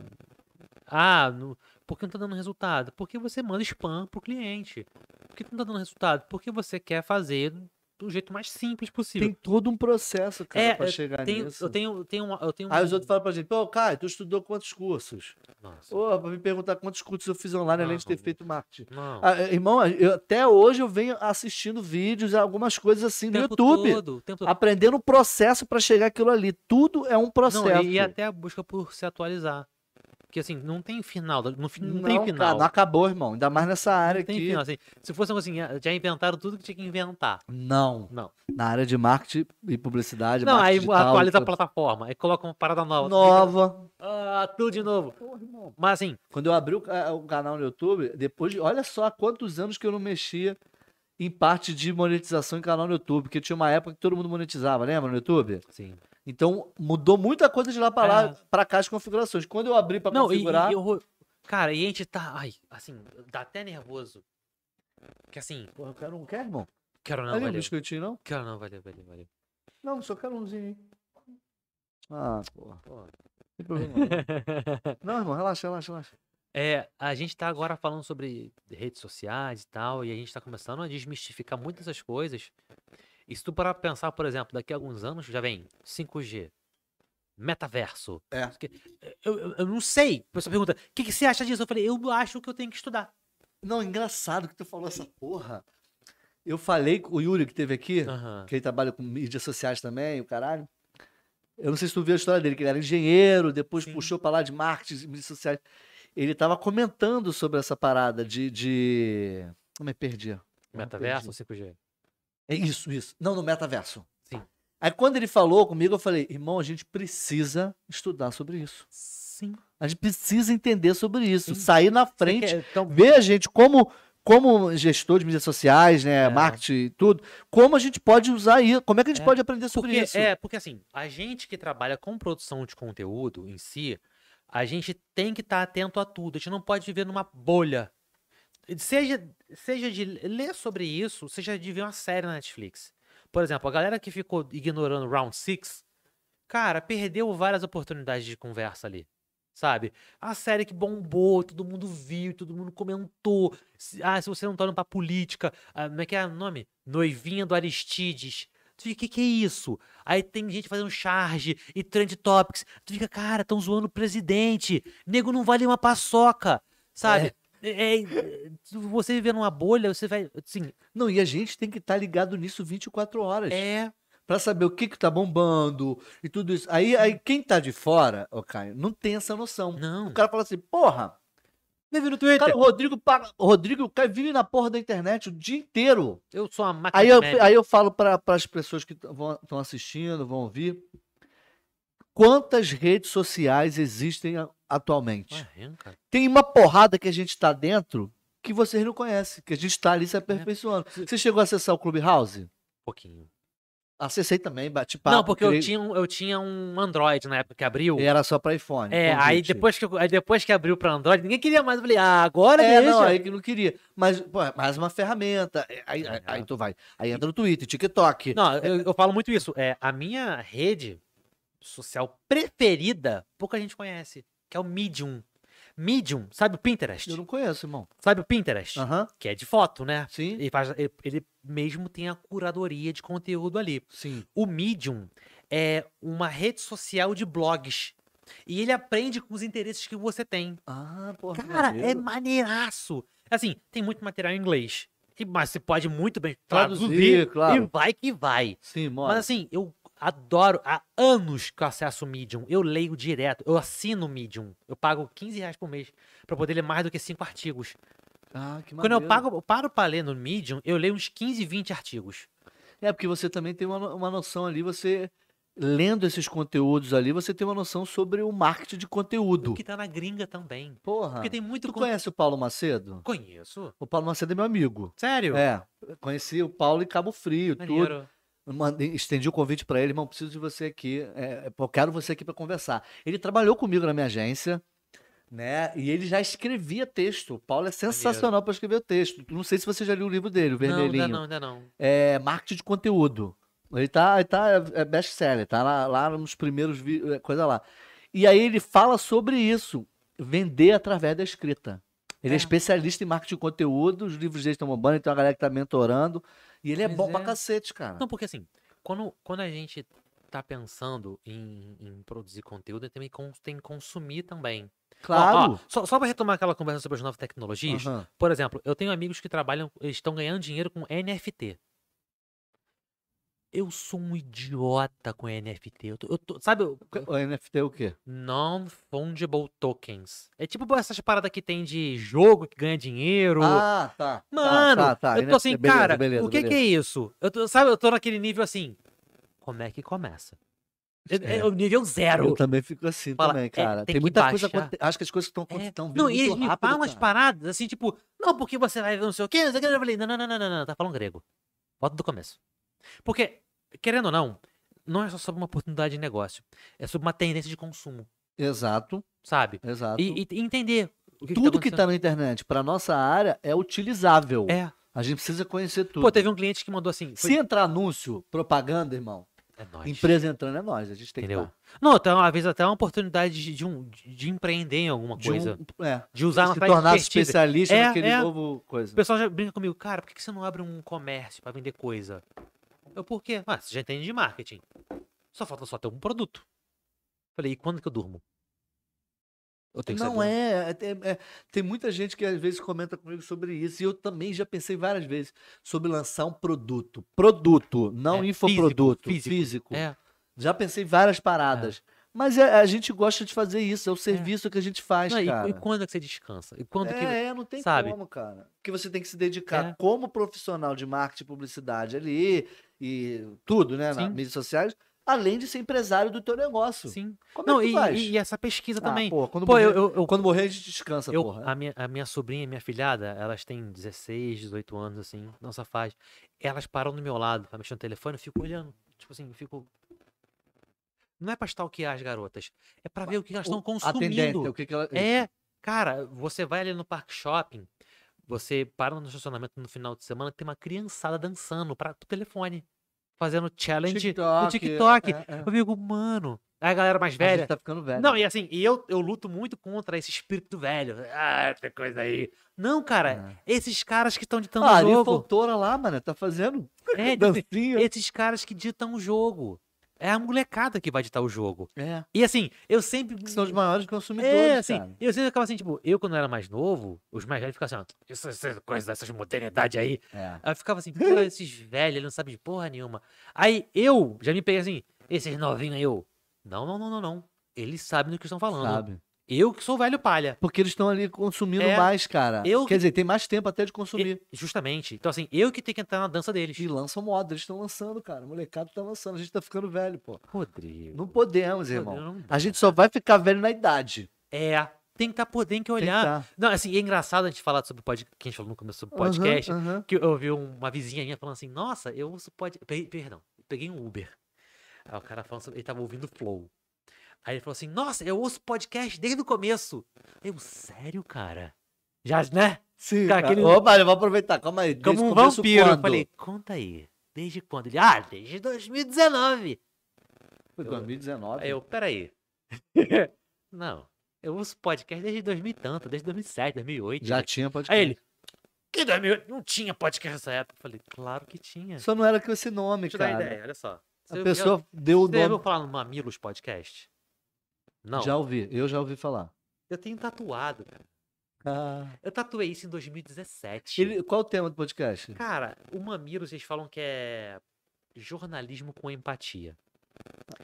Speaker 2: Ah, no... por que não tá dando resultado? Porque você manda spam pro cliente. Por que não tá dando resultado? Porque você quer fazer do jeito mais simples possível.
Speaker 1: Tem todo um processo, cara,
Speaker 2: É,
Speaker 1: pra chegar
Speaker 2: Tem-
Speaker 1: nisso.
Speaker 2: eu tenho, tenho, uma- eu tenho
Speaker 1: Aí
Speaker 2: um-
Speaker 1: os outros falam pra gente, pô, Caio, tu estudou quantos cursos?
Speaker 2: Nossa.
Speaker 1: Pô, pra me perguntar quantos cursos eu fiz online, além de ter
Speaker 2: Não.
Speaker 1: feito marketing.
Speaker 2: Não.
Speaker 1: Ah, é, irmão, eu- até hoje eu venho assistindo vídeos, algumas coisas assim
Speaker 2: O
Speaker 1: no
Speaker 2: tempo
Speaker 1: YouTube.
Speaker 2: todo, o tempo todo.
Speaker 1: Aprendendo o processo pra chegar aquilo ali. Tudo é um processo.
Speaker 2: Não, e, e até a busca por se atualizar. Porque assim, não tem final. Não, fi- não tem
Speaker 1: Não, cara,
Speaker 2: final.
Speaker 1: não acabou, irmão. Ainda mais nessa área
Speaker 2: Não tem
Speaker 1: aqui.
Speaker 2: final. assim. se fosse algo assim, ah, já inventaram tudo que tinha que inventar.
Speaker 1: Não.
Speaker 2: Não.
Speaker 1: Na área de marketing e publicidade.
Speaker 2: Não, aí
Speaker 1: marketing digital,
Speaker 2: atualiza a plataforma. Aí coloca uma parada nova.
Speaker 1: Nova.
Speaker 2: Ah, tudo de novo. Mas assim,
Speaker 1: Quando eu abri o, ca- o canal no YouTube, depois de. Olha só quantos anos que eu não mexia em parte de monetização em canal no YouTube. Porque tinha uma época que todo mundo monetizava, lembra no YouTube?
Speaker 2: sim.
Speaker 1: Então mudou muita coisa de lá pra lá,
Speaker 2: É.
Speaker 1: pra cá as configurações. Quando eu abri pra
Speaker 2: Não, e,
Speaker 1: configurar.
Speaker 2: e eu- Cara, e a gente tá. Ai, assim, dá até nervoso. Que assim,
Speaker 1: Pô, eu quero um, quer, irmão?
Speaker 2: quero não,
Speaker 1: Ali um
Speaker 2: valeu.
Speaker 1: biscoitinho, não?
Speaker 2: Quero não, valeu, valeu, valeu.
Speaker 1: Não, só quero umzinho, hein? Ah, porra.
Speaker 2: Pô.
Speaker 1: Não tem problema. Não, Não, irmão, relaxa, relaxa, relaxa.
Speaker 2: É, a gente tá agora falando sobre redes sociais e tal, e a gente tá começando a desmistificar muitas dessas coisas. E se tu parar pra pensar, por exemplo, daqui a alguns anos já vem 5G, metaverso.
Speaker 1: É.
Speaker 2: não sei o quê. Eu, eu- eu não sei. A pessoa pergunta, o que, que você acha disso? Eu falei, eu acho que eu tenho que estudar.
Speaker 1: Não, engraçado que tu falou essa porra. Eu falei com o Yuri que teve aqui,
Speaker 2: Aham.
Speaker 1: que ele trabalha com mídias sociais também, o caralho. Eu não sei se tu viu a história dele, que ele era engenheiro, depois
Speaker 2: Sim.
Speaker 1: puxou pra lá de marketing, mídias sociais. Ele tava comentando sobre essa parada de. de... Não me perdi. Não,
Speaker 2: Metaverso, 5G.
Speaker 1: É isso, isso. Não, no metaverso.
Speaker 2: Sim.
Speaker 1: Aí quando ele falou comigo, eu falei, irmão, a gente precisa estudar sobre isso.
Speaker 2: Sim.
Speaker 1: A gente precisa entender sobre isso,
Speaker 2: Sim.
Speaker 1: sair na
Speaker 2: Você
Speaker 1: frente
Speaker 2: quer- então,
Speaker 1: ver a gente como como gestor de mídias sociais, né,
Speaker 2: É.
Speaker 1: marketing e tudo, como a gente pode usar isso, como é que a gente
Speaker 2: É,
Speaker 1: pode aprender sobre
Speaker 2: Porque,
Speaker 1: isso?
Speaker 2: é, porque assim, a gente que trabalha com produção de conteúdo em si, A gente tem que estar atento a tudo. A gente não pode viver numa bolha. Seja, seja de ler sobre isso, seja de ver uma série na Netflix. Por exemplo, a galera que ficou ignorando Round 6, cara, perdeu várias oportunidades de conversa ali. Sabe? A série que bombou, todo mundo viu, todo mundo comentou. Se- Ah, se você não tá olhando pra política. ah, como é que é o nome? Noivinha do Aristides. Tu fica, o que, que é isso? Aí tem gente fazendo charge e trend topics. Tu fica, cara, tão zoando o presidente. Nego não vale uma paçoca. Sabe? É, é, você viver numa bolha, você vai. Assim,
Speaker 1: Não, e a gente tem que estar ligado nisso 24 horas.
Speaker 2: é
Speaker 1: Pra saber o que que tá bombando e tudo isso. Aí, aí quem tá de fora, ô Caio, não tem essa noção.
Speaker 2: Não.
Speaker 1: O cara fala assim, porra,
Speaker 2: Vive Hum. no Twitter.
Speaker 1: cara, o Rodrigo, paga- o Rodrigo e o Caio vivem na porra da internet o dia inteiro.
Speaker 2: eu sou uma máquina
Speaker 1: Aí
Speaker 2: de
Speaker 1: eu,
Speaker 2: média.
Speaker 1: aí eu falo para as pessoas que estão assistindo, vão ouvir, quantas redes sociais existem a- atualmente?
Speaker 2: Ué, um arranca.
Speaker 1: Tem uma porrada que a gente tá dentro que vocês não conhecem, que a gente tá ali
Speaker 2: É.
Speaker 1: se aperfeiçoando. Você chegou a acessar o Clubhouse?
Speaker 2: Um pouquinho.
Speaker 1: Acessei também, bate papo.
Speaker 2: não, porque eu
Speaker 1: criei-
Speaker 2: tinha, um- eu tinha um Android na época que abriu.
Speaker 1: E era só pra iPhone.
Speaker 2: É,
Speaker 1: entendi,
Speaker 2: aí
Speaker 1: sim.
Speaker 2: depois que, eu- aí depois que abriu pra Android, ninguém queria mais. Eu falei, ah, agora
Speaker 1: É,
Speaker 2: deixa.
Speaker 1: não, aí que não queria. Mas, pô, é mais uma ferramenta. É, Aí, aí,
Speaker 2: É.
Speaker 1: aí tu vai. Aí entra no Twitter, TikTok.
Speaker 2: Não, eu, eu falo muito isso. É, a minha rede social preferida, pouca gente conhece, que é o Medium. Medium, sabe o Pinterest?
Speaker 1: Eu não Ah. conheço, irmão.
Speaker 2: Sabe o Pinterest?
Speaker 1: Aham,
Speaker 2: Que é de foto, né?
Speaker 1: sim,
Speaker 2: Ele, faz- ele- ele mesmo tem a curadoria de conteúdo ali.
Speaker 1: sim.
Speaker 2: O Medium é uma rede social de blogs. E ele aprende com os interesses que você tem.
Speaker 1: Ah, porra.
Speaker 2: Cara, é
Speaker 1: maneiro.
Speaker 2: maneiraço. Assim, tem muito material em inglês. e- Mas você pode muito bem
Speaker 1: Traduzir,
Speaker 2: traduzir,
Speaker 1: claro.
Speaker 2: e vai que vai.
Speaker 1: Sim,
Speaker 2: Mas
Speaker 1: mora.
Speaker 2: assim, eu adoro. Há anos que eu acesso o Medium. Eu leio direto. Eu assino o Medium. Eu pago 15 reais por mês pra poder ler mais do que 5 artigos.
Speaker 1: Ah, que
Speaker 2: Quando eu,
Speaker 1: maneiro.
Speaker 2: pago, eu paro pra ler no Medium, eu leio uns 15, 20 artigos.
Speaker 1: É, porque você também tem uma, no- uma noção ali, você. Lendo esses conteúdos ali, você tem uma noção sobre o marketing de conteúdo.
Speaker 2: O que tá na gringa também.
Speaker 1: Porra.
Speaker 2: Porque tem muito
Speaker 1: Ah. Tu
Speaker 2: conteúdo.
Speaker 1: conhece o Paulo Macedo?
Speaker 2: Conheço.
Speaker 1: O Paulo Macedo é meu amigo.
Speaker 2: Sério?
Speaker 1: É, conheci o Paulo em Cabo Frio, tudo.
Speaker 2: Maneiro.
Speaker 1: Mandei, estendi o convite pra ele, irmão, preciso de você aqui. é, eu quero você aqui pra conversar. Ele trabalhou comigo na minha agência, né? E ele já escrevia texto. O Paulo é sensacional pra escrever texto. Não sei se você já liu o livro dele, o Vermelhinho.
Speaker 2: Não, ainda não, ainda não.
Speaker 1: É marketing de conteúdo. Ele tá, ele tá é best seller, tá lá, lá nos primeiros vi- é, coisa lá. E aí ele fala sobre isso, vender através da escrita. Ele é,
Speaker 2: É.
Speaker 1: especialista em marketing de conteúdo, os livros dele estão bombando, então a galera que tá mentorando. E ele é
Speaker 2: Pois
Speaker 1: bom pra
Speaker 2: é.
Speaker 1: cacete, cara.
Speaker 2: Não, porque assim, quando, quando a gente tá pensando em, em produzir conteúdo, é também con- tem que consumir também. Ó,
Speaker 1: claro.
Speaker 2: ó, só, só pra retomar aquela conversa sobre as novas tecnologias,
Speaker 1: Aham.
Speaker 2: por exemplo, eu tenho amigos que trabalham, eles estão ganhando dinheiro com NFT. Eu sou um idiota com NFT. Eu tô- eu tô- sabe, eu-
Speaker 1: O NFT é o quê?
Speaker 2: non-fungible tokens. É tipo essas paradas que tem de jogo que ganha dinheiro.
Speaker 1: Ah, tá.
Speaker 2: Mano,
Speaker 1: tá, tá, tá.
Speaker 2: eu tô assim,
Speaker 1: NFT, beleza,
Speaker 2: cara,
Speaker 1: beleza,
Speaker 2: o que que é isso? Eu tô, sabe, eu tô naquele nível assim, como é que começa? Eu-
Speaker 1: É.
Speaker 2: É o nível zero.
Speaker 1: Eu também fico assim
Speaker 2: Fala,
Speaker 1: também,
Speaker 2: é,
Speaker 1: cara.
Speaker 2: tem
Speaker 1: tem
Speaker 2: que
Speaker 1: muita coisa
Speaker 2: baixar.
Speaker 1: aconte- Acho que as coisas estão
Speaker 2: É.
Speaker 1: estão vindo
Speaker 2: Não, e
Speaker 1: muito
Speaker 2: eles me
Speaker 1: rápido,
Speaker 2: falam umas
Speaker 1: cara.
Speaker 2: paradas assim, tipo, não, porque você vai ver não sei o quê, não sei o quê. Eu falei, não, não, não, não, não, não, tá falando grego. Bota do começo. Porque, querendo ou não, não é só sobre uma oportunidade de negócio, é sobre uma tendência de consumo,
Speaker 1: Exato,
Speaker 2: sabe?
Speaker 1: exato.
Speaker 2: E, e entender o que
Speaker 1: tudo que
Speaker 2: tá
Speaker 1: tá na internet para nossa área é utilizável.
Speaker 2: acontecendo. É.
Speaker 1: A gente precisa conhecer tudo.
Speaker 2: Pô, teve um cliente que mandou assim, foi...
Speaker 1: Se entrar anúncio, propaganda, irmão,
Speaker 2: é nóis.
Speaker 1: empresa entrando é nós, a gente tem
Speaker 2: Entendeu?
Speaker 1: que
Speaker 2: Não, então, às vezes até uma oportunidade de, de um, de empreender em alguma
Speaker 1: estar
Speaker 2: coisa.
Speaker 1: de um, é,
Speaker 2: De usar uma
Speaker 1: se
Speaker 2: frase
Speaker 1: tornar
Speaker 2: divertida.
Speaker 1: especialista
Speaker 2: É,
Speaker 1: naquele
Speaker 2: é.
Speaker 1: novo coisa.
Speaker 2: O pessoal já brinca comigo, cara, por que que você não abre um comércio pra vender coisa? Eu, por quê? Ah, você já entende de marketing. Só falta só ter um produto. Falei, e quando que eu durmo? Eu tenho que
Speaker 1: Não
Speaker 2: saber.
Speaker 1: é, é, é- é- tem muita gente que às vezes comenta comigo sobre isso e eu também já pensei várias vezes sobre lançar um produto, produto, não
Speaker 2: É,
Speaker 1: infoproduto, físico.
Speaker 2: físico, É,
Speaker 1: Já pensei várias paradas, mas é- a gente gosta de fazer isso, é o serviço que a gente faz,
Speaker 2: Não, e-
Speaker 1: cara.
Speaker 2: e, quando é que você descansa? E quando que...
Speaker 1: É, é, não tem
Speaker 2: sabe?
Speaker 1: como, cara. Porque você tem que se dedicar
Speaker 2: É.
Speaker 1: como profissional de marketing e publicidade ali e tudo, né? Nas
Speaker 2: Sim.
Speaker 1: mídias sociais, além de ser empresário do teu negócio.
Speaker 2: Sim.
Speaker 1: Como
Speaker 2: Não,
Speaker 1: é que
Speaker 2: e,
Speaker 1: tu faz?
Speaker 2: e- e essa pesquisa
Speaker 1: Ah,
Speaker 2: também.
Speaker 1: Pô, quando,
Speaker 2: Pô,
Speaker 1: morrer,
Speaker 2: eu, eu, eu-
Speaker 1: quando morrer, a gente descansa,
Speaker 2: eu- ah,
Speaker 1: porra. né?
Speaker 2: a, minha, a minha sobrinha, minha filhada, elas têm 16, 18 anos, assim, nossa faz. Elas param do meu lado pra mexer no telefone, eu fico olhando. Tipo assim, eu fico. Não é pra stalkear as garotas. É pra ver o que elas estão
Speaker 1: A tendência,
Speaker 2: consumindo.
Speaker 1: o que, que ela.
Speaker 2: É, cara, você vai ali no parque shopping, você para no estacionamento no final de semana, tem uma criançada dançando pra, pro telefone, fazendo challenge no TikTok.
Speaker 1: é, é.
Speaker 2: Eu fico, mano. Aí a galera mais
Speaker 1: A
Speaker 2: velha.
Speaker 1: gente tá ficando velho.
Speaker 2: Não, e assim, e eu, eu luto muito contra esse espírito do velho. Ah, essa coisa aí. Não, cara,
Speaker 1: É.
Speaker 2: esses caras que estão ditando
Speaker 1: Ah,
Speaker 2: o
Speaker 1: ali
Speaker 2: jogo.
Speaker 1: Fontoura lá, mano, tá fazendo
Speaker 2: É, tipo,
Speaker 1: dancinha.
Speaker 2: esses caras que ditam o jogo. É a molecada que vai ditar o jogo.
Speaker 1: É,
Speaker 2: E assim, eu sempre.
Speaker 1: que são os maiores consumidores,
Speaker 2: É, assim,
Speaker 1: cara.
Speaker 2: eu sempre ficava assim, tipo, eu quando era mais novo, os mais velhos ficavam assim, ó, essas, essas coisas, essas modernidades aí.
Speaker 1: É.
Speaker 2: Aí eu ficava assim, porra, esses velhos, ele não sabe de porra nenhuma. Aí eu já me peguei assim, esses novinhos aí, eu. Não, não, não, não, não. Eles sabem do que estão falando.
Speaker 1: Sabe?
Speaker 2: Eu que sou velho palha.
Speaker 1: Porque eles estão ali consumindo
Speaker 2: É,
Speaker 1: mais, cara.
Speaker 2: eu-
Speaker 1: Quer dizer, tem mais tempo até de
Speaker 2: E-
Speaker 1: consumir.
Speaker 2: justamente. Então, assim, eu que tenho que entrar na dança deles.
Speaker 1: E, lançam moda, eles estão lançando, cara. O molecado tá lançando, a gente tá ficando velho, pô.
Speaker 2: Rodrigo.
Speaker 1: Não podemos,
Speaker 2: Rodrigo,
Speaker 1: irmão.
Speaker 2: não dá.
Speaker 1: A gente só vai ficar velho na idade.
Speaker 2: É. Tem que estar podendo que olhar.
Speaker 1: Tem que tá.
Speaker 2: Não, assim, é engraçado a gente falar sobre podcast. Que a gente falou no começo sobre podcast.
Speaker 1: Aham, aham.
Speaker 2: Que eu ouvi um, uma vizinha minha falando assim: Nossa, eu uso podcast. Perdão, eu peguei um Uber. Aí o cara falando sobre. Ele tava ouvindo Flow. Aí ele falou assim: Nossa, eu ouço podcast desde o começo. Eu, sério, cara? Já, né?
Speaker 1: Sim,
Speaker 2: Cara,
Speaker 1: cara.
Speaker 2: aquele-
Speaker 1: Opa, eu vou aproveitar, calma aí.
Speaker 2: Como
Speaker 1: Desde
Speaker 2: um
Speaker 1: começo,
Speaker 2: vampiro. Eu
Speaker 1: quando?
Speaker 2: falei: Conta aí. Desde quando? Ele, ah, desde 2019.
Speaker 1: Foi 2019.
Speaker 2: Aí eu, peraí. Não, eu uso podcast desde 2000 e tanto, desde 2007, 2008.
Speaker 1: Já tinha podcast.
Speaker 2: Aí ele, que 2008? Não tinha podcast nessa época. Eu falei, claro que tinha. Deixa
Speaker 1: Só não era com esse nome,
Speaker 2: eu dar uma
Speaker 1: cara.
Speaker 2: ideia, olha só.
Speaker 1: A pessoa deu o
Speaker 2: Você ouviu
Speaker 1: nome.
Speaker 2: falar no Mamilos Podcast? Não,
Speaker 1: Já ouvi, eu já ouvi falar.
Speaker 2: eu tenho tatuado. cara.
Speaker 1: Ah,
Speaker 2: Eu tatuei isso em 2017.
Speaker 1: Ele- qual o tema do podcast?
Speaker 2: Cara, o Mamilos, eles falam que é jornalismo com empatia.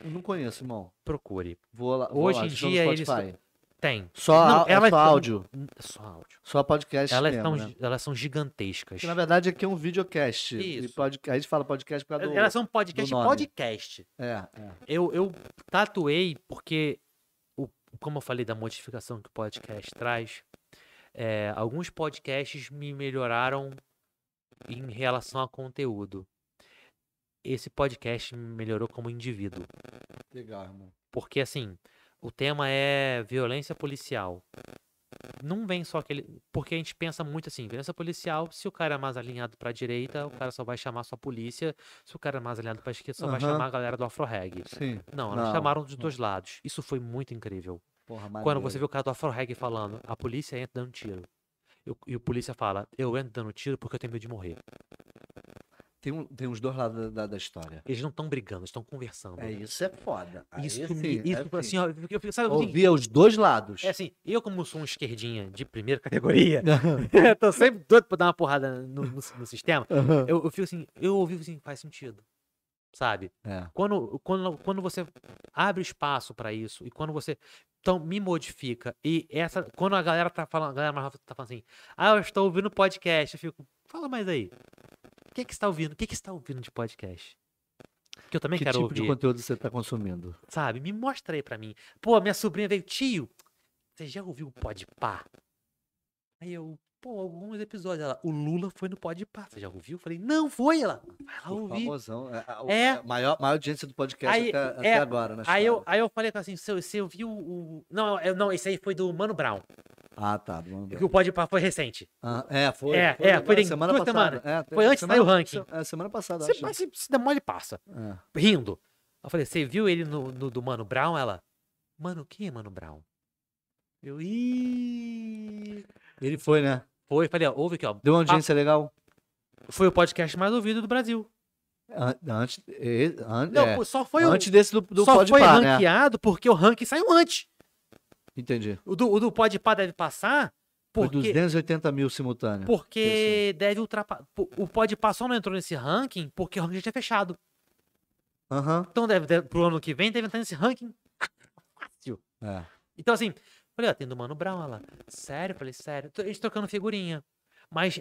Speaker 1: Eu não conheço, irmão.
Speaker 2: Procure.
Speaker 1: Vou lá.
Speaker 2: Hoje em
Speaker 1: estou no
Speaker 2: dia eles-
Speaker 1: Spotify.
Speaker 2: Tem.
Speaker 1: Só,
Speaker 2: Não,
Speaker 1: a- é
Speaker 2: elas
Speaker 1: só
Speaker 2: são-
Speaker 1: áudio,
Speaker 2: Só áudio.
Speaker 1: só podcast
Speaker 2: Elas,
Speaker 1: mesmo,
Speaker 2: são,
Speaker 1: né?
Speaker 2: gi- elas são gigantescas.
Speaker 1: Porque, na verdade, aqui é um videocast. E
Speaker 2: Isso.
Speaker 1: podca- A gente fala podcast por causa do...
Speaker 2: Elas são um podcast
Speaker 1: nome.
Speaker 2: podcast.
Speaker 1: É, é.
Speaker 2: Eu, eu tatuei porque, o, como eu falei da modificação que o podcast traz, é, alguns podcasts me melhoraram em relação a conteúdo. Esse podcast me melhorou como indivíduo.
Speaker 1: Legal, irmão.
Speaker 2: Porque, assim, o tema é violência policial. Não vem só aquele. Porque a gente pensa muito assim: violência policial, se o cara é mais alinhado pra direita, o cara só vai chamar só a polícia. Se o cara é mais alinhado pra esquerda, só vai
Speaker 1: Aham.
Speaker 2: chamar a galera do Afro-Reg.
Speaker 1: Sim.
Speaker 2: Não, elas
Speaker 1: Não,
Speaker 2: chamaram dos
Speaker 1: não.
Speaker 2: dois lados. Isso foi muito incrível.
Speaker 1: Porra,
Speaker 2: Quando
Speaker 1: maneiro.
Speaker 2: você vê o cara do Afro-Reg falando, a polícia entra dando tiro. E o, e o polícia fala, eu entro dando tiro porque eu tenho medo de morrer.
Speaker 1: Tem, um- tem uns dois lados da, da história.
Speaker 2: Eles não estão brigando, eles estão conversando.
Speaker 1: É, isso é foda. Aí,
Speaker 2: isso,
Speaker 1: assim,
Speaker 2: me- isso
Speaker 1: é
Speaker 2: foi assim,
Speaker 1: assim.
Speaker 2: ó, eu fiquei- eu fiquei- sabe, assim,
Speaker 1: Ouvia os dois lados.
Speaker 2: É assim, eu como sou um esquerdinha de primeira categoria, tô sempre doido pra dar uma porrada no, no- no sistema,
Speaker 1: Aham.
Speaker 2: eu, eu fico assim, eu ouvi assim, faz sentido, sabe?
Speaker 1: É.
Speaker 2: Quando, quando, quando você abre espaço pra isso e quando você então, me modifica e essa quando a galera tá falando, a galera mais nova tá falando assim, ah, eu estou ouvindo podcast, eu fico, fala mais aí, o que que você tá ouvindo? O que que você tá ouvindo de podcast? Que eu também
Speaker 1: Que
Speaker 2: quero
Speaker 1: tipo
Speaker 2: ouvir
Speaker 1: de conteúdo você tá consumindo?
Speaker 2: sabe? Me mostra aí pra mim. Pô, minha sobrinha veio, tio, você já ouviu o Podpah? Aí eu, pô, alguns episódios. Ela, o Lula foi no Podpah, você já ouviu? Eu Falei, não foi ela. Vai lá
Speaker 1: O
Speaker 2: ouvir.
Speaker 1: famosão. É, a- o-
Speaker 2: É.
Speaker 1: a Maior, maior audiência do podcast
Speaker 2: Aí,
Speaker 1: até,
Speaker 2: é,
Speaker 1: até agora, né?
Speaker 2: Aí eu, aí eu falei assim, você, você ouviu o... Não, eu- não, esse aí foi do Mano Brown,
Speaker 1: Ah, tá. vamos ver.
Speaker 2: que o Podpah foi recente.
Speaker 1: Ah, é, foi.
Speaker 2: É,
Speaker 1: foi,
Speaker 2: é,
Speaker 1: agora,
Speaker 2: foi em
Speaker 1: semana
Speaker 2: duas
Speaker 1: passada.
Speaker 2: semanas.
Speaker 1: É, tem-
Speaker 2: Foi antes de
Speaker 1: semana-
Speaker 2: sair o ranking.
Speaker 1: É, semana passada,
Speaker 2: Você,
Speaker 1: acho.
Speaker 2: mas se, se der mole, passa.
Speaker 1: É.
Speaker 2: Rindo. Eu falei, você viu ele no, no do Mano Brown? Ela, mano, quem é Mano Brown? Eu, ih...
Speaker 1: Ele foi, né?
Speaker 2: Foi, falei, ó, ouve aqui, ó.
Speaker 1: Deu uma audiência legal.
Speaker 2: Foi o podcast mais ouvido do Brasil.
Speaker 1: An- Antes, e- an-
Speaker 2: Não,
Speaker 1: é,
Speaker 2: pô, só foi o-
Speaker 1: antes desse do, do
Speaker 2: só foi
Speaker 1: Podpah, né?
Speaker 2: ranqueado porque o ranking saiu antes.
Speaker 1: Entendi.
Speaker 2: O do, o do Podpah deve passar
Speaker 1: Foi né?
Speaker 2: porque,
Speaker 1: 280 mil simultâneo.
Speaker 2: porque deve ultrapassar. O Podpah só não entrou nesse ranking porque o ranking já tinha fechado.
Speaker 1: Aham.
Speaker 2: Então deve, deve, pro ano que vem deve entrar nesse ranking. Fácil.
Speaker 1: É.
Speaker 2: Então assim, falei, ó, tem do Mano Brown lá. Sério? Falei, sério. Tô- Eles trocando figurinha. Mas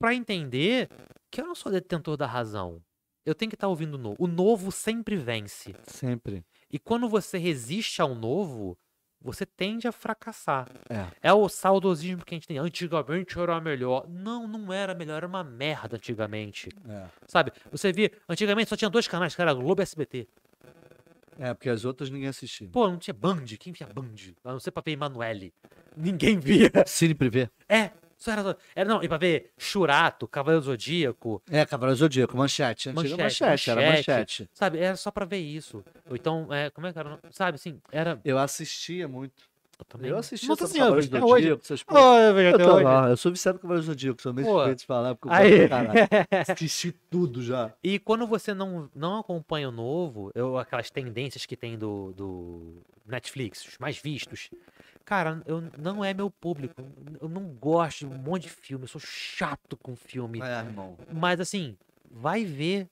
Speaker 2: pra entender que eu não sou detentor da razão. Eu tenho que estar ouvindo o novo. O novo sempre vence.
Speaker 1: Sempre.
Speaker 2: E quando você resiste ao novo, você tende a fracassar.
Speaker 1: É.
Speaker 2: É o saudosismo que a gente tem. Antigamente era melhor. Não, não era melhor. Era uma merda antigamente.
Speaker 1: É.
Speaker 2: Sabe? Você via, antigamente só tinha dois canais, cara, Globo e SBT.
Speaker 1: É, porque as outras ninguém assistiu.
Speaker 2: Pô, não tinha Band. Quem via Band? A não ser pra ver Emanuele. Ninguém via.
Speaker 1: Cine Privé.
Speaker 2: É, só era. só- era não, e pra ver Churato, Cavaleiro Zodíaco,
Speaker 1: É, Cavaleiro Zodíaco, manchete. Antiga
Speaker 2: Manchete,
Speaker 1: manchete, era
Speaker 2: Manchete.
Speaker 1: manchete.
Speaker 2: sabe? Era só pra ver isso. Ou então, é, como é que era? o nome? Sabe, assim, era.
Speaker 1: Eu assistia muito.
Speaker 2: Eu, também,
Speaker 1: Eu assistia
Speaker 2: Nossa
Speaker 1: tanto
Speaker 2: senhora,
Speaker 1: Cavaleiro
Speaker 2: assim, até hoje.
Speaker 1: Zodíaco, essas porra.
Speaker 2: Olha, veja,
Speaker 1: Eu,
Speaker 2: até
Speaker 1: tô
Speaker 2: hoje.
Speaker 1: lá, eu sou viciado com Cavaleiro Zodíaco, sou meio
Speaker 2: Pô.
Speaker 1: suspeito de falar, porque eu gosto
Speaker 2: Aí.
Speaker 1: pra caralho. Assisti tudo já.
Speaker 2: E quando você não, não acompanha o novo, eu, aquelas tendências que tem do, do Netflix, os mais vistos, cara, eu, não é meu público. Eu não gosto de um monte de filme, eu sou chato com filme.
Speaker 1: É, irmão.
Speaker 2: Mas assim, vai ver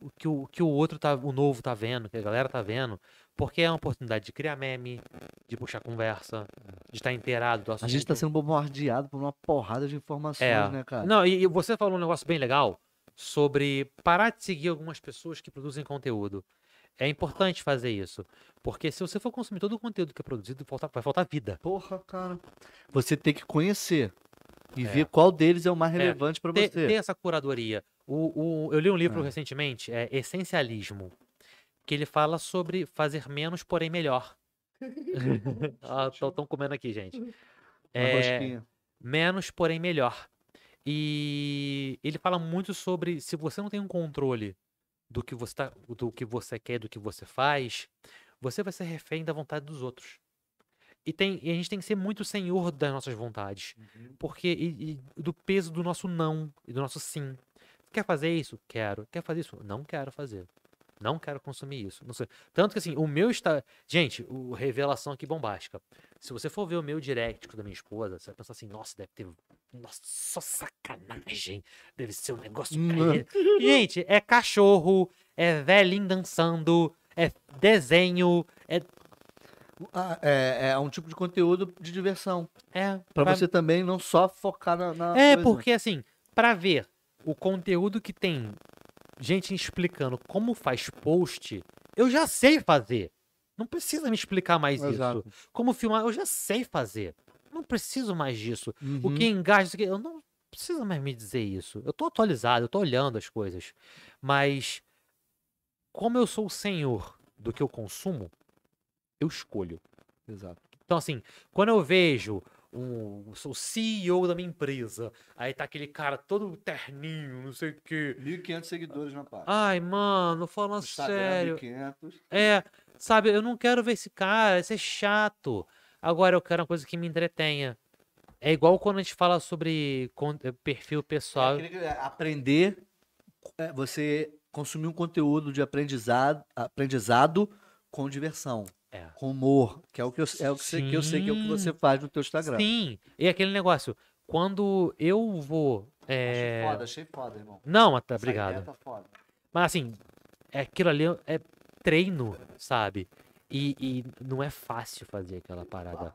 Speaker 2: o que o, o que o outro tá, o novo tá vendo, o que a galera tá vendo, porque é uma oportunidade de criar meme, de puxar conversa, de estar inteirado do
Speaker 1: A
Speaker 2: assunto.
Speaker 1: gente tá sendo bombardeado por uma porrada de informações,
Speaker 2: É.
Speaker 1: né, cara?
Speaker 2: Não, e, e você falou um negócio bem legal sobre parar de seguir algumas pessoas que produzem conteúdo. É importante fazer isso, porque se você for consumir todo o conteúdo que é produzido, falta- vai faltar vida.
Speaker 1: Porra, cara. Você tem que conhecer e
Speaker 2: É.
Speaker 1: ver qual deles é o mais relevante pra
Speaker 2: ter,
Speaker 1: você.
Speaker 2: ter essa curadoria. O, o- eu li um livro
Speaker 1: É.
Speaker 2: recentemente, é Essencialismo, que ele fala sobre fazer menos, porém melhor. Estão comendo aqui, gente.
Speaker 1: Uma
Speaker 2: É,
Speaker 1: rosquinha.
Speaker 2: menos, porém melhor. E ele fala muito sobre se você não tem um controle do que você, tá, do que você quer, do que você faz, você vai ser refém da vontade dos outros. E, tem, e a gente tem que ser muito senhor das nossas vontades.
Speaker 1: Uhum.
Speaker 2: Porque e- e do peso do nosso não e do nosso sim. Quer fazer isso? Quero. Quer fazer isso? Não quero fazer. Não quero consumir isso. Não sei. Tanto que assim, o meu está. Gente, o revelação aqui bombástica. Se você for ver o meu direct com o da minha esposa, você vai pensar assim, nossa, deve ter. Nossa, só sacanagem. Deve ser um negócio.
Speaker 1: Mano.
Speaker 2: caído." Gente, é cachorro, é velhinho dançando, é desenho, é.
Speaker 1: Ah, é, é um tipo de conteúdo de diversão.
Speaker 2: é
Speaker 1: Pra
Speaker 2: vai-
Speaker 1: você também não só focar na. na
Speaker 2: É,
Speaker 1: coisa.
Speaker 2: porque assim, pra ver o conteúdo que tem gente explicando como faz post, eu já sei fazer. Não precisa me explicar mais
Speaker 1: Exato.
Speaker 2: é isso. Como filmar, eu já sei fazer. Não preciso mais disso.
Speaker 1: Uhum.
Speaker 2: O que engaja, isso aqui, eu não preciso mais me dizer isso. Eu tô atualizado, eu tô olhando as coisas. Mas como eu sou o senhor do que eu consumo, eu escolho.
Speaker 1: Exato.
Speaker 2: Então, assim, quando eu vejo um, sou o CEO da minha empresa, aí tá aquele cara todo terninho, não sei o quê.
Speaker 1: 1.500 seguidores na página.
Speaker 2: Ai, mano, falando Ah, sério.
Speaker 1: 1.500.
Speaker 2: É, sabe, eu não quero ver esse cara, esse é chato. Agora eu quero uma coisa que me entretenha. É igual quando a gente fala sobre con- eh, perfil
Speaker 1: É,
Speaker 2: pessoal.
Speaker 1: Aprender, é, você consumir um conteúdo de aprendizado, aprendizado com diversão,
Speaker 2: É.
Speaker 1: com humor, que é o que eu, é o que, você- que eu sei que é o que
Speaker 2: Sim.
Speaker 1: você faz no teu Instagram.
Speaker 2: Sim, e aquele negócio, quando eu vou.
Speaker 1: Achei
Speaker 2: é,
Speaker 1: foda, achei foda, irmão.
Speaker 2: Não, até
Speaker 1: Essa ideia
Speaker 2: obrigado.
Speaker 1: tá foda.
Speaker 2: Mas assim, é aquilo ali é treino, sabe? E, e não é fácil fazer aquela parada.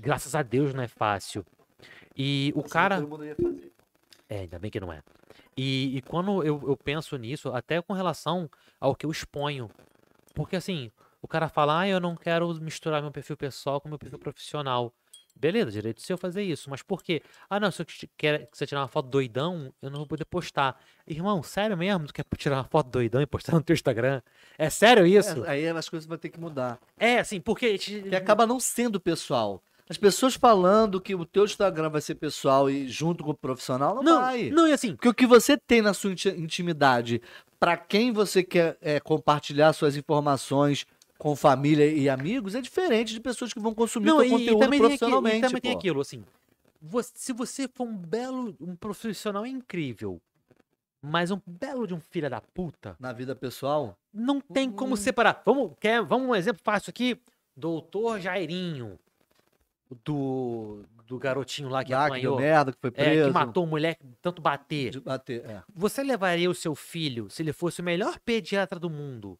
Speaker 2: Graças a Deus não é fácil. E o
Speaker 1: Assim,
Speaker 2: cara.
Speaker 1: todo mundo ia fazer.
Speaker 2: É, ainda bem que não é. E, e quando eu, eu penso nisso, até com relação ao que eu exponho. Porque assim, o cara fala, ah, eu não quero misturar meu perfil pessoal com meu perfil profissional. Beleza, direito seu fazer isso. Mas por quê? Ah, não, se eu te- quer, se eu tirar uma foto doidão, eu não vou poder postar. Irmão, sério mesmo? Tu quer tirar uma foto doidão e postar no teu Instagram? É sério isso?
Speaker 1: É, aí as coisas vão ter que mudar.
Speaker 2: É, assim, porque. te-
Speaker 1: que acaba não sendo pessoal. As pessoas falando que o teu Instagram vai ser pessoal e junto com o profissional, não,
Speaker 2: Não,
Speaker 1: vai.
Speaker 2: não, e assim,
Speaker 1: Porque o que você tem na sua inti- intimidade, pra quem você quer é, compartilhar suas informações com família e amigos, é diferente de pessoas que vão consumir o
Speaker 2: Não,
Speaker 1: teu
Speaker 2: e, e
Speaker 1: conteúdo
Speaker 2: também tem aquilo,
Speaker 1: profissionalmente.
Speaker 2: e também tem
Speaker 1: pô.
Speaker 2: aquilo, assim. vo- se você for um belo, um profissional incrível, mas um belo de um filho da puta,
Speaker 1: Na vida pessoal,
Speaker 2: não tem
Speaker 1: Hum.
Speaker 2: como separar. Vamos, quer, vamos um exemplo fácil aqui. Doutor Jairinho, do, do garotinho lá que
Speaker 1: lá que deu
Speaker 2: apanhou,
Speaker 1: merda, que foi
Speaker 2: é,
Speaker 1: preso,
Speaker 2: que matou o moleque, de tanto bater.
Speaker 1: de bater. é.
Speaker 2: Você levaria o seu filho, se ele fosse o melhor pediatra do mundo,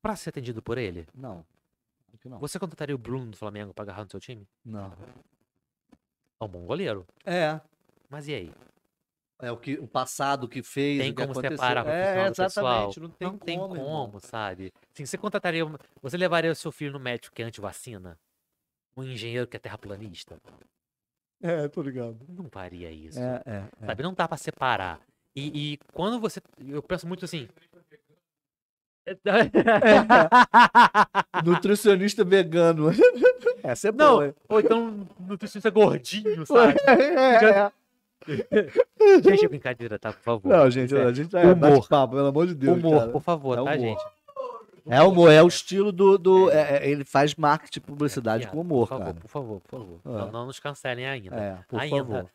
Speaker 2: pra ser atendido por ele?
Speaker 1: Não. Acho que Não.
Speaker 2: Você contrataria o Bruno do Flamengo pra agarrar no seu time?
Speaker 1: não.
Speaker 2: É um bom goleiro.
Speaker 1: É.
Speaker 2: Mas e aí?
Speaker 1: É o, que, o passado que fez,
Speaker 2: Tem
Speaker 1: o que
Speaker 2: como
Speaker 1: aconteceu.
Speaker 2: separar
Speaker 1: é,
Speaker 2: profissional do pessoal.
Speaker 1: exatamente. Não tem
Speaker 2: não tem como,
Speaker 1: irmão.
Speaker 2: sabe? Assim, você contrataria. uma- Você levaria o seu filho no médico que é antivacina? Um engenheiro que é terraplanista?
Speaker 1: É, tô ligado.
Speaker 2: Não faria isso.
Speaker 1: É, é, é.
Speaker 2: Sabe? Não dá pra separar. E, e quando você. Eu penso muito assim.
Speaker 1: Nutricionista vegano. é. Essa é
Speaker 2: Não,
Speaker 1: boa. hein?
Speaker 2: ou então nutricionista gordinho, sabe?
Speaker 1: É, é.
Speaker 2: Gente, é brincadeira, tá? Por favor.
Speaker 1: Não, gente, a gente é
Speaker 2: Humor.
Speaker 1: bate-papo, pelo amor de Deus.
Speaker 2: humor,
Speaker 1: cara.
Speaker 2: por favor,
Speaker 1: É
Speaker 2: tá,
Speaker 1: humor.
Speaker 2: gente?
Speaker 1: É humor, é o estilo do. do é, é, ele faz marketing e publicidade
Speaker 2: Piada,
Speaker 1: com humor,
Speaker 2: por favor,
Speaker 1: cara.
Speaker 2: Por favor, por favor.
Speaker 1: É.
Speaker 2: Não, não nos cancelem ainda.
Speaker 1: É, por
Speaker 2: Ainda.
Speaker 1: favor.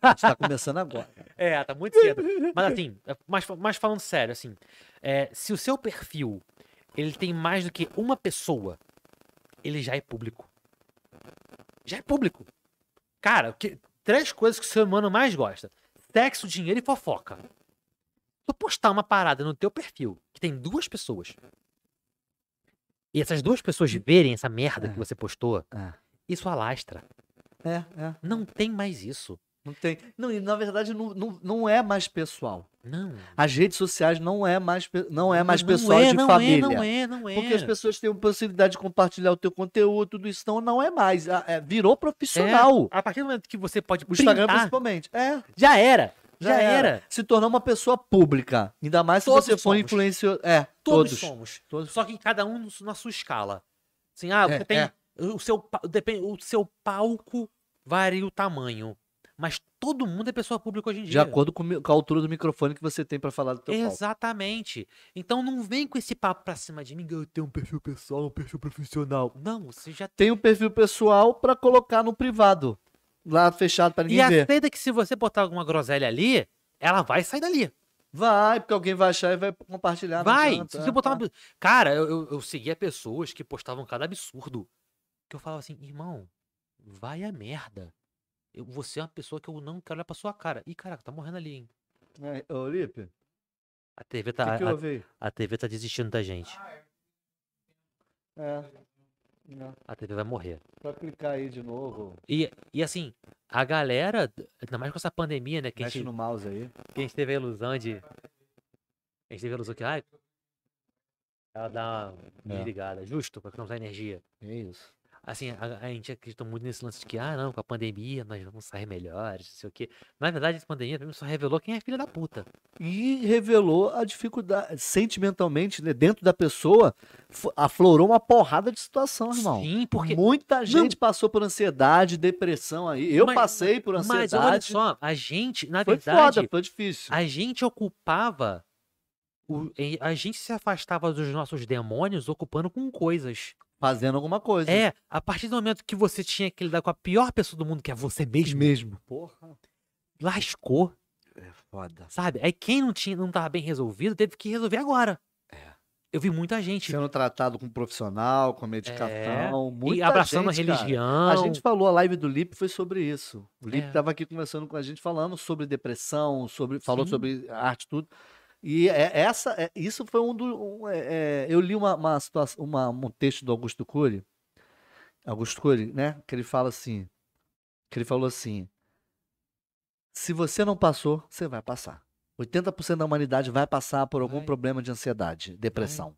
Speaker 1: A gente tá começando agora.
Speaker 2: É, tá muito cedo. Mas assim, é, mas, mas falando sério, assim, é, se o seu perfil ele tem mais do que uma pessoa, ele já é público. Já é público. Cara, o que, três coisas que o ser humano mais gosta: sexo, dinheiro e fofoca. Tu postar uma parada no teu perfil que tem duas pessoas. E essas duas pessoas verem essa merda que você postou,
Speaker 1: É.
Speaker 2: isso alastra.
Speaker 1: É, é.
Speaker 2: Não tem mais isso.
Speaker 1: Não tem. Não, e na verdade não, não, não é mais pessoal.
Speaker 2: Não.
Speaker 1: As redes sociais não é mais, pe- não é mais
Speaker 2: não
Speaker 1: pessoal
Speaker 2: é,
Speaker 1: de
Speaker 2: não
Speaker 1: família.
Speaker 2: É, não é, não é.
Speaker 1: Porque as pessoas têm a possibilidade de compartilhar o teu conteúdo, tudo isso. Então não é mais. a- é, virou profissional.
Speaker 2: A partir do momento que você pode
Speaker 1: O Instagram
Speaker 2: printar,
Speaker 1: principalmente. É.
Speaker 2: já era. ah. Já,
Speaker 1: Já
Speaker 2: era.
Speaker 1: era. Se tornou uma pessoa pública. Ainda mais se
Speaker 2: Todos
Speaker 1: você for
Speaker 2: somos.
Speaker 1: influenciador. É,
Speaker 2: Todos,
Speaker 1: todos.
Speaker 2: somos.
Speaker 1: Todos.
Speaker 2: Só que cada um na sua escala. Assim, ah,
Speaker 1: É,
Speaker 2: você tem
Speaker 1: é.
Speaker 2: o seu pa- depende o seu palco varia o tamanho, mas todo mundo é pessoa pública hoje em dia.
Speaker 1: De acordo com, o mi- com a altura do microfone que você tem pra falar do teu palco.
Speaker 2: Exatamente. Então não vem com esse papo pra cima de mim, eu tenho um perfil pessoal, um perfil profissional. Não, você já
Speaker 1: Tem um perfil pessoal pra colocar no privado. Lá fechado pra
Speaker 2: E
Speaker 1: ninguém ver.
Speaker 2: aceita que se você botar alguma groselha ali, ela vai sair dali.
Speaker 1: Vai, porque alguém vai achar e vai compartilhar. não
Speaker 2: Vai!
Speaker 1: adianta,
Speaker 2: se
Speaker 1: é,
Speaker 2: você botar
Speaker 1: tá.
Speaker 2: uma... Cara, eu, eu, eu seguia pessoas que postavam cada absurdo. Que eu falava assim, irmão, vai a merda. Eu, você é uma pessoa que eu não quero olhar pra sua cara. Ih, caraca, tá morrendo ali, hein?
Speaker 1: É, ô, Lipe, o
Speaker 2: A TV
Speaker 1: que,
Speaker 2: tá,
Speaker 1: que
Speaker 2: a,
Speaker 1: houve aí?
Speaker 2: a TV tá desistindo da gente.
Speaker 1: É. Não,
Speaker 2: A TV vai morrer.
Speaker 1: pra clicar aí de novo.
Speaker 2: E, e assim, a galera, ainda mais com essa pandemia, né? Que a
Speaker 1: Mexe
Speaker 2: gente,
Speaker 1: no mouse aí.
Speaker 2: que a gente teve a ilusão de... A gente teve a ilusão que, ai, ela dá uma
Speaker 1: É.
Speaker 2: desligada. Justo, pra que não usar energia.
Speaker 1: É isso.
Speaker 2: Assim, a, a gente acreditou muito nesse lance de que, ah, não, com a pandemia nós vamos sair melhores, não sei o quê. Na verdade, essa pandemia pra mim, só revelou quem é filha da puta.
Speaker 1: E revelou a dificuldade, sentimentalmente, né, dentro da pessoa, fo- aflorou uma porrada de situação, irmão.
Speaker 2: Sim, porque.
Speaker 1: Muita gente passou por ansiedade, depressão aí. Eu
Speaker 2: Mas-
Speaker 1: passei por
Speaker 2: Mas
Speaker 1: ansiedade.
Speaker 2: olha só, a gente, na
Speaker 1: foi
Speaker 2: verdade,
Speaker 1: foda, foi difícil.
Speaker 2: a gente ocupava. o- e a gente se afastava dos nossos demônios ocupando com coisas.
Speaker 1: Fazendo alguma coisa.
Speaker 2: É, a partir do momento que você tinha que lidar com a pior pessoa do mundo, que é você mesmo,
Speaker 1: Assim mesmo. Porra.
Speaker 2: lascou,
Speaker 1: É foda.
Speaker 2: sabe? Aí quem não tinha, não tava bem resolvido, teve que resolver agora.
Speaker 1: É.
Speaker 2: Eu vi muita gente.
Speaker 1: Sendo tratado com um profissional, com medicação, muita
Speaker 2: É. e abraçando
Speaker 1: gente,
Speaker 2: a
Speaker 1: cara.
Speaker 2: religião.
Speaker 1: A gente falou, a live do Lipe foi sobre isso. O Lipe
Speaker 2: É.
Speaker 1: estava aqui conversando com a gente, falando sobre depressão, sobre, falou
Speaker 2: Sim.
Speaker 1: sobre arte e tudo. E é- essa, é- isso foi um dos. eu li uma, uma situação, uma- um texto do Augusto Cury, Augusto Cury, né? Que ele fala assim, que ele falou assim: se você não passou, você vai passar. 80% da humanidade vai passar por algum
Speaker 2: Vai.
Speaker 1: problema de ansiedade, depressão.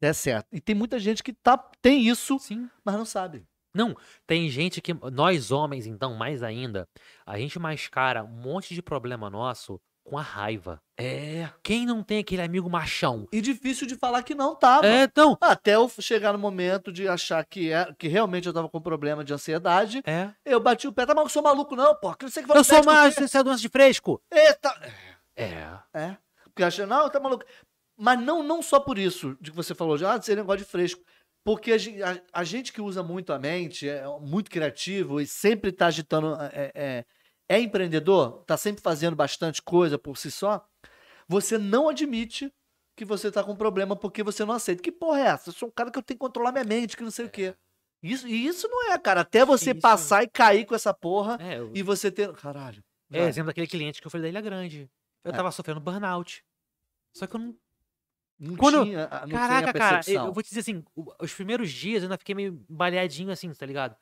Speaker 1: É certo. E tem muita gente que tá, tem isso,
Speaker 2: Sim.
Speaker 1: mas não sabe.
Speaker 2: Tem gente que. Nós homens, então, mais ainda, a gente mascara um monte de problema nosso com a raiva. É. Quem não tem aquele amigo machão?
Speaker 1: E difícil de falar que não tava.
Speaker 2: É, então.
Speaker 1: Até eu chegar no momento de achar que, é, que realmente eu tava com problema de ansiedade,
Speaker 2: É.
Speaker 1: eu bati o pé, tá mal que eu sou maluco, não, porra. Que não sei que vai
Speaker 2: Eu
Speaker 1: pro
Speaker 2: sou
Speaker 1: médico,
Speaker 2: mais você é doença de fresco.
Speaker 1: que- Eita!
Speaker 2: É.
Speaker 1: É. Porque acha, não, tá maluco. Mas não, não só por isso, de que você falou, já, ah, esse negócio de fresco. Porque a, gen- a- a gente que usa muito a mente, é muito criativo e sempre tá agitando. É, é- é empreendedor, tá sempre fazendo bastante coisa por si só. Você não admite que você tá com problema porque você não aceita. Que porra é essa? Eu sou um cara que eu tenho que controlar minha mente, que não sei o quê. Isso, e isso não é, cara. Até você
Speaker 2: É. Isso.
Speaker 1: passar e cair com essa porra
Speaker 2: É, eu-
Speaker 1: e você ter. Caralho.
Speaker 2: é
Speaker 1: vai.
Speaker 2: exemplo daquele cliente que eu falei da Ilha Grande. Eu
Speaker 1: É.
Speaker 2: tava sofrendo burnout. Só que eu não.
Speaker 1: Não
Speaker 2: Quando-
Speaker 1: tinha, ah, não tinha
Speaker 2: Caraca, cara, eu-
Speaker 1: percepção.
Speaker 2: eu vou te dizer assim, o- os primeiros dias eu ainda fiquei meio baleadinho assim, tá ligado?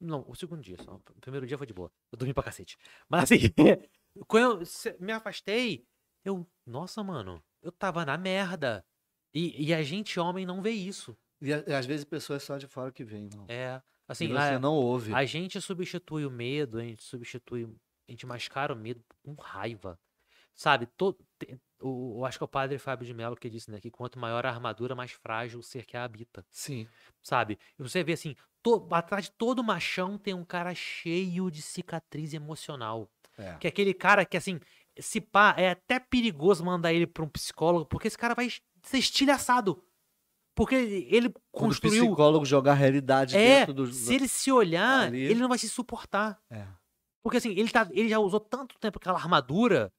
Speaker 2: Não, o segundo dia só. O primeiro dia foi de boa. Eu dormi pra cacete. Mas assim, quando eu se- me afastei, eu. Nossa, mano, eu tava na merda. E, e a gente, homem, não vê isso.
Speaker 1: E a- e às vezes pessoas só de fora que vêm, não.
Speaker 2: É.
Speaker 1: e
Speaker 2: Assim,
Speaker 1: você
Speaker 2: a,
Speaker 1: não ouve.
Speaker 2: a gente substitui o medo, a gente substitui. A gente mascara o medo com raiva. Sabe? To- te- o, eu acho que é o padre Fábio de Mello que disse, né? Que quanto maior a armadura, mais frágil o ser que a habita.
Speaker 5: Sim.
Speaker 2: Sabe? E você vê assim, to, atrás de todo machão tem um cara cheio de cicatriz emocional.
Speaker 1: É.
Speaker 2: Que é aquele cara que, assim, se pá, é até perigoso mandar ele pra um psicólogo, porque esse cara vai ser estilhaçado. Porque ele ele
Speaker 1: Quando o
Speaker 2: construiu.
Speaker 1: psicólogo jogar a realidade
Speaker 2: É,
Speaker 1: dentro do...
Speaker 2: se ele se olhar,
Speaker 1: ali.
Speaker 2: ele não vai se suportar.
Speaker 1: É.
Speaker 2: Porque assim, ele, tá, ele já usou tanto tempo aquela armadura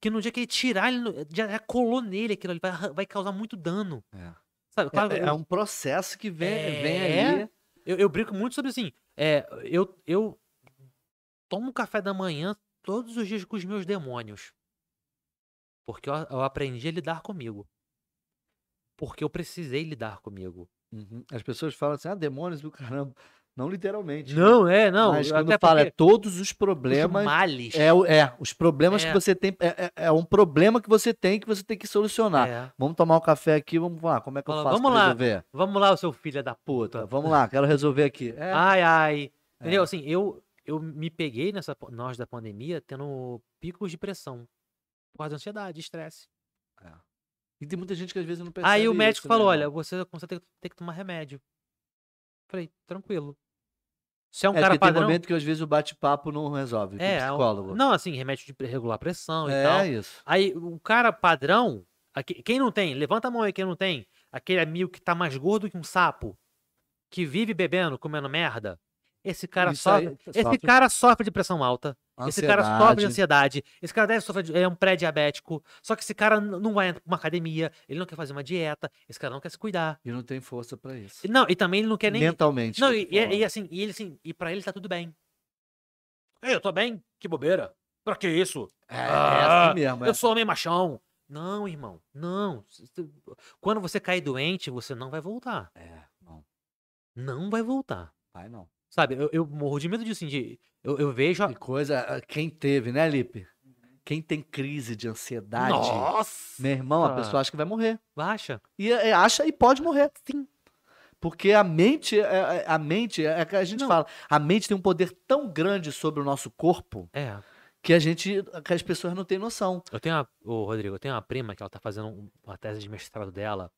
Speaker 2: que no dia que ele tirar, ele não- já, já colou nele aquilo ali, vai, arran- vai causar muito dano.
Speaker 1: É.
Speaker 2: Sabe? Claro,
Speaker 1: É,
Speaker 2: eu-
Speaker 1: é um processo que vem,
Speaker 2: É.
Speaker 1: vem aí.
Speaker 2: eu, eu brinco muito sobre assim. É, eu, eu tomo café da manhã todos os dias com os meus demônios. Porque eu, eu aprendi a lidar comigo. Porque eu precisei lidar comigo.
Speaker 1: Uhum. As pessoas falam assim, ah, demônios do caramba. Não literalmente.
Speaker 2: Não, é, não.
Speaker 1: Mas quando
Speaker 2: até
Speaker 1: fala é
Speaker 2: porque
Speaker 1: todos os
Speaker 2: os
Speaker 1: problemas...
Speaker 2: males.
Speaker 1: É, o- é, os problemas
Speaker 2: É.
Speaker 1: que você tem. É, é- é um problema que você tem que você tem que solucionar.
Speaker 2: É.
Speaker 1: Vamos tomar um café aqui, vamos lá. Como é que eu
Speaker 2: Fala,
Speaker 1: faço
Speaker 2: "Vamos
Speaker 1: pra
Speaker 2: lá."
Speaker 1: resolver?
Speaker 2: Vamos lá, seu filho é da
Speaker 1: Puta,
Speaker 2: puta. Ah.
Speaker 1: vamos lá, quero resolver aqui. É,
Speaker 2: Ai, ai. Entendeu? Assim, eu, eu me peguei nessa pa- nós da pandemia tendo picos de pressão. Por causa da ansiedade, estresse.
Speaker 1: É. E tem muita gente que às vezes não percebe.
Speaker 2: Aí o médico
Speaker 1: isso, né,
Speaker 2: falou: olha,
Speaker 1: irmão?
Speaker 2: você começa a ter, ter que tomar remédio. Falei, tranquilo. Se é um
Speaker 1: é
Speaker 2: cara
Speaker 1: porque
Speaker 2: padrão.
Speaker 1: tem momento que às vezes o bate-papo não resolve.
Speaker 2: é,
Speaker 1: É,
Speaker 2: é
Speaker 1: com
Speaker 2: um-
Speaker 1: o psicólogo.
Speaker 2: Não, assim, remédio de pre- regular pressão e
Speaker 1: é
Speaker 2: tal.
Speaker 1: isso.
Speaker 2: Aí o cara padrão, aqui- quem não tem, levanta a mão aí quem não tem, aquele amigo que tá mais gordo que um sapo, que vive bebendo, comendo merda. Esse cara
Speaker 1: Isso
Speaker 2: sofre,
Speaker 1: aí
Speaker 2: esse
Speaker 1: sofre-
Speaker 2: cara sofre de pressão alta. Esse cara sofre assim, de
Speaker 1: Ansiedade.
Speaker 2: ansiedade. Esse cara deve sofrer de, ele é um pré-diabético. Só que esse cara n- não vai pra uma academia, ele não quer fazer uma dieta, esse cara não quer se cuidar.
Speaker 1: E não tem força pra isso.
Speaker 2: E Não, e também ele não quer nem
Speaker 1: Mentalmente.
Speaker 2: Não,
Speaker 1: que eu
Speaker 2: e,
Speaker 1: tô
Speaker 2: e-
Speaker 1: falando.
Speaker 2: e assim, e ele assim, e para ele tá tudo bem. Ei, eu tô bem? Que bobeira. Pra que isso?
Speaker 1: É, é
Speaker 2: Ah,
Speaker 1: assim mesmo. é.
Speaker 2: Eu sou homem machão. Não, irmão, não. Se- se- Quando você cai doente, você não vai voltar.
Speaker 1: É, não,
Speaker 2: Não vai voltar.
Speaker 1: vai não.
Speaker 2: Sabe, eu, eu morro de medo disso, assim, de. Eu, eu vejo. A...
Speaker 1: Que coisa. ah, Quem teve, né, Lipe? Quem tem crise de ansiedade,
Speaker 2: Nossa!
Speaker 1: meu irmão, a
Speaker 2: Nossa.
Speaker 1: pessoa acha que vai morrer.
Speaker 2: Baixa.
Speaker 1: e é, acha e pode morrer. Sim. Porque a mente, é, é, a mente, é que a gente
Speaker 2: Não.
Speaker 1: fala, a mente tem um poder tão grande sobre o nosso corpo
Speaker 2: É.
Speaker 1: que a gente, que as pessoas não têm noção.
Speaker 2: Eu tenho uma. Ô, Rodrigo, eu tenho uma prima que ela tá fazendo um- uma tese de mestrado dela.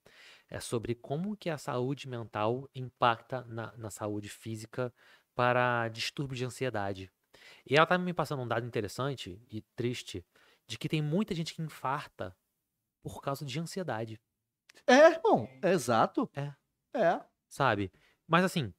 Speaker 2: É sobre como que a saúde mental impacta na, na saúde física para distúrbio de ansiedade. E ela tá me passando um dado interessante e triste de que tem muita gente que infarta por causa de ansiedade,
Speaker 1: É, irmão, é exato.
Speaker 2: É.
Speaker 1: É.
Speaker 2: sabe? Mas assim,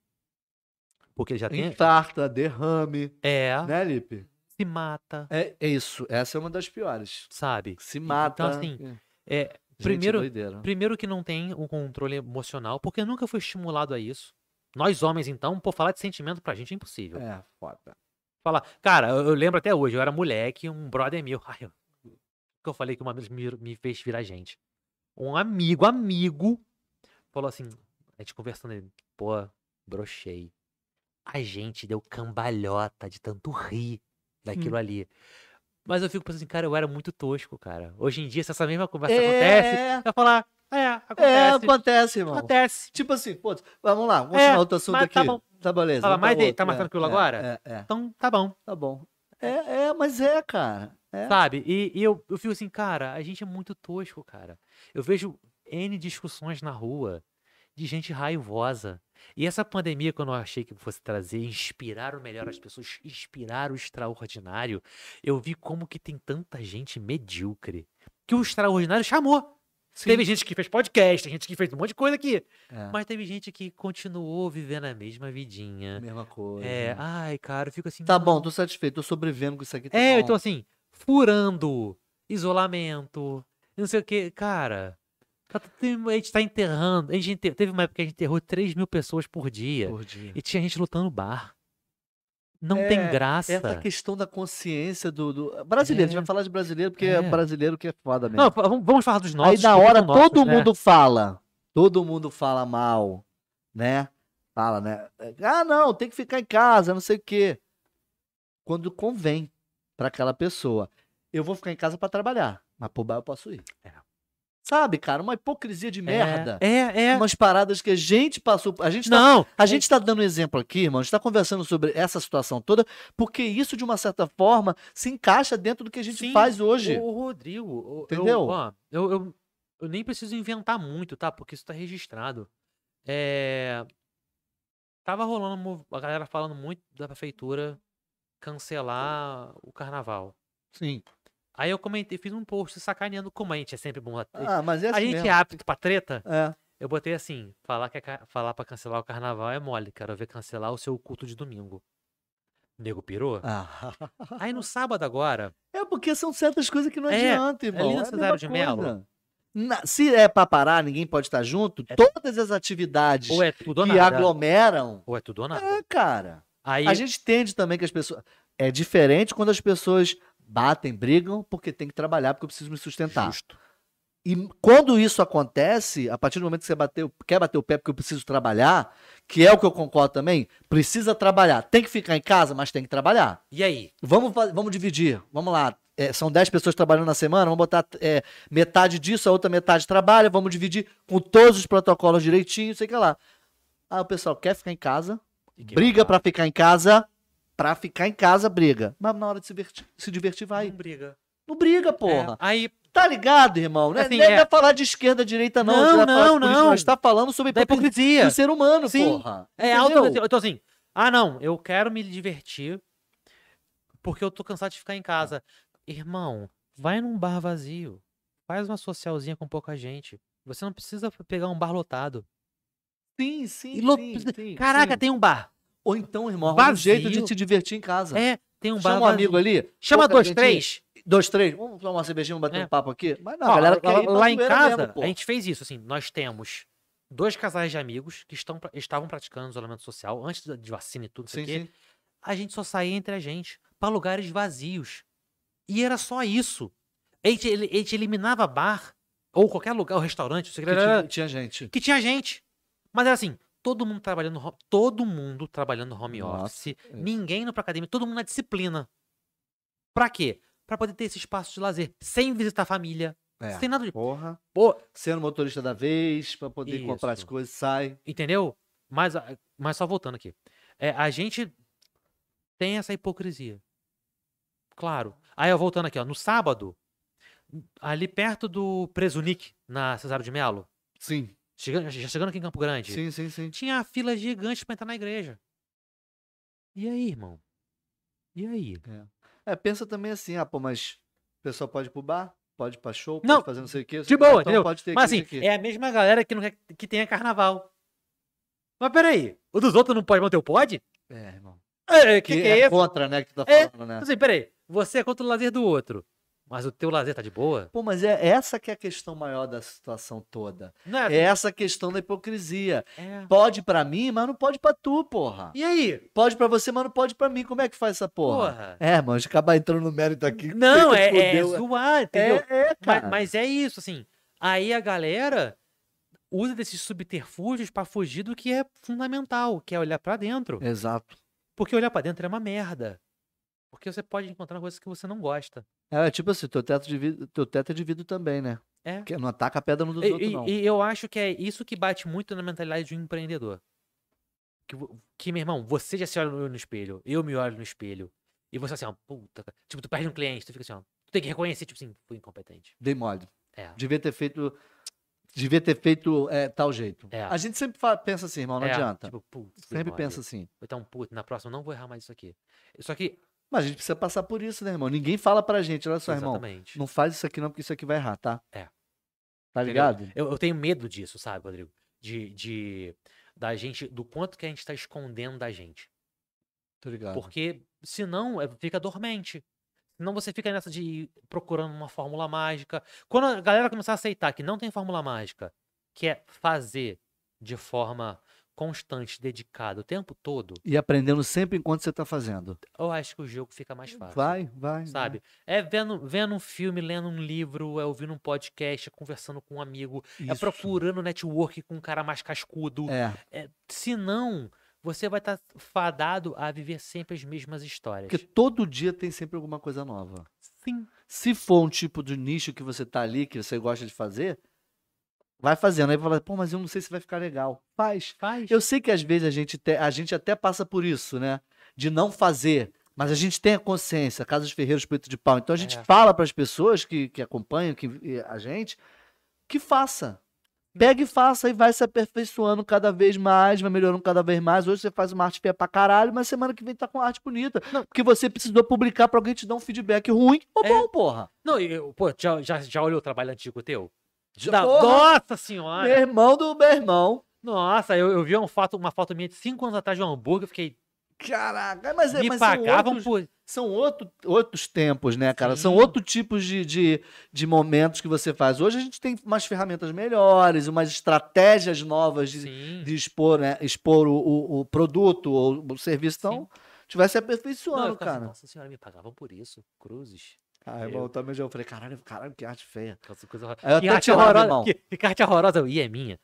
Speaker 2: porque já tem.
Speaker 1: Infarta, derrame,
Speaker 2: É,
Speaker 1: né, Lipe?
Speaker 2: se mata,
Speaker 1: É, é isso. Essa é uma das piores.
Speaker 2: sabe?
Speaker 1: Se mata.
Speaker 2: assim,
Speaker 1: Gente,
Speaker 2: É, primeiro-
Speaker 1: doideira.
Speaker 2: Primeiro que não tem um controle emocional, porque nunca foi estimulado a isso. Nós homens, então, pô, falar de sentimento pra gente é impossível.
Speaker 1: É, foda.
Speaker 2: Falar, cara, eu, eu lembro até hoje, eu era moleque, um brother meu, ai, eu, que eu falei que uma vez me, me fez virar gente. Um amigo, amigo, falou assim, a gente conversando, ele, pô, brochei. A gente deu cambalhota de tanto rir daquilo
Speaker 1: Hum.
Speaker 2: ali. Mas eu fico pensando assim, cara, eu era muito tosco, cara. Hoje em dia, se essa mesma conversa acontece,
Speaker 1: É,
Speaker 2: Vai falar, é,
Speaker 1: é,
Speaker 2: acontece.
Speaker 1: acontece, irmão.
Speaker 2: acontece.
Speaker 1: Tipo assim, pô, vamos lá, vamos continuar outro assunto
Speaker 2: mas
Speaker 1: aqui.
Speaker 2: tá bom.
Speaker 1: Tá beleza.
Speaker 2: Fala,
Speaker 1: vamos pra
Speaker 2: mas e aí,
Speaker 1: outro.
Speaker 2: tá mais
Speaker 1: É,
Speaker 2: tranquilo
Speaker 1: é,
Speaker 2: agora?
Speaker 1: É, é.
Speaker 2: Então, tá bom,
Speaker 1: Tá bom. É, é, mas é, cara. É.
Speaker 2: sabe? E, e eu, eu fico assim, cara, a gente é muito tosco, cara. Eu vejo N discussões na rua de gente raivosa. E essa pandemia, quando eu achei que fosse trazer, inspirar o melhor as pessoas, inspirar o extraordinário, eu vi como que tem tanta gente medíocre. Que o extraordinário chamou. Teve gente que fez podcast, tem gente que fez um monte de coisa aqui.
Speaker 1: É,
Speaker 2: Mas teve gente que continuou vivendo a mesma vidinha.
Speaker 1: mesma coisa. né?
Speaker 2: É, ai, cara, eu fico assim.
Speaker 1: Tá
Speaker 2: não.
Speaker 1: bom, tô satisfeito, tô sobrevivendo com isso aqui. Tá
Speaker 2: É, eu
Speaker 1: bom.
Speaker 2: tô assim, furando, isolamento, não sei o que. Cara, tá- tem- a gente tá enterrando. A gente enter- teve uma época que a gente enterrou 3 mil pessoas por dia.
Speaker 1: Por dia.
Speaker 2: E tinha gente lutando no bar. Não tem
Speaker 1: É,
Speaker 2: graça.
Speaker 1: Essa questão da consciência do, do- ah, brasileiro, a gente
Speaker 2: É.
Speaker 1: vai falar de brasileiro porque
Speaker 2: É.
Speaker 1: é brasileiro que é foda mesmo.
Speaker 2: Não, fa- vamos vamos falar dos
Speaker 1: Aí
Speaker 2: nossos.
Speaker 1: na
Speaker 2: porque
Speaker 1: hora
Speaker 2: são nossos,
Speaker 1: todo
Speaker 2: né?
Speaker 1: mundo fala, todo mundo fala mal, né? Fala, né? Ah, não, tem que ficar em casa, não sei o quê. Quando convém pra aquela pessoa. Eu vou ficar em casa pra trabalhar, mas pro bar eu posso ir.
Speaker 2: É.
Speaker 1: Sabe, cara, uma hipocrisia de merda.
Speaker 2: É, é.
Speaker 1: Umas paradas que a gente passou. A gente tá
Speaker 2: Não. é
Speaker 1: A gente está dando um exemplo aqui, irmão, a gente está conversando sobre essa situação toda, porque isso, de uma certa forma, se encaixa dentro do que a gente
Speaker 2: Sim,
Speaker 1: faz hoje.
Speaker 2: O, Rodrigo, o- eu-
Speaker 1: Entendeu?
Speaker 2: ó, Eu, eu, eu nem preciso inventar muito, tá? Porque isso tá registrado. É, Tava rolando mo- a galera falando muito da prefeitura cancelar o carnaval.
Speaker 1: Sim.
Speaker 2: Aí eu comentei, fiz um post sacaneando como a gente é sempre bom. A,
Speaker 1: Ah, mas é
Speaker 2: a
Speaker 1: assim
Speaker 2: gente é
Speaker 1: mesmo.
Speaker 2: apto pra treta.
Speaker 1: É.
Speaker 2: Eu botei assim: falar, que é ca- falar pra cancelar o carnaval é mole. Quero ver cancelar o seu culto de domingo. Nego pirou?
Speaker 1: Ah.
Speaker 2: Aí no sábado agora,
Speaker 1: É porque são certas coisas que não
Speaker 2: É,
Speaker 1: adianta,
Speaker 2: é
Speaker 1: irmão.
Speaker 2: ali
Speaker 1: É,
Speaker 2: no
Speaker 1: a
Speaker 2: Cesário
Speaker 1: mesma
Speaker 2: de Mello.
Speaker 1: coisa. Na- se é pra parar, ninguém pode estar junto, todas as atividades
Speaker 2: É. ou é tudo ou
Speaker 1: que
Speaker 2: nada.
Speaker 1: aglomeram,
Speaker 2: Ou é tudo ou nada.
Speaker 1: é, cara.
Speaker 2: Aí,
Speaker 1: A gente entende também que as pessoas. É diferente quando as pessoas batem, brigam, porque tem que trabalhar, porque eu preciso me sustentar. E quando isso acontece, a partir do momento que você bateu, quer bater o pé porque eu preciso trabalhar, que é o que eu concordo também, precisa trabalhar. Tem que ficar em casa, mas tem que trabalhar.
Speaker 2: e aí?
Speaker 1: Vamos, fa- vamos dividir. Vamos lá. É, são 10 pessoas trabalhando na semana, vamos botar é, metade disso, a outra metade trabalha, vamos dividir com todos os protocolos direitinho, sei o que lá. Ah, o pessoal quer ficar em casa,
Speaker 2: E quem
Speaker 1: briga
Speaker 2: vai falar?
Speaker 1: pra ficar em casa, pra ficar em casa, briga. Mas na hora de se, verti- se divertir, vai.
Speaker 2: Não briga.
Speaker 1: Não briga, porra.
Speaker 2: É, aí,
Speaker 1: Tá ligado, irmão? Não é,
Speaker 2: Assim,
Speaker 1: nem
Speaker 2: é.
Speaker 1: pra falar de esquerda, direita, não.
Speaker 2: Não,
Speaker 1: A gente vai falar
Speaker 2: não,
Speaker 1: de política,
Speaker 2: não.
Speaker 1: Nós tá falando sobre
Speaker 2: da
Speaker 1: hipocrisia
Speaker 2: hipocrisia.
Speaker 1: do ser humano,
Speaker 2: Sim.
Speaker 1: porra.
Speaker 2: É
Speaker 1: Entendeu?
Speaker 2: alto. Eu tô assim, ah, não, eu quero me divertir porque eu tô cansado de ficar em casa. Irmão, vai num bar vazio. Faz uma socialzinha com pouca gente. Você não precisa pegar um bar lotado.
Speaker 1: Sim, sim,
Speaker 2: E lo-
Speaker 1: sim, sim,
Speaker 2: Caraca,
Speaker 1: sim.
Speaker 2: tem um bar.
Speaker 1: Ou então, irmão, arruma um
Speaker 2: Vazio.
Speaker 1: jeito de se divertir em casa.
Speaker 2: É, tem um bar
Speaker 1: Chama um
Speaker 2: vazio.
Speaker 1: amigo ali.
Speaker 2: Chama
Speaker 1: Pô, tá
Speaker 2: dois,
Speaker 1: gente,
Speaker 2: três.
Speaker 1: Dois, três. Vamos tomar uma cervejinha, vamos bater
Speaker 2: É.
Speaker 1: um papo aqui. Mas não,
Speaker 2: Ó,
Speaker 1: a galera
Speaker 2: lá,
Speaker 1: quer ir pra
Speaker 2: lá em
Speaker 1: zoeira
Speaker 2: casa,
Speaker 1: mesmo, porra.
Speaker 2: a gente fez isso, assim, nós temos dois casais de amigos que estão, pra- estavam praticando isolamento social antes da- de vacina e tudo, não sei
Speaker 1: Sim,
Speaker 2: o quê.
Speaker 1: sim.
Speaker 2: a gente só saía entre a gente pra lugares vazios. E era só isso. A gente, ele- a gente eliminava bar ou qualquer lugar, ou restaurante, não sei o que,
Speaker 1: Que
Speaker 2: lá, lá,
Speaker 1: tinha,
Speaker 2: lá,
Speaker 1: tinha gente.
Speaker 2: que tinha gente. Mas era assim, todo mundo trabalhando, ho- todo mundo trabalhando home
Speaker 1: Nossa, é
Speaker 2: office, ninguém indo pra academia, todo mundo na disciplina. Pra quê? Pra poder ter esse espaço de lazer, sem visitar a família,
Speaker 1: É.
Speaker 2: sem nada de
Speaker 1: Porra.
Speaker 2: Pô,
Speaker 1: Sendo motorista da vez, pra poder
Speaker 2: Isso.
Speaker 1: comprar as coisas, sai.
Speaker 2: Entendeu? Mas, a- mas só voltando aqui. É, a gente tem essa hipocrisia. Claro. Aí, ó, voltando aqui, ó. No sábado, ali perto do Presunic, na Cesário de Melo,
Speaker 1: Sim.
Speaker 2: chegando, já chegando aqui em Campo Grande,
Speaker 1: Sim, sim, sim.
Speaker 2: tinha a fila gigante pra entrar na igreja. E aí, irmão? E aí?
Speaker 1: É, pensa também assim, ah, pô, mas o pessoal pode ir pro bar, pode ir pra show,
Speaker 2: Não,
Speaker 1: pode fazer não sei o quê.
Speaker 2: de boa,
Speaker 1: então
Speaker 2: entendeu?
Speaker 1: Pode ter
Speaker 2: Mas assim,
Speaker 1: igreja aqui.
Speaker 2: é a mesma galera que, não quer que tenha carnaval. Mas peraí, o dos outros não pode, mas o teu pode?
Speaker 1: É, irmão.
Speaker 2: É, é, que,
Speaker 1: Que,
Speaker 2: que
Speaker 1: é,
Speaker 2: é isso?
Speaker 1: contra, né, que tu tá
Speaker 2: É.
Speaker 1: falando, né?
Speaker 2: Então, assim, peraí, você é contra o lazer do outro, mas o teu lazer tá de boa?
Speaker 1: Pô, mas é essa que é a questão maior da situação toda.
Speaker 2: Não assim?
Speaker 1: É essa questão da hipocrisia.
Speaker 2: É.
Speaker 1: Pode pra mim, mas não pode pra tu, porra.
Speaker 2: E aí?
Speaker 1: Pode pra você, mas não pode pra mim. Como é que faz essa porra?
Speaker 2: Porra.
Speaker 1: É, irmão, a gente acabar entrando no mérito aqui.
Speaker 2: Não, é, é
Speaker 1: Fudeu.
Speaker 2: zoar,
Speaker 1: É,
Speaker 2: entendeu?
Speaker 1: é,
Speaker 2: Ma-
Speaker 1: cara.
Speaker 2: mas, é isso, assim. Aí a galera usa desses subterfúgios pra fugir do que é fundamental, que é olhar pra dentro.
Speaker 1: Exato.
Speaker 2: Porque olhar pra dentro é uma merda. Porque você pode encontrar coisas que você não gosta.
Speaker 1: É tipo assim, teu teto de vidro, teu teto é de vidro também, né?
Speaker 2: É.
Speaker 1: Que não ataca a pedra no dos
Speaker 2: E,
Speaker 1: outros,
Speaker 2: e-
Speaker 1: não.
Speaker 2: e eu acho que é isso que bate muito na mentalidade de um empreendedor. Que, vo- que, meu irmão, você já se olha no, no espelho, eu me olho no espelho. E você assim, ó, puta. cara. Tipo, tu perde um cliente, tu fica assim, ó. Tu tem que reconhecer, tipo assim, fui incompetente.
Speaker 1: Dei mole.
Speaker 2: É.
Speaker 1: Devia ter feito. Devia ter feito é, tal jeito.
Speaker 2: É.
Speaker 1: A gente sempre fa- pensa assim, irmão, não
Speaker 2: É,
Speaker 1: adianta.
Speaker 2: Tipo, putz, dei
Speaker 1: sempre
Speaker 2: mole.
Speaker 1: pensa assim.
Speaker 2: Então, puta, na próxima eu não vou errar mais isso aqui. Só que.
Speaker 1: Mas a gente precisa passar por isso, né, irmão? Ninguém fala pra gente, olha só, irmão.
Speaker 2: exatamente.
Speaker 1: Não faz isso aqui não, porque isso aqui vai errar, tá?
Speaker 2: É.
Speaker 1: Tá
Speaker 2: Entendeu?
Speaker 1: ligado?
Speaker 2: Eu, eu tenho medo disso, sabe, Rodrigo? De. de da gente, do quanto que a gente tá escondendo da gente.
Speaker 1: Tô ligado.
Speaker 2: Porque senão é, fica dormente. Senão você fica nessa de ir procurando uma fórmula mágica. Quando a galera começar a aceitar que não tem fórmula mágica, que é fazer de forma constante, dedicada o tempo todo,
Speaker 1: E aprendendo sempre enquanto você tá fazendo.
Speaker 2: eu acho que o jogo fica É mais fácil.
Speaker 1: Hum, Vai, vai.
Speaker 2: Sabe? É vendo, vendo um filme, lendo um livro, é ouvindo um podcast, é conversando com um amigo,
Speaker 1: vai.
Speaker 2: é
Speaker 1: Isso.
Speaker 2: procurando network com um cara mais cascudo.
Speaker 1: É.
Speaker 2: Senão, você vai estar fadado a viver sempre as mesmas histórias.
Speaker 1: Porque todo dia tem sempre alguma coisa nova.
Speaker 2: Sim.
Speaker 1: Se for um tipo de nicho que você tá ali, que você gosta de fazer, Vai fazendo. Aí fala, pô, mas eu não sei se vai ficar legal. Faz.
Speaker 2: Faz.
Speaker 1: Eu sei que às vezes a gente, te- a gente até passa por isso, né? De não fazer. Mas a gente tem a consciência, Casa de Ferreiros, Peito de Pau. Então a gente
Speaker 2: É.
Speaker 1: fala para as pessoas que, que acompanham que, e a gente que faça. Pega e faça e vai se aperfeiçoando cada vez mais, vai melhorando cada vez mais. Hoje você faz uma arte feia pra caralho, mas semana que vem tá com arte bonita. Porque você precisou publicar pra alguém te dar um feedback ruim ou
Speaker 2: É.
Speaker 1: bom, porra.
Speaker 2: Não, e eu- pô, já, já, já olhou o trabalho antigo teu?
Speaker 1: Já-
Speaker 2: Da-
Speaker 1: porra! É.
Speaker 2: Nossa senhora!
Speaker 1: Meu irmão do meu irmão.
Speaker 2: Nossa, eu, eu vi um fato, uma foto minha de 5 anos atrás de um hambúrguer, eu fiquei.
Speaker 1: Caraca, mas é
Speaker 2: me um
Speaker 1: mas são
Speaker 2: pagavam
Speaker 1: outros-
Speaker 2: por.
Speaker 1: são outro- outros tempos, né, cara? São
Speaker 2: Sim.
Speaker 1: outros tipos de, de, de momentos que você faz. Hoje a gente tem umas ferramentas melhores, umas estratégias novas de,
Speaker 2: Sim.
Speaker 1: de expor, né? expor o, o- o produto ou o serviço. Então, tivesse
Speaker 2: Não, eu
Speaker 1: aperfeiçoando,
Speaker 2: ficava assim,
Speaker 1: cara.
Speaker 2: Nossa senhora, me pagavam por isso. Cruzes.
Speaker 1: Ah, irmão, eu também já eu falei, caralho, caralho, que arte feia.
Speaker 2: Coisa, coisa horrorosa.
Speaker 1: Aí É, eu
Speaker 2: Que
Speaker 1: até
Speaker 2: arte
Speaker 1: tirava,
Speaker 2: horrorosa-
Speaker 1: irmão.
Speaker 2: que- que arte horrorosa. E é minha.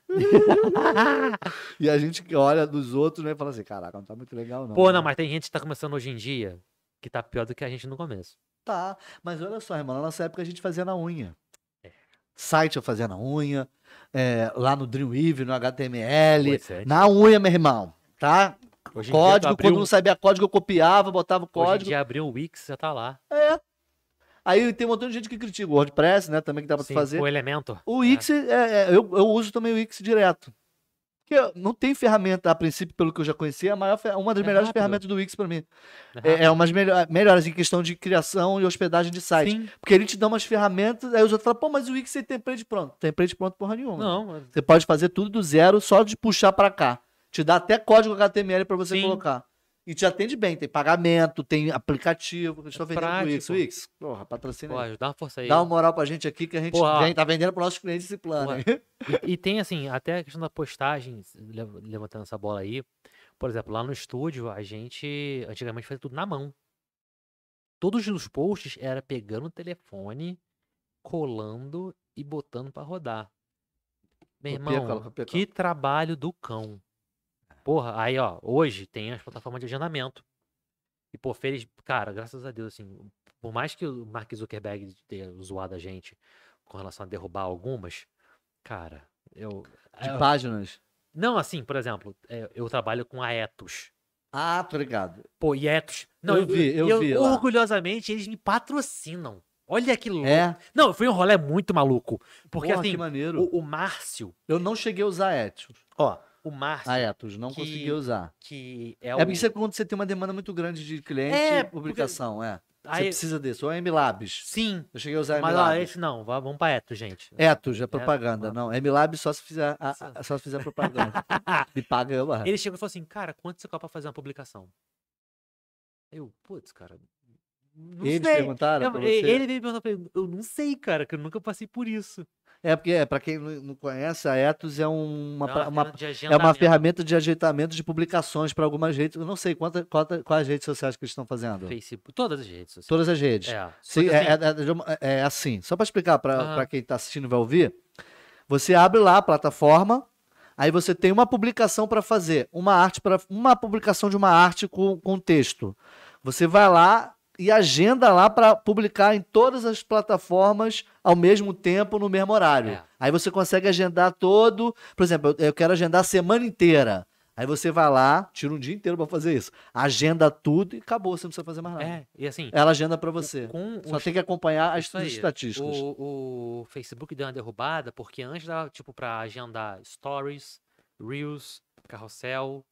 Speaker 1: E a gente que olha dos outros, né, e fala assim, caraca, não tá muito legal, não.
Speaker 2: Pô, não,
Speaker 1: né?
Speaker 2: mas tem gente que tá começando hoje em dia que tá pior do que a gente no começo.
Speaker 1: Tá, mas olha só, irmão, na nossa época a gente fazia na unha.
Speaker 2: É.
Speaker 1: Site eu fazia na unha, é, lá no Dreamweave, no HTML,
Speaker 2: Pois é,
Speaker 1: na unha, meu irmão, tá?
Speaker 2: hoje em dia tu
Speaker 1: Código,
Speaker 2: abriu- um
Speaker 1: quando não sabia código, eu copiava, botava o
Speaker 2: Hoje em
Speaker 1: código.
Speaker 2: dia abriu um Wix, já tá lá.
Speaker 1: Aí tem um montão de gente que critica o WordPress, né, também que dá pra tu
Speaker 2: Sim,
Speaker 1: fazer.
Speaker 2: O Elemento.
Speaker 1: O Wix, é- é- eu, eu uso também o Wix direto. Porque eu- não tem ferramenta, a princípio, pelo que eu já conhecia, a maior, fer- uma das
Speaker 2: É
Speaker 1: melhores
Speaker 2: rápido.
Speaker 1: ferramentas do Wix pra mim.
Speaker 2: É,
Speaker 1: É, é umas melho- melhores em questão de criação e hospedagem de site.
Speaker 2: Sim.
Speaker 1: Porque ele te dá umas ferramentas, aí os outros falam, pô, mas o Wix tem template pronto. Template pronto porra nenhuma.
Speaker 2: Não, é-
Speaker 1: Você pode fazer tudo do zero, só de puxar pra cá. Te dá até código HTML pra você
Speaker 2: Sim.
Speaker 1: colocar. E te atende bem, tem pagamento, tem aplicativo. Eles estão vendendo
Speaker 2: prático.
Speaker 1: o Wix. Wix, porra, patrocina aí.
Speaker 2: pô, dá uma força aí.
Speaker 1: Dá uma moral pra gente aqui que a gente
Speaker 2: Porra.
Speaker 1: vem- tá vendendo pros nossos clientes esse plano.
Speaker 2: Porra.
Speaker 1: hein?
Speaker 2: E, e tem, assim, até a questão da postagem, lev- levantando essa bola aí. Por exemplo, lá no estúdio, a gente antigamente fazia tudo na mão. Todos os posts era pegando o telefone, colando e botando pra rodar. Meu
Speaker 1: Copia,
Speaker 2: irmão,
Speaker 1: cola, copia,
Speaker 2: que trabalho do cão. Porra, aí ó, hoje tem as plataformas de agendamento. E pô, feliz, cara, graças a Deus, assim, por mais que o Mark Zuckerberg tenha zoado a gente com relação a derrubar algumas, cara, eu.
Speaker 1: De
Speaker 2: eu-
Speaker 1: páginas.
Speaker 2: não, assim, por exemplo, é, eu trabalho com a Etos.
Speaker 1: Ah, tô ligado.
Speaker 2: Pô, e Etos. Não,
Speaker 1: Eu vi, eu vi lá.
Speaker 2: Orgulhosamente, eles me patrocinam. Olha que louco.
Speaker 1: É.
Speaker 2: Não, foi um rolê muito maluco. Porque
Speaker 1: Porra,
Speaker 2: assim,
Speaker 1: que maneiro.
Speaker 2: o, o Márcio,
Speaker 1: Eu não cheguei a usar Etios.
Speaker 2: ó, o Márcio,
Speaker 1: Ah, Etios, não
Speaker 2: que-
Speaker 1: consegui usar.
Speaker 2: que é,
Speaker 1: É,
Speaker 2: o.
Speaker 1: porque você, quando você tem uma demanda muito grande de cliente
Speaker 2: É,
Speaker 1: e publicação, é. Você
Speaker 2: aí-
Speaker 1: precisa desse. Ou é MLabs.
Speaker 2: Sim.
Speaker 1: Eu cheguei a usar
Speaker 2: Mas ó,
Speaker 1: MLabs.
Speaker 2: esse não, vá- vamos pra Etos, gente.
Speaker 1: Etos, é propaganda.
Speaker 2: uma-
Speaker 1: Não, MLab só se fizer, a- a- só se fizer propaganda. Me paga eu, barra.
Speaker 2: Ele chegou e falou assim, cara, quanto você cobra pra fazer uma publicação? Eu, putz, cara. Não
Speaker 1: Eles
Speaker 2: sei.
Speaker 1: perguntaram
Speaker 2: Eu-
Speaker 1: pra
Speaker 2: e-
Speaker 1: você?
Speaker 2: Ele veio perguntar pra ele, eu não sei, cara, que eu nunca passei por isso.
Speaker 1: É porque, é, pra quem não não conhece, a Etos é uma,
Speaker 2: É
Speaker 1: pra- uma-
Speaker 2: ferramenta de
Speaker 1: é uma
Speaker 2: agendamento.
Speaker 1: ferramenta de ajeitamento de publicações para algumas redes. Eu não sei quanta, quanta, quais redes sociais que eles estão fazendo.
Speaker 2: Facebook, todas as redes sociais.
Speaker 1: Todas as redes.
Speaker 2: É, só
Speaker 1: Sim,
Speaker 2: que
Speaker 1: é,
Speaker 2: assim, Ah.
Speaker 1: é- é de uma- é assim. Só para explicar para
Speaker 2: Aham.
Speaker 1: quem está assistindo e vai ouvir, você abre lá a plataforma, aí você tem uma publicação para fazer, uma arte para uma publicação de uma arte com, com texto. Você vai lá e agenda lá para publicar em todas as plataformas ao mesmo tempo, no mesmo horário.
Speaker 2: É.
Speaker 1: Aí você consegue agendar todo, por exemplo, eu, eu quero agendar a semana inteira. Aí você vai lá, tira um dia inteiro para fazer isso, agenda tudo e acabou, você não precisa fazer mais nada.
Speaker 2: é, e assim,
Speaker 1: Ela agenda para você.
Speaker 2: com
Speaker 1: Só
Speaker 2: os-
Speaker 1: tem que acompanhar as
Speaker 2: isso aí,
Speaker 1: estatísticas.
Speaker 2: O, o Facebook deu uma derrubada porque antes dava, tipo, pra agendar stories, reels, carrossel.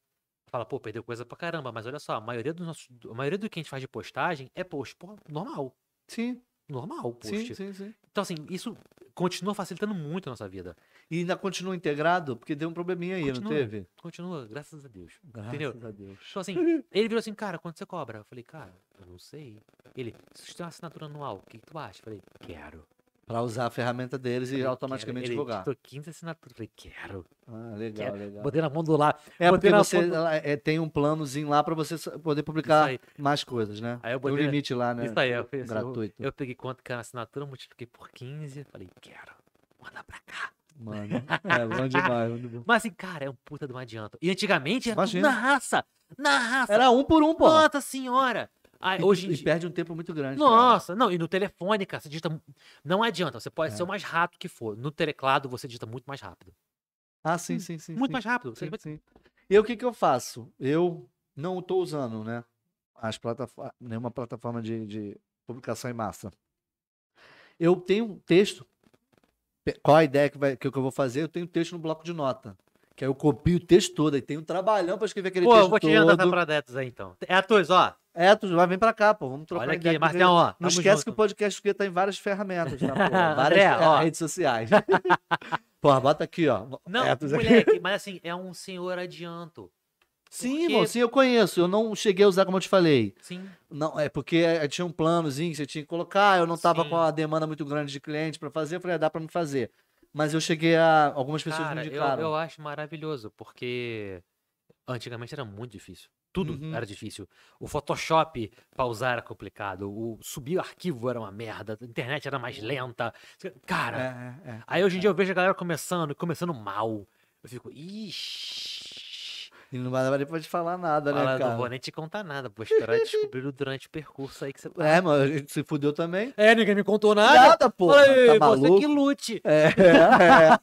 Speaker 2: Fala, pô, perdeu coisa pra caramba, mas olha só, a maioria do nosso, a maioria do que a gente faz de postagem é post, pô, normal,
Speaker 1: Sim,
Speaker 2: normal post.
Speaker 1: sim, sim, sim.
Speaker 2: Então assim, isso continua facilitando muito a nossa vida.
Speaker 1: E ainda continua integrado? Porque deu um probleminha aí, não
Speaker 2: Continua.
Speaker 1: teve?
Speaker 2: Continua, graças a Deus.
Speaker 1: Graças
Speaker 2: Entendeu?
Speaker 1: a Deus.
Speaker 2: Então, assim, ele virou assim, cara, quanto você cobra? Eu falei, cara, eu não sei. Ele, se você tem uma assinatura anual, o que, que tu acha? Eu falei, quero.
Speaker 1: Pra usar a ferramenta deles e
Speaker 2: Falei,
Speaker 1: automaticamente
Speaker 2: quero. Ele
Speaker 1: divulgar.
Speaker 2: ditou 15 assinaturas. Falei, quero.
Speaker 1: Ah, legal,
Speaker 2: quero.
Speaker 1: legal.
Speaker 2: Botei na mão do lado.
Speaker 1: É
Speaker 2: botei
Speaker 1: porque
Speaker 2: na
Speaker 1: você
Speaker 2: foto-
Speaker 1: ela- é, tem um planozinho lá pra você só- poder publicar
Speaker 2: Isso
Speaker 1: mais coisas, né?
Speaker 2: Aí eu
Speaker 1: tem um
Speaker 2: botei-
Speaker 1: limite lá, né?
Speaker 2: Isso aí, eu, falei assim, eu-
Speaker 1: Gratuito.
Speaker 2: eu peguei quanto que era a assinatura, multipliquei por 15. Falei, quero. Manda pra cá.
Speaker 1: Mano, é bom demais. bom demais.
Speaker 2: Mas assim, cara, é um puta de um adianto. E antigamente era tudo
Speaker 1: Imagina.
Speaker 2: na raça. Na raça.
Speaker 1: Era um por um, pô.
Speaker 2: Nossa senhora! Ah,
Speaker 1: E,
Speaker 2: hoje em
Speaker 1: e
Speaker 2: dia-
Speaker 1: perde um tempo muito grande. cara.
Speaker 2: Nossa, não, e no telefone, cara, você digita. mu- Não adianta, você
Speaker 1: É.
Speaker 2: pode ser o mais rápido que for. No teclado você digita muito mais rápido.
Speaker 1: Ah, sim, sim, sim.
Speaker 2: muito
Speaker 1: sim,
Speaker 2: mais rápido. Você
Speaker 1: sim,
Speaker 2: vai-
Speaker 1: sim. E o que, que eu faço? Eu não estou usando, né? As plataformas, nenhuma plataforma de, de publicação em massa. Eu tenho um texto. Pe- Qual a ideia que, vai, que eu que eu vou fazer? Eu tenho um texto no bloco de nota. Que aí eu copio o texto todo. Aí tem um trabalhão para escrever aquele
Speaker 2: Pô,
Speaker 1: texto
Speaker 2: eu vou te
Speaker 1: todo.
Speaker 2: adiantar pra Detos aí então. É atores, ó.
Speaker 1: É, tu vai, vem pra cá, pô. Vamos trocar
Speaker 2: Olha
Speaker 1: ideia
Speaker 2: aqui,
Speaker 1: com
Speaker 2: Marcão,
Speaker 1: ele.
Speaker 2: ó.
Speaker 1: Não
Speaker 2: tamo
Speaker 1: esquece que o
Speaker 2: junto.
Speaker 1: podcast Guia tá em várias ferramentas, tá, pô? Várias
Speaker 2: André,
Speaker 1: eh,
Speaker 2: ó.
Speaker 1: redes sociais. Porra, bota aqui, ó.
Speaker 2: Não,
Speaker 1: Etos aqui.
Speaker 2: moleque, mas assim, é um senhor adianto.
Speaker 1: Sim,
Speaker 2: porque-
Speaker 1: irmão, sim, eu conheço. Eu não cheguei a usar como eu te falei.
Speaker 2: Sim.
Speaker 1: Não, é porque eh, tinha um planozinho que você tinha que colocar. ah, Eu não tava
Speaker 2: Sim.
Speaker 1: com a demanda muito grande de cliente pra fazer. Eu falei, ah, dá pra me fazer. Mas eu cheguei a. Algumas pessoas
Speaker 2: Cara,
Speaker 1: me
Speaker 2: eu,
Speaker 1: indicaram.
Speaker 2: eu acho maravilhoso, porque antigamente era muito difícil. Tudo
Speaker 1: Uhum.
Speaker 2: era difícil. O Photoshop pausar era complicado. O subir o arquivo era uma merda. A internet era mais lenta. Cara,
Speaker 1: Uhum. É, é, é.
Speaker 2: Aí hoje em dia eu vejo a galera começando, começando mal. Eu fico, ixi.
Speaker 1: E não vai dar nem pra te falar nada, né,
Speaker 2: Fala, não vou
Speaker 1: cara?
Speaker 2: nem te contar nada. Vou esperar descobrir durante o percurso aí que você.
Speaker 1: É, mano, a gente se fudeu também.
Speaker 2: É, ninguém me contou
Speaker 1: Nada, pô.
Speaker 2: Fala aí,
Speaker 1: Tá
Speaker 2: você
Speaker 1: maluco?
Speaker 2: que lute.
Speaker 1: É, é.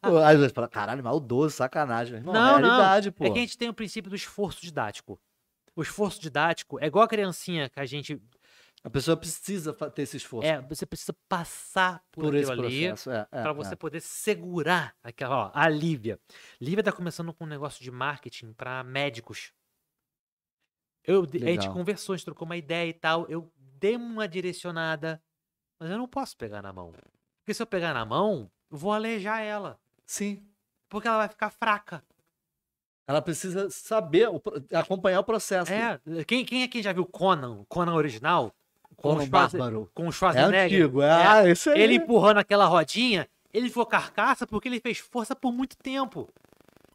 Speaker 1: Pô, Aí você fala, caralho, maldoso, sacanagem. Irmão,
Speaker 2: Não, não.
Speaker 1: realidade, pô.
Speaker 2: É que a gente tem o princípio do esforço didático. O esforço didático é igual a criancinha que a gente.
Speaker 1: A pessoa precisa fa- ter esse esforço
Speaker 2: É, você precisa passar por,
Speaker 1: por, esse
Speaker 2: aquilo ali.
Speaker 1: processo. É, é,
Speaker 2: Pra
Speaker 1: é.
Speaker 2: você poder segurar aquela, ó, a Lívia. Lívia tá começando com um negócio de marketing pra médicos. Eu, a gente
Speaker 1: Legal.
Speaker 2: conversou, a gente trocou uma ideia e tal. Eu dei uma direcionada, mas eu não posso pegar na mão. Porque se eu pegar na mão, eu vou aleijar ela.
Speaker 1: Sim.
Speaker 2: Porque ela vai ficar fraca.
Speaker 1: Ela precisa saber, o pro- acompanhar o processo.
Speaker 2: É, quem, quem é quem já viu Conan, o Conan original? Com
Speaker 1: Como
Speaker 2: o
Speaker 1: um
Speaker 2: Schwarze-
Speaker 1: bárbaro.
Speaker 2: com o
Speaker 1: É
Speaker 2: Schwarzenegger.
Speaker 1: antigo. É, ah, esse aí.
Speaker 2: Ele empurrando aquela rodinha, ele ficou carcaça porque ele fez força por muito tempo.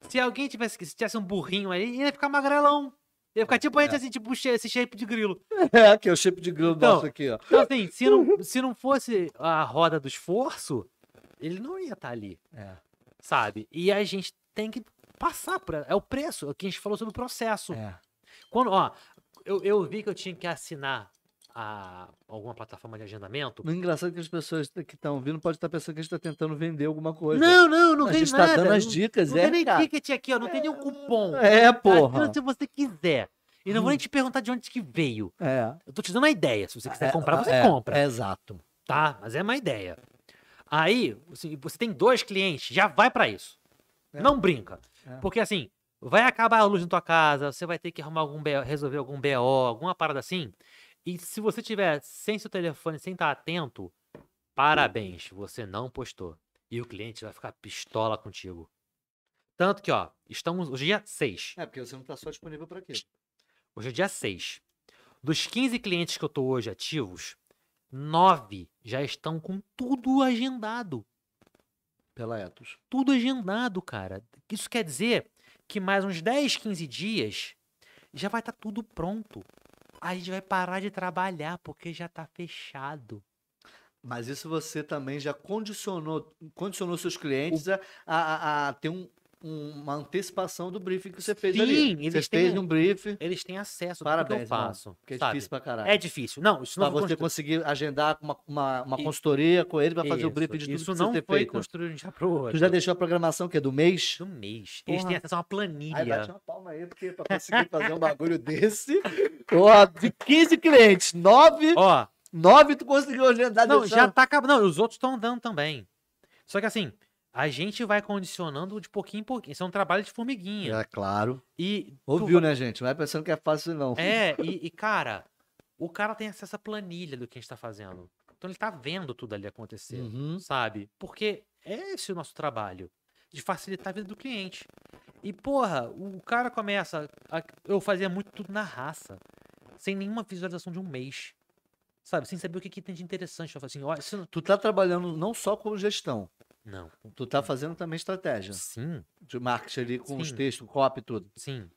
Speaker 2: Se alguém tivesse, se tivesse um burrinho aí, ele ia ficar magrelão. Ia ficar tipo a gente
Speaker 1: É.
Speaker 2: assim, tipo che- esse shape de grilo.
Speaker 1: É, que é o chip de grilo
Speaker 2: Então,
Speaker 1: nosso aqui, ó.
Speaker 2: Então assim, se
Speaker 1: Uhum.
Speaker 2: não, se não fosse a roda do esforço, ele não ia estar ali,
Speaker 1: É,
Speaker 2: sabe? E a gente tem que passar por ela. É o preço, é o que a gente falou sobre o processo.
Speaker 1: é.
Speaker 2: Quando, ó, eu, eu vi que eu tinha que assinar a, alguma plataforma de agendamento.
Speaker 1: O engraçado é que as pessoas que estão ouvindo podem estar tá pensando que a gente está tentando vender alguma coisa.
Speaker 2: Não, não, não
Speaker 1: é. a
Speaker 2: tem
Speaker 1: gente
Speaker 2: nada.
Speaker 1: está dando as
Speaker 2: não-
Speaker 1: dicas,
Speaker 2: Não
Speaker 1: é,
Speaker 2: tem nem
Speaker 1: cara.
Speaker 2: ticket aqui, ó. Não tem nenhum cupom.
Speaker 1: É,
Speaker 2: Assina
Speaker 1: porra. Hum.
Speaker 2: se você quiser. E não vou nem te perguntar de onde que veio.
Speaker 1: É.
Speaker 2: Eu tô te dando uma ideia. Se você quiser
Speaker 1: É,
Speaker 2: comprar, você
Speaker 1: é,
Speaker 2: compra.
Speaker 1: é, exato.
Speaker 2: Tá? Mas é uma ideia. Aí, assim, você tem dois clientes, já vai pra isso.
Speaker 1: É.
Speaker 2: Não brinca.
Speaker 1: É.
Speaker 2: Porque assim, vai acabar a luz na tua casa, você vai ter que arrumar algum BO, resolver algum BO, alguma parada assim. E se você tiver sem seu telefone, sem estar atento, parabéns, você não postou. E o cliente vai ficar pistola contigo. Tanto que, ó, estamos hoje é dia 6.
Speaker 1: É, porque você não está só disponível para aquilo.
Speaker 2: Hoje é dia 6. Dos 15 clientes que eu tô hoje ativos, 9 já estão com tudo agendado.
Speaker 1: Pela Etos.
Speaker 2: Tudo agendado, cara. Isso quer dizer que mais uns 10, 15 dias já vai estar tudo pronto. A gente vai parar de trabalhar porque já tá fechado.
Speaker 1: Mas isso você também já condicionou, condicionou seus clientes a, a, a- a ter um- um- uma antecipação do briefing que você fez
Speaker 2: Sim,
Speaker 1: ali.
Speaker 2: eles
Speaker 1: Você
Speaker 2: têm
Speaker 1: fez
Speaker 2: um-
Speaker 1: um briefing,
Speaker 2: Eles têm acesso
Speaker 1: Parabéns,
Speaker 2: do que eu
Speaker 1: irmão,
Speaker 2: faço.
Speaker 1: que é
Speaker 2: sabe?
Speaker 1: difícil pra caralho.
Speaker 2: É difícil. Não, isso
Speaker 1: pra
Speaker 2: não foi
Speaker 1: você
Speaker 2: constru-
Speaker 1: conseguir agendar com uma, uma, uma
Speaker 2: E-
Speaker 1: consultoria com ele pra fazer o
Speaker 2: Isso,
Speaker 1: briefing de tudo
Speaker 2: Isso
Speaker 1: que
Speaker 2: não
Speaker 1: você
Speaker 2: foi
Speaker 1: foi feito.
Speaker 2: construído de um dia pro outro.
Speaker 1: Tu já deixou a programação que é do mês?
Speaker 2: do mês. Eles
Speaker 1: Porra.
Speaker 2: têm acesso a uma
Speaker 1: Aí
Speaker 2: planilha.
Speaker 1: bate um uma palma aí, porque pra conseguir fazer um bagulho desse, ó, de 15 clientes, 9,
Speaker 2: Ó,
Speaker 1: 9 tu conseguiu agendar.
Speaker 2: Não,
Speaker 1: deixar-
Speaker 2: já tá acabando. Não, os outros estão andando também. Só que assim, a gente vai condicionando de pouquinho em pouquinho. Isso é um trabalho de formiguinha.
Speaker 1: É claro.
Speaker 2: E tu
Speaker 1: Ouviu,
Speaker 2: vai-
Speaker 1: né, gente? Vai pensando que é fácil, não.
Speaker 2: É, e, e, cara, o cara tem acesso à planilha do que a gente tá fazendo. Então ele tá vendo tudo ali acontecer,
Speaker 1: Uhum.
Speaker 2: sabe? Porque é esse o nosso trabalho. De facilitar a vida do cliente. E, porra, o cara começa. a- eu fazia muito tudo na raça. Sem nenhuma visualização de um mês. Sabe? Sem saber o que, que tem de interessante. Eu falo assim, ó, isso não.
Speaker 1: Tu tá trabalhando não só com gestão,
Speaker 2: Não.
Speaker 1: tu tá fazendo também estratégia
Speaker 2: Sim.
Speaker 1: de marketing ali com os
Speaker 2: Sim.
Speaker 1: textos, copy e tudo.
Speaker 2: Sim.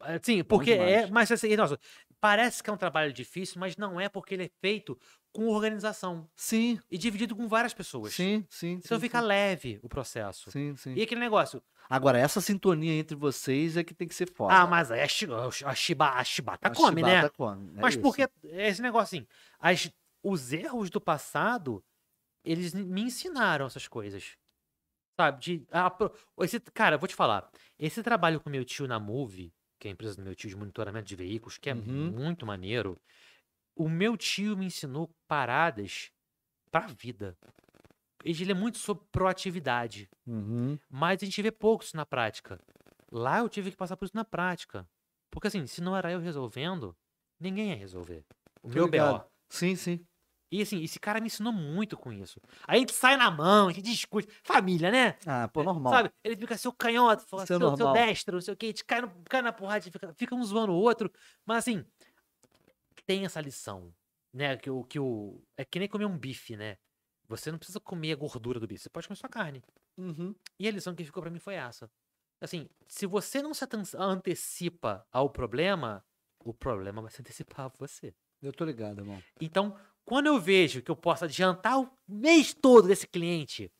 Speaker 2: Ah, Sim, porque é.
Speaker 1: demais.
Speaker 2: Mas assim, nossa, parece que é um trabalho difícil, mas não é porque ele é feito com organização
Speaker 1: Sim,
Speaker 2: e dividido com várias pessoas.
Speaker 1: sim, sim.
Speaker 2: Então
Speaker 1: sim,
Speaker 2: fica
Speaker 1: sim.
Speaker 2: leve o processo.
Speaker 1: Sim, sim.
Speaker 2: E aquele negócio,
Speaker 1: Agora, essa sintonia entre vocês é que tem que ser foda.
Speaker 2: ah, mas aí a, chi- a, chiba, a chibata
Speaker 1: A
Speaker 2: come, né?
Speaker 1: chibata come, é
Speaker 2: mas
Speaker 1: isso.
Speaker 2: porque é esse negócio assim, as- os erros do passado, eles n- me ensinaram essas coisas. Sabe? De, a pro- esse, cara, eu vou te falar. Esse trabalho com meu tio na Move, que é a empresa do meu tio de monitoramento de veículos, que é
Speaker 1: Uhum.
Speaker 2: muito maneiro, o meu tio me ensinou paradas pra vida. Ele é muito sobre proatividade.
Speaker 1: Uhum.
Speaker 2: Mas a gente vê pouco isso na prática. Lá eu tive que passar por isso na prática. Porque assim, se não era eu resolvendo, ninguém ia resolver. O
Speaker 1: Tô
Speaker 2: meu
Speaker 1: ligado.
Speaker 2: B.O.
Speaker 1: Sim, sim.
Speaker 2: E assim, esse cara me ensinou muito com isso. Aí a gente sai na mão, a gente discute. Família, né?
Speaker 1: Ah, pô, normal.
Speaker 2: Sabe? Ele fica seu canhoto, fala,
Speaker 1: Isso é
Speaker 2: seu, seu
Speaker 1: normal.
Speaker 2: destro, não sei o quê. A gente cai, no, cai na porrada, fica, fica um zoando o outro. Mas assim, tem essa lição, né? Que o, que o. É que nem comer um bife, né? Você não precisa comer a gordura do bife, você pode comer sua carne.
Speaker 1: Uhum.
Speaker 2: E a lição que ficou pra mim foi essa. Assim, se você não se atan- antecipa ao problema, o problema vai se antecipar a você.
Speaker 1: Eu tô ligado, irmão.
Speaker 2: Então, quando eu vejo que eu posso adiantar o mês todo desse cliente,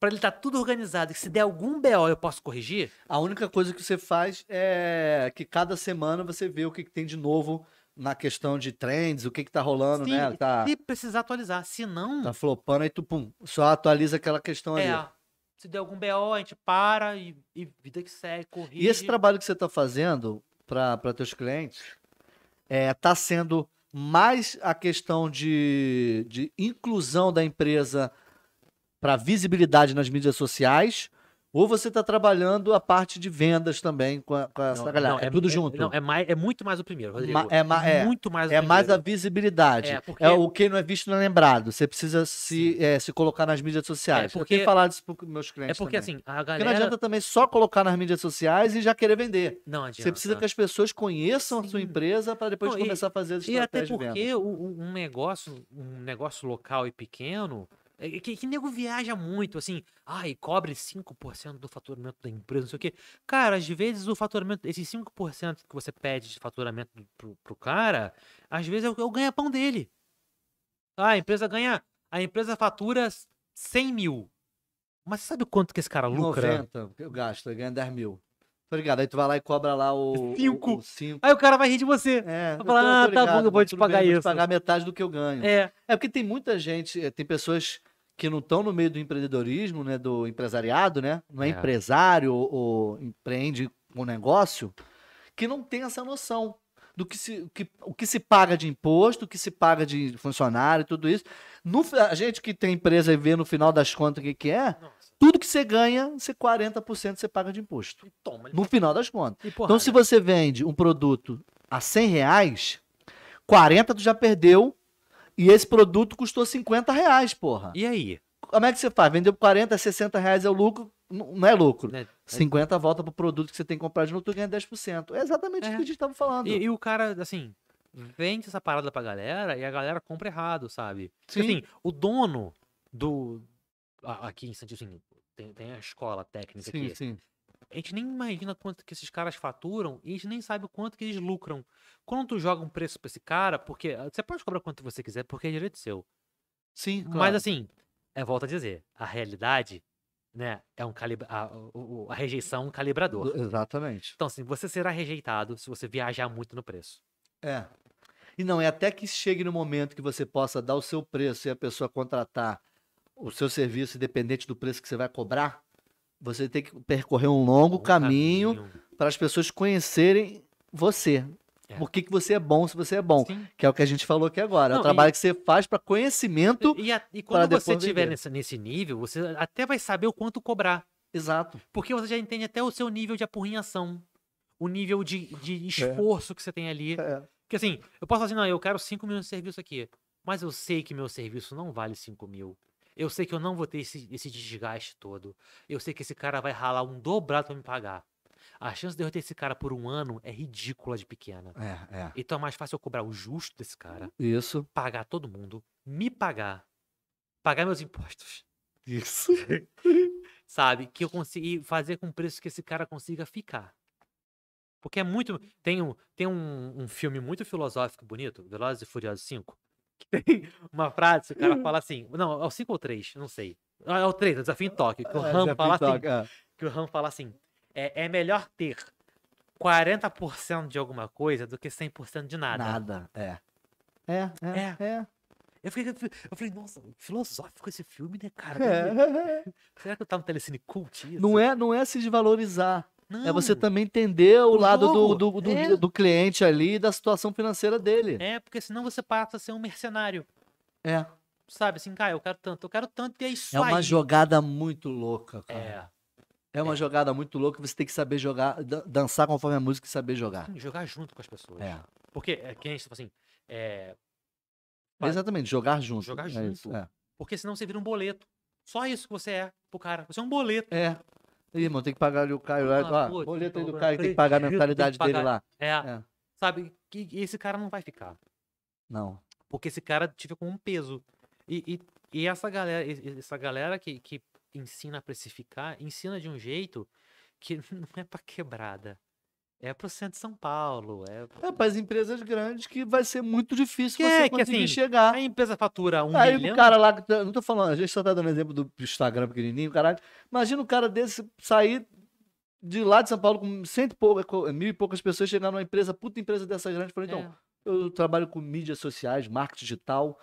Speaker 2: pra ele estar tudo organizado, e se der algum BO eu posso corrigir,
Speaker 1: A única coisa que você faz é que cada semana você vê o que, que tem de novo na questão de trends, o que, que tá rolando,
Speaker 2: se,
Speaker 1: né? Tá,
Speaker 2: se precisar atualizar. Se não,
Speaker 1: tá flopando, aí tu, pum, só atualiza aquela questão
Speaker 2: é,
Speaker 1: ali.
Speaker 2: se der algum BO, a gente para e, e vida que segue, corrige.
Speaker 1: E esse trabalho que você tá fazendo para teus clientes é, tá sendo mais a questão de, de inclusão da empresa para visibilidade nas mídias sociais, ou você tá trabalhando a parte de vendas também com, a- com essa
Speaker 2: Não,
Speaker 1: galera?
Speaker 2: não,
Speaker 1: é, tudo junto.
Speaker 2: Não, é, mais, é muito mais o primeiro, Rodrigo.
Speaker 1: Ma- é ma- é-
Speaker 2: muito mais o
Speaker 1: É mais a
Speaker 2: primeiro.
Speaker 1: visibilidade.
Speaker 2: É,
Speaker 1: É,
Speaker 2: porque-
Speaker 1: o que não é visto não é lembrado. Você precisa se, é, se colocar nas mídias sociais.
Speaker 2: É,
Speaker 1: Eu
Speaker 2: porque-
Speaker 1: tenho falado isso para meus
Speaker 2: É
Speaker 1: clientes.
Speaker 2: porque
Speaker 1: também.
Speaker 2: assim,
Speaker 1: Porque
Speaker 2: a
Speaker 1: não
Speaker 2: galera.
Speaker 1: adianta também só colocar nas mídias sociais e já querer vender.
Speaker 2: Não adianta.
Speaker 1: Você precisa que as pessoas conheçam a sua
Speaker 2: Sim.
Speaker 1: empresa para depois
Speaker 2: Não, e-
Speaker 1: começar a fazer as
Speaker 2: E até
Speaker 1: estratégias de venda.
Speaker 2: porque o- o- um negócio, um negócio local e pequeno, é que, que nego viaja muito, assim, ai, cobre 5% do faturamento da empresa, não sei o quê. Cara, às vezes o faturamento, esses 5% que você pede de faturamento pro, pro cara, às vezes é o, é o ganha-pão dele. Ah, a empresa ganha, a empresa fatura 100 mil. Mas você sabe quanto que esse cara lucra?
Speaker 1: 90, eu gasto, eu ganho 10 mil. Tô ligado. Aí tu vai lá e cobra lá o
Speaker 2: Cinco.
Speaker 1: o- o cinco.
Speaker 2: Aí o cara vai rir de você.
Speaker 1: É, tô-
Speaker 2: Vai falar,
Speaker 1: tô
Speaker 2: "Ah, tá
Speaker 1: ligado,
Speaker 2: bom, eu vou te
Speaker 1: tudo
Speaker 2: pagar
Speaker 1: eu vou
Speaker 2: isso."
Speaker 1: Te pagar metade do que eu ganho.
Speaker 2: É,
Speaker 1: É porque tem muita gente, eh, tem pessoas que não estão no meio do empreendedorismo, né, do empresariado, né? Não é,
Speaker 2: É.
Speaker 1: empresário ou, ou empreende um negócio, que não tem essa noção do que se, o que, o que se paga de imposto, o que se paga de funcionário, tudo isso. No fi- a gente que tem empresa e vê no final das contas o que, que é,
Speaker 2: nossa,
Speaker 1: tudo que você ganha, você 40% você paga de imposto.
Speaker 2: toma. ele-
Speaker 1: No final das contas.
Speaker 2: e
Speaker 1: Então,
Speaker 2: porrada.
Speaker 1: se você vende um produto a 100 reais, 40 tu já perdeu e esse produto custou 50 reais, porra.
Speaker 2: E aí?
Speaker 1: Como é que você faz? Vendeu por 40, 60 reais é o lucro? N- Não é lucro.
Speaker 2: né?
Speaker 1: 50 volta pro produto que você tem que comprar de novo, tu ganha 10%. É exatamente
Speaker 2: É.
Speaker 1: o que a gente tava falando.
Speaker 2: E, e o cara, assim, vende essa parada pra galera e a galera compra errado, sabe? Porque,
Speaker 1: Sim.
Speaker 2: Assim, o dono do. a- Aqui em Santos, assim, tem, tem a escola técnica aqui.
Speaker 1: sim.
Speaker 2: A gente nem imagina quanto que esses caras faturam e a gente nem sabe o quanto que eles lucram. Quando tu joga um preço pra esse cara, porque. ah, Você pode cobrar quanto você quiser, porque é direito seu.
Speaker 1: Sim,
Speaker 2: Mas
Speaker 1: claro.
Speaker 2: assim, é volta a dizer, a realidade, né, é um calibra. A, o- o- a rejeição é um calibrador.
Speaker 1: Exatamente.
Speaker 2: Então, assim, você será rejeitado se você viajar muito no preço.
Speaker 1: É. E não, é até que chegue no momento que você possa dar o seu preço e a pessoa contratar o seu serviço, independente do preço que você vai cobrar, você tem que percorrer um longo
Speaker 2: Um
Speaker 1: caminho para as pessoas conhecerem você.
Speaker 2: É.
Speaker 1: Por que, que você é bom se você é bom?
Speaker 2: Sim.
Speaker 1: Que é o que a gente falou aqui agora. é
Speaker 2: Não,
Speaker 1: o trabalho que você faz para conhecimento.
Speaker 2: E, a- e quando você
Speaker 1: depois
Speaker 2: estiver
Speaker 1: vender.
Speaker 2: nesse, nesse nível, você até vai saber o quanto cobrar.
Speaker 1: Exato.
Speaker 2: Porque você já entende até o seu nível de apurrinhação. O nível de, de esforço que você tem ali.
Speaker 1: É.
Speaker 2: Porque assim, eu posso falar assim, não, eu quero 5 mil de serviço aqui. Mas eu sei que meu serviço não vale 5 mil. Eu sei que eu não vou ter esse, esse desgaste todo. Eu sei que esse cara vai ralar um dobrado pra me pagar. A chance de eu ter esse cara por um ano é ridícula de pequena.
Speaker 1: É, é.
Speaker 2: Então é mais fácil eu cobrar o justo desse cara
Speaker 1: Isso.
Speaker 2: pagar todo mundo, me pagar, pagar meus impostos,
Speaker 1: Isso.
Speaker 2: sabe? Que eu consegui fazer com preço que esse cara consiga ficar. Porque é muito. Tem um, tem um, um filme muito filosófico bonito, Velozes e Furiosos 5, que Tem uma frase, o cara fala assim. Não, é o 5 ou 3, não sei. Ah, É o 3, é o desafio em Tóquio. Que o
Speaker 1: É,
Speaker 2: Ram
Speaker 1: já
Speaker 2: fala
Speaker 1: pintou,
Speaker 2: assim.
Speaker 1: é.
Speaker 2: Que o Ram fala assim. É, é melhor ter 40% de alguma coisa do que 100% de nada.
Speaker 1: Nada, é. É, é, é. é.
Speaker 2: Eu, fiquei, eu falei, nossa, filosófico esse filme, né, cara?
Speaker 1: é.
Speaker 2: Será que eu tava no Telecine Cult isso?
Speaker 1: Não, é, não é se desvalorizar.
Speaker 2: Não.
Speaker 1: É você também entender o,
Speaker 2: O
Speaker 1: lado do,
Speaker 2: jogo,
Speaker 1: do, do,
Speaker 2: é.
Speaker 1: do cliente ali e da situação financeira dele.
Speaker 2: É, porque senão você passa a ser um mercenário.
Speaker 1: É.
Speaker 2: Sabe assim, cara, eu quero tanto, eu quero tanto, e é isso
Speaker 1: É uma
Speaker 2: aí.
Speaker 1: jogada muito louca, cara.
Speaker 2: É,
Speaker 1: É, uma jogada muito louca que você tem que saber jogar, dan- dançar conforme a música e saber jogar.
Speaker 2: tem que jogar junto com as pessoas.
Speaker 1: É.
Speaker 2: Porque, é, que nem a gente fala assim, é, Vai.
Speaker 1: É. Exatamente, jogar junto.
Speaker 2: Jogar
Speaker 1: é
Speaker 2: junto.
Speaker 1: Isso, é.
Speaker 2: porque senão você vira um boleto. Só isso que você é pro cara. Você é um boleto.
Speaker 1: é. Ih, irmão, tem que pagar ali o Caio lá.
Speaker 2: Ah,
Speaker 1: Ah,
Speaker 2: pô,
Speaker 1: boleto aí do
Speaker 2: então,
Speaker 1: Caio, tem que pagar a
Speaker 2: acredito,
Speaker 1: mentalidade
Speaker 2: tem que
Speaker 1: dele lá.
Speaker 2: É,
Speaker 1: É.
Speaker 2: sabe? Que, e esse cara não vai ficar.
Speaker 1: Não.
Speaker 2: Porque esse cara tiver com um peso. E, e- e essa galera, e- e- essa galera que, que ensina a precificar, ensina de um jeito que não é pra quebrada. É pro centro de São Paulo. É...
Speaker 1: É para as empresas grandes que vai ser muito difícil
Speaker 2: Que
Speaker 1: você
Speaker 2: é, que
Speaker 1: conseguir
Speaker 2: assim,
Speaker 1: chegar.
Speaker 2: A empresa fatura um
Speaker 1: Aí
Speaker 2: milhão.
Speaker 1: o cara lá, que tá- não tô falando, a gente só tá dando exemplo do Instagram pequenininho, caralho. Imagina um cara desse sair de lá de São Paulo com cento e pouca, co- mil e poucas pessoas, chegar numa empresa, puta empresa dessa grande, e falar, então,
Speaker 2: É.
Speaker 1: eu trabalho com mídias sociais, marketing digital,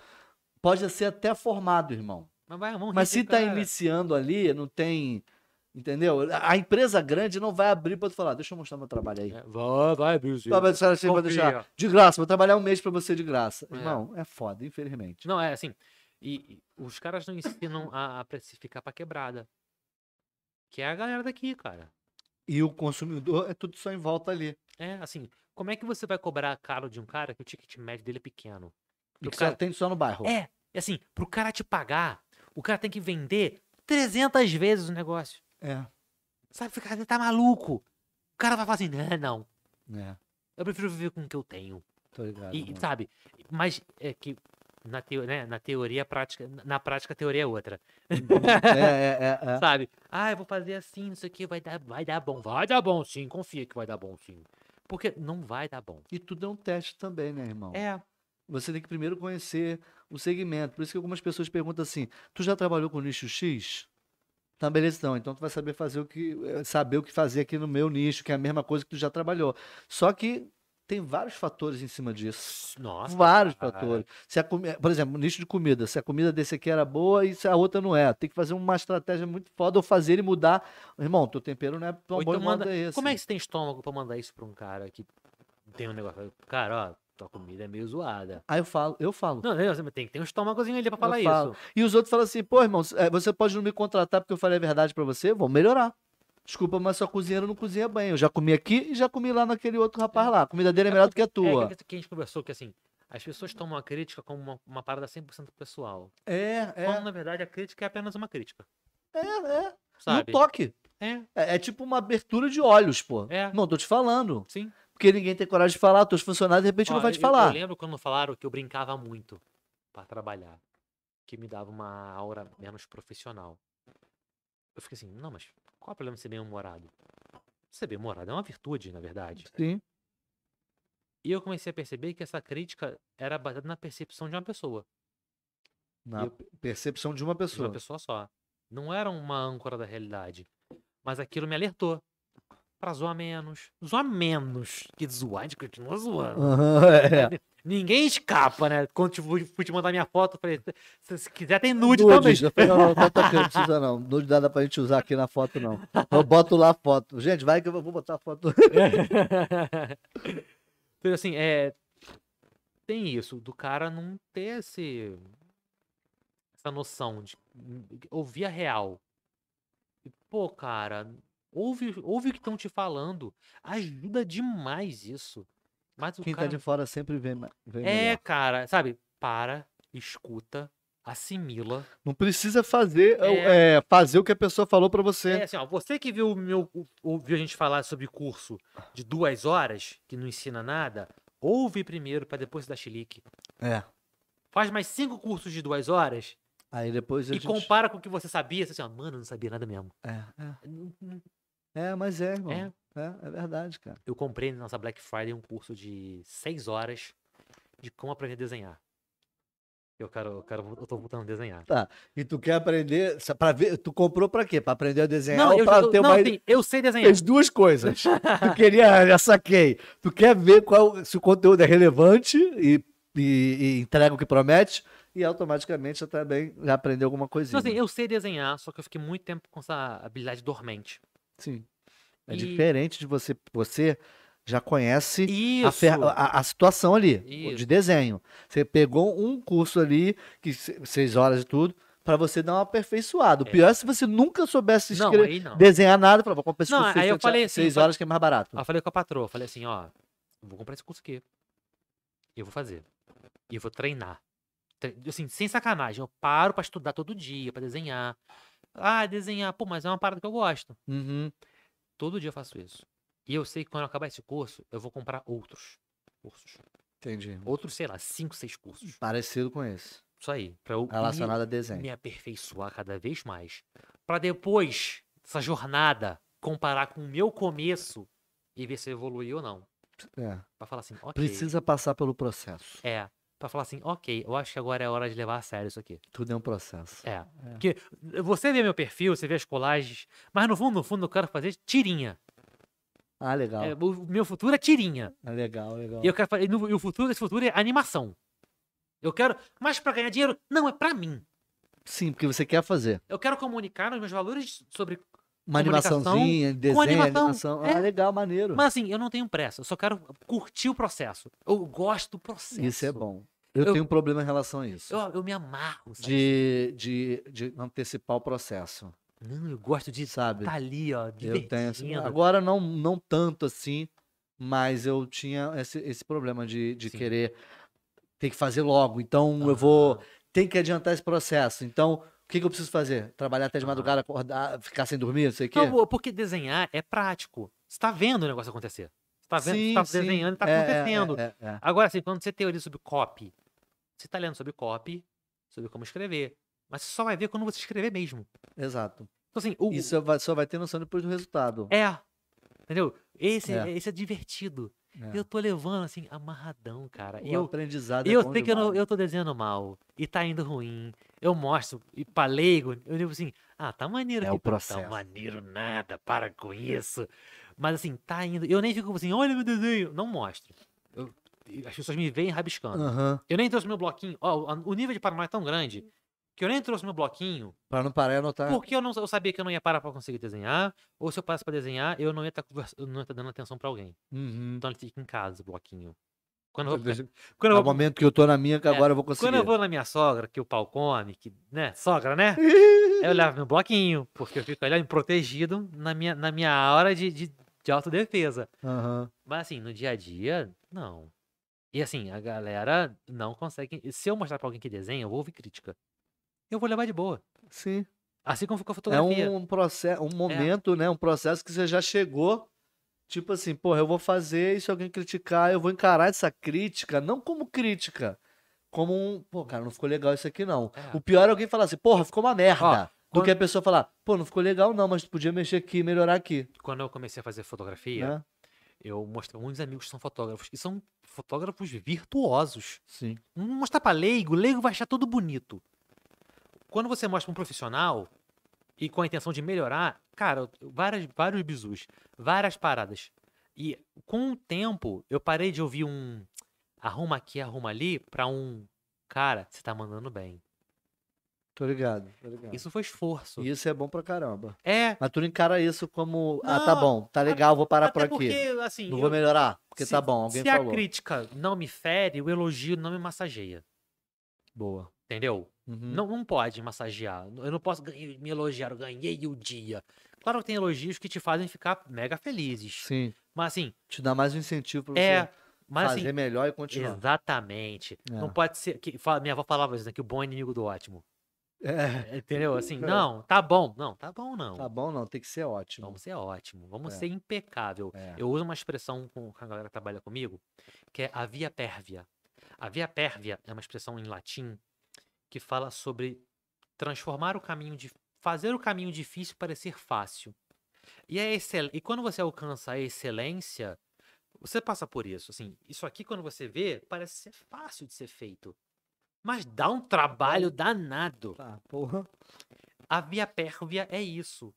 Speaker 1: pode ser até formado, irmão.
Speaker 2: Mas, vai, vamos
Speaker 1: Mas
Speaker 2: rir
Speaker 1: se
Speaker 2: do
Speaker 1: tá
Speaker 2: cara.
Speaker 1: iniciando ali, não tem, entendeu? A empresa grande não vai abrir pra tu falar, "Ah, deixa eu mostrar meu trabalho aí.
Speaker 2: É, Vai, vai, Bilzinho.
Speaker 1: Tá, mas a senhora sempre vai
Speaker 2: Confia.
Speaker 1: deixar. De graça, vou trabalhar um mês pra você de graça.
Speaker 2: É.
Speaker 1: Irmão, é foda, infelizmente.
Speaker 2: Não, é assim. E, e os caras não ensinam a, a precificar pra quebrada. Que é a galera daqui, cara.
Speaker 1: E o consumidor é tudo só em volta ali.
Speaker 2: É, assim, como é que você vai cobrar caro de um cara que o ticket médio dele é pequeno?
Speaker 1: E
Speaker 2: Pro
Speaker 1: que
Speaker 2: cara-
Speaker 1: só tem só no bairro.
Speaker 2: É, e assim, pro cara te pagar, o cara tem que vender 300 vezes o negócio.
Speaker 1: É.
Speaker 2: Sabe, o cara tá maluco. O cara vai falar assim, não, não,
Speaker 1: É,
Speaker 2: eu prefiro viver com o que eu tenho.
Speaker 1: tô ligado.
Speaker 2: E, tá
Speaker 1: mano.
Speaker 2: sabe, mas é que na, teo- né, na teoria, a prática, na prática a teoria é outra.
Speaker 1: É, é, é, é.
Speaker 2: Sabe? Ah, eu vou fazer assim, não sei o que, vai dar, vai dar bom. Vai dar bom sim, confia que vai dar bom sim. Porque não vai dar bom.
Speaker 1: E tudo é um teste também, né, irmão?
Speaker 2: É,
Speaker 1: Você tem que primeiro conhecer o segmento. Por isso que algumas pessoas perguntam assim: tu já trabalhou com nicho X? Tá, beleza, não. Então tu vai saber fazer o que. eh, saber o que fazer aqui no meu nicho, que é a mesma coisa que tu já trabalhou. Só que tem vários fatores em cima disso.
Speaker 2: nossa.
Speaker 1: vários
Speaker 2: cara.
Speaker 1: fatores. Se a comi- Por exemplo, nicho de comida. Se a comida desse aqui era boa e se a outra não é. Tem que fazer uma estratégia muito foda ou fazer ele mudar. Irmão, teu tempero não é tão
Speaker 2: Ou
Speaker 1: bom
Speaker 2: então
Speaker 1: e manda, esse.
Speaker 2: Como é que você tem estômago pra mandar isso pra um cara que tem um negócio? Cara, ó, tua comida é meio zoada.
Speaker 1: Aí eu falo, eu falo.
Speaker 2: Não, não, mas tem que ter um estômagozinho ali pra falar
Speaker 1: falo.
Speaker 2: isso. É,
Speaker 1: E os outros falam assim, pô, irmão, é, você pode não me contratar porque eu falei a verdade pra você, vou melhorar. Desculpa, mas sua cozinheira não cozinha bem. Eu já comi aqui e já comi lá naquele outro rapaz lá. A comida dele é melhor do que a
Speaker 2: É
Speaker 1: tua.
Speaker 2: que- que a gente conversou que assim, as pessoas tomam a crítica como uma, uma parada 100% pessoal.
Speaker 1: É,
Speaker 2: Quando
Speaker 1: é,
Speaker 2: na verdade a crítica é apenas uma crítica.
Speaker 1: é, é. No
Speaker 2: Sabe?
Speaker 1: toque.
Speaker 2: É,
Speaker 1: É, é tipo uma abertura de olhos, pô.
Speaker 2: É.
Speaker 1: Não, tô te falando.
Speaker 2: sim.
Speaker 1: Porque ninguém tem coragem de falar, teus funcionários de repente
Speaker 2: Ó,
Speaker 1: não vai te
Speaker 2: eu-
Speaker 1: falar.
Speaker 2: Eu lembro quando falaram que eu brincava muito pra trabalhar, que me dava uma aura menos profissional. Eu fiquei assim, não, mas qual é o problema de ser bem-humorado? Ser bem-humorado é uma virtude, na verdade.
Speaker 1: Sim.
Speaker 2: E eu comecei a perceber que essa crítica era baseada na percepção de uma pessoa,
Speaker 1: Na
Speaker 2: Eu-
Speaker 1: percepção de uma
Speaker 2: de uma
Speaker 1: pessoa.
Speaker 2: pessoa só. Não era uma âncora da realidade. Mas aquilo me alertou. Pra zoar menos. Zoar menos. Que zoar, a gente continua zoando.
Speaker 1: Aham, é.
Speaker 2: Ninguém escapa, né? Quando te- fui fui te mandar minha foto, eu falei, se, se quiser tem nude também.
Speaker 1: Nudes. Eu falei, não, não, não, tá aqui, não precisa não. Nude não dá pra gente usar aqui na foto, não. Eu boto lá a foto. Gente, vai que eu vou botar a foto.
Speaker 2: Então, assim, é. Tem isso, do cara não ter esse. Essa noção de ouvir a real. E, Pô, cara, ouve, ouve o que estão te falando. Ajuda demais isso. Mas o
Speaker 1: Quem
Speaker 2: cara.
Speaker 1: tá de fora sempre vem, ma- vem
Speaker 2: É,
Speaker 1: melhor.
Speaker 2: cara, sabe? Para, escuta, assimila.
Speaker 1: Não precisa fazer,
Speaker 2: É.
Speaker 1: é, fazer o que a pessoa falou pra
Speaker 2: É
Speaker 1: você.
Speaker 2: assim, ó, você que viu o meu, o- ouviu a gente falar sobre curso de duas horas, que não ensina nada, ouve primeiro pra depois se dar chilique.
Speaker 1: É.
Speaker 2: Faz mais cinco cursos de duas horas
Speaker 1: Aí depois a
Speaker 2: e
Speaker 1: gente...
Speaker 2: compara com o que você sabia. Você assim, ó, mano, eu não sabia nada mesmo.
Speaker 1: É, é. É, mas é, irmão.
Speaker 2: É.
Speaker 1: É. é verdade, cara.
Speaker 2: Eu comprei na nossa Black Friday um curso de seis horas de como aprender a desenhar. Eu quero, eu quero, eu tô voltando a desenhar.
Speaker 1: E tu quer aprender. Pra ver, tu comprou pra quê? Pra aprender a desenhar ou
Speaker 2: eu,
Speaker 1: pra
Speaker 2: eu-
Speaker 1: ter
Speaker 2: não,
Speaker 1: uma.
Speaker 2: assim, eu sei desenhar.
Speaker 1: Fez duas coisas. tu queria, já saquei. Tu quer ver qual, se o conteúdo é relevante e, e- e entrega o que promete, e automaticamente já também já aprendeu alguma coisinha.
Speaker 2: Não, assim, eu sei desenhar, só que eu fiquei muito tempo com essa habilidade dormente.
Speaker 1: Sim. É
Speaker 2: E-
Speaker 1: diferente de você. Você já conhece
Speaker 2: Isso.
Speaker 1: a, fer- a- a situação ali, o de
Speaker 2: Isso.
Speaker 1: desenho. Você pegou um curso ali, que se- seis horas e tudo, pra você dar uma aperfeiçoada. O
Speaker 2: É.
Speaker 1: pior é se você nunca soubesse
Speaker 2: Não,
Speaker 1: escrever-
Speaker 2: aí não.
Speaker 1: desenhar nada, falava, vou comprar esse
Speaker 2: Não,
Speaker 1: curso de
Speaker 2: aí eu
Speaker 1: sete
Speaker 2: falei
Speaker 1: horas-
Speaker 2: assim,
Speaker 1: seis
Speaker 2: falei-
Speaker 1: horas que é mais barato.
Speaker 2: Aí eu falei com a patroa, falei assim, ó, vou comprar esse curso aqui. E eu vou fazer. E eu vou treinar. Tre- Assim, sem sacanagem, eu paro pra estudar todo dia, pra desenhar. Ah, desenhar, pô, mas é uma parada que eu gosto.
Speaker 1: Uhum.
Speaker 2: Todo dia eu faço isso. E eu sei que quando acabar esse curso, eu vou comprar outros cursos.
Speaker 1: Entendi.
Speaker 2: Outros, sei lá, cinco, seis cursos.
Speaker 1: Parecido com esse,
Speaker 2: Isso aí, pra eu me-
Speaker 1: relacionado a
Speaker 2: me,
Speaker 1: desenho.
Speaker 2: aperfeiçoar cada vez mais. Pra depois, essa jornada, comparar com o meu começo e ver se eu evoluí ou não.
Speaker 1: É.
Speaker 2: Pra falar assim, ok.
Speaker 1: Precisa passar pelo processo.
Speaker 2: É, pra falar assim, ok, eu acho que agora é hora de levar a sério isso aqui.
Speaker 1: Tudo é um processo.
Speaker 2: É. Porque você vê meu perfil, você vê as colagens, mas no fundo, no fundo, eu quero fazer tirinha.
Speaker 1: Ah, legal.
Speaker 2: É, o meu futuro é tirinha.
Speaker 1: Ah, legal, legal.
Speaker 2: E eu quero fazer. E no- e o futuro desse futuro é animação. Eu quero. Mas pra ganhar dinheiro, não, é pra mim.
Speaker 1: Sim, porque você quer fazer.
Speaker 2: Eu quero comunicar os meus valores sobre.
Speaker 1: Uma
Speaker 2: Comunicação
Speaker 1: animaçãozinha, desenho,
Speaker 2: animação.
Speaker 1: animação.
Speaker 2: É.
Speaker 1: Ah, legal, maneiro.
Speaker 2: Mas assim, eu não tenho pressa. Eu só quero curtir o processo. Eu gosto do processo.
Speaker 1: Isso é bom. Eu,
Speaker 2: Eu-
Speaker 1: tenho um problema em relação a isso.
Speaker 2: Eu, eu me amarro, sabe?
Speaker 1: De, de, de antecipar o processo,
Speaker 2: Não, eu gosto de tá estar
Speaker 1: sabe?
Speaker 2: ali, ó.
Speaker 1: Eu tenho assim,
Speaker 2: divertindo.
Speaker 1: agora não, não tanto assim, mas eu tinha esse, esse problema de, de
Speaker 2: Sim.
Speaker 1: querer ter que fazer logo. Então eu vou.
Speaker 2: Ah,
Speaker 1: Tem que adiantar esse processo. Então, o que, que eu preciso fazer? Trabalhar até de
Speaker 2: Aham.
Speaker 1: madrugada, acordar, ficar sem dormir, não sei o quê?
Speaker 2: Não, pô, porque desenhar é prático. Você tá vendo o negócio acontecer. Você tá vendo, você tá desenhando e tá
Speaker 1: É, é,
Speaker 2: acontecendo.
Speaker 1: É, é, é.
Speaker 2: Agora, assim, quando você teoria sobre copy, você tá lendo sobre copy, sobre como escrever. Mas você só vai ver quando você escrever mesmo.
Speaker 1: é. Exato.
Speaker 2: Então, assim, o.
Speaker 1: Isso vai- só vai ter noção depois do resultado.
Speaker 2: É. Entendeu? Esse é,
Speaker 1: É.
Speaker 2: esse é divertido.
Speaker 1: né?
Speaker 2: Eu tô levando, assim, amarradão, cara.
Speaker 1: O
Speaker 2: E eu,
Speaker 1: aprendizado
Speaker 2: e
Speaker 1: é
Speaker 2: eu
Speaker 1: bom
Speaker 2: sei que eu, não-
Speaker 1: demais.
Speaker 2: eu tô desenhando mal. E tá indo ruim. Eu mostro e palego. Eu digo assim, ah, tá maneiro
Speaker 1: É
Speaker 2: aqui,
Speaker 1: o
Speaker 2: pô, Tá
Speaker 1: processo.
Speaker 2: maneiro nada, para com isso. Mas assim, tá indo. Eu nem fico assim, olha meu desenho. Não mostro. Eu- as pessoas me veem rabiscando.
Speaker 1: Aham.
Speaker 2: Eu nem trouxe meu bloquinho. Ó, o- o nível de Paraná é tão grande que eu nem trouxe meu bloquinho
Speaker 1: Pra não parar e anotar.
Speaker 2: porque eu não eu sabia que eu não ia parar pra conseguir desenhar. Ou se eu parasse pra desenhar, eu não ia estar dando atenção pra alguém.
Speaker 1: Uhum.
Speaker 2: Então ele fica em casa, o bloquinho. Quando eu vou,
Speaker 1: Deixa-
Speaker 2: quando eu
Speaker 1: É o
Speaker 2: vou-
Speaker 1: momento que eu tô na minha que
Speaker 2: É,
Speaker 1: agora eu vou conseguir.
Speaker 2: quando eu vou na minha sogra, que o pau come, que, né? Sogra, né? eu levo meu bloquinho, porque eu fico ali protegido na minha, na minha aura de, de, de autodefesa.
Speaker 1: Aham.
Speaker 2: Mas assim, no dia a dia, não. E assim, a galera não consegue. e Se eu mostrar pra alguém que desenha, eu vou ouvir crítica. Eu vou levar de boa.
Speaker 1: Sim.
Speaker 2: Assim como ficou a
Speaker 1: É
Speaker 2: fotografia.
Speaker 1: um processo,
Speaker 2: É.
Speaker 1: um momento, né? Um processo que você já chegou. Tipo assim, porra, eu vou fazer e se alguém criticar, eu vou encarar essa crítica, não como crítica, como um, pô, cara, não ficou legal isso aqui não.
Speaker 2: É.
Speaker 1: O pior é alguém falar assim, porra, ficou uma merda. Do
Speaker 2: quando-
Speaker 1: que a pessoa falar, pô, não ficou legal não, mas tu podia mexer aqui, melhorar aqui,
Speaker 2: Quando eu comecei a fazer fotografia,
Speaker 1: né?
Speaker 2: eu mostrei muitos amigos que são fotógrafos. E são fotógrafos virtuosos.
Speaker 1: Sim.
Speaker 2: Não mostrar pra leigo, o leigo vai achar tudo bonito. Quando você mostra pra um profissional e com a intenção de melhorar, cara, eu- várias, vários bizus, várias paradas. E com o tempo, eu parei de ouvir um arruma aqui, arruma ali, pra um cara, você tá mandando bem.
Speaker 1: Tô ligado, tô ligado.
Speaker 2: Isso foi esforço.
Speaker 1: É. E isso é bom pra caramba.
Speaker 2: É,
Speaker 1: Mas tu não encara isso como, ah, tá
Speaker 2: Não,
Speaker 1: bom, tá legal, vou parar por
Speaker 2: até
Speaker 1: aqui.
Speaker 2: porque, assim,
Speaker 1: Não
Speaker 2: eu-
Speaker 1: vou melhorar, porque
Speaker 2: se-
Speaker 1: tá bom, alguém
Speaker 2: se
Speaker 1: falou.
Speaker 2: a crítica não me fere, o elogio não me massageia,
Speaker 1: Boa.
Speaker 2: entendeu?
Speaker 1: Uhum.
Speaker 2: Não, não pode massagear. Eu não posso ganhar- me elogiar. Eu ganhei o dia. Claro que tem elogios que te fazem ficar mega felizes.
Speaker 1: Sim,
Speaker 2: Mas assim,
Speaker 1: te dá mais um incentivo pra você
Speaker 2: é. Mas
Speaker 1: fazer
Speaker 2: assim,
Speaker 1: melhor e continuar.
Speaker 2: exatamente. Não
Speaker 1: É.
Speaker 2: pode ser. Que, fa- minha avó falava isso, né? Que o bom é inimigo do ótimo.
Speaker 1: É,
Speaker 2: Entendeu? Assim, não, tá bom. Não, tá bom, não.
Speaker 1: Tá bom, não, tem que ser ótimo.
Speaker 2: Vamos ser ótimo. Vamos
Speaker 1: É.
Speaker 2: ser impecável.
Speaker 1: É.
Speaker 2: Então, Eu uso uma expressão com com a galera que trabalha comigo, que é a via pérvia. A via pérvia é uma expressão em latim que fala sobre transformar o caminho de fazer o caminho difícil parecer fácil. E é excel... e quando você alcança a excelência, você passa por isso, assim, isso aqui quando você vê, parece ser fácil de ser feito. Mas dá um trabalho danado.
Speaker 1: Tá, porra.
Speaker 2: A via pérvia é isso.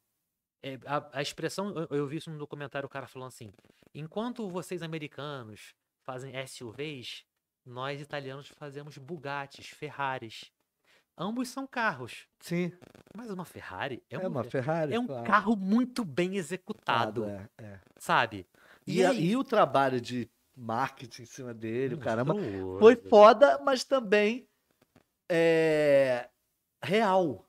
Speaker 2: É, a, a expressão, eu, eu vi isso num documentário, o cara falando assim: enquanto vocês americanos fazem SUVs, nós italianos fazemos Bugattis, Ferraris. Ambos são carros,
Speaker 1: Sim,
Speaker 2: mas uma Ferrari é,
Speaker 1: é,
Speaker 2: um-
Speaker 1: uma Ferrari.
Speaker 2: é um
Speaker 1: claro.
Speaker 2: carro muito bem executado,
Speaker 1: É, é.
Speaker 2: sabe?
Speaker 1: E,
Speaker 2: é
Speaker 1: a- e o trabalho de marketing em cima dele, o caramba.
Speaker 2: monstruoso.
Speaker 1: Foi foda, mas também é real.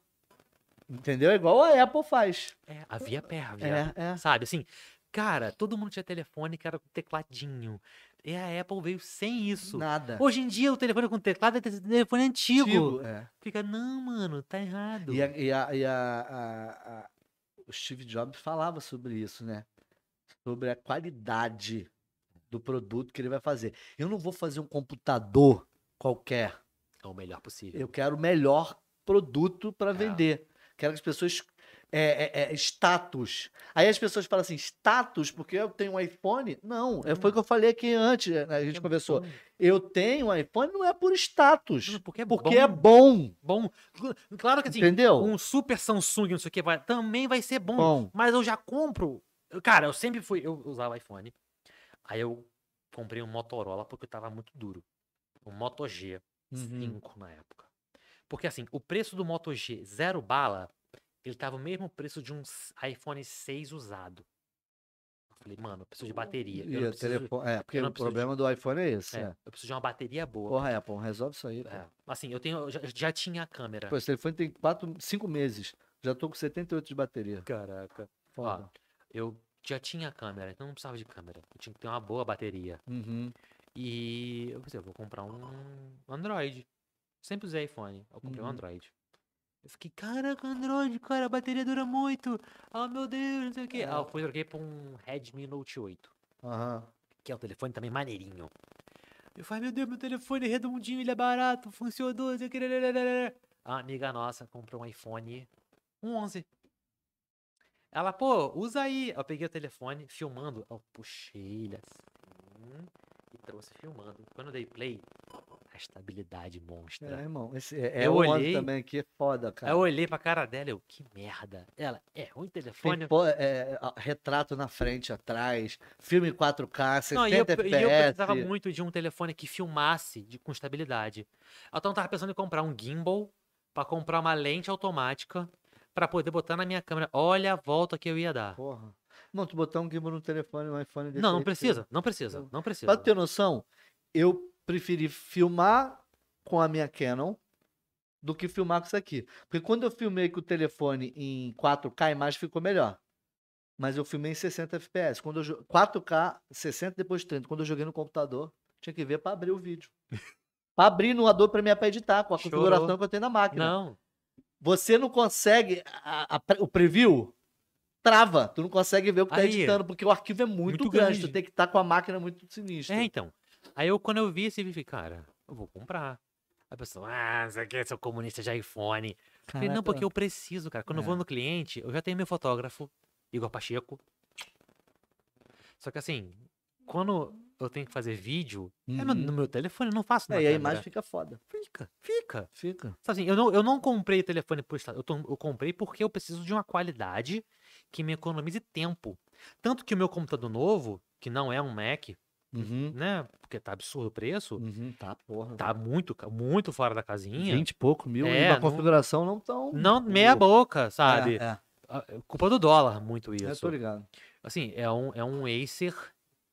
Speaker 1: Entendeu? É igual a Apple faz.
Speaker 2: É, a via pérvia.
Speaker 1: É, é.
Speaker 2: Sabe, assim, cara, todo mundo tinha telefone que era com tecladinho. E a Apple veio sem isso.
Speaker 1: Nada.
Speaker 2: Hoje em dia o telefone com teclado é te- telefone antigo.
Speaker 1: Antigo, é.
Speaker 2: Fica, não, mano, tá errado.
Speaker 1: E, a, e, a, e a- a- a- o Steve Jobs falava sobre isso, né? Sobre a qualidade do produto que ele vai fazer. Eu não vou fazer um computador qualquer.
Speaker 2: É o melhor possível.
Speaker 1: Eu quero o melhor produto para
Speaker 2: É.
Speaker 1: vender. Quero que as pessoas. É, é, é, status. Aí as pessoas falam assim, status, porque eu tenho um iPhone? Não, é, foi o que eu falei aqui antes, né,
Speaker 2: É
Speaker 1: a gente conversou. Eu tenho um iPhone, não é por status,
Speaker 2: Porque é
Speaker 1: porque
Speaker 2: bom.
Speaker 1: é bom,
Speaker 2: bom. Cl- Claro que assim,
Speaker 1: entendeu?
Speaker 2: um super Samsung, não sei o que, vai, também vai ser bom.
Speaker 1: Bom.
Speaker 2: Mas eu já compro. eu- Cara, eu sempre fui. Eu usava iPhone. Aí eu comprei um Motorola porque tava muito duro. Um Moto G5 Uhum.
Speaker 1: Uhum.
Speaker 2: na época. Porque assim, o preço do Moto G zero bala, ele tava o mesmo preço de um s- iPhone 6 usado. Eu falei, mano, eu preciso de bateria.
Speaker 1: E
Speaker 2: Eu não
Speaker 1: o
Speaker 2: preciso,
Speaker 1: telefone- É, porque
Speaker 2: eu não
Speaker 1: o
Speaker 2: preciso de-
Speaker 1: problema do iPhone é esse.
Speaker 2: é,
Speaker 1: né?
Speaker 2: eu preciso de uma bateria boa.
Speaker 1: Porra, Apple, resolve isso aí. pô.
Speaker 2: É, Assim, eu tenho, eu já, já tinha a câmera.
Speaker 1: Pô, esse telefone tem 4, 5 meses. Já tô com 78 de bateria.
Speaker 2: Caraca.
Speaker 1: Foda.
Speaker 2: Eu já tinha a câmera, então não precisava de câmera. Eu tinha que ter uma boa bateria.
Speaker 1: Uhum.
Speaker 2: E eu pensei, eu vou comprar um Android. Sempre usei iPhone. Eu comprei um
Speaker 1: Uhum.
Speaker 2: Android. Eu fiquei, caraca, Android, cara, a bateria dura muito. Ah, meu Deus, não sei o quê. Ah, eu fui troquei pra um Redmi Note 8,
Speaker 1: Aham.
Speaker 2: que é um telefone também maneirinho. Eu falei, meu Deus, meu telefone é redondinho, ele é barato, funcionou, não sei o quê. lalalalala." A amiga nossa comprou um iPhone 11. Ela, pô, usa aí. Eu peguei o telefone, filmando. Eu puxei ele assim e trouxe filmando. Quando eu dei play, a estabilidade
Speaker 1: É,
Speaker 2: monstra.
Speaker 1: irmão. Esse, é é
Speaker 2: Eu
Speaker 1: o
Speaker 2: olhei-
Speaker 1: olhei... também aqui, é foda,
Speaker 2: Aí
Speaker 1: cara.
Speaker 2: eu olhei pra cara dela eu, que merda. Ela, é ruim telefone.
Speaker 1: Tem pô- é, a- retrato na frente, atrás, filme 4K, 60
Speaker 2: Não, e eu, e eu
Speaker 1: FPS.
Speaker 2: precisava muito de um telefone que filmasse de, com estabilidade. Então eu tava pensando em comprar um gimbal pra comprar uma lente automática pra poder botar na minha câmera. Olha a volta que eu ia dar.
Speaker 1: Porra. Não, tu botar um gimbal no telefone, um iPhone desse
Speaker 2: Não, não
Speaker 1: aí,
Speaker 2: precisa, não precisa,
Speaker 1: Eu-
Speaker 2: não precisa.
Speaker 1: Pra ter noção, eu preferi filmar com a minha Canon do que filmar com isso aqui. Porque quando eu filmei com o telefone em 4K, a imagem ficou melhor. Mas eu filmei em 60 FPS. Quando eu jo- 4K, 60 depois 30. Quando eu joguei no computador, tinha que ver pra abrir o vídeo. pra abrir no Adobe Premiere pra editar, com a
Speaker 2: Chorou.
Speaker 1: configuração que eu tenho na máquina.
Speaker 2: Não,
Speaker 1: Você não consegue a- a pre- o preview trava, tu não consegue ver o que tá
Speaker 2: Aí.
Speaker 1: editando, porque o arquivo é muito,
Speaker 2: Muito
Speaker 1: grande.
Speaker 2: grande.
Speaker 1: tu tem que estar com a máquina muito sinistra.
Speaker 2: É, então. Aí eu, quando eu vi esse vídeo, falei, cara, eu vou comprar. Aí a pessoa, ah, isso aqui é seu comunista de iPhone. Eu Falei, não,
Speaker 1: Caraca. É.
Speaker 2: porque eu preciso, cara. Quando eu vou no cliente, eu já tenho meu fotógrafo, Igor Pacheco. Só que assim, quando eu tenho que fazer vídeo, é no,
Speaker 1: Uhum.
Speaker 2: no meu telefone, eu não faço
Speaker 1: É,
Speaker 2: nada.
Speaker 1: e a imagem fica foda.
Speaker 2: fica, fica.
Speaker 1: Fica.
Speaker 2: Sabe assim, eu não, eu não comprei o telefone por estado. Eu, tô- eu comprei porque eu preciso de uma qualidade que me economize tempo. Tanto que o meu computador novo, que não é um Mac,
Speaker 1: Uhum.
Speaker 2: né? Porque tá absurdo o preço.
Speaker 1: Uhum. Tá, porra.
Speaker 2: Tá muito, ca- muito fora da casinha.
Speaker 1: 20 e pouco mil.
Speaker 2: É,
Speaker 1: e uma
Speaker 2: não-
Speaker 1: configuração não tão.
Speaker 2: Não, é meia boca, sabe?
Speaker 1: um É,
Speaker 2: Ah, Culpa do dólar, muito
Speaker 1: é. Eu
Speaker 2: isso.
Speaker 1: tô ligado.
Speaker 2: assim, é um, é um Acer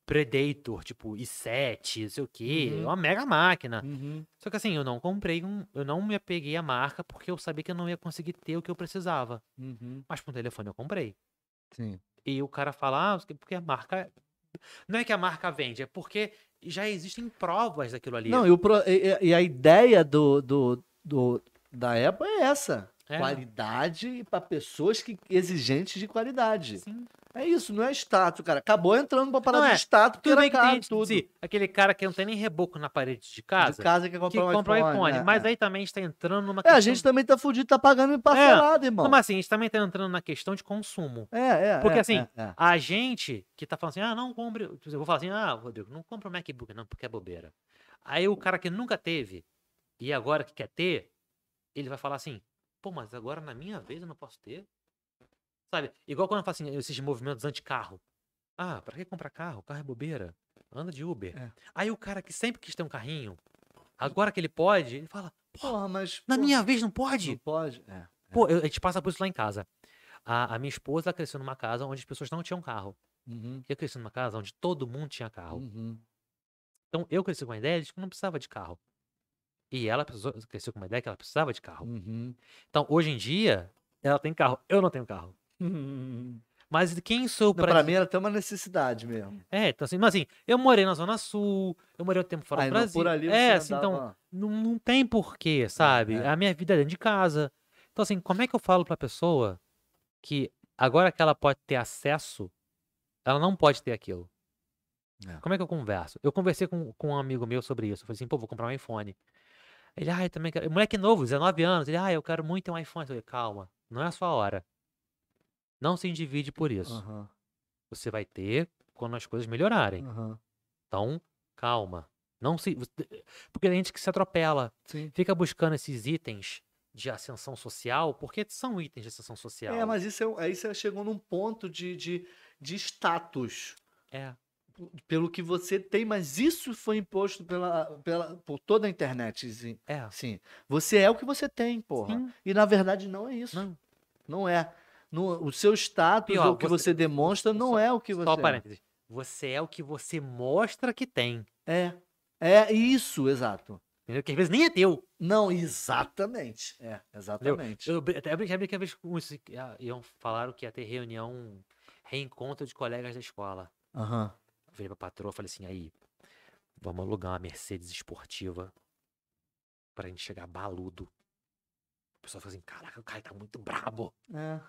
Speaker 2: Predator, tipo i7, não sei o quê.
Speaker 1: Uhum.
Speaker 2: É uma mega máquina.
Speaker 1: Uhum.
Speaker 2: Só que assim, eu não comprei um. Eu não me apeguei à marca porque eu sabia que eu não ia conseguir ter o que eu precisava.
Speaker 1: Uhum.
Speaker 2: Mas com o telefone eu comprei.
Speaker 1: Sim.
Speaker 2: E o cara fala, ah, porque a marca. Não é que a marca vende, é porque já existem provas daquilo ali.
Speaker 1: Não, e, o pro- e- e- e a ideia do, do, do- da Apple é essa.
Speaker 2: É.
Speaker 1: Qualidade para pessoas que exigentes de qualidade.
Speaker 2: Sim.
Speaker 1: É isso, não é status, cara. Acabou entrando pra parada
Speaker 2: Não, é.
Speaker 1: de status, porque
Speaker 2: Tudo
Speaker 1: era
Speaker 2: bem que
Speaker 1: caro,
Speaker 2: tem gente,
Speaker 1: tudo.
Speaker 2: se- aquele cara que não tem nem reboco na parede de casa,
Speaker 1: de casa que
Speaker 2: que
Speaker 1: comprar um
Speaker 2: compra
Speaker 1: iPhone.
Speaker 2: um iPhone.
Speaker 1: é,
Speaker 2: mas
Speaker 1: é.
Speaker 2: aí também está entrando numa
Speaker 1: É,
Speaker 2: questão...
Speaker 1: a gente também tá fudido, tá pagando em parcelado, irmão.
Speaker 2: Não, mas assim, a gente também está entrando na questão de consumo.
Speaker 1: É, é.
Speaker 2: Porque,
Speaker 1: é,
Speaker 2: assim,
Speaker 1: é, é.
Speaker 2: A gente que tá falando assim, ah, não compre... um Eu vou falar assim, ah, Rodrigo, não compra o MacBook não, porque é bobeira. Aí o cara que nunca teve, e agora que quer ter, ele vai falar assim, pô, mas agora na minha vez eu não posso ter. Sabe? Igual quando eu faço assim, esses movimentos anti-carro. Ah, pra que comprar carro? Carro é bobeira. Anda de Uber.
Speaker 1: É.
Speaker 2: Aí o cara que sempre quis ter um carrinho, agora que ele pode, ele fala,
Speaker 1: Porra, mas.
Speaker 2: na
Speaker 1: pô,
Speaker 2: minha vez não
Speaker 1: Não
Speaker 2: pode.
Speaker 1: pode. É.
Speaker 2: Pô, eu- a gente passa por isso lá em casa. A, a minha esposa ela cresceu numa casa onde as pessoas não tinham carro.
Speaker 1: Uhum,
Speaker 2: Eu cresci numa casa onde todo mundo tinha carro.
Speaker 1: uhum.
Speaker 2: Então eu cresci com a ideia de que eu não precisava de carro. E ela precisou- cresceu com uma ideia que ela precisava de carro.
Speaker 1: Uhum.
Speaker 2: Então hoje em dia, ela tem carro. Eu não tenho carro. Mas quem sou eu
Speaker 1: Não,
Speaker 2: pra.
Speaker 1: pra mim era até uma necessidade mesmo.
Speaker 2: É, então assim, mas assim, eu morei na Zona Sul, eu morei um tempo fora
Speaker 1: Aí,
Speaker 2: do
Speaker 1: não,
Speaker 2: Brasil.
Speaker 1: por ali você
Speaker 2: é, assim, então,
Speaker 1: andava-
Speaker 2: não, não tem porquê, sabe?
Speaker 1: é.
Speaker 2: A minha vida é dentro de casa. Então, assim, como é que eu falo pra pessoa que agora que ela pode ter acesso, ela não pode ter aquilo?
Speaker 1: É.
Speaker 2: Como é que eu converso? Eu conversei com, com um amigo meu sobre isso. Eu falei assim, pô, vou comprar um iPhone. Ele, ah, eu também quero. Moleque novo, 19 anos. Ele, ah, eu quero muito ter um iPhone. Eu falei, calma, não é a sua hora. Não se endivide por isso.
Speaker 1: Aham,
Speaker 2: Você vai ter quando as coisas melhorarem.
Speaker 1: aham.
Speaker 2: Então, calma. Não se. você- Porque tem gente que se atropela.
Speaker 1: Sim.
Speaker 2: Fica buscando esses itens de ascensão social, porque são itens de ascensão social.
Speaker 1: É, mas isso é, um- aí você chegou num ponto de, de, de status.
Speaker 2: É.
Speaker 1: Pelo que você tem, mas isso foi imposto pela, pela, por toda a internet. sim.
Speaker 2: É.
Speaker 1: Sim. Você é o que você tem, porra.
Speaker 2: Sim.
Speaker 1: E na verdade não é isso.
Speaker 2: Não.
Speaker 1: Não é. No- o seu status,
Speaker 2: Pior,
Speaker 1: ou o que
Speaker 2: você-
Speaker 1: você, demonstra, não
Speaker 2: Só-
Speaker 1: é o que você
Speaker 2: Só
Speaker 1: é.
Speaker 2: parênteses. Você é o que você mostra que tem.
Speaker 1: É. É isso, exato.
Speaker 2: Entendeu? Que às vezes nem é teu.
Speaker 1: Não, exatamente. É, exatamente.
Speaker 2: Eu brin- até brinquei brinquei uma vez com isso. que, ah, Iam falaram que ia ter reunião, reencontro de colegas da escola.
Speaker 1: Aham.
Speaker 2: Eu Virei pra patroa e falei assim, aí, vamos alugar uma Mercedes esportiva pra gente chegar baludo. O pessoal falou assim, caraca, o cara tá muito brabo.
Speaker 1: É.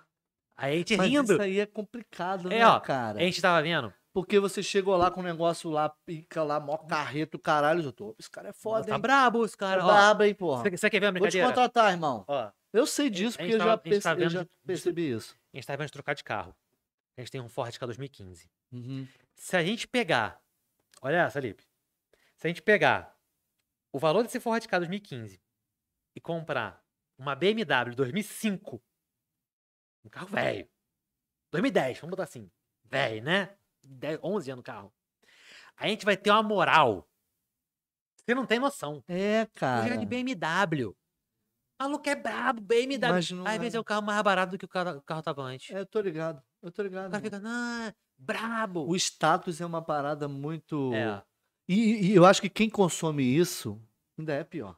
Speaker 2: Aí a gente
Speaker 1: Mas
Speaker 2: rindo.
Speaker 1: isso aí é complicado,
Speaker 2: É,
Speaker 1: né,
Speaker 2: ó,
Speaker 1: cara?
Speaker 2: A gente tava vendo.
Speaker 1: Porque você chegou lá com um negócio lá, pica lá, mó carreto, caralho, eu tô. Esse cara é foda,
Speaker 2: Tá
Speaker 1: hein?
Speaker 2: brabo os
Speaker 1: Tá
Speaker 2: caras. ó.
Speaker 1: brabo, hein, porra.
Speaker 2: Você você quer ver a
Speaker 1: Vou te
Speaker 2: brincadeira?
Speaker 1: contratar, irmão.
Speaker 2: Ó, a
Speaker 1: Eu sei disso,
Speaker 2: a
Speaker 1: porque
Speaker 2: gente
Speaker 1: eu
Speaker 2: tava-
Speaker 1: já,
Speaker 2: a gente
Speaker 1: perce-
Speaker 2: tava
Speaker 1: eu
Speaker 2: vendo
Speaker 1: já
Speaker 2: de-
Speaker 1: percebi isso.
Speaker 2: gente tava vendo de trocar de carro. A gente tem um Ford K 2015.
Speaker 1: Uhum.
Speaker 2: Se a gente pegar. Olha essa, Lipe. Se a gente pegar o valor desse Ford K 2015 e comprar uma BMW 2005, um carro velho. 2010, vamos botar assim. Velho, né? 10, 11 anos no carro. A gente vai ter uma moral. Você não tem noção.
Speaker 1: É,
Speaker 2: Vou
Speaker 1: cara.
Speaker 2: jogar de BMW. Maluco é brabo, BMW.
Speaker 1: Mas não
Speaker 2: Às
Speaker 1: é.
Speaker 2: vezes é o carro mais barato do que o cara- o carro, tava antes.
Speaker 1: É, eu tô ligado. Eu tô ligado.
Speaker 2: O cara
Speaker 1: irmão.
Speaker 2: fica, não, brabo.
Speaker 1: O status é uma parada muito.
Speaker 2: É.
Speaker 1: E, e eu acho que quem consome isso ainda é pior.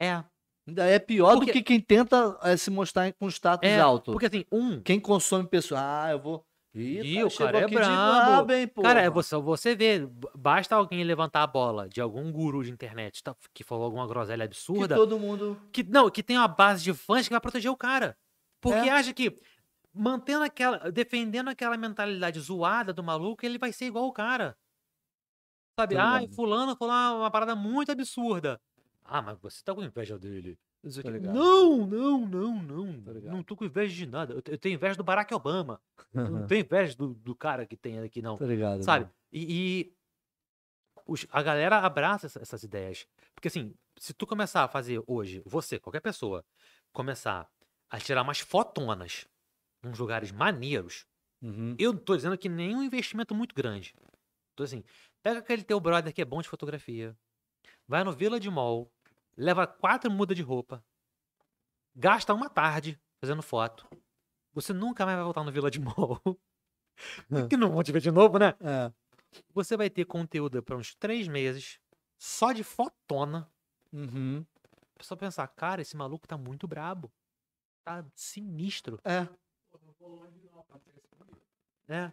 Speaker 2: É,
Speaker 1: Ainda é pior
Speaker 2: Porque-
Speaker 1: do que quem tenta eh, se mostrar com status
Speaker 2: é.
Speaker 1: alto.
Speaker 2: Porque assim, um.
Speaker 1: Quem consome pessoal, ah, eu vou. Ih, tá,
Speaker 2: Ih, o
Speaker 1: chegou
Speaker 2: cara é
Speaker 1: aqui "Ah, de
Speaker 2: brabo.
Speaker 1: brabo, hein, pô.
Speaker 2: Cara, é você, você vê, b- basta alguém levantar a bola de algum guru de internet tá, que falou alguma groselha
Speaker 1: que
Speaker 2: absurda.
Speaker 1: todo mundo.
Speaker 2: Que, não, que tem uma base de fãs que vai proteger o cara.
Speaker 1: É.
Speaker 2: Porque acha que mantendo aquela. defendendo aquela mentalidade zoada do maluco, ele vai ser igual o cara. Sabe?
Speaker 1: Tô
Speaker 2: Ah,
Speaker 1: Tá ligado.
Speaker 2: fulano falou uma- uma parada muito absurda. Ah, mas você tá com inveja dele. Não sei o
Speaker 1: Tô
Speaker 2: quê.
Speaker 1: ligado.
Speaker 2: Não, não, não, não.
Speaker 1: Tô ligado.
Speaker 2: não tô com inveja de nada. Eu te- eu tenho inveja do Barack Obama. Eu não tenho inveja do, do cara que tem aqui, não
Speaker 1: Tá ligado?
Speaker 2: sabe? E, e os- a galera abraça essa- essas ideias. Porque assim, se tu começar a fazer hoje, você, qualquer pessoa, começar a tirar umas fotonas nos lugares maneiros,
Speaker 1: Uhum.
Speaker 2: eu não tô dizendo que nem um investimento muito grande. Então assim, pega aquele teu brother que é bom de fotografia, vai no Vila de Mall, leva quatro mudas de roupa, gasta uma tarde fazendo foto. Você nunca mais vai voltar no Vila de Mall. que não vão te ver de novo, né?
Speaker 1: É.
Speaker 2: você vai ter conteúdo para uns três meses só de fotona.
Speaker 1: Uhum.
Speaker 2: O pessoal pensar, cara, esse maluco tá muito brabo. Tá sinistro,
Speaker 1: É. É.
Speaker 2: né?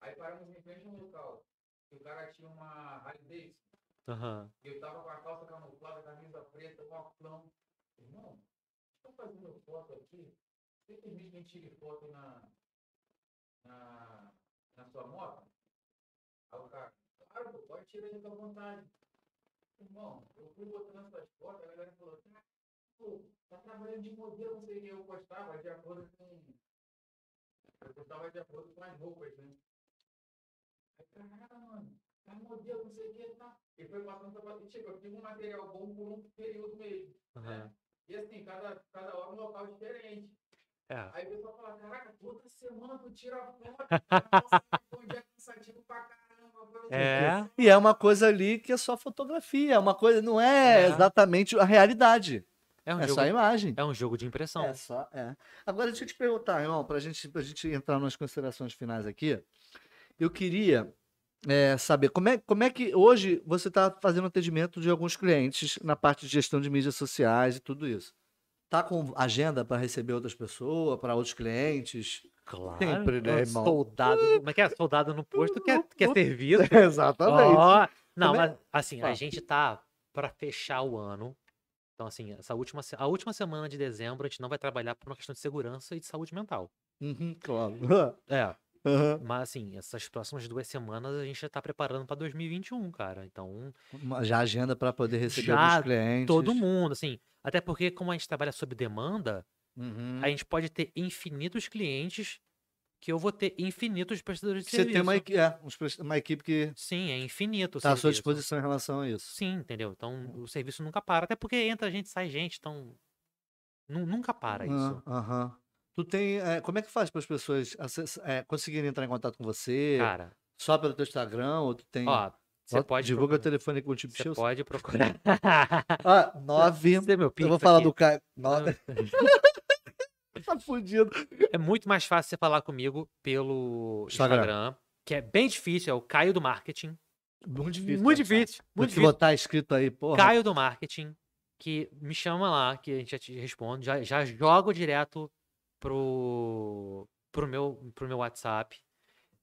Speaker 3: Aí paramos em frente a um local. E o cara tinha uma Harley Davidson.
Speaker 2: Aham.
Speaker 3: E eu tava com a calça camuflada, camisa preta, com óculão. Irmão, estou fazendo foto aqui. Você permite que a gente tire foto na, na, na sua moto? Aí o cara, claro, pô, pode tirar aí, fica à vontade. Irmão, eu fui botando essas fotos, a galera falou, assim, "Ah, cara,
Speaker 6: pô, tá trabalhando de modelo, não sei o que eu gostava, de acordo com. Eu gostava de acordo com as roupas, né? Aí, caraca, mano, tá modelo, não sei o que, tá. E foi passando pra e tipo, eu tive um material bom por um período mesmo.
Speaker 2: Aham.
Speaker 6: E assim, cada, cada hora um local diferente.
Speaker 2: É.
Speaker 6: Aí o pessoal fala, caraca, toda semana tu tira foto, nossa, um dia cansativo pra caramba, pra não sei o
Speaker 2: É.
Speaker 6: quê.
Speaker 1: E é uma coisa ali que é só fotografia, é uma coisa, não é,
Speaker 2: É.
Speaker 1: exatamente a realidade.
Speaker 2: É um,
Speaker 1: é
Speaker 2: jogo,
Speaker 1: só a imagem.
Speaker 2: é um jogo de impressão.
Speaker 1: É só, é. Agora, deixa eu te perguntar, irmão, pra gente, pra gente entrar nas considerações finais aqui, eu queria é, saber como é, como é que hoje você está fazendo atendimento de alguns clientes na parte de gestão de mídias sociais e tudo isso. Tá com agenda para receber outras pessoas, para outros clientes?
Speaker 2: Claro.
Speaker 1: Sempre, né,
Speaker 2: um
Speaker 1: irmão?
Speaker 2: Soldado. Como é que é? Soldado no posto quer, quer serviço.
Speaker 1: Exatamente.
Speaker 2: Ó, não,
Speaker 1: Como é-
Speaker 2: mas assim, a
Speaker 1: Fala.
Speaker 2: gente tá pra fechar o ano. Então, assim, essa última, se- a última semana de dezembro a gente não vai trabalhar por uma questão de segurança e de saúde mental.
Speaker 1: Uhum, claro.
Speaker 2: É,
Speaker 1: Uhum.
Speaker 2: mas assim, essas próximas duas semanas a gente já tá preparando pra 2021, cara. Então,
Speaker 1: Uma- Já agenda para poder receber
Speaker 2: Já
Speaker 1: alguns clientes.
Speaker 2: todo mundo, assim. Até porque, como a gente trabalha sob demanda,
Speaker 1: Uhum.
Speaker 2: a gente pode ter infinitos clientes que eu vou ter infinitos prestadores de
Speaker 1: Você
Speaker 2: serviço.
Speaker 1: tem uma, equi- é, uns pres- uma equipe que
Speaker 2: Sim, é infinito. o
Speaker 1: está tá à sua
Speaker 2: serviço.
Speaker 1: disposição Hum. em relação a isso.
Speaker 2: Sim, entendeu? Então o serviço nunca para. Até porque entra gente, sai gente, então. nu- Nunca para É isso.
Speaker 1: Ah, aham. Tu tem. é, como é que faz para as pessoas acess- é, conseguirem entrar em contato com você?
Speaker 2: Cara,
Speaker 1: Só pelo teu Instagram? Ou tu tem.
Speaker 2: ó, você
Speaker 1: Bota-
Speaker 2: pode.
Speaker 1: Divulga o
Speaker 2: procurar-
Speaker 1: telefone com o tipo
Speaker 2: Você
Speaker 1: X.
Speaker 2: pode procurar.
Speaker 1: Ah, nove.
Speaker 2: Você tem meu
Speaker 1: Eu
Speaker 2: Pix
Speaker 1: vou falar
Speaker 2: aqui?
Speaker 1: do cara. Nove. tá fudido.
Speaker 2: É muito mais fácil você falar comigo pelo
Speaker 1: Instagram.
Speaker 2: Instagram. que é bem difícil, é o Caio do Marketing.
Speaker 1: Muito difícil.
Speaker 2: muito
Speaker 1: cara.
Speaker 2: difícil,
Speaker 1: Vou
Speaker 2: muito
Speaker 1: te
Speaker 2: difícil.
Speaker 1: botar escrito aí, porra.
Speaker 2: Caio do Marketing, que me chama lá, que a gente já te responde, já, já jogo direto pro, pro, meu, pro meu WhatsApp.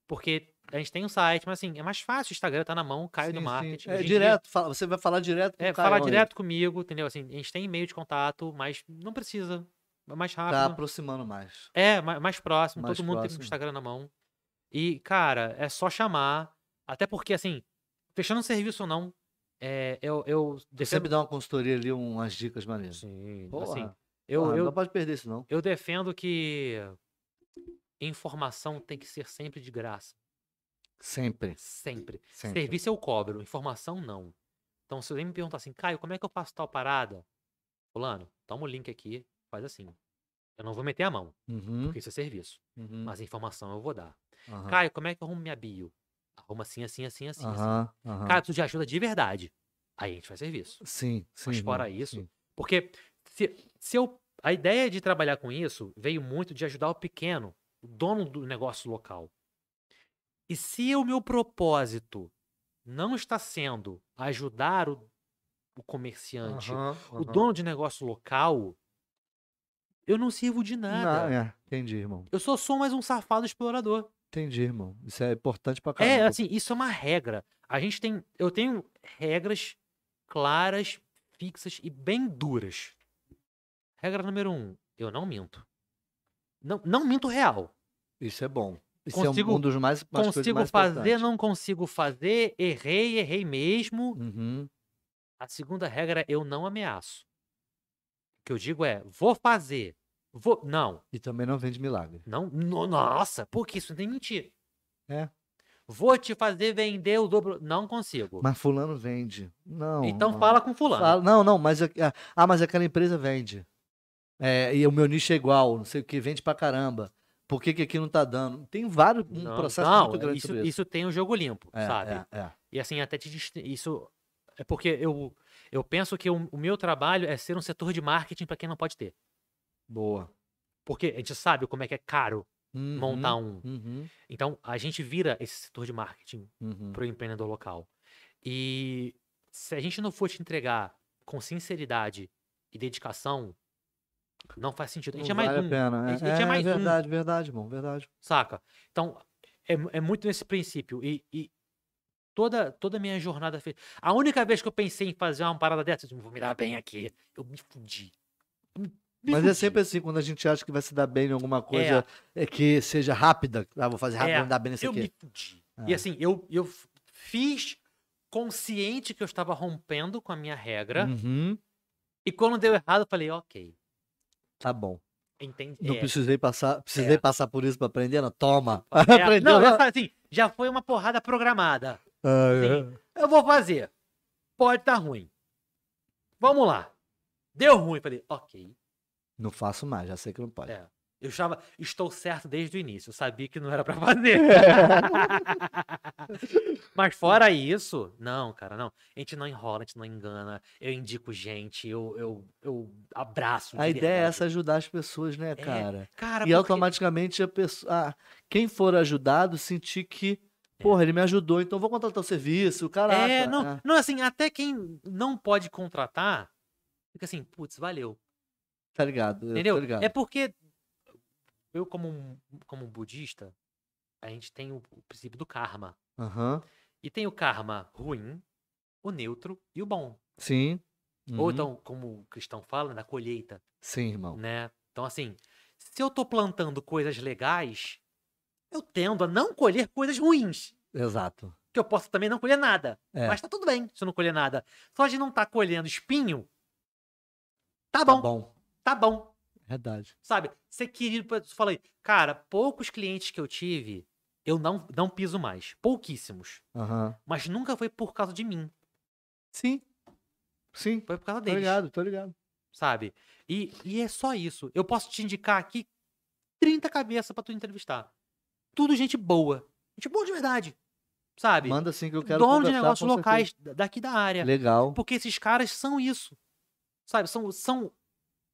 Speaker 2: Porque a gente tem um site, mas assim, é mais fácil, o Instagram tá na mão, Caio
Speaker 1: Sim,
Speaker 2: do
Speaker 1: sim.
Speaker 2: Marketing.
Speaker 1: É
Speaker 2: Hoje em dia,
Speaker 1: direto. fala- você vai falar direto com
Speaker 2: É,
Speaker 1: o Caio.
Speaker 2: fala
Speaker 1: aí.
Speaker 2: direto comigo, entendeu? Assim, a gente tem e-mail de contato, mas não precisa. É mais
Speaker 1: Tá
Speaker 2: rápido.
Speaker 1: aproximando mais.
Speaker 2: É, ma- mais próximo,
Speaker 1: Mais
Speaker 2: todo mundo tem
Speaker 1: próximo.
Speaker 2: o Instagram na mão. E, cara, é só chamar. Até porque, assim, fechando o serviço ou não, é, eu, eu
Speaker 1: Você sempre
Speaker 2: defendo.
Speaker 1: dá uma consultoria ali, umas dicas maneiras.
Speaker 2: Sim,
Speaker 1: Porra,
Speaker 2: assim,
Speaker 1: eu,
Speaker 2: eu, eu,
Speaker 1: Não pode perder isso, não.
Speaker 2: eu defendo que informação tem que ser sempre de graça.
Speaker 1: Sempre.
Speaker 2: Sempre.
Speaker 1: Sempre.
Speaker 2: Serviço eu cobro, informação não. Então, se alguém me perguntar assim, Caio, como é que eu faço tal parada? Fulano, toma o link aqui, faz assim. Eu não vou meter a mão,
Speaker 1: Uhum,
Speaker 2: porque isso é serviço.
Speaker 1: uhum,
Speaker 2: Mas a informação eu vou dar.
Speaker 1: aham.
Speaker 2: Caio, como é que eu arrumo minha bio? Arruma assim, assim, assim, assim. assim.
Speaker 1: Aham, aham.
Speaker 2: Caio, preciso de ajuda de verdade. Aí a gente faz serviço.
Speaker 1: Sim, sim.
Speaker 2: Mas
Speaker 1: irmão,
Speaker 2: fora isso,
Speaker 1: sim.
Speaker 2: Porque se, se eu, a ideia de trabalhar com isso veio muito de ajudar o pequeno, o dono do negócio local. E se o meu propósito não está sendo ajudar o, o comerciante,
Speaker 1: Aham,
Speaker 2: o
Speaker 1: aham.
Speaker 2: dono de negócio local, eu não sirvo de
Speaker 1: Não,
Speaker 2: nada.
Speaker 1: é, entendi, irmão.
Speaker 2: Eu sou só mais um safado explorador.
Speaker 1: Entendi, irmão. Isso é importante pra caramba.
Speaker 2: É, assim, isso é uma regra. A gente tem. Eu tenho regras claras, fixas e bem duras. Regra número um: eu não minto. Não, não minto real.
Speaker 1: Isso é bom. Isso
Speaker 2: Consigo-
Speaker 1: é um- um dos mais umas coisas
Speaker 2: consigo
Speaker 1: mais
Speaker 2: fazer,
Speaker 1: importantes.
Speaker 2: não consigo fazer, errei, errei mesmo.
Speaker 1: Uhum,
Speaker 2: A segunda regra é eu não ameaço. O que eu digo é: vou fazer. Vou. Não,
Speaker 1: E também não vende milagre.
Speaker 2: não. no- nossa, porque isso nem mentir.
Speaker 1: É.
Speaker 2: Vou te fazer vender o dobro. Não consigo.
Speaker 1: Mas fulano vende. Não.
Speaker 2: então
Speaker 1: não.
Speaker 2: fala com fulano.
Speaker 1: Fala- Não, não, mas... a- a- Ah, mas aquela empresa vende. É, e o meu nicho é igual, não sei o que, vende pra caramba. Por que que aqui não tá dando? Tem vários, um
Speaker 2: Não,
Speaker 1: processo
Speaker 2: não, é
Speaker 1: muito grande
Speaker 2: isso,
Speaker 1: sobre isso.
Speaker 2: isso tem o jogo limpo,
Speaker 1: É,
Speaker 2: sabe?
Speaker 1: é, é.
Speaker 2: E assim, até te dist- isso é porque eu, eu penso que o, o meu trabalho é ser um setor de marketing para quem não pode ter.
Speaker 1: Boa.
Speaker 2: Porque a gente sabe como é que é caro
Speaker 1: Uhum,
Speaker 2: montar um.
Speaker 1: Uhum,
Speaker 2: Então, a gente vira esse setor de marketing
Speaker 1: uhum.
Speaker 2: para o empreendedor local. E se a gente não for te entregar com sinceridade e dedicação, não faz sentido. A gente
Speaker 1: Não
Speaker 2: é mais
Speaker 1: vale
Speaker 2: um.
Speaker 1: a pena.
Speaker 2: A
Speaker 1: é.
Speaker 2: gente- a gente é
Speaker 1: é
Speaker 2: mais um.
Speaker 1: verdade, verdade, irmão, verdade.
Speaker 2: Saca? Então, é, mu- é muito nesse princípio. E, e toda toda a minha jornada fez. A única vez que eu pensei em fazer uma parada dessa, eu vou me dar bem aqui. Eu me fudi. Eu me- me
Speaker 1: Mas é
Speaker 2: fudi.
Speaker 1: sempre assim, quando a gente acha que vai se dar bem em alguma coisa é. que seja rápida. Ah, vou fazer rápido,
Speaker 2: É,
Speaker 1: vou me dar bem nesse
Speaker 2: Eu
Speaker 1: aqui.
Speaker 2: me fudi.
Speaker 1: É.
Speaker 2: E assim, eu, eu f-
Speaker 1: Hum.
Speaker 2: fiz consciente que eu estava rompendo com a minha regra,
Speaker 1: Uhum,
Speaker 2: E quando deu errado, eu falei, ok.
Speaker 5: Tá bom.
Speaker 2: Entendi.
Speaker 1: Não
Speaker 2: é,
Speaker 1: precisei passar, precisei
Speaker 2: É.
Speaker 1: passar por isso pra aprender, não? Toma.
Speaker 2: é,
Speaker 1: Aprendeu,
Speaker 2: não,
Speaker 1: né?
Speaker 2: eu falo assim, já foi uma porrada programada.
Speaker 1: Ah, é.
Speaker 2: Eu vou fazer. Pode tá ruim. Vamos lá. Deu ruim. Falei, ok.
Speaker 1: Não faço mais, já sei que não pode.
Speaker 2: É. Eu estava, estou certo desde o início. Eu sabia que não era pra fazer. Mas fora isso, não, cara, não. A gente não enrola, a gente não engana. Eu indico gente, eu, eu, eu abraço. de
Speaker 1: A ideia é
Speaker 2: verdade. É.
Speaker 1: essa, ajudar as pessoas, né, cara?
Speaker 2: Cara,
Speaker 1: e é
Speaker 2: porque-
Speaker 1: automaticamente a pessoa, ah, quem for ajudado sentir que, porra, ele me ajudou, então vou contratar o serviço, caraca.
Speaker 2: É, não,
Speaker 1: ah.
Speaker 2: não, assim, até quem não pode contratar, fica assim, putz, valeu.
Speaker 1: Tá ligado? eu tô
Speaker 2: Entendeu?
Speaker 1: ligado.
Speaker 2: É porque eu, como, um- como um budista, a gente tem o, o princípio do karma.
Speaker 1: Aham,
Speaker 2: E tem o karma ruim, o neutro e o bom.
Speaker 1: Sim.
Speaker 2: Ou
Speaker 1: Uhum.
Speaker 2: então, como o cristão fala, da colheita,
Speaker 1: Sim, irmão.
Speaker 2: né? Então, assim, se eu tô plantando coisas legais, eu tendo a não colher coisas ruins.
Speaker 1: Exato.
Speaker 2: Que eu posso também não colher nada.
Speaker 1: É.
Speaker 2: Mas tá tudo bem se eu não colher nada. Só de não tá colhendo espinho, tá bom,
Speaker 1: Tá bom.
Speaker 2: tá bom.
Speaker 1: Verdade.
Speaker 2: sabe, ser querido. pra- Tu fala aí, cara, poucos clientes que eu tive, eu não, não piso mais. Pouquíssimos.
Speaker 1: Aham.
Speaker 2: Mas nunca foi por causa de mim.
Speaker 1: Sim. Sim.
Speaker 2: Foi por causa
Speaker 1: Tô
Speaker 2: deles.
Speaker 1: ligado, tô ligado.
Speaker 2: Sabe? E, e é só isso. Eu posso te indicar aqui 30 cabeças pra tu entrevistar. Tudo gente boa. Gente boa de verdade. Sabe?
Speaker 1: Manda assim que eu quero
Speaker 2: Dono de é.
Speaker 1: conversar,
Speaker 2: negócios
Speaker 1: com certeza.
Speaker 2: locais da- daqui da área.
Speaker 1: Legal.
Speaker 2: Porque esses caras são isso. Sabe? São, são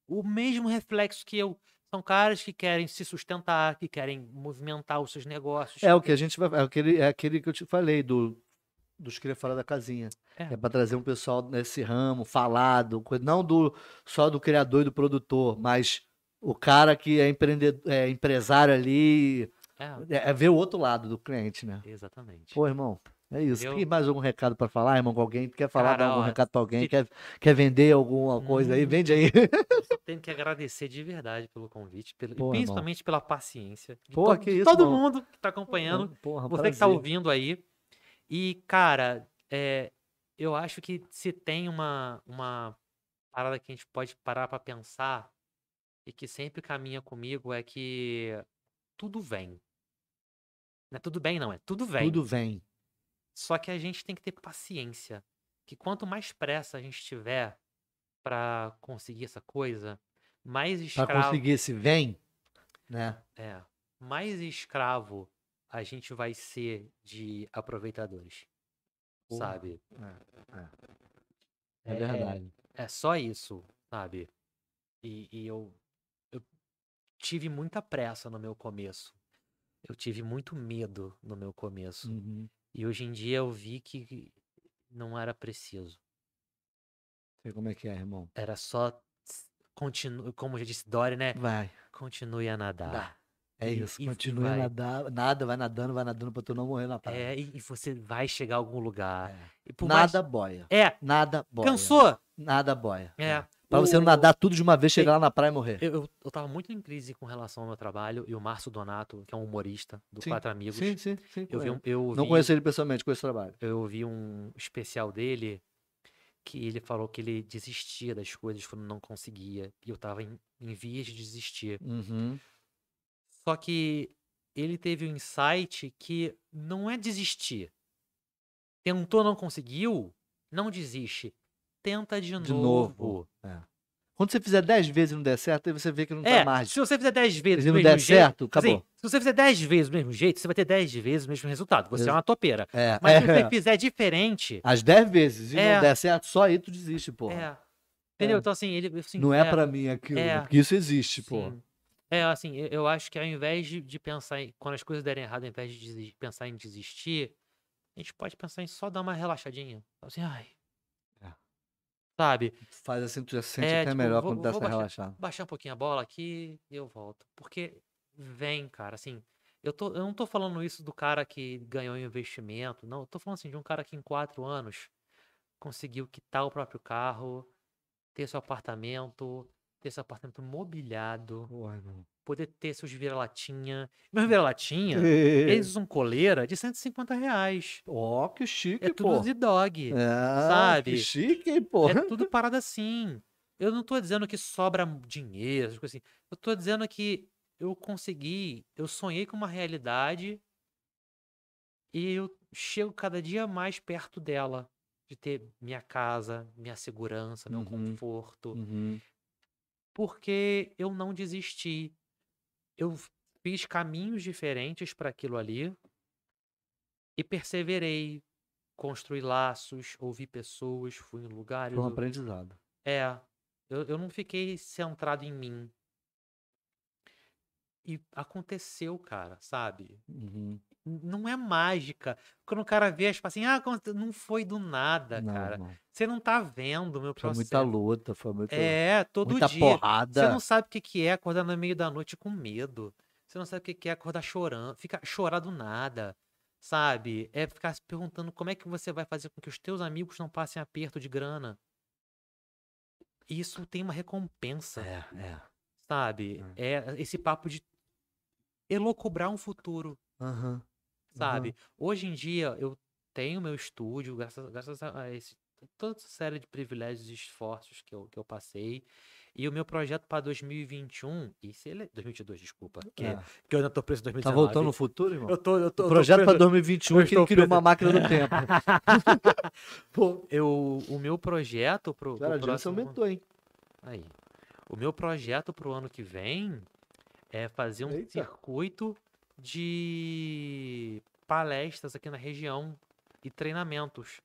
Speaker 2: o mesmo reflexo que eu. São caras que querem se sustentar, que querem movimentar os seus negócios.
Speaker 1: É o que a gente vai. É aquele, é aquele que eu te falei, do, dos cria fora da casinha.
Speaker 2: É.
Speaker 1: É, pra trazer um pessoal nesse ramo, falado, coisa- não do, só do criador e do produtor, mas o cara que é, empreendedor, é empresário ali,
Speaker 2: É,
Speaker 1: é, é ver o outro lado do cliente, né?
Speaker 2: exatamente.
Speaker 1: Pô, irmão, é isso.
Speaker 2: Eu-
Speaker 1: Tem mais algum recado pra falar, irmão, com alguém? Quer falar,
Speaker 2: Cara,
Speaker 1: dar algum
Speaker 2: ó,
Speaker 1: recado pra alguém?
Speaker 2: se-
Speaker 1: Quer, quer vender alguma coisa aí?
Speaker 2: Hum.
Speaker 1: Vende aí.
Speaker 2: Eu tenho que agradecer de verdade pelo convite, pelo, e
Speaker 1: Pô, irmão.
Speaker 2: principalmente pela paciência de,
Speaker 1: Pô,
Speaker 2: todo,
Speaker 1: que
Speaker 2: de
Speaker 1: isso,
Speaker 2: todo
Speaker 1: irmão.
Speaker 2: mundo que tá acompanhando,
Speaker 1: Porra,
Speaker 2: você que tá
Speaker 1: prazer.
Speaker 2: ouvindo aí. E, cara, é, eu acho que se tem uma, uma parada que a gente pode parar pra pensar e que sempre caminha comigo é que tudo vem. Não é tudo bem, não, é tudo vem.
Speaker 1: Tudo vem.
Speaker 2: Só que a gente tem que ter paciência. Que quanto mais pressa a gente tiver pra conseguir essa coisa, mais
Speaker 1: Pra
Speaker 2: escravo,
Speaker 1: conseguir esse vem, né?
Speaker 2: é, mais escravo a gente vai ser de aproveitadores.
Speaker 1: Porra.
Speaker 2: Sabe?
Speaker 1: É verdade.
Speaker 2: É só isso, sabe? E, e eu, eu tive muita pressa no meu começo. Eu tive muito medo no meu começo.
Speaker 1: Uhum.
Speaker 2: E hoje em dia eu vi que não era preciso.
Speaker 1: Sei como é que é, irmão.
Speaker 2: Era só. s- Continu... Como já disse Dory, né?
Speaker 1: Vai.
Speaker 2: Continue a nadar.
Speaker 1: Dá. É
Speaker 2: E-
Speaker 1: isso.
Speaker 2: e
Speaker 1: Continua a
Speaker 2: vai.
Speaker 1: nadar. Nada, vai nadando, vai nadando pra tu não morrer na praia.
Speaker 2: É, e, e você vai chegar a algum lugar. E por mais-
Speaker 1: É. Nada boia.
Speaker 2: É,
Speaker 1: Nada boia.
Speaker 2: cansou?
Speaker 1: Nada boia.
Speaker 2: É.
Speaker 1: Pra você não
Speaker 2: O-
Speaker 1: nadar tudo de uma vez, chegar
Speaker 2: Ei.
Speaker 1: lá na praia e morrer.
Speaker 2: Eu, eu, eu tava muito em crise com relação ao meu trabalho e o Márcio Donato, que é um humorista do
Speaker 1: Sim,
Speaker 2: Quatro Amigos.
Speaker 1: Sim, sim, sim.
Speaker 2: Eu vi,
Speaker 1: conheço.
Speaker 2: um, eu,
Speaker 1: Não
Speaker 2: vi,
Speaker 1: conheço ele pessoalmente, conheço o trabalho.
Speaker 2: eu vi um especial dele que ele falou que ele desistia das coisas quando não conseguia. E eu tava em, em vias de desistir.
Speaker 1: Uhum.
Speaker 2: Só que ele teve um insight que não é desistir. Tentou, não conseguiu, não desiste. Tenta de,
Speaker 1: De
Speaker 2: novo.
Speaker 1: novo. é. Quando você fizer 10 vezes e não der certo, aí você vê que não
Speaker 2: É,
Speaker 1: tá mais.
Speaker 2: se você fizer 10 vezes
Speaker 1: Se
Speaker 2: do
Speaker 1: não
Speaker 2: mesmo
Speaker 1: der
Speaker 2: jeito,
Speaker 1: certo, acabou.
Speaker 2: assim, se você fizer 10 vezes do mesmo jeito, você vai ter 10 vezes o mesmo resultado. Você é
Speaker 1: Exa-
Speaker 2: uma topeira.
Speaker 1: É,
Speaker 2: Mas se
Speaker 1: é.
Speaker 2: você fizer diferente,
Speaker 1: As 10 vezes e
Speaker 2: É.
Speaker 1: não der certo, só aí tu desiste, pô.
Speaker 2: é. Entendeu? Então, assim, ele. assim,
Speaker 1: Não é, pra mim aquilo,
Speaker 2: É.
Speaker 1: né? porque isso existe, pô.
Speaker 2: Sim. É, assim, eu, eu acho que ao invés de, de pensar em. Quando as coisas derem errado, ao invés de desi- pensar em desistir, a gente pode pensar em só dar uma relaxadinha. Fala Assim, ai.
Speaker 1: É.
Speaker 2: Sabe?
Speaker 1: Faz assim, tu já se sente
Speaker 2: É,
Speaker 1: até
Speaker 2: tipo,
Speaker 1: melhor
Speaker 2: vou-
Speaker 1: quando dá
Speaker 2: vou
Speaker 1: essa
Speaker 2: baixar-
Speaker 1: relaxada.
Speaker 2: Baixar um pouquinho a bola aqui e eu volto. Porque vem, cara, assim. Eu, tô, eu não tô falando isso do cara que ganhou em investimento, não. Eu tô falando assim de um cara que em quatro anos conseguiu quitar o próprio carro, ter seu apartamento, ter seu apartamento mobiliado
Speaker 1: Porra, irmão. Hum.
Speaker 2: poder ter seus vira-latinha. Meus vira-latinha, eles usam coleira de 150 reais.
Speaker 1: Ó, que chique, pô.
Speaker 2: É tudo de dog.
Speaker 1: É,
Speaker 2: sabe?
Speaker 1: Que chique, hein,
Speaker 2: É
Speaker 1: porra.
Speaker 2: tudo parada assim. Eu não tô dizendo que sobra dinheiro, essas coisas assim. Eu tô dizendo que eu consegui, eu sonhei com uma realidade e eu chego cada dia mais perto dela. De ter minha casa, minha segurança, meu
Speaker 5: Uhum.
Speaker 2: conforto
Speaker 5: Uhum.
Speaker 2: porque eu não desisti. Eu fiz caminhos diferentes para aquilo ali e perseverei. Construí laços, ouvi pessoas, fui em lugares.
Speaker 1: Foi um
Speaker 2: eu-
Speaker 1: aprendizado.
Speaker 2: É, eu, eu não fiquei centrado em mim. E aconteceu, cara, sabe?
Speaker 1: Uhum.
Speaker 2: N- Não é mágica. Quando o cara vê, tipo assim, ah, aconte- não foi do nada,
Speaker 1: Não,
Speaker 2: cara.
Speaker 1: não.
Speaker 2: Você não tá vendo o meu
Speaker 1: Foi
Speaker 2: processo.
Speaker 1: muita luta, foi muito,
Speaker 2: É, todo
Speaker 1: muita
Speaker 2: dia. Você
Speaker 1: porrada.
Speaker 2: não sabe o que que é acordar no meio da noite com medo. Você não sabe o que que é acordar chorando, ficar chorar do nada, sabe? É ficar se perguntando como é que você vai fazer com que os teus amigos não passem aperto de grana. E Isso tem uma recompensa,
Speaker 1: É, é.
Speaker 2: sabe? É esse papo de elocubrar um futuro,
Speaker 1: Aham.
Speaker 2: sabe? Hoje em dia eu tenho meu estúdio, graças, graças a a esse, toda essa série de privilégios e esforços que eu, que eu passei. E o meu projeto para 2021, e se ele, 2022, desculpa, que,
Speaker 1: É.
Speaker 2: que eu ainda tô preso em
Speaker 1: Tá
Speaker 2: 2019.
Speaker 1: voltando no futuro, irmão?
Speaker 2: Eu tô, eu tô, eu tô
Speaker 1: Projeto para
Speaker 2: preso-
Speaker 1: 2021
Speaker 2: eu
Speaker 1: é que ele
Speaker 2: estou
Speaker 1: criou
Speaker 2: preso.
Speaker 1: uma máquina do tempo.
Speaker 2: Pô, eu, o meu projeto pro, pro
Speaker 5: Cara, você
Speaker 2: próximo
Speaker 5: aumentou, hein?
Speaker 2: aí. O meu projeto pro ano que vem é fazer um
Speaker 5: Eita.
Speaker 2: circuito de palestras aqui na região e treinamentos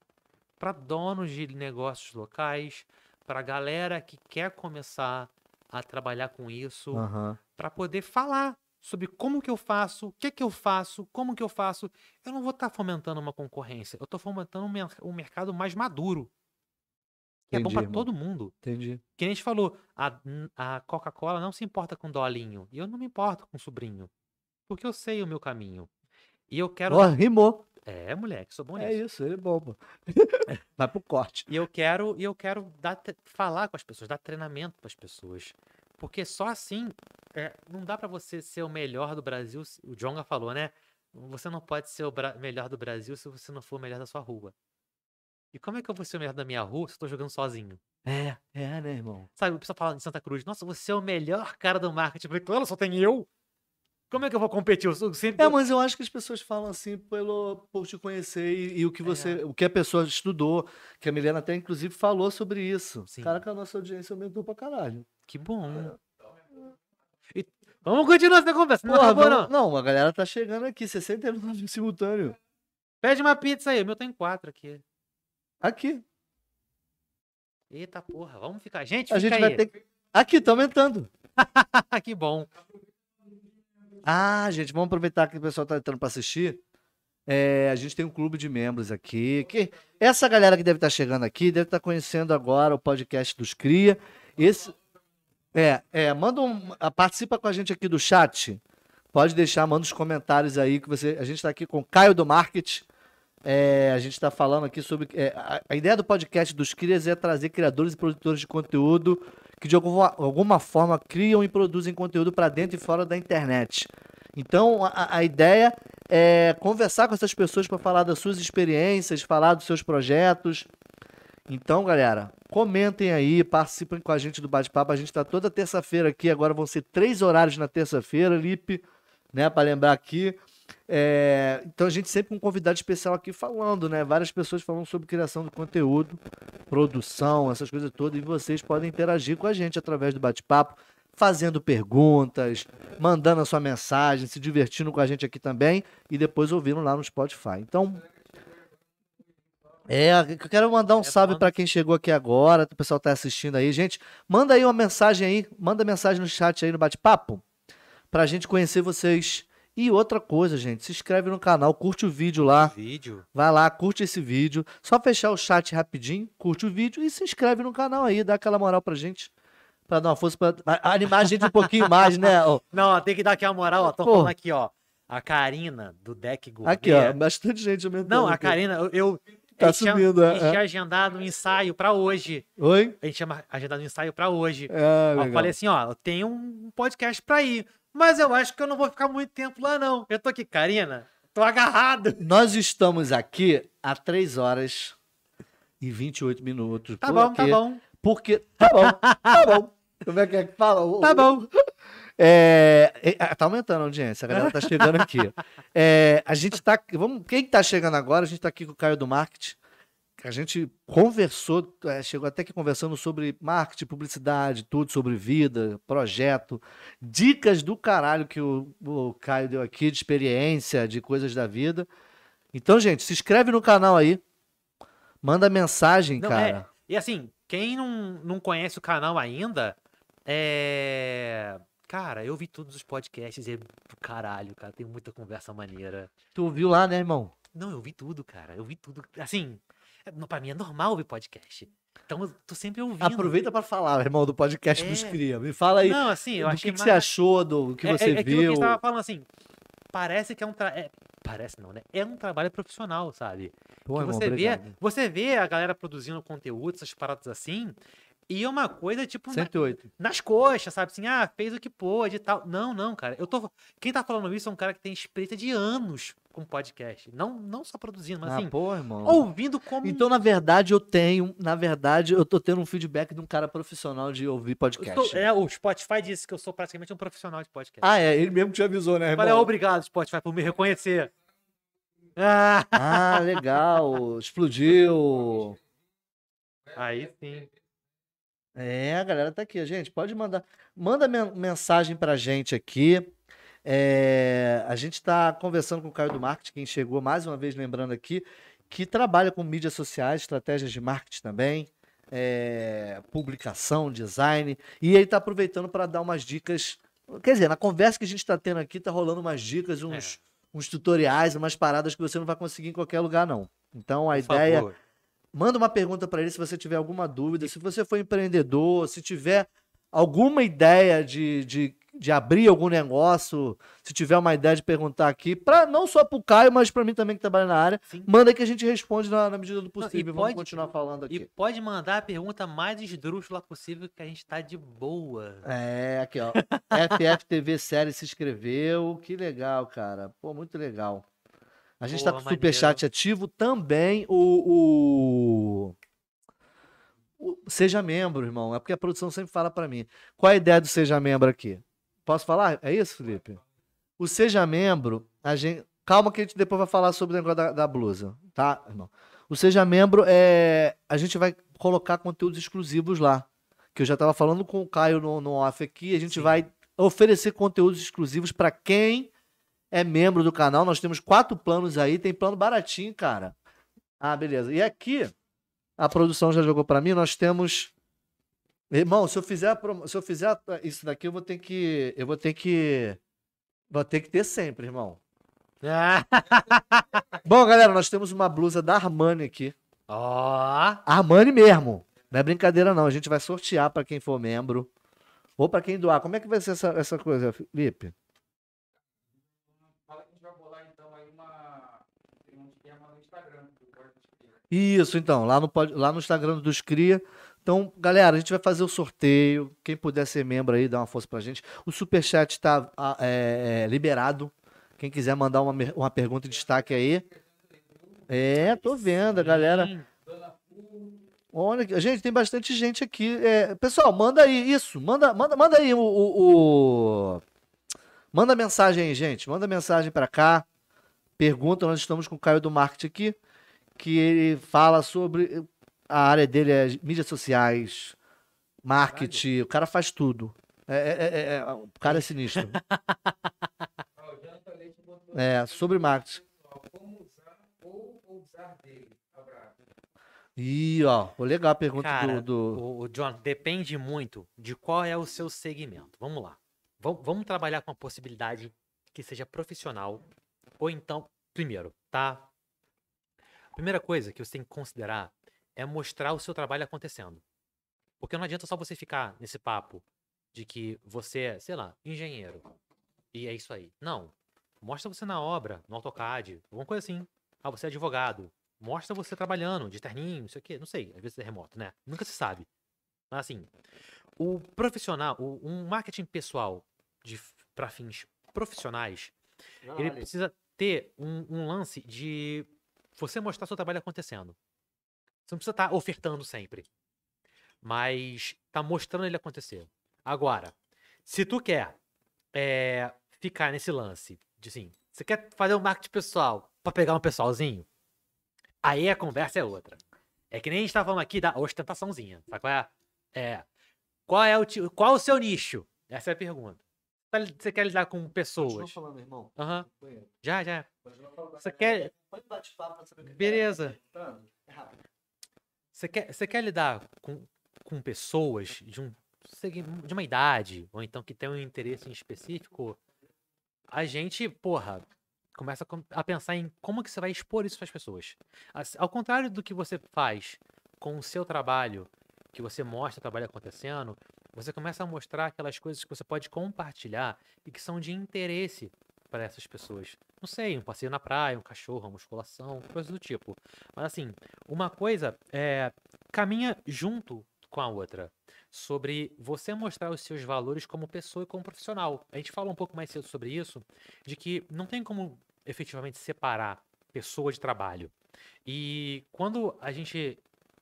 Speaker 2: para donos de negócios locais, para galera que quer começar a trabalhar com isso.
Speaker 1: Aham.
Speaker 2: Pra poder falar sobre como que eu faço, o que que eu faço, como que eu faço. Eu não vou estar fomentando uma concorrência, eu tô fomentando um, mer- um mercado mais maduro. Que é bom
Speaker 1: Entendi,
Speaker 2: pra
Speaker 1: irmão.
Speaker 2: todo mundo.
Speaker 1: Entendi.
Speaker 2: Que nem a gente falou, a, a Coca-Cola não se importa com dolinho, e eu não me importo com sobrinho, porque eu sei o meu caminho. E eu quero.
Speaker 1: Ó, rimou.
Speaker 2: É, moleque, sou bom
Speaker 1: É
Speaker 2: nisso.
Speaker 1: isso, ele é bom, pô. Vai pro corte.
Speaker 2: E eu quero, e eu quero dar, tre- falar com as pessoas, dar treinamento para as pessoas. Porque só assim, é, não dá para você ser o melhor do Brasil. se- O Jonga falou, né? Você não pode ser o bra- melhor do Brasil se você não for o melhor da sua rua. E como é que eu vou ser o melhor da minha rua se eu tô jogando sozinho?
Speaker 1: É, é, né, irmão?
Speaker 2: Sabe, o pessoal fala em Santa Cruz, nossa, você é o melhor cara do marketing. Eu falei, claro, só tem eu. Como é que eu vou competir? Eu sou sempre...
Speaker 1: É, mas eu acho que as pessoas falam assim pelo, por te conhecer e, e o que você, o que a pessoa estudou, que a Milena até inclusive falou sobre isso.
Speaker 2: Sim.
Speaker 1: Cara, que a nossa audiência aumentou pra caralho.
Speaker 2: Que
Speaker 1: É.
Speaker 2: bom. E- Vamos continuar essa conversa. Não
Speaker 1: Porra,
Speaker 2: acabou,
Speaker 1: não,
Speaker 2: não.
Speaker 1: não, a galera tá chegando aqui, 69 simultâneo.
Speaker 2: Pede uma pizza aí. O meu tem quatro aqui.
Speaker 1: Aqui.
Speaker 2: Eita porra, vamos ficar. Gente,
Speaker 1: A
Speaker 2: fica
Speaker 1: gente
Speaker 2: aí.
Speaker 1: vai ter que. Aqui, tá aumentando.
Speaker 2: Ah, que bom.
Speaker 1: Ah, gente, vamos aproveitar que o pessoal tá entrando para assistir. É, a gente tem um clube de membros aqui. Que essa galera que deve estar chegando aqui deve estar conhecendo agora o podcast dos Cria. Esse é, é, manda um, ah, participa com a gente aqui do chat. Pode deixar, manda os comentários aí que você. A gente está aqui com o Caio do Market. É, a gente está falando aqui sobre é, a, a ideia do podcast dos Crias é trazer criadores e produtores de conteúdo que de alguma, alguma forma criam e produzem conteúdo para dentro e fora da internet. Então, a, a ideia é conversar com essas pessoas para falar das suas experiências, falar dos seus projetos. Então, galera, comentem aí, participem com a gente do bate-papo. A gente está toda terça-feira aqui, agora vão ser três horários na terça-feira, Lipe, né, para lembrar aqui. É, então, a gente sempre com um convidado especial aqui falando, né? Várias pessoas falando sobre criação de conteúdo produção, essas coisas todas, e vocês podem interagir com a gente através do bate-papo, fazendo perguntas, mandando a sua mensagem, se divertindo com a gente aqui também e depois ouvindo lá no Spotify. Então, é, eu quero mandar um
Speaker 2: É,
Speaker 1: salve
Speaker 2: manda.
Speaker 1: para quem chegou aqui agora, o pessoal tá assistindo aí, gente. Manda aí uma mensagem aí, manda mensagem no chat aí no bate-papo pra gente conhecer vocês. E outra coisa, gente, se inscreve no canal, curte o Ah. vídeo lá.
Speaker 2: Vídeo.
Speaker 1: Vai lá, curte esse vídeo. Só fechar o chat rapidinho, curte o vídeo e se inscreve no canal aí, dá aquela moral pra gente. Pra dar uma força, pra pra animar a gente um pouquinho mais, né? Ó,
Speaker 2: Não, ó, tem que dar aqui a moral, ó. Tô
Speaker 1: Porra.
Speaker 2: falando aqui, ó. A Karina do Deck Gourmet.
Speaker 1: Aqui, ó, bastante gente aumentando.
Speaker 2: é. Não, a
Speaker 1: aqui.
Speaker 2: Karina, eu. eu
Speaker 1: Tá
Speaker 2: a gente tinha-
Speaker 1: subindo,
Speaker 2: A gente
Speaker 1: é, é.
Speaker 2: tinha agendado um ensaio pra hoje.
Speaker 1: Oi?
Speaker 2: A gente tinha agendado um ensaio pra hoje.
Speaker 1: É,
Speaker 2: Ó, eu
Speaker 1: legal.
Speaker 2: falei assim, ó, eu tenho um podcast pra ir. Mas eu acho que eu não vou ficar muito tempo lá, não. Eu tô aqui, Karina. Tô agarrado.
Speaker 1: Nós estamos aqui há 3 horas e 28 minutos.
Speaker 2: Tá
Speaker 1: por
Speaker 2: bom, tá
Speaker 1: aqui.
Speaker 2: bom.
Speaker 1: Porque. Tá bom, tá bom. Como é que é que fala? O-
Speaker 5: Tá bom.
Speaker 1: É, é, ah, tá aumentando a audiência, a galera tá chegando aqui. É, a gente tá. Vamos, quem tá chegando agora? A gente tá aqui com o Caio do Marketing. A gente conversou, é, chegou até que conversando sobre marketing, publicidade, tudo, sobre vida, projeto, dicas do caralho que o, o Caio deu aqui, de experiência, de coisas da vida. Então, gente, se inscreve no canal aí. Manda mensagem,
Speaker 2: Não,
Speaker 1: cara.
Speaker 2: é. E assim, quem não, não conhece o canal ainda, é. Cara, eu vi todos os podcasts e é do caralho, cara. Tem muita conversa maneira.
Speaker 1: Tu viu lá, né, irmão?
Speaker 2: Não, eu vi tudo, cara. Eu vi tudo. Assim, é- no- pra mim é normal ouvir podcast. Então eu tô sempre ouvindo.
Speaker 1: Aproveita pra falar, irmão, do podcast dos
Speaker 2: É.
Speaker 1: Cria. Me fala aí.
Speaker 2: Não, assim, eu
Speaker 1: do
Speaker 2: achei
Speaker 1: que, que você
Speaker 2: mara-
Speaker 1: achou, do que
Speaker 2: É-
Speaker 1: você
Speaker 2: é, é aquilo que a
Speaker 1: viu.
Speaker 2: gente tava falando assim. Parece que é um tra... é- Parece não, né? É um trabalho profissional, sabe?
Speaker 1: Pô,
Speaker 2: que
Speaker 1: irmão,
Speaker 2: você, vê,
Speaker 1: obrigado.
Speaker 2: você vê a galera produzindo conteúdo, essas paradas assim, e é uma coisa, tipo, na-
Speaker 1: 108.
Speaker 2: nas coxas, sabe? Assim, ah, fez o que pôde e tal. Não, não, cara. Eu tô. Quem tá falando isso é um cara que tem experiência de anos com podcast. Não, não só produzindo, mas
Speaker 1: ah,
Speaker 2: assim,
Speaker 1: pô, irmão.
Speaker 2: ouvindo como. um,
Speaker 1: Então, na verdade, eu tenho. Na verdade, eu tô tendo um feedback de um cara profissional de ouvir
Speaker 2: Eu
Speaker 1: podcast.
Speaker 2: sou- é, o Spotify disse que eu sou praticamente um profissional de podcast.
Speaker 1: Ah, é, ele mesmo te avisou, né,
Speaker 2: Eu
Speaker 1: irmão?
Speaker 2: Falei, obrigado, Spotify, por me reconhecer. Ah,
Speaker 1: Ah, legal. Explodiu.
Speaker 2: aí sim.
Speaker 1: É, a galera tá aqui, gente. Pode mandar. Manda men- mensagem pra gente aqui. É, a gente está conversando com o Caio do Marketing, quem chegou mais uma vez, lembrando aqui, que trabalha com mídias sociais, estratégias de marketing também, é, publicação, design. E ele está aproveitando para dar umas dicas. Quer dizer, na conversa que a gente está tendo aqui, tá rolando umas dicas, uns, uns tutoriais, umas paradas que você não vai conseguir em qualquer lugar, não. Então a
Speaker 2: Por
Speaker 1: ideia
Speaker 2: favor.
Speaker 1: Manda uma pergunta para ele se você tiver alguma dúvida, se você for empreendedor, se tiver alguma ideia de, de, de abrir algum negócio, se tiver uma ideia de perguntar aqui, pra, não só para o Caio, mas para mim também que trabalha na área,
Speaker 2: Sim.
Speaker 1: manda que a gente responde na, na medida do
Speaker 2: e
Speaker 1: possível.
Speaker 2: pode-
Speaker 1: Vamos continuar falando
Speaker 2: E
Speaker 1: aqui.
Speaker 2: pode mandar a pergunta mais esdrúxula possível que a gente tá de boa.
Speaker 1: É, aqui ó. FFTV Série se inscreveu. Que legal, cara. Pô, muito legal. A gente tá
Speaker 2: Boa,
Speaker 1: com o superchat
Speaker 2: maneiro.
Speaker 1: ativo também. O, o- o Seja membro, irmão. É porque a produção sempre fala pra mim. Qual a ideia do Seja Membro aqui? Posso falar? É isso, Felipe? O Seja Membro, a gente. Calma que a gente depois vai falar sobre o negócio da, da blusa, tá, irmão? O Seja Membro é. A gente vai colocar conteúdos exclusivos lá. Que eu já tava falando com o Caio no, no off aqui. A gente vai oferecer conteúdos exclusivos pra quem é membro do canal. Nós temos quatro planos aí, tem plano baratinho, cara. Ah, beleza. E aqui, a produção já jogou pra mim, nós temos. Irmão, se eu fizer, a promo- se eu fizer a- isso daqui, eu vou ter que. Eu vou ter que. Vou ter que ter sempre, irmão.
Speaker 2: Ah,
Speaker 1: Bom, galera, nós temos uma blusa da Armani aqui.
Speaker 2: Ó.
Speaker 1: Armani mesmo. Não é brincadeira, não. A gente vai sortear pra quem for membro. Ou pra quem doar. Como é que vai ser essa, essa coisa, Felipe?
Speaker 6: Fala que a gente vai bolar então aí uma. Tem um esquema no Instagram que pode escrever.
Speaker 1: Isso, então, lá no, pod- lá no Instagram do dos Cria. Então, galera, a gente vai fazer o sorteio. Quem puder ser membro aí, dá uma força pra gente. O superchat tá ah, é, é, liberado. Quem quiser mandar uma, mer- uma pergunta em destaque aí. É, tô vendo, a galera.
Speaker 2: Sim.
Speaker 1: Olha, que- gente, tem bastante gente aqui. É, pessoal, manda aí isso. Manda, manda, manda aí o, o- o- Manda mensagem aí, gente. Manda mensagem pra cá. Pergunta, nós estamos com o Caio do Marketing aqui, que ele fala sobre a área dele é mídias sociais, marketing, o cara faz tudo. É, é- é- é- o cara é sinistro.
Speaker 6: Ó, o Janta Leite botou
Speaker 1: É, sobre marketing.
Speaker 6: ó, como usar ou ousar dele. Abraço.
Speaker 1: Ih, ó, pô, legal a pergunta
Speaker 2: Cara,
Speaker 1: do, do-
Speaker 2: O, o John, depende muito de qual é o seu segmento. Vamos lá. Vamos, vamos trabalhar com uma possibilidade que seja profissional. Ou então, primeiro, tá? Primeira coisa que você tem que considerar é mostrar o seu trabalho acontecendo. Porque não adianta só você ficar nesse papo de que você é, sei lá, engenheiro. E é isso aí. Não. Mostra você na obra, no AutoCAD, alguma coisa assim. Ah, você é advogado mostra você trabalhando, de terninho, não sei o quê. Não sei, às vezes é remoto, né? Nunca se sabe. Mas assim, o profissional, o, um marketing pessoal de para fins profissionais, ele precisa ter um, um lance de você mostrar seu trabalho acontecendo. Você não precisa estar ofertando tá sempre. Mas tá mostrando ele acontecer. Agora, se tu quer é, ficar nesse lance de assim, você quer fazer um marketing pessoal pra pegar um pessoalzinho, aí a conversa é outra. É que nem a gente tava falando aqui da ostentaçãozinha, sabe qual é? É. Qual é o, ti- qual é o seu nicho? Essa é a pergunta. Tá li- Você quer lidar com pessoas?
Speaker 5: falando, irmão.
Speaker 2: Aham, já, já. Você
Speaker 5: Você
Speaker 2: quer.
Speaker 5: Pode bate papo pra saber o que
Speaker 2: Beleza.
Speaker 5: tá. É rápido.
Speaker 2: Você quer, você quer lidar com, com pessoas de, um, segui- de uma idade, ou então que tem um interesse em específico, a gente, porra, começa com- a pensar em como que você vai expor isso para as pessoas. As- Ao contrário do que você faz com o seu trabalho, que você mostra o trabalho acontecendo, você começa a mostrar aquelas coisas que você pode compartilhar e que são de interesse para essas pessoas. Não sei, um passeio na praia, um cachorro, uma musculação, coisas do tipo. Mas assim, uma coisa é, caminha junto com a outra sobre você mostrar os seus valores como pessoa e como profissional. A gente fala um pouco mais cedo sobre isso, de que não tem como efetivamente separar pessoa de trabalho. E quando a gente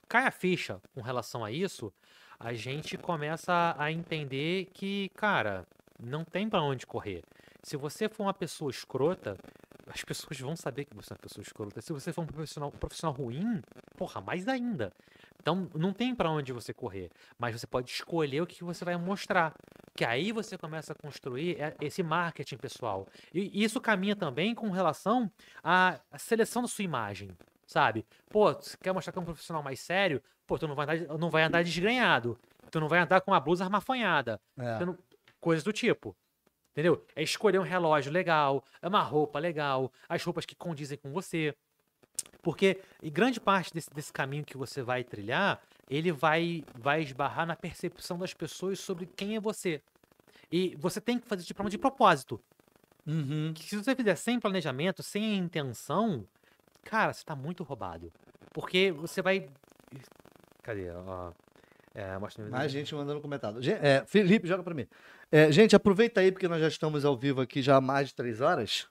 Speaker 2: cai a ficha com relação a isso, a gente começa a entender que, cara, não tem pra onde correr. Se você for uma pessoa escrota, as pessoas vão saber que você é uma pessoa escrota. Se você for um profissional, profissional ruim, porra, mais ainda. Então, não tem pra onde você correr, mas você pode escolher o que você vai mostrar. Que aí você começa a construir é, esse marketing pessoal. E isso caminha também com relação à à seleção da sua imagem, sabe? Pô, você quer mostrar que é um profissional mais sério? Pô, tu não vai andar, não vai andar desgrenhado. Tu não vai andar com uma blusa armafanhada
Speaker 1: É.
Speaker 2: coisas do tipo. Entendeu? É escolher um relógio legal, é uma roupa legal, as roupas que condizem com você. Porque e grande parte desse, desse caminho que você vai trilhar, ele vai, vai esbarrar na percepção das pessoas sobre quem é você. E você tem que fazer esse diploma de propósito.
Speaker 1: Uhum.
Speaker 2: Que se você fizer sem planejamento, sem intenção, cara, você tá muito roubado. Porque você vai. Cadê? Ó, é, mostra
Speaker 1: Uhum. Mais gente mandando comentário. Gen- é, Felipe, joga pra mim. É, gente, aproveita aí, porque nós já estamos ao vivo aqui já há mais de três horas.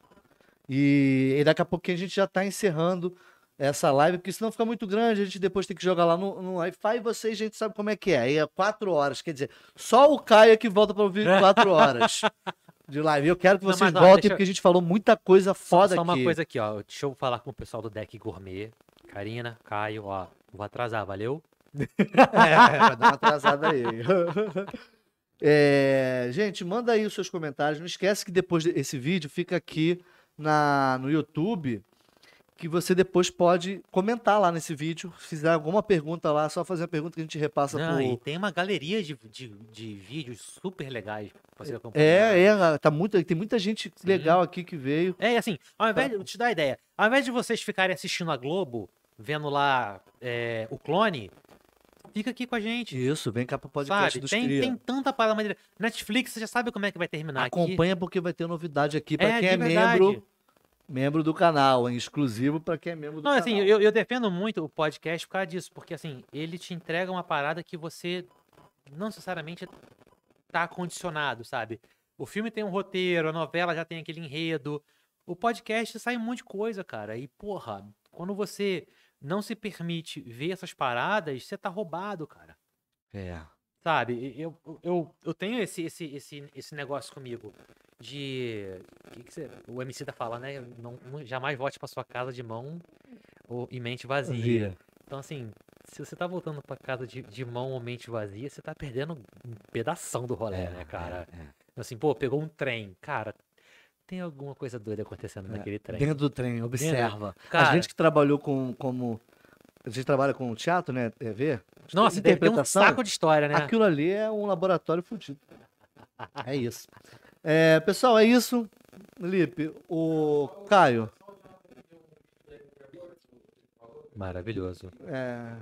Speaker 1: E, e daqui a pouquinho a gente já tá encerrando essa live, porque senão fica muito grande, a gente depois tem que jogar lá no, no Wi-Fi e vocês, gente, sabe como é que é. Aí é quatro horas, quer dizer, só o Caio é que volta pra ouvir quatro horas de live. Eu quero que
Speaker 2: Não,
Speaker 1: vocês
Speaker 2: mas, ó,
Speaker 1: voltem,
Speaker 2: deixa eu-
Speaker 1: porque a gente falou muita coisa foda
Speaker 2: Só uma
Speaker 1: aqui.
Speaker 2: coisa aqui, ó. Deixa eu falar com o pessoal do deck gourmet. Karina, Caio, ó. Vou atrasar, valeu? Ah,
Speaker 1: É, vai dar uma atrasada aí. É, gente, manda aí os seus comentários. Não esquece que depois desse vídeo fica aqui na, no YouTube, que você depois pode comentar lá nesse vídeo. Se fizer alguma pergunta lá, é só fazer a pergunta que a gente repassa
Speaker 2: Não,
Speaker 1: pro...
Speaker 2: e tem uma galeria de, de, de vídeos super legais pra você acompanhar.
Speaker 1: É, é, tá muita, tem muita gente legal aqui que veio.
Speaker 2: É, e assim, ao invés de, eu te dar a ideia, ao invés de vocês ficarem assistindo a Globo, vendo lá é, o clone, fica aqui com a gente.
Speaker 1: Isso, vem cá pro podcast
Speaker 2: Sabe?
Speaker 1: dos
Speaker 2: Tem,
Speaker 1: Cria.
Speaker 2: tem tanta parada maneira. Netflix, você já sabe como é que vai terminar aqui.
Speaker 1: Acompanha porque vai ter novidade aqui pra
Speaker 2: É,
Speaker 1: quem
Speaker 2: de
Speaker 1: é
Speaker 2: verdade.
Speaker 1: membro, membro do canal, hein? exclusivo pra quem é membro do
Speaker 2: Não,
Speaker 1: canal.
Speaker 2: assim, eu, eu defendo muito o podcast por causa disso, porque assim, ele te entrega uma parada que você não necessariamente tá condicionado, sabe? O filme tem um roteiro, a novela já tem aquele enredo. O podcast sai um monte de coisa, cara. E, porra, quando você não se permite ver essas paradas, você tá roubado, cara.
Speaker 1: É.
Speaker 2: Sabe, e- eu, eu, eu tenho esse, esse, esse, esse negócio comigo de. O que, que você- o MC da fala, né? Não, não- jamais volte pra sua casa de mão ou, e mente vazia. Então, assim, se você tá voltando pra casa de, de mão ou mente vazia, você tá perdendo um pedação do rolê,
Speaker 1: É,
Speaker 2: né, cara? Assim, pô, pegou um trem. Cara, tem alguma coisa doida acontecendo naquele trem.
Speaker 1: É. Dentro do trem, observa.
Speaker 2: Cara,
Speaker 1: a gente que trabalhou com como a gente trabalha com teatro, né, TV?
Speaker 2: nossa, deve ter um
Speaker 1: interpretação.
Speaker 2: saco de história, né?
Speaker 1: Aquilo ali é um laboratório fudido. É isso. É, pessoal, é isso. Lipe, o Caio,
Speaker 2: Maravilhoso.
Speaker 1: é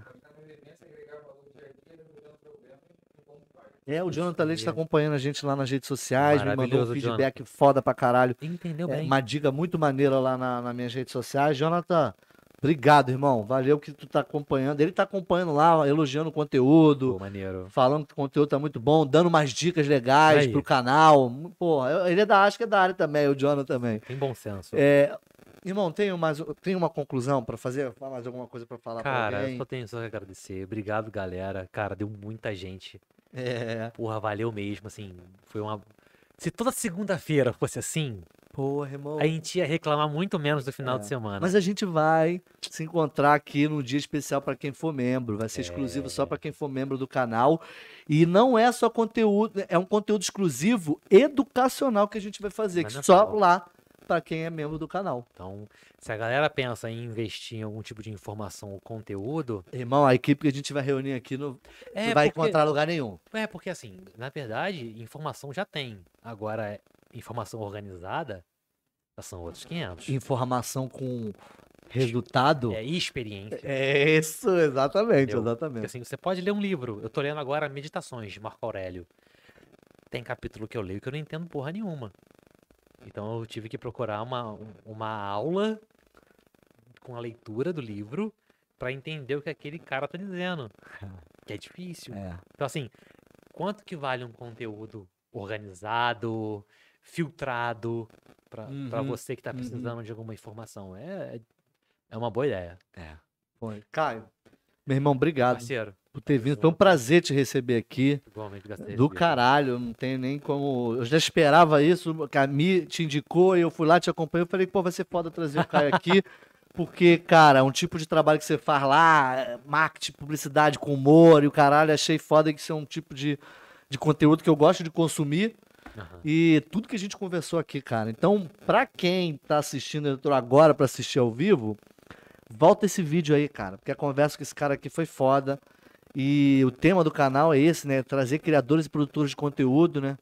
Speaker 1: o Jonathan Leite está acompanhando a gente lá nas redes sociais, me mandou um
Speaker 2: Maravilhoso,
Speaker 1: feedback foda pra caralho.
Speaker 2: Entendeu
Speaker 1: É,
Speaker 2: bem.
Speaker 1: uma dica muito maneira lá na- nas minhas redes sociais. Jonathan, obrigado, irmão. Valeu que tu tá acompanhando. Ele tá acompanhando lá, elogiando o conteúdo.
Speaker 2: Pô, maneiro.
Speaker 1: falando que o conteúdo tá muito bom, dando umas dicas legais
Speaker 2: Aí.
Speaker 1: pro canal. Porra, eu- ele é da, acho que é da área também, o Jonathan também.
Speaker 2: Tem bom senso.
Speaker 1: É, Irmão, tem, mais, tem uma conclusão pra fazer? Mais alguma coisa pra falar pra
Speaker 2: Cara,
Speaker 1: alguém?
Speaker 2: eu só tenho só que agradecer. Obrigado, galera. Cara, deu muita gente.
Speaker 1: É.
Speaker 2: Porra, valeu mesmo, assim. Foi uma. Se toda segunda-feira fosse assim,
Speaker 1: Porra, irmão.
Speaker 2: a gente ia reclamar muito menos do final de semana.
Speaker 1: É. Mas a gente vai se encontrar aqui num dia especial para quem for membro.
Speaker 2: É.
Speaker 1: Vai ser exclusivo só para quem for membro do canal. E não é só conteúdo, é um conteúdo exclusivo educacional que a gente vai fazer,
Speaker 2: Mas
Speaker 1: que
Speaker 2: não é
Speaker 1: só
Speaker 2: só.
Speaker 1: lá para quem é membro do canal.
Speaker 2: Então, se a galera pensa em investir em algum tipo de informação ou conteúdo,
Speaker 1: Irmão, a equipe que a gente vai reunir aqui não
Speaker 2: é
Speaker 1: vai
Speaker 2: porque,
Speaker 1: encontrar lugar nenhum.
Speaker 2: é porque assim, na verdade, informação já tem. Agora, é- informação organizada já são outros 500.
Speaker 1: Informação com resultado.
Speaker 2: É e experiência.
Speaker 1: É isso, exatamente,
Speaker 2: Entendeu? Porque
Speaker 1: exatamente.
Speaker 2: assim, você pode ler um livro. Eu tô lendo agora Meditações de Marco Aurélio. Tem capítulo que eu leio que eu não entendo porra nenhuma. Então eu tive que procurar uma, uma aula com a leitura do livro pra entender o que aquele cara tá dizendo. Que é difícil.
Speaker 1: É.
Speaker 2: Então assim, quanto que vale um conteúdo organizado, filtrado pra pra
Speaker 1: Uhum,
Speaker 2: você que tá
Speaker 1: uhum.
Speaker 2: precisando de alguma informação? É, é uma boa ideia. É.
Speaker 1: Foi. Caio, meu irmão, obrigado
Speaker 2: Parceiro,
Speaker 1: por ter vindo. Foi um prazer te receber aqui.
Speaker 2: igualmente gastei.
Speaker 1: Do caralho, não tem nem como. Eu já esperava isso, que a Mi te indicou, eu fui lá, te acompanhei, eu falei, pô, vai ser foda trazer o Caio aqui. Porque, cara, um tipo de trabalho que você faz lá, é, marketing, publicidade com humor e o caralho, achei foda que isso é um tipo de, de conteúdo que eu gosto de consumir.
Speaker 2: Aham.
Speaker 1: E tudo que a gente conversou aqui, cara. Então, pra quem tá assistindo, entrou agora pra assistir ao vivo, volta esse vídeo aí, cara. Porque a conversa com esse cara aqui foi foda. E o tema do canal é esse, né? Trazer criadores e produtores de conteúdo, né?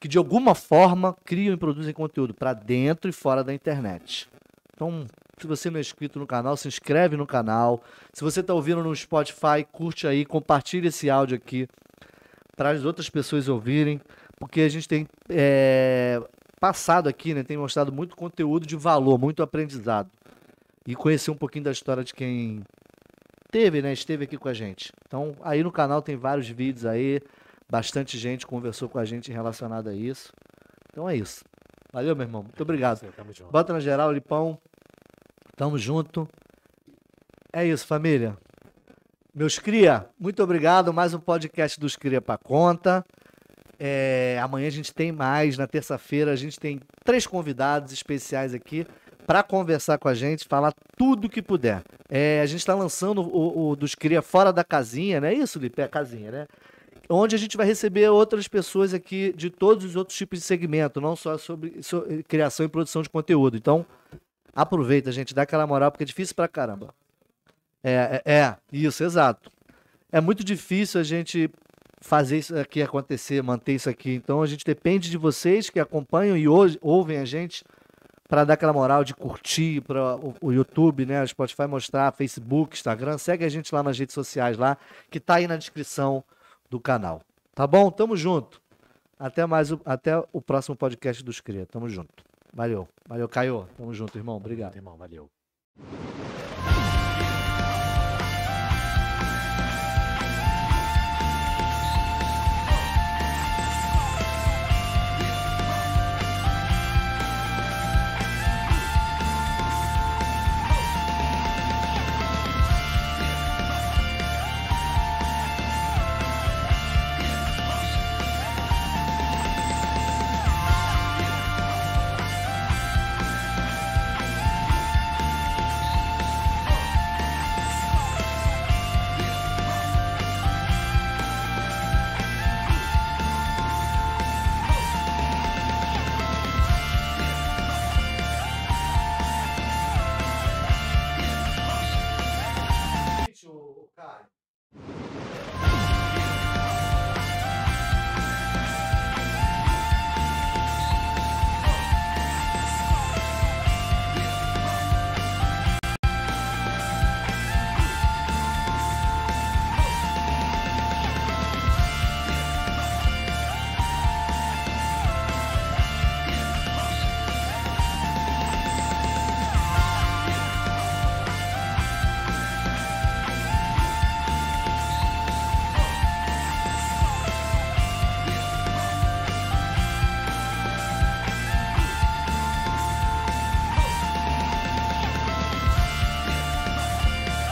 Speaker 1: Que de alguma forma criam e produzem conteúdo pra dentro e fora da internet. Então, se você não é inscrito no canal, se inscreve no canal. Se você tá ouvindo no Spotify, curte aí, compartilha esse áudio aqui para as outras pessoas ouvirem, porque a gente tem é, passado aqui, né? Tem mostrado muito conteúdo de valor, muito aprendizado. E conhecer um pouquinho da história de quem teve, né? Esteve aqui com a gente. Então, aí no canal tem vários vídeos aí. Bastante gente conversou com a gente relacionada a isso. Então é isso. Valeu, meu irmão. Muito obrigado.
Speaker 2: Parceiro, Tamo junto.
Speaker 1: Bota na geral, Lipão. Tamo junto. É isso, família. Meus cria, muito obrigado. Mais um podcast dos Cria pra Conta. É, amanhã a gente tem mais. Na terça-feira a gente tem três convidados especiais aqui pra conversar com a gente, falar tudo que puder. É, a gente tá lançando o, o dos Cria fora da casinha, não é isso, Lipe? É a casinha, né? onde a gente vai receber outras pessoas aqui de todos os outros tipos de segmento, não só sobre, so- criação e produção de conteúdo. Então, aproveita, gente, dá aquela moral, porque é difícil pra caramba. É, é, é, isso, exato. É muito difícil a gente fazer isso aqui acontecer, manter isso aqui. Então, a gente depende de vocês que acompanham e hoje ouvem a gente para dar aquela moral de curtir para o, o YouTube, né, o Spotify mostrar, Facebook, Instagram, segue a gente lá nas redes sociais lá, que tá aí na descrição do canal. Tá bom? Tamo junto. Até mais, o- até o próximo podcast dos Cria. Tamo junto. Valeu. Valeu, Caio. Tamo junto, irmão. Obrigado.
Speaker 2: Irmão, valeu.